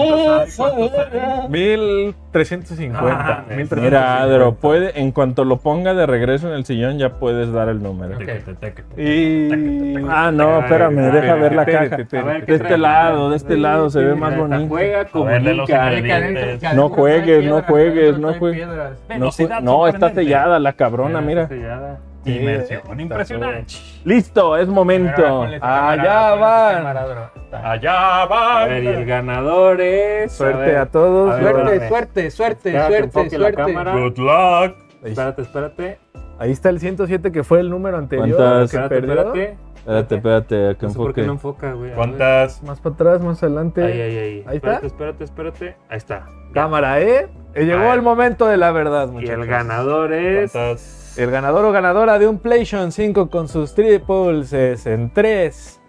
Speaker 5: ¿Cuántos
Speaker 6: 1350.
Speaker 5: Ah,
Speaker 6: 1350.
Speaker 1: Mira, Adro, puede, en cuanto lo ponga de regreso en el sillón, ya puedes dar el número.
Speaker 5: hay? Teque, teque, teque.
Speaker 6: Y.
Speaker 1: Ah, no, espérame, deja ver la caja.
Speaker 4: A ver, ¿qué
Speaker 1: De este
Speaker 4: trae?
Speaker 1: lado, de este lado se ve más bonito.
Speaker 4: Juega como
Speaker 5: ver, de los
Speaker 4: nunca.
Speaker 5: ingredientes.
Speaker 1: No juegues, no juegues, no juegues. No,
Speaker 5: Velocidad
Speaker 1: no, está
Speaker 5: sorprendente.
Speaker 1: sellada la cabrona, mira.
Speaker 4: Sellada.
Speaker 5: Inmersión impresionante.
Speaker 1: Listo, es
Speaker 2: Ahora
Speaker 1: momento.
Speaker 2: ponle tu cámara,
Speaker 1: Allá
Speaker 2: ponle tu
Speaker 1: va.
Speaker 2: cámara, bro.
Speaker 5: Allá
Speaker 4: A
Speaker 5: va.
Speaker 4: ver, y el ganador es.
Speaker 6: Suerte
Speaker 4: ver,
Speaker 6: a todos.
Speaker 4: a ver,
Speaker 6: Suerte.
Speaker 4: espérame.
Speaker 2: Suerte, suerte, suerte,
Speaker 4: Espera que
Speaker 2: suerte,
Speaker 4: enfoque la
Speaker 2: suerte.
Speaker 4: cámara.
Speaker 5: Good luck.
Speaker 4: Espérate, espérate.
Speaker 6: Ahí está el 107 que fue el número anterior.
Speaker 1: ¿Cuántas?
Speaker 6: que
Speaker 4: Espérate,
Speaker 6: perdió.
Speaker 4: espérate.
Speaker 1: Espérate, espérate, a que
Speaker 4: No sé por qué no
Speaker 1: enfoque.
Speaker 4: enfoca, güey. A ver.
Speaker 5: ¿Cuántas?
Speaker 6: Más para atrás, más adelante.
Speaker 4: Ahí, ahí, ahí.
Speaker 6: Ahí
Speaker 4: espérate,
Speaker 6: está.
Speaker 4: espérate, espérate. Ahí está.
Speaker 6: Cámara, ¿eh? Llegó
Speaker 5: Ay.
Speaker 6: el momento de la verdad,
Speaker 4: Y
Speaker 6: muchachos.
Speaker 4: el ganador es.
Speaker 5: ¿Cuántas?
Speaker 6: El ganador o ganadora de un PlayStation 5 con sus triples es en 3,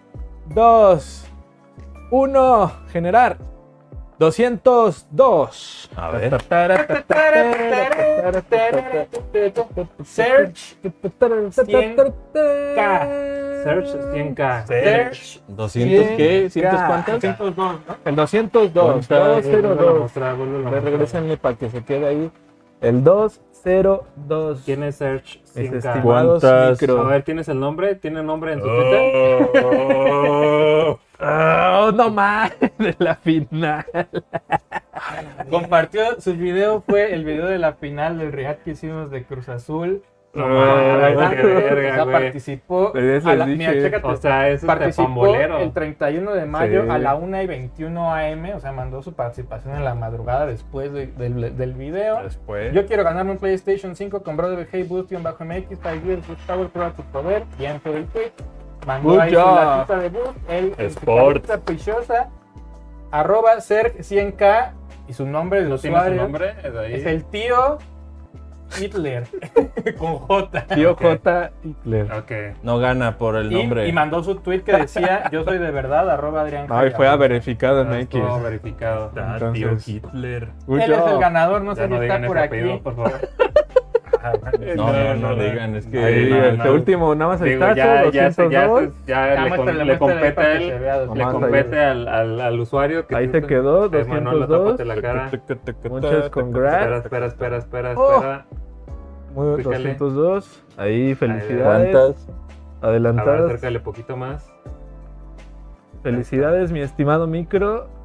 Speaker 6: 2, 1, generar. 202.
Speaker 1: A ver.
Speaker 2: Search
Speaker 4: 100K. Search 100K.
Speaker 5: Search.
Speaker 1: 200 qué? ¿Cientos cuántas?
Speaker 6: El
Speaker 1: ¿Cuántas?
Speaker 6: 202.
Speaker 4: Vuelvo a
Speaker 6: 202.
Speaker 4: mostrar, vuelvo a
Speaker 6: Ve,
Speaker 4: mostrar.
Speaker 6: regrésenle para que se quede ahí. El 202.
Speaker 4: ¿Quién es Search
Speaker 6: Mis
Speaker 1: este,
Speaker 4: 100K?
Speaker 6: estimados
Speaker 1: ¿Cuántas?
Speaker 4: A
Speaker 6: micro.
Speaker 4: ver, ¿tienes el nombre? ¿Tiene nombre
Speaker 2: Oh.
Speaker 4: en su Twitter?
Speaker 5: Oh.
Speaker 6: Oh, no más de la final.
Speaker 2: compartió su video, fue el video de la final del Real que hicimos de Cruz Azul.
Speaker 4: No
Speaker 2: La verdad,
Speaker 4: mames, Ah, qué
Speaker 2: o sea,
Speaker 4: verga, güey. Pues
Speaker 2: participó.
Speaker 6: Pero ya se
Speaker 2: a
Speaker 6: les
Speaker 2: la-
Speaker 6: dije.
Speaker 2: mira, chécate,
Speaker 4: O sea, es este
Speaker 2: participó
Speaker 4: pambolero.
Speaker 2: el 31 de mayo
Speaker 6: Sí.
Speaker 2: a la 1 y 21 AM, o sea, mandó su participación en la madrugada después de- del, del video.
Speaker 5: Después.
Speaker 2: Yo quiero ganarme un PlayStation 5 con Brother Hey Boost bajo MX para ir Boost Power prueba tu poder. Bien fue el tweet. Mandó
Speaker 6: Good
Speaker 2: ahí
Speaker 6: job.
Speaker 2: la pista de Boost, el el
Speaker 5: Sport.
Speaker 2: picarita pichosa, arroba Serg100K y su nombre de
Speaker 4: ¿No tiene su
Speaker 2: usuario
Speaker 4: nombre? Es ahí.
Speaker 2: es el tío Hitler con J.
Speaker 6: Tío J. Hitler.
Speaker 4: Ok.
Speaker 1: No gana por el
Speaker 2: Y,
Speaker 1: nombre.
Speaker 2: y mandó su tweet que decía yo soy de verdad arroba Adrián.
Speaker 6: No, y fue a
Speaker 2: Javier.
Speaker 6: verificado en
Speaker 4: Ah,
Speaker 6: X.
Speaker 4: Estuvo verificado.
Speaker 5: Está,
Speaker 6: Entonces-
Speaker 5: tío Hitler.
Speaker 6: Good
Speaker 2: Él es el
Speaker 6: job.
Speaker 2: ganador,
Speaker 4: Ya
Speaker 2: no sé si
Speaker 4: no digan
Speaker 2: está por
Speaker 4: ese
Speaker 2: aquí. Ah,
Speaker 4: apellido, por favor.
Speaker 1: No, no, no digan, es que.
Speaker 6: Ahí,
Speaker 4: no,
Speaker 6: este
Speaker 4: no.
Speaker 6: último, nada más
Speaker 4: Digo,
Speaker 6: está.
Speaker 4: ya, ya, se- ya,
Speaker 6: 202.
Speaker 4: se- ya
Speaker 2: Ya,
Speaker 4: le, com-
Speaker 2: Ah, muéstrale,
Speaker 4: le
Speaker 2: muéstrale ahí
Speaker 4: compete
Speaker 2: para
Speaker 4: a
Speaker 2: que se
Speaker 4: él,
Speaker 2: vea.
Speaker 4: le
Speaker 6: Nomás ahí.
Speaker 4: compete al, al, al usuario. Que
Speaker 6: Ahí se quedó,
Speaker 4: Eh, Manolo,
Speaker 6: 202.
Speaker 4: tápate la cara.
Speaker 6: Muchas
Speaker 4: Espera,
Speaker 6: congrats.
Speaker 4: espera, espera, espera,
Speaker 6: Oh.
Speaker 4: espera.
Speaker 6: Muy
Speaker 4: Pícale.
Speaker 6: 202. Ahí, felicidades.
Speaker 1: ¿Cuántas?
Speaker 4: A ver,
Speaker 6: Adelantadas.
Speaker 4: acércale poquito más.
Speaker 10: Felicidades, mi estimado micro.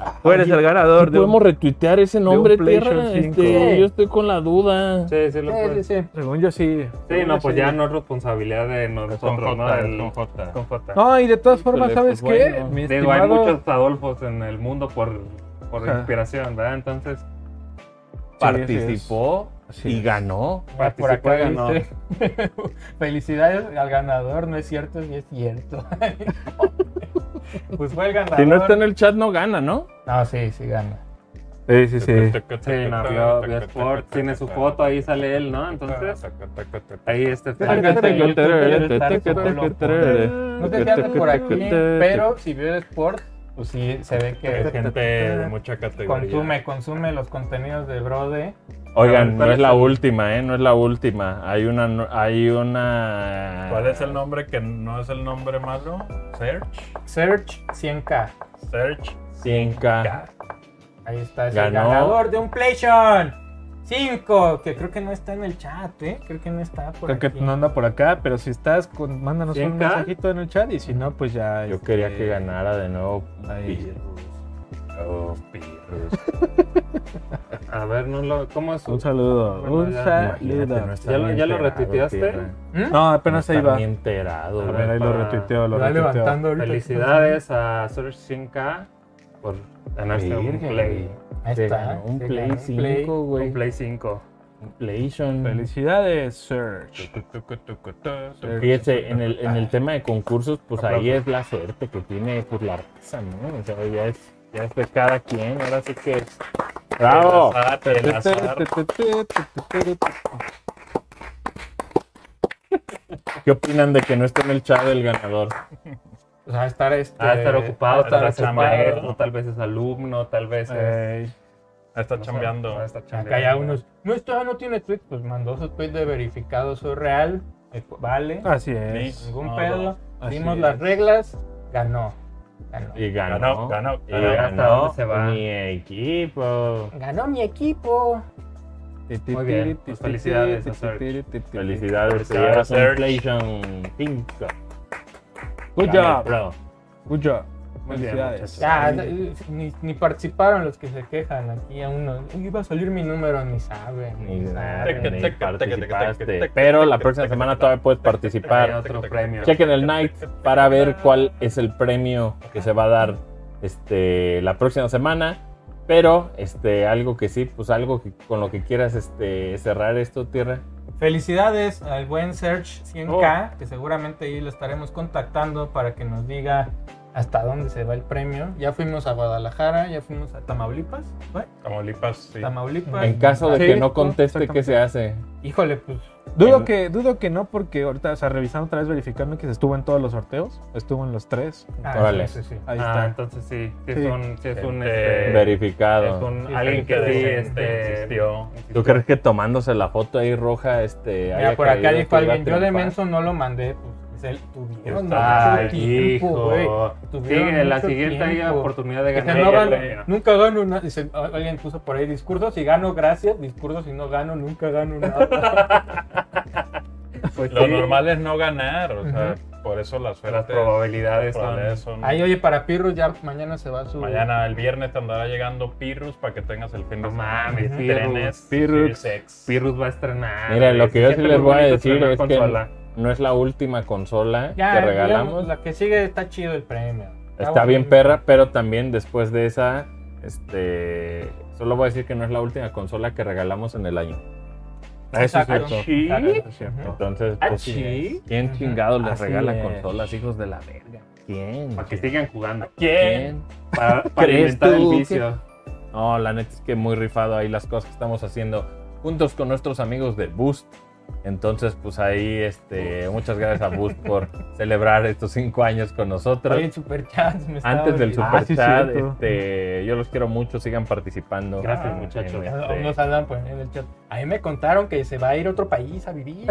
Speaker 4: Ah,
Speaker 10: Tú eres el ganador de un-
Speaker 1: Podemos retuitear ese nombre,
Speaker 10: PlayStation
Speaker 1: Tierra.
Speaker 10: 5.
Speaker 1: Este, yo estoy con la duda.
Speaker 4: Sí, sí, lo
Speaker 2: Sí, sí,
Speaker 4: puedes.
Speaker 2: sí.
Speaker 10: Según yo sí.
Speaker 4: Sí, no, pues ya no es responsabilidad de
Speaker 5: Con
Speaker 4: nosotros, ¿no?
Speaker 5: J,
Speaker 4: Del-
Speaker 5: con J.
Speaker 4: con J.
Speaker 10: No, y de todas formas,
Speaker 1: Híjole,
Speaker 10: ¿sabes
Speaker 1: pues
Speaker 10: qué?
Speaker 1: bueno.
Speaker 10: Mi
Speaker 4: Digo, hay
Speaker 10: estimado,
Speaker 4: muchos Adolfos en el mundo por, por
Speaker 10: Ajá.
Speaker 4: inspiración, ¿verdad? Entonces,
Speaker 1: Participó y ganó.
Speaker 2: Por acá
Speaker 4: ganó.
Speaker 2: dice, Felicidades al ganador, no es cierto, sí es cierto. pues fue el ganador.
Speaker 1: Si no está en el chat, no gana, ¿no?
Speaker 2: No, sí, sí gana.
Speaker 6: Sí, sí, sí.
Speaker 4: sí, no, vio- vio Sport, tiene su foto, ahí sale él, ¿no? Entonces, ahí este.
Speaker 2: No sé si anda por aquí, pero si vio el Sport, pues sí, se ve
Speaker 5: Hay
Speaker 2: que
Speaker 5: gente de mucha categoría.
Speaker 2: consume, consume los contenidos de Brode.
Speaker 1: Oigan, no es la última, ¿eh? No es la última. Hay una. no- Hay una...
Speaker 5: ¿Cuál es el nombre que no es el nombre malo? Search.
Speaker 2: Search 100K.
Speaker 5: Search.
Speaker 1: 100K.
Speaker 2: Ahí está, es
Speaker 1: Ganó.
Speaker 2: el ganador de un PlayStation 5, que creo que no está en el chat, ¿eh? Creo que no está por
Speaker 6: Creo que
Speaker 2: aquí.
Speaker 6: no anda por acá, pero si estás, con- mándanos un
Speaker 4: 100K.
Speaker 6: mensajito en el chat y si no, pues ya.
Speaker 1: Yo
Speaker 6: este,
Speaker 1: quería que ganara de nuevo.
Speaker 5: Pirrus. Oh, Pirrus.
Speaker 4: A ver, no lo, ¿cómo es?
Speaker 6: Un saludo.
Speaker 4: Bueno,
Speaker 6: un
Speaker 4: ya,
Speaker 6: saludo.
Speaker 4: Ah, ¿Ya lo- ya lo retuiteaste?
Speaker 2: ¿Mm?
Speaker 6: No, apenas ahí
Speaker 1: iba.
Speaker 6: va.
Speaker 1: Ni enterado.
Speaker 6: A
Speaker 1: güey.
Speaker 6: ver, ahí lo
Speaker 4: para-
Speaker 6: retuiteo, lo
Speaker 2: Lo va
Speaker 6: retuiteo.
Speaker 2: levantando ahorita.
Speaker 4: Felicidades a Search 100K por ganarse un
Speaker 1: Virgen.
Speaker 4: Play.
Speaker 2: Ahí
Speaker 1: Se
Speaker 2: está.
Speaker 1: ganó un
Speaker 2: se
Speaker 1: Play
Speaker 2: ganó un Play.
Speaker 1: 5,
Speaker 4: Un
Speaker 1: Oh, güey.
Speaker 4: Play 5.
Speaker 1: PlayStation.
Speaker 6: Felicidades, Search.
Speaker 1: Fíjate, en el, en el tema de concursos, pues ahí es la suerte que tiene pues, la raza, ¿no? O sea, ya es, ya es de cada quien, ahora sí que es. ¡Bravo!
Speaker 5: Ah, el azar.
Speaker 1: ¿Qué opinan de que no esté en el chat el ganador?
Speaker 2: O sea, estar este.
Speaker 4: Ah, estar ocupado,
Speaker 5: estar
Speaker 4: tal vez es
Speaker 5: chambeando.
Speaker 4: maestro, tal vez es alumno, tal vez es.
Speaker 2: Ey.
Speaker 5: Está
Speaker 4: no sé,
Speaker 5: chambeando.
Speaker 4: está chambeando.
Speaker 2: Acá ya unos. No está, no tiene tweet. Pues mandó su tweet de verificado, soy real. eh, Vale.
Speaker 6: Así es.
Speaker 2: ningún
Speaker 5: no,
Speaker 2: pedo.
Speaker 6: así
Speaker 2: Vimos
Speaker 6: es.
Speaker 2: las reglas. Ganó. Ganó.
Speaker 1: Y
Speaker 5: Ganó,
Speaker 1: ganó.
Speaker 5: ganó.
Speaker 1: Y
Speaker 5: ganó.
Speaker 4: hasta
Speaker 1: ganó
Speaker 4: dónde se va.
Speaker 1: mi equipo.
Speaker 2: Ganó mi equipo.
Speaker 4: Muy bien, pues felicidades a Serge.
Speaker 1: Felicidades, te
Speaker 5: Felicidades,
Speaker 1: llevas un
Speaker 5: Serge.
Speaker 1: PlayStation 5.
Speaker 6: Good
Speaker 1: Dale,
Speaker 6: job.
Speaker 1: bro.
Speaker 6: Good job.
Speaker 4: Muy bien,
Speaker 6: Felicidades.
Speaker 2: Ya, eh, ni, ni participaron los que se quejan aquí a uno. "Uy, Iba a salir mi número, ni saben.
Speaker 1: Ni
Speaker 2: Ni
Speaker 1: nada,
Speaker 2: saben.
Speaker 5: Teca,
Speaker 1: ni
Speaker 5: teca, teca, teca,
Speaker 1: participaste.
Speaker 5: teca,
Speaker 1: Pero la
Speaker 5: teca,
Speaker 1: próxima
Speaker 5: teca,
Speaker 1: semana
Speaker 5: teca,
Speaker 1: todavía puedes
Speaker 4: Hay
Speaker 1: participar.
Speaker 4: otro premio.
Speaker 1: Chequen el night para ver cuál es el premio que se va a dar este, la próxima semana. Pero este, algo que sí, pues algo que- con lo que quieras este, cerrar esto, Tierra.
Speaker 2: Felicidades al buen Search 100K, que seguramente ahí lo estaremos contactando para que nos diga hasta dónde se va el premio. Ya fuimos a Guadalajara, ya fuimos a Tamaulipas. ¿fue?
Speaker 5: Tamaulipas, sí.
Speaker 2: Tamaulipas.
Speaker 1: En caso de
Speaker 6: Sí,
Speaker 1: que no
Speaker 6: no,
Speaker 4: pues,
Speaker 1: conteste, ¿qué se hace?
Speaker 2: Híjole, pues
Speaker 6: Dudo
Speaker 1: En-
Speaker 6: que, dudo que no, porque ahorita, o sea, revisando otra vez, verificando que se estuvo en todos los sorteos. Estuvo en los tres.
Speaker 2: Ah,
Speaker 1: Órale.
Speaker 2: sí, sí, sí.
Speaker 6: Ahí
Speaker 4: Ah,
Speaker 6: está.
Speaker 4: entonces sí, sí
Speaker 6: Sí.
Speaker 4: es un. sí es un,
Speaker 5: Gente
Speaker 4: este, es
Speaker 1: Verificado.
Speaker 4: un-
Speaker 2: Sí,
Speaker 4: alguien que
Speaker 5: gente
Speaker 4: sí,
Speaker 5: decente,
Speaker 4: este.
Speaker 5: insistió.
Speaker 1: ¿Tú crees que tomándose la foto ahí roja, este,
Speaker 2: Mira,
Speaker 1: haya
Speaker 2: por acá
Speaker 1: creído que
Speaker 2: dijo
Speaker 1: iba a
Speaker 2: alguien, yo de
Speaker 1: triunfar?
Speaker 2: menso no lo mandé, pues es el tuvieron
Speaker 4: Ay,
Speaker 2: mucho tiempo, güey.
Speaker 4: hijo.
Speaker 2: Tuvieron
Speaker 4: Sigue la
Speaker 2: mucho
Speaker 4: siguiente hay
Speaker 2: tiempo.
Speaker 4: oportunidad de
Speaker 2: Que
Speaker 4: ganar.
Speaker 2: no
Speaker 4: el
Speaker 2: gano,
Speaker 4: premio.
Speaker 2: nunca gano nada. Dice, a- Alguien puso por ahí discursos y gano, gracias. Discursos y no gano, nunca gano nada.
Speaker 4: Pues
Speaker 5: Lo
Speaker 4: sí,
Speaker 5: normal es no ganar, o sea, por eso la
Speaker 4: Las
Speaker 5: suerte.
Speaker 4: probabilidades
Speaker 5: las probabilidades
Speaker 4: son.
Speaker 5: son.
Speaker 2: Ahí, oye, para Pirro ya mañana se va su.
Speaker 5: Mañana, el viernes, te andará llegando Pirrus para que tengas el fin de
Speaker 4: No
Speaker 5: semana.
Speaker 4: mames,
Speaker 5: Trenes,
Speaker 1: Pirrus.
Speaker 5: Sex.
Speaker 4: Pirrus va a estrenar.
Speaker 1: Mira, lo
Speaker 4: güey,
Speaker 1: que yo
Speaker 4: se
Speaker 1: sí
Speaker 4: siente
Speaker 1: les
Speaker 4: muy
Speaker 1: voy a
Speaker 4: bonito
Speaker 1: decir
Speaker 4: estrenar
Speaker 1: es que
Speaker 4: consola.
Speaker 1: no es la última consola
Speaker 2: Ya,
Speaker 1: que
Speaker 2: el-
Speaker 1: regalamos.
Speaker 2: La que sigue está chido el premio.
Speaker 1: Está bien
Speaker 2: bueno.
Speaker 1: perra, pero también después de esa, este, solo voy a decir que no es la última consola que regalamos en el año.
Speaker 2: Eso es
Speaker 4: Ah,
Speaker 2: cierto.
Speaker 4: sí.
Speaker 1: Entonces,
Speaker 4: Ah,
Speaker 1: pues,
Speaker 4: sí.
Speaker 1: ¿quién
Speaker 2: Ujú.
Speaker 1: chingado les
Speaker 6: Así
Speaker 1: regala
Speaker 6: es.
Speaker 1: consolas, hijos de la verga? ¿Quién?
Speaker 4: Para que sigan jugando.
Speaker 1: ¿Quién?
Speaker 4: Para, para
Speaker 1: ¿Crees
Speaker 4: inventar el
Speaker 1: tú que-
Speaker 4: vicio.
Speaker 1: No, la neta es que muy rifado ahí las cosas que estamos haciendo juntos con nuestros amigos de Boost. Entonces, pues ahí, este, muchas gracias a Boost por celebrar estos cinco años con nosotros.
Speaker 2: Oye, el superchat, me estaba
Speaker 1: Antes del
Speaker 2: olvidando.
Speaker 1: super chat,
Speaker 6: cierto.
Speaker 1: este, yo los quiero mucho, sigan participando.
Speaker 4: Gracias,
Speaker 1: En
Speaker 4: muchachos.
Speaker 2: Ah,
Speaker 1: este-
Speaker 2: Nos andan poniendo en el chat. A mí me contaron que se va a ir a otro país a vivir.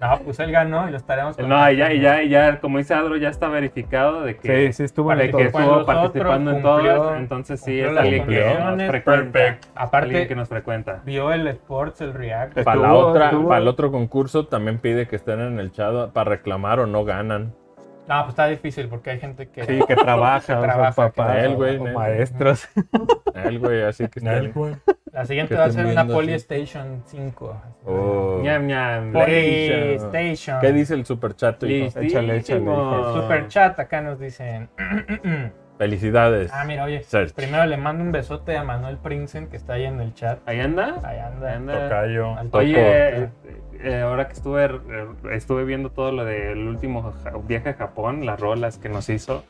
Speaker 2: no, pues él ganó y lo estaremos
Speaker 4: No, y ya, y ya, y ya, como dice Adro, ya está verificado de que,
Speaker 6: Sí, sí, estuvo en
Speaker 4: de
Speaker 6: el
Speaker 4: que
Speaker 6: top.
Speaker 2: Cuando
Speaker 4: estuvo
Speaker 2: nosotros
Speaker 4: participando en
Speaker 2: cumplió-
Speaker 4: todas. Entonces sí,
Speaker 2: cumplió
Speaker 4: es
Speaker 2: las
Speaker 4: alguien que nos
Speaker 2: condiciones,
Speaker 4: frecuenta. Alguien que
Speaker 2: Aparte,
Speaker 4: nos frecuenta.
Speaker 2: vio el Sports, el React.
Speaker 1: Para, la
Speaker 6: Estuvo-
Speaker 1: otra,
Speaker 6: estuvo-
Speaker 1: para el otro concurso también pide que estén en el chat para reclamar o no ganan.
Speaker 2: No, pues está difícil porque hay gente que.
Speaker 6: Sí, que trabaja, o sea,
Speaker 2: Trabaja,
Speaker 6: papás,
Speaker 2: que
Speaker 1: él, güey,
Speaker 6: o
Speaker 1: nel.
Speaker 6: maestros.
Speaker 1: Él, güey, así que. está bien.
Speaker 2: La siguiente
Speaker 1: que
Speaker 2: va a
Speaker 1: estén
Speaker 2: ser una
Speaker 1: viendo así.
Speaker 2: Polystation 5.
Speaker 1: Oh.
Speaker 4: Ñam, ñam.
Speaker 2: Polystation.
Speaker 1: ¿Qué dice el superchat, tu hijo?
Speaker 4: Listísimo.
Speaker 1: Échale, échale. hijo.
Speaker 2: Super chat, acá nos dicen.
Speaker 1: Felicidades.
Speaker 2: ah, mira, oye.
Speaker 1: Search.
Speaker 2: Primero le mando un besote a Manuel Prinsen que está ahí en el chat.
Speaker 4: Ahí anda.
Speaker 2: Ahí anda.
Speaker 4: Ahí anda.
Speaker 5: Tocayo.
Speaker 2: Al
Speaker 4: Oye,
Speaker 2: topo.
Speaker 4: eh, eh, ahora que estuve, eh, estuve viendo todo lo del último ja- viaje a Japón, las rolas que nos hizo,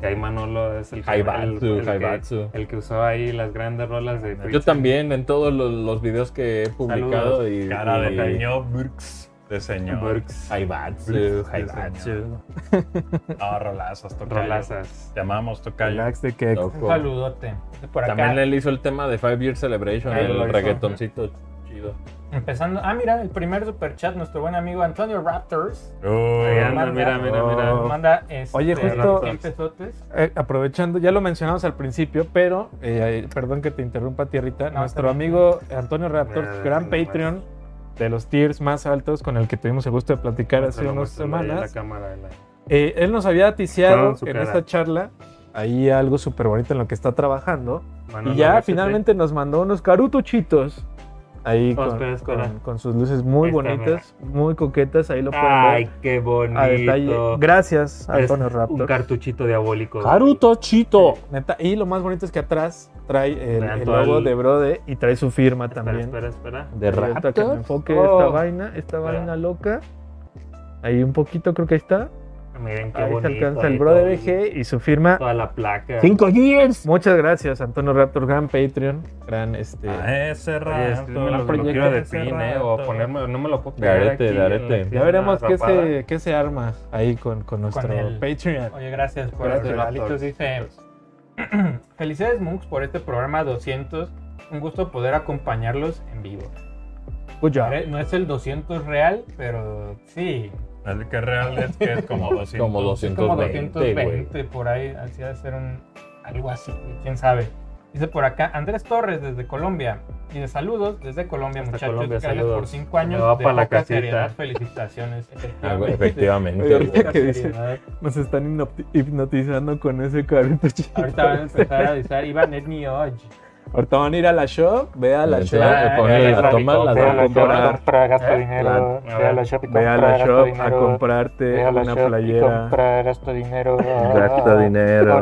Speaker 4: que ahí Manolo es el que, el,
Speaker 1: Haibatsu,
Speaker 4: el que,
Speaker 1: Haibatsu.
Speaker 4: el que usó ahí las grandes rolas de
Speaker 1: Yo
Speaker 4: Prince.
Speaker 1: también en todos los, los videos que he publicado y.
Speaker 5: Cara de
Speaker 1: y-
Speaker 5: cañón, Burks. De señor.
Speaker 4: Burks,
Speaker 1: Haibatsu,
Speaker 5: Burks de
Speaker 1: Haibatsu.
Speaker 5: señor. No, rolazas, tocayo.
Speaker 4: rolazas.
Speaker 5: Te amamos, tocayo.
Speaker 6: Relax de que
Speaker 1: Loco.
Speaker 2: Un saludote. Por acá.
Speaker 1: También él hizo el tema de Five Year Celebration,
Speaker 2: Él lo
Speaker 1: el
Speaker 2: hizo.
Speaker 1: reggaetoncito chido.
Speaker 2: Empezando. Ah, mira, el primer super chat, nuestro buen amigo Antonio Raptors.
Speaker 5: Uh,
Speaker 4: Ahí anda, mira, mira, mira.
Speaker 2: Nos manda este,
Speaker 6: Oye, justo-
Speaker 2: cien pesotes.
Speaker 6: Eh, aprovechando, ya lo mencionamos al principio, pero eh, eh, perdón que te interrumpa, Tierrita.
Speaker 2: No,
Speaker 6: nuestro
Speaker 2: está
Speaker 6: amigo Antonio Raptor,
Speaker 4: Ah,
Speaker 6: gran
Speaker 4: no
Speaker 6: Patreon de los tiers más altos con el que tuvimos el gusto de platicar hace
Speaker 4: Se lo
Speaker 6: unas
Speaker 4: muestran ahí a
Speaker 6: semanas,
Speaker 4: La cámara, de la-
Speaker 6: eh, él nos había
Speaker 4: Claro,
Speaker 6: ticiado
Speaker 4: su
Speaker 6: en
Speaker 4: cara.
Speaker 6: esta charla. Ahí algo súper bonito en lo que está trabajando.
Speaker 4: Manolo
Speaker 6: y ya
Speaker 4: VST.
Speaker 6: finalmente nos mandó unos carutuchitos. Ahí
Speaker 4: Oh,
Speaker 6: con,
Speaker 4: espera, espera.
Speaker 6: con- con sus luces muy
Speaker 4: Ahí está,
Speaker 6: bonitas, muy coquetas. Ahí lo pueden
Speaker 4: Ay,
Speaker 6: ver
Speaker 4: qué bonito.
Speaker 6: a detalle. Gracias,
Speaker 4: Es
Speaker 6: Antonio
Speaker 4: Un
Speaker 6: Raptor.
Speaker 4: cartuchito diabólico.
Speaker 11: Haruto Chito.
Speaker 6: Neta, y lo más bonito es que atrás trae el,
Speaker 4: Trae
Speaker 6: el
Speaker 4: todo
Speaker 6: logo
Speaker 4: el-
Speaker 6: de Brode y trae su firma
Speaker 4: Espera,
Speaker 6: también.
Speaker 4: espera, espera.
Speaker 11: De
Speaker 6: Y ahorita que me
Speaker 11: Raptor.
Speaker 6: enfoque
Speaker 4: Oh.
Speaker 6: esta vaina, esta vaina loca. Ahí un poquito creo que ahí está.
Speaker 4: Miren qué
Speaker 6: ahí
Speaker 4: bonito.
Speaker 6: se alcanza
Speaker 4: ahí
Speaker 6: el Brode
Speaker 4: todo-
Speaker 6: BG y su firma.
Speaker 4: Toda la placa.
Speaker 11: Cinco years.
Speaker 6: Muchas gracias, Antonio Raptor, gran Patreon, gran este.
Speaker 5: A ese
Speaker 4: Oye,
Speaker 5: rato.
Speaker 4: es que me lo
Speaker 5: los bloqueo
Speaker 4: quiero de
Speaker 5: ese
Speaker 4: pin, eh,
Speaker 5: rato.
Speaker 4: o ponerme, no me lo puedo
Speaker 11: De
Speaker 4: pegar
Speaker 11: arete,
Speaker 4: aquí
Speaker 11: de
Speaker 4: en-
Speaker 11: arete.
Speaker 4: en
Speaker 6: Ya veremos
Speaker 4: una
Speaker 6: qué
Speaker 4: rapada.
Speaker 6: se, qué se arma ahí con, con nuestro
Speaker 2: el-
Speaker 6: Patreon.
Speaker 2: Oye, gracias por
Speaker 4: Gracias,
Speaker 2: los
Speaker 4: Raptor.
Speaker 2: regalitos. Dice:
Speaker 4: pues,
Speaker 2: Felicidades, Monks, por este programa 200. Un gusto poder acompañarlos en vivo. Eh,
Speaker 6: Good job.
Speaker 2: No es el 200 real, pero sí.
Speaker 5: El que real es que es como 200.
Speaker 11: Como
Speaker 2: Es como
Speaker 11: 220, güey.
Speaker 2: 220 por ahí. Así de ser un, algo así. Quién sabe. Dice por acá Andrés Torres desde Colombia. Y de saludos desde Colombia,
Speaker 4: Hasta
Speaker 2: muchachos.
Speaker 4: Colombia,
Speaker 2: Gracias por
Speaker 4: saludos.
Speaker 2: 5 años.
Speaker 4: Me va
Speaker 2: de
Speaker 4: pa' la
Speaker 2: poca
Speaker 4: casita.
Speaker 2: seriedad. Felicitaciones.
Speaker 11: Ah, güey,
Speaker 6: Oye,
Speaker 11: efectivamente. güey.
Speaker 6: ahorita que dice,
Speaker 2: Seriedad.
Speaker 6: nos están hipnoti- hipnotizando con ese cartuchito.
Speaker 2: Ahorita van a empezar a avisar Iván Etni Hodge.
Speaker 6: Ahorita van a ir a la show, ve a la
Speaker 11: Ve
Speaker 6: show.
Speaker 11: a- ponle
Speaker 2: la-
Speaker 11: a tomar la-
Speaker 6: ve a la-
Speaker 11: a comprar.
Speaker 2: ¿Eh?
Speaker 6: Claro.
Speaker 4: Ve a la
Speaker 6: Ve a la shop a comprarte una playera.
Speaker 2: gasto dinero.
Speaker 12: Gasta dinero.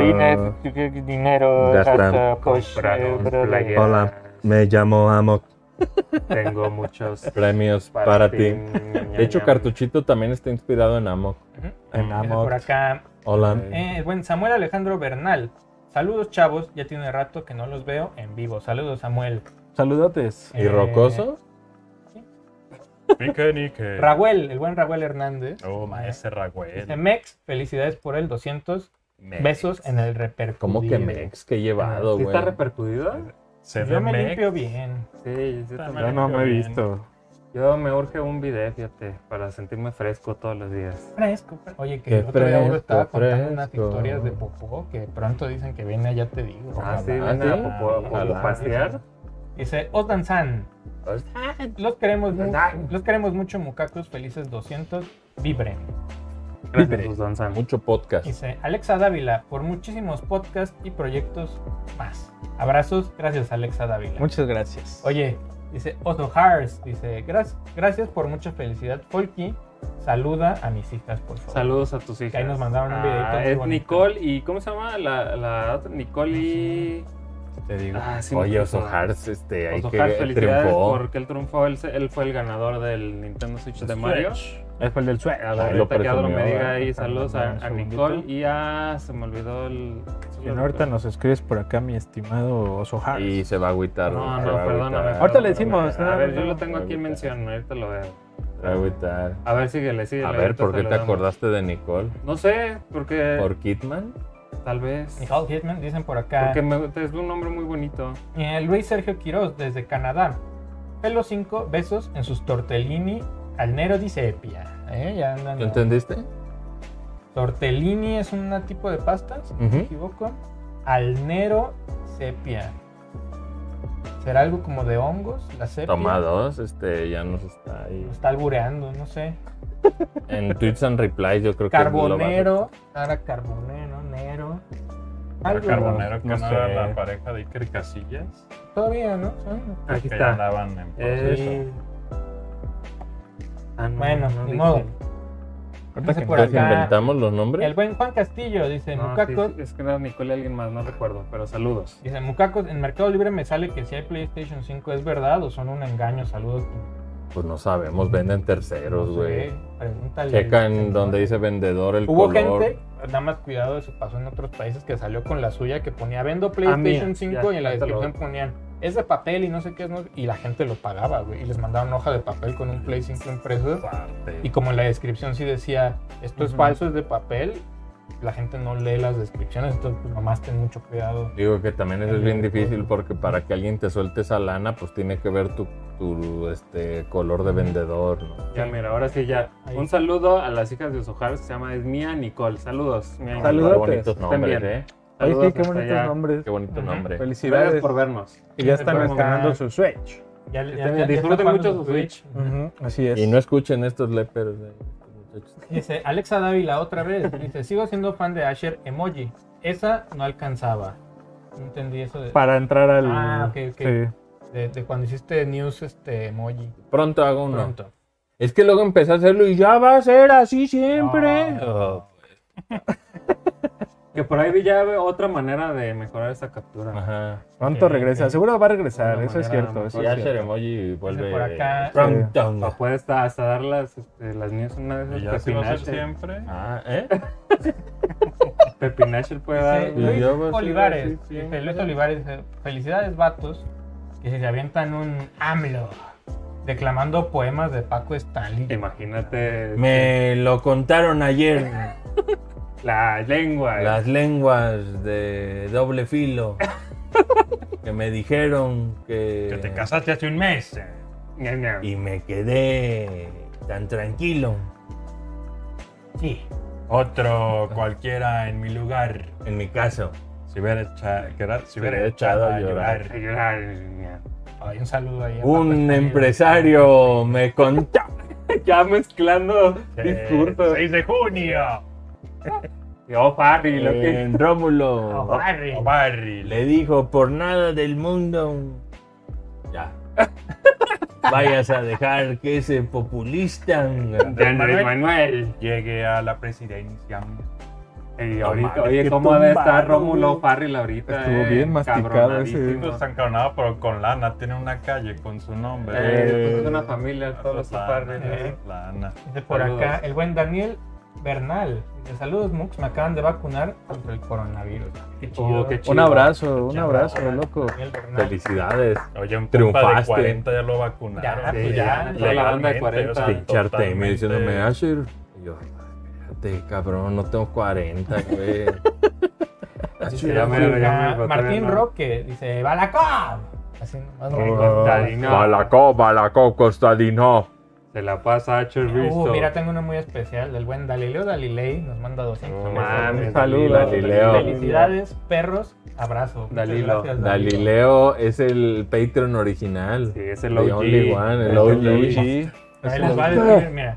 Speaker 2: dinero.
Speaker 12: Gasta, gasta,
Speaker 2: "Pues,
Speaker 4: Comprar
Speaker 2: eh,
Speaker 4: un player.
Speaker 12: Hola, me llamo Amok.
Speaker 4: Tengo muchos
Speaker 11: Premios para ti. De hecho,
Speaker 4: cartuchos
Speaker 11: Cartuchito también está inspirado en Amok.
Speaker 6: En
Speaker 2: Por
Speaker 6: Amok.
Speaker 2: acá,
Speaker 11: Hola.
Speaker 2: eh, buen Samuel Alejandro Bernal. Saludos, chavos. Ya tiene rato que no los veo en vivo. Saludos, Samuel.
Speaker 6: Saludotes.
Speaker 11: ¿Y Rocoso?
Speaker 5: Pique ni que-
Speaker 2: Eh, Raúl, el buen Raúl Hernández.
Speaker 5: Oh, maese Raguel.
Speaker 2: Dice, Mex, felicidades por el 200. Eh, Besos en el repercutir.
Speaker 11: ¿Cómo que Mex? Que llevado,
Speaker 4: ¿Sí
Speaker 11: güey.
Speaker 4: está repercutido?
Speaker 5: Se ve
Speaker 2: Pues Yo me
Speaker 5: mec.
Speaker 2: limpio bien.
Speaker 4: Sí, yo
Speaker 5: Está
Speaker 4: también.
Speaker 6: Ya no me he visto.
Speaker 4: Yo me urge un video, fíjate, para sentirme fresco todos los días.
Speaker 2: Fresco. Oye, que
Speaker 11: Qué
Speaker 2: el otro día uno
Speaker 11: fresco,
Speaker 2: estaba contando unas
Speaker 11: fresco.
Speaker 2: historias de Popó que pronto dicen que viene allá te digo.
Speaker 4: Ah, sí,
Speaker 11: Ah,
Speaker 4: ven
Speaker 11: ¿sí?
Speaker 4: a popo- popo
Speaker 11: Ojalá.
Speaker 4: pasear.
Speaker 2: Dice Otan San. Los queremos, mu-
Speaker 4: Otan.
Speaker 2: los queremos mucho, mucacos. Felices 200. Vibren.
Speaker 4: Gracias, Susan Sam.
Speaker 11: Mucho podcast.
Speaker 2: Pues, Dice Alexa Dávila, por muchísimos podcasts y proyectos más. Abrazos. Gracias, Alexa Dávila.
Speaker 6: Muchas gracias.
Speaker 2: Oye, dice Otto Hars. Dice, "Gra- gracias por mucha felicidad, Folky. Saluda a mis hijas, por favor.
Speaker 4: Saludos a tus hijas.
Speaker 2: ahí nos mandaron un
Speaker 4: Ah,
Speaker 2: videito muy
Speaker 4: es
Speaker 2: bonito.
Speaker 4: Nicole y. ¿Cómo se llama la, la otra? Nicole y.
Speaker 11: Te digo.
Speaker 4: Ah, sí,
Speaker 11: Oye,
Speaker 4: me
Speaker 11: Oso
Speaker 4: puso-
Speaker 11: Hearts, este, ahí
Speaker 4: Oso
Speaker 11: que
Speaker 4: Hart, felicidades
Speaker 11: triunfó.
Speaker 4: porque él triunfó. Él, se- él fue el ganador del Nintendo Switch de Mario.
Speaker 6: Es el del suelo.
Speaker 4: A
Speaker 11: Ahí
Speaker 4: ver,
Speaker 11: lo
Speaker 4: ahorita que Adro me
Speaker 11: presumió,
Speaker 4: diga
Speaker 11: ¿eh?
Speaker 4: ahí saludos a, a
Speaker 6: Un
Speaker 4: Nicole
Speaker 6: segundito.
Speaker 4: y a. Se me olvidó el.
Speaker 6: ahorita nos escribes por acá, mi estimado Oso Hart.
Speaker 11: Y se va a agüitar.
Speaker 4: No,
Speaker 11: se
Speaker 4: no,
Speaker 11: va a
Speaker 4: perdóname.
Speaker 11: agüitar,
Speaker 6: Ahorita
Speaker 4: perdóname.
Speaker 6: le decimos,
Speaker 4: A
Speaker 6: no,
Speaker 4: ver,
Speaker 6: no,
Speaker 4: yo
Speaker 6: no.
Speaker 4: lo tengo aquí en mención, ahorita lo veo.
Speaker 11: se va a agüitar.
Speaker 4: A ver, síguele, síguele.
Speaker 11: A ver,
Speaker 4: ahorita
Speaker 11: ¿por
Speaker 4: se
Speaker 11: qué
Speaker 4: lo
Speaker 11: te
Speaker 4: damos.
Speaker 11: acordaste de Nicole?
Speaker 4: No sé, porque
Speaker 11: ¿Por Kidman?
Speaker 4: tal vez.
Speaker 2: Nicole Hitman, dicen por acá.
Speaker 4: Porque me, es un nombre muy bonito.
Speaker 2: Eh, Luis Sergio Quiroz, desde Canadá. Pelo 5, besos en sus tortellini al Nero di Sepia. Eh, ya andan.
Speaker 11: ¿Lo entendiste?
Speaker 2: Tortellini es un tipo de pasta, si no
Speaker 11: Ujú.
Speaker 2: me equivoco. Al Nero Sepia. ¿Será algo como de hongos? La sepia.
Speaker 11: Toma dos, este, ya nos está ahí.
Speaker 2: Lo está albureando, no sé.
Speaker 1: En Tweets and Replies yo creo que
Speaker 2: Carbonero, Sara Carbonero, Nero.
Speaker 5: Era
Speaker 2: Algo,
Speaker 5: Carbonero, que
Speaker 1: No
Speaker 5: no, era
Speaker 1: sé.
Speaker 5: la pareja de Iker y Casillas.
Speaker 2: Todavía, ¿no? Sí.
Speaker 4: Aquí
Speaker 5: que
Speaker 4: está.
Speaker 5: andaban en
Speaker 4: pues
Speaker 5: proceso.
Speaker 2: Eh,
Speaker 4: Ah,
Speaker 2: bueno, ni modo.
Speaker 1: Ahorita
Speaker 2: Dice
Speaker 1: que
Speaker 2: por
Speaker 1: entonces
Speaker 2: acá,
Speaker 1: inventamos los nombres.
Speaker 2: El buen Juan Castillo dice,
Speaker 4: No,
Speaker 2: Mucaco,
Speaker 4: sí, sí, es que era Nicole y alguien más, no recuerdo, pero saludos.
Speaker 2: dice, Mucaco, en Mercado Libre me sale que si hay PlayStation 5 es verdad o son un engaño. Saludos.
Speaker 1: Pues no sabemos, venden terceros,
Speaker 2: Sí,
Speaker 1: güey.
Speaker 2: pregúntale.
Speaker 1: Checa en donde dice vendedor el
Speaker 2: Hubo
Speaker 1: color.
Speaker 2: gente, nada más cuidado, eso pasó en otros países, que salió con la suya que ponía vendo
Speaker 4: mía,
Speaker 2: PlayStation
Speaker 4: Ah, ya,
Speaker 2: 5 y en la
Speaker 4: ya te lo
Speaker 2: descripción ponían es de papel y no sé qué es, no- y la gente lo pagaba, güey, y les mandaban hoja de papel con un Play 5 impreso.
Speaker 5: Parte.
Speaker 2: Y como en la descripción sí decía esto es
Speaker 4: Ujú.
Speaker 2: falso, es de papel, la gente no lee las descripciones, entonces pues nomás ten mucho cuidado.
Speaker 1: Digo que también eso es bien difícil porque para que alguien te suelte esa lana, pues tiene que ver tu, tu este, color de vendedor, ¿no?
Speaker 4: Ya, mira, ahora sí ya.
Speaker 2: Ahí.
Speaker 4: Un saludo a las hijas de Osojar, se llama es Mía Nicole. Saludos. Mía Nicole.
Speaker 1: Qué
Speaker 6: Saludotes.
Speaker 1: bonitos nombres,
Speaker 4: bien.
Speaker 1: ¿eh?
Speaker 6: Oye,
Speaker 4: Saludos
Speaker 6: sí, qué
Speaker 4: hasta
Speaker 6: bonitos
Speaker 4: allá.
Speaker 6: nombres.
Speaker 1: Qué bonito
Speaker 4: Ujú.
Speaker 1: nombre.
Speaker 6: Felicidades.
Speaker 4: Gracias por vernos.
Speaker 6: Y ya
Speaker 2: Por
Speaker 6: están estrenando
Speaker 2: ganar.
Speaker 6: su Switch.
Speaker 2: Ya, ya-
Speaker 4: Este,
Speaker 2: ya- ya
Speaker 4: disfruten
Speaker 2: está
Speaker 4: mucho
Speaker 2: jugando
Speaker 4: su Switch.
Speaker 6: Ujú, Así es.
Speaker 1: Y no escuchen estos leperos. ¿eh?
Speaker 2: Dice Alexa Dávila otra vez. Dice, sigo siendo fan de Asher Emoji. Esa no alcanzaba. No entendí eso de,
Speaker 6: Para entrar al.
Speaker 2: Ah, ok, ok.
Speaker 6: Sí.
Speaker 2: de- de cuando hiciste news este emoji.
Speaker 1: Pronto hago uno.
Speaker 2: Pronto.
Speaker 1: Es que luego empecé a hacerlo y ya va a ser así siempre.
Speaker 2: Ah,
Speaker 1: Oh.
Speaker 4: Que por ahí vi ya otra manera de mejorar esta captura.
Speaker 1: Ajá.
Speaker 6: Pronto
Speaker 2: Ok,
Speaker 6: regresa.
Speaker 2: ok.
Speaker 6: Seguro va a regresar.
Speaker 4: Una
Speaker 6: Eso es
Speaker 4: manera
Speaker 6: cierto. Eso
Speaker 1: Y
Speaker 6: es
Speaker 1: Asher
Speaker 6: cierto.
Speaker 1: Emoji vuelve.
Speaker 2: por acá.
Speaker 1: Pronto.
Speaker 4: O puede hasta, hasta dar las, este, las news una de
Speaker 5: Y
Speaker 4: esas
Speaker 5: ya así va a ser
Speaker 4: Pepinache.
Speaker 5: siempre.
Speaker 1: Ah, ¿eh?
Speaker 4: Pepinache puede dar.
Speaker 2: Dice, Luis
Speaker 1: yo voy a ser
Speaker 2: Olivares.
Speaker 1: así siempre.
Speaker 2: dice, Luis Olivares dice, felicidades vatos que se avientan un AMLO declamando poemas de Paco Stanley.
Speaker 4: Imagínate
Speaker 1: Me lo contaron ayer.
Speaker 4: la lengua.
Speaker 1: Las lenguas de doble filo. que me dijeron que.
Speaker 5: Que te casaste hace un mes. eh.
Speaker 4: Ña, ña.
Speaker 1: Y me quedé tan tranquilo. Sí.
Speaker 5: Otro cualquiera en mi lugar.
Speaker 1: En mi caso.
Speaker 5: Si hubiera, echa- que era- si hubiera
Speaker 1: hubiera
Speaker 5: echado
Speaker 1: echado
Speaker 5: a
Speaker 1: a
Speaker 5: llorar.
Speaker 4: A llorar, ña.
Speaker 2: Ay, un saludo ahí. a Paco
Speaker 1: Un
Speaker 2: Stanley.
Speaker 1: empresario me contó.
Speaker 4: Ya mezclando
Speaker 5: Eh,
Speaker 4: discursos.
Speaker 5: 6 de junio.
Speaker 4: Yo, Farri, lo que.
Speaker 1: En Rómulo.
Speaker 2: Oh, Harry.
Speaker 5: O Barry.
Speaker 1: Eh, Le dijo, por nada del mundo. Ya. Vayas a dejar que ese populista.
Speaker 4: De Andrés Manuel.
Speaker 5: Llegue a la presidencia.
Speaker 4: Y
Speaker 1: No
Speaker 4: ahorita,
Speaker 1: mames,
Speaker 4: oye,
Speaker 6: qué
Speaker 4: ¿cómo debe estar
Speaker 6: tumbado,
Speaker 4: Rómulo
Speaker 6: güey.
Speaker 4: Farril ahorita?
Speaker 6: Estuvo
Speaker 4: eh,
Speaker 6: bien masticado ese.
Speaker 4: cabronadísimo. Eh,
Speaker 5: Está encarnado, pero con lana. Tiene una calle con su nombre.
Speaker 4: Eh, pues es una familia, todos los Farril.
Speaker 5: Lana,
Speaker 4: ¿eh?
Speaker 5: Lana.
Speaker 2: Dice por
Speaker 4: Saludos.
Speaker 2: acá el buen Daniel Bernal. Dice, saludos, Mux. Me acaban de vacunar contra el coronavirus. Qué
Speaker 4: Oh, qué chido.
Speaker 6: Un abrazo, un
Speaker 2: Ya,
Speaker 6: abrazo,
Speaker 2: ahora,
Speaker 6: loco.
Speaker 2: Daniel Bernal.
Speaker 1: Felicidades.
Speaker 5: Oye, un compa de
Speaker 1: Triunfaste.
Speaker 5: 40 ya lo vacunaron.
Speaker 2: Ya,
Speaker 5: Sí,
Speaker 2: pues ya,
Speaker 4: ya la banda de
Speaker 5: legalmente,
Speaker 4: 40.
Speaker 5: o sea,
Speaker 1: Pincharte y me
Speaker 5: totalmente.
Speaker 1: diciéndome, Asher. Y yo, espérate, cabrón, no tengo 40, güey.
Speaker 2: Dice,
Speaker 4: ya me- ya
Speaker 2: por
Speaker 4: me
Speaker 2: acá
Speaker 4: votaron,
Speaker 2: Martín
Speaker 4: ¿no?
Speaker 2: Roque dice, ¡Balacón! Así nomás rico.
Speaker 4: Costadino.
Speaker 1: Balacó, balacó, costadino.
Speaker 4: Se la pasa a Chur
Speaker 2: Uh, mira, tengo una muy especial del buen Galileo Dalilei. Nos manda 200.
Speaker 5: No
Speaker 4: mames,
Speaker 6: Saludos.
Speaker 1: Galileo.
Speaker 2: Felicidades, perros. Abrazo. Muchas
Speaker 4: Dalilo.
Speaker 2: gracias, Dalilo.
Speaker 1: Dalileo es el Patreon original.
Speaker 4: Sí, es el
Speaker 1: The
Speaker 4: OG.
Speaker 1: only one, el
Speaker 4: Es
Speaker 1: OG.
Speaker 6: Sí,
Speaker 2: Ahí les va a decir, mira,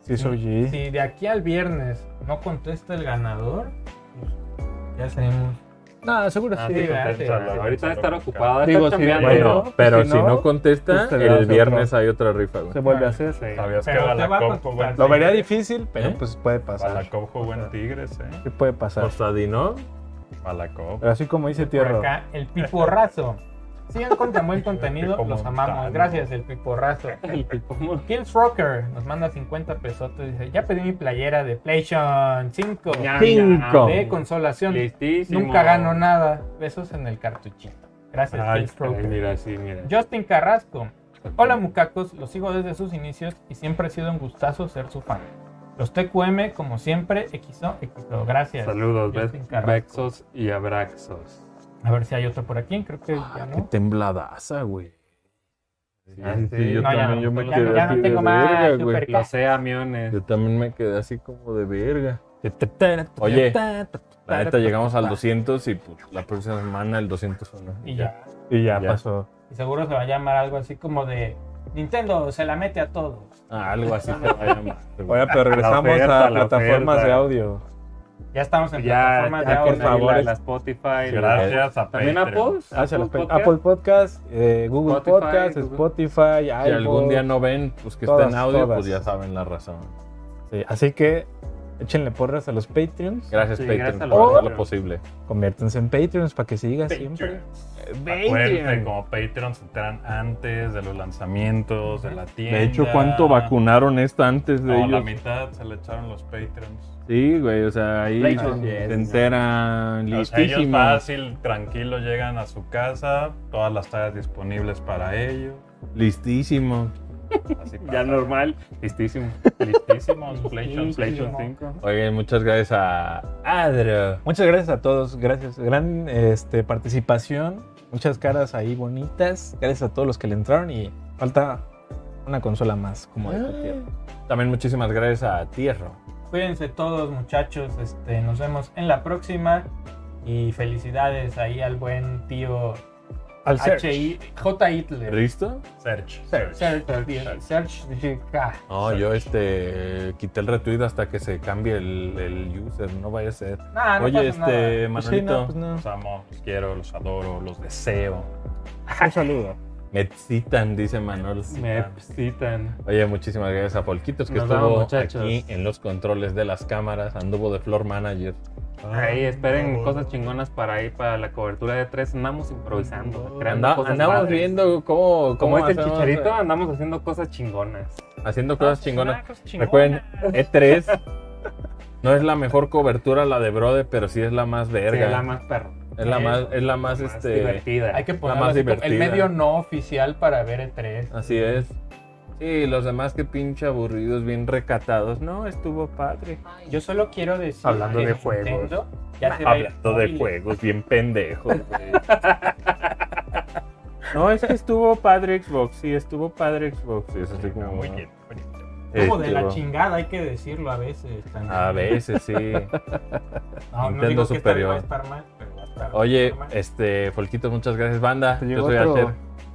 Speaker 6: sí, soy G.
Speaker 2: si de aquí al viernes no contesta el ganador, pues, ya sabemos.
Speaker 6: No, seguro
Speaker 4: Ah,
Speaker 2: sí,
Speaker 4: sí,
Speaker 2: ¿verdad?
Speaker 4: contenta,
Speaker 5: Sí,
Speaker 4: la- Ahorita debe estar
Speaker 5: sí.
Speaker 4: ocupada.
Speaker 6: Digo,
Speaker 4: Digo,
Speaker 6: sí,
Speaker 4: chambeando.
Speaker 1: Bueno, pero si no contesta,
Speaker 6: pues te das
Speaker 1: el
Speaker 6: otro.
Speaker 1: viernes hay otra rifa, güey.
Speaker 6: Se vuelve a hacer.
Speaker 5: Sabías
Speaker 2: Pero
Speaker 5: que
Speaker 2: te va a
Speaker 5: Balacón jugó
Speaker 2: contestar.
Speaker 5: en
Speaker 6: Lo vería
Speaker 5: Tigres.
Speaker 6: difícil, pero
Speaker 1: ¿Eh?
Speaker 6: pues puede pasar.
Speaker 5: Balacón jugó en Tigres, ¿eh?
Speaker 6: Sí puede pasar.
Speaker 1: Costadino.
Speaker 5: Balacón.
Speaker 6: Pero así como dice
Speaker 2: Por
Speaker 6: Tierro.
Speaker 2: acá, el piporrazo. Sigan con tan buen contenido,
Speaker 5: Como
Speaker 2: los
Speaker 5: un
Speaker 2: amamos.
Speaker 5: tal.
Speaker 2: Gracias, el piporrazo.
Speaker 4: El pipón.
Speaker 2: Kills Rocker nos manda 50 pesotes. Dice: Ya pedí mi playera de PlayStation 5
Speaker 4: Ña,
Speaker 1: Cinco.
Speaker 2: de
Speaker 4: ña.
Speaker 2: consolación.
Speaker 4: Listísimo.
Speaker 2: Nunca gano nada. Besos en el cartuchito. Gracias,
Speaker 5: Ay,
Speaker 2: Kills
Speaker 4: Ay,
Speaker 2: Rocker.
Speaker 4: mira, sí, mira.
Speaker 2: Justin Carrasco. Hola mucacos, los sigo desde sus inicios y siempre ha sido un gustazo ser su fan. Los TQM, como siempre, XO, XO. Gracias.
Speaker 4: Saludos,
Speaker 2: Justin
Speaker 4: Bex-
Speaker 2: Carrasco.
Speaker 4: Bexos y Abraxos.
Speaker 2: A ver si hay otro por aquí, creo que
Speaker 1: Ah,
Speaker 2: ya no.
Speaker 1: Tembladaza, güey.
Speaker 4: Ah, sí.
Speaker 1: yo
Speaker 2: No, ya
Speaker 1: también,
Speaker 2: no,
Speaker 1: yo
Speaker 4: pues
Speaker 1: me
Speaker 2: ya-
Speaker 1: quedé
Speaker 2: ya no
Speaker 1: así de
Speaker 2: tengo más
Speaker 1: verga, güey.
Speaker 2: superca-
Speaker 4: Los amiones.
Speaker 1: Yo también me quedé así como de verga. Oye, la neta llegamos al 200 y pues, la próxima semana el 201.
Speaker 2: Y ya.
Speaker 6: Y ya,
Speaker 1: Ya.
Speaker 6: pasó.
Speaker 2: Y seguro se va a llamar algo así como de Nintendo se la mete a todos.
Speaker 1: Ah, algo así. se va a llamar.
Speaker 6: Oiga, pero regresamos
Speaker 5: oferta,
Speaker 6: a
Speaker 5: la
Speaker 6: plataformas
Speaker 5: oferta.
Speaker 6: de audio.
Speaker 2: Ya estamos en
Speaker 4: Ya,
Speaker 2: plataformas
Speaker 4: ya,
Speaker 2: de
Speaker 6: por
Speaker 4: por
Speaker 2: audio.
Speaker 6: favor.
Speaker 4: favor. La, la Spotify. la-
Speaker 5: Gracias a
Speaker 4: Eh, También
Speaker 5: Patreon.
Speaker 4: Apple.
Speaker 6: Hacia los
Speaker 4: Podcast.
Speaker 6: Ah, pe- Apple Podcast, eh, Google
Speaker 4: Spotify,
Speaker 6: Podcast,
Speaker 4: Google.
Speaker 6: Spotify,
Speaker 1: Si algún día
Speaker 6: iVoox.
Speaker 1: no ven, pues que
Speaker 6: Todas,
Speaker 1: está en audio,
Speaker 6: todas.
Speaker 1: pues ya saben la razón.
Speaker 6: Sí, así que échenle porras a los Patreons.
Speaker 1: Gracias,
Speaker 4: Sí,
Speaker 1: Patreon,
Speaker 4: gracias a los
Speaker 1: por hacer lo
Speaker 4: Patreons.
Speaker 1: posible.
Speaker 6: Conviértanse en Patreons para que siga siempre.
Speaker 5: Acuérdense, como Patreon se enteran antes de los lanzamientos, de la tienda.
Speaker 13: De hecho, ¿cuánto vacunaron esta antes de
Speaker 5: No, la
Speaker 13: ellos?
Speaker 5: mitad se le echaron los Patreons.
Speaker 13: Sí, güey, o sea, ahí
Speaker 4: Patreon.
Speaker 13: se enteran
Speaker 5: O sea, ellos
Speaker 13: listísimas.
Speaker 5: fácil, tranquilo, llegan a su casa, todas las tareas disponibles para ellos.
Speaker 13: Listísimo.
Speaker 5: Así pasa.
Speaker 4: Ya normal. Listísimo.
Speaker 5: Listísimos, PlayStation,
Speaker 4: PlayStation 5.
Speaker 1: Oigan, muchas gracias a Adro.
Speaker 6: Muchas gracias a todos, gracias. Gran este, participación, muchas caras ahí bonitas. Gracias a todos los que le entraron y falta una consola más, como dijo
Speaker 13: Ah.
Speaker 6: Tierra.
Speaker 1: También muchísimas gracias a Tierro.
Speaker 2: Cuídense todos, muchachos. Este, nos vemos en la próxima. Y felicidades ahí al buen tío
Speaker 6: Al Serge.
Speaker 2: H.I. J. Hitler.
Speaker 1: ¿Listo?
Speaker 5: Search.
Speaker 2: Serge, Serge,
Speaker 5: Serge.
Speaker 2: Serge, ah,
Speaker 1: No, yo este quité el retweet hasta que se cambie el, el user, no vaya a ser.
Speaker 2: nah, Ah, no
Speaker 1: Oye,
Speaker 2: pasa nada.
Speaker 1: este
Speaker 6: Pues sí, no,
Speaker 1: Manolito,
Speaker 6: pues no.
Speaker 5: Los amo, los quiero, los adoro, los deseo.
Speaker 6: Un saludo.
Speaker 1: me excitan, dice Manol.
Speaker 4: Me excitan.
Speaker 1: Oye, muchísimas gracias a Polquitos que
Speaker 4: Nos
Speaker 1: estuvo
Speaker 4: vemos, muchachos.
Speaker 1: aquí en los controles de las cámaras, anduvo de floor manager. Ah,
Speaker 4: Ahí esperen cosas chingonas para ir para la cobertura de tres. Andamos improvisando, creando
Speaker 1: Anda-
Speaker 4: cosas
Speaker 1: andamos
Speaker 4: padres.
Speaker 1: viendo cómo,
Speaker 4: Como
Speaker 1: cómo
Speaker 4: este
Speaker 1: hacemos,
Speaker 4: chicharito, andamos haciendo cosas chingonas.
Speaker 1: eh, haciendo cosas
Speaker 2: este
Speaker 1: chingonas.
Speaker 4: Ah, cosas chingonas.
Speaker 1: Recuerden, E3 no es la mejor cobertura la de Brode, pero sí es la más
Speaker 4: Sí,
Speaker 1: verga.
Speaker 4: la más perro.
Speaker 1: es la más, es la más,
Speaker 4: Más
Speaker 1: este.
Speaker 4: divertida.
Speaker 2: Hay que poner
Speaker 1: más
Speaker 2: así como el
Speaker 1: divertida.
Speaker 2: medio no oficial para ver E E3.
Speaker 1: Así es. Sí, los demás que pinche aburridos, bien recatados. No, estuvo padre.
Speaker 2: Yo solo quiero decir
Speaker 4: Hablando
Speaker 2: que
Speaker 4: de juegos.
Speaker 2: Nintendo ya se va a ir
Speaker 1: Hablando de
Speaker 2: móviles.
Speaker 1: juegos, bien pendejos. güey.
Speaker 13: No, es que estuvo padre Xbox, sí, estuvo padre Xbox.
Speaker 1: Sí, eso sí como-
Speaker 5: Muy bien, muy bien.
Speaker 2: Como de la
Speaker 1: Estuvo-
Speaker 2: chingada, hay que decirlo a veces. también.
Speaker 1: A veces sí.
Speaker 2: No, no
Speaker 1: Nintendo
Speaker 2: digo que esta
Speaker 1: superior.
Speaker 2: va a estar mal, pero va a estar-
Speaker 1: Oye,
Speaker 2: va a estar mal.
Speaker 1: este, Folquitos, muchas gracias, banda.
Speaker 6: Te
Speaker 1: Yo
Speaker 6: llegó
Speaker 1: soy
Speaker 6: otro-
Speaker 1: Asher.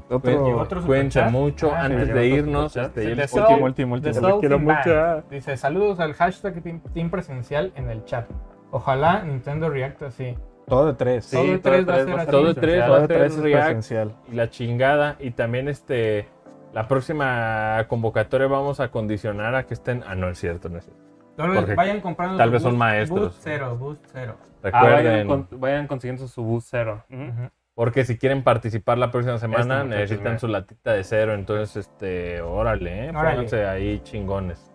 Speaker 6: otro-
Speaker 2: Llegó otro
Speaker 1: Cuídense
Speaker 2: superchat.
Speaker 1: mucho
Speaker 2: Ah,
Speaker 1: antes de
Speaker 4: me llegó otro
Speaker 1: irnos.
Speaker 4: superchat.
Speaker 1: este,
Speaker 4: Sí,
Speaker 1: y el
Speaker 4: les-
Speaker 1: último-
Speaker 6: último,
Speaker 2: The
Speaker 6: último.
Speaker 2: Soul Team
Speaker 1: ah.
Speaker 2: Band. Dice, saludos al hashtag team, team presencial en el chat. Ojalá Nintendo React así.
Speaker 6: Todo de tres.
Speaker 2: todo E3 va a ser así.
Speaker 1: todo E3 va
Speaker 6: Todo
Speaker 1: a
Speaker 6: de tres
Speaker 1: ser
Speaker 6: es
Speaker 1: React
Speaker 6: presencial.
Speaker 1: y la chingada. Y también este la próxima convocatoria vamos a condicionar a que estén. Ah, no es cierto, no es cierto.
Speaker 2: Tal vez
Speaker 1: Porque
Speaker 2: vayan comprando
Speaker 1: tal
Speaker 2: su
Speaker 1: vez son
Speaker 2: boost-
Speaker 1: maestros.
Speaker 2: Boost cero, boost cero.
Speaker 4: Ah, vayan,
Speaker 1: Recuerden,
Speaker 4: con- vayan consiguiendo su bus cero. ¿Mm?
Speaker 1: porque si quieren participar la próxima semana
Speaker 4: muchacho es
Speaker 1: necesitan
Speaker 4: mío.
Speaker 1: su latita de cero. Entonces, este, órale, eh,
Speaker 2: Órale.
Speaker 1: pónganse ahí chingones.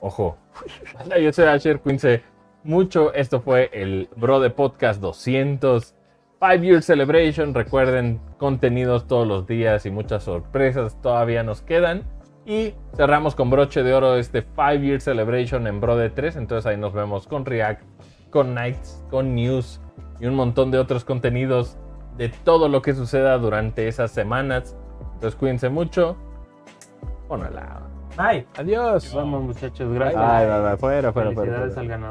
Speaker 1: Ojo. Hola, Yo soy Asher Quince. Mucho, esto fue el Bro de Podcast 200. Five Year Celebration, recuerden, contenidos todos los días y muchas sorpresas todavía nos quedan. Y cerramos con broche de oro este Five Year Celebration en Bro de 3. Entonces ahí nos vemos con React, con Nights, con News y un montón de otros contenidos de todo lo que suceda durante esas semanas. Entonces cuídense mucho. Bueno, la...
Speaker 2: Bye.
Speaker 6: Adiós.
Speaker 4: Vamos, muchachos, gracias.
Speaker 13: Ay, va, va, fuera, fuera, fuera.
Speaker 4: Felicidades
Speaker 13: fuera.
Speaker 4: al ganador.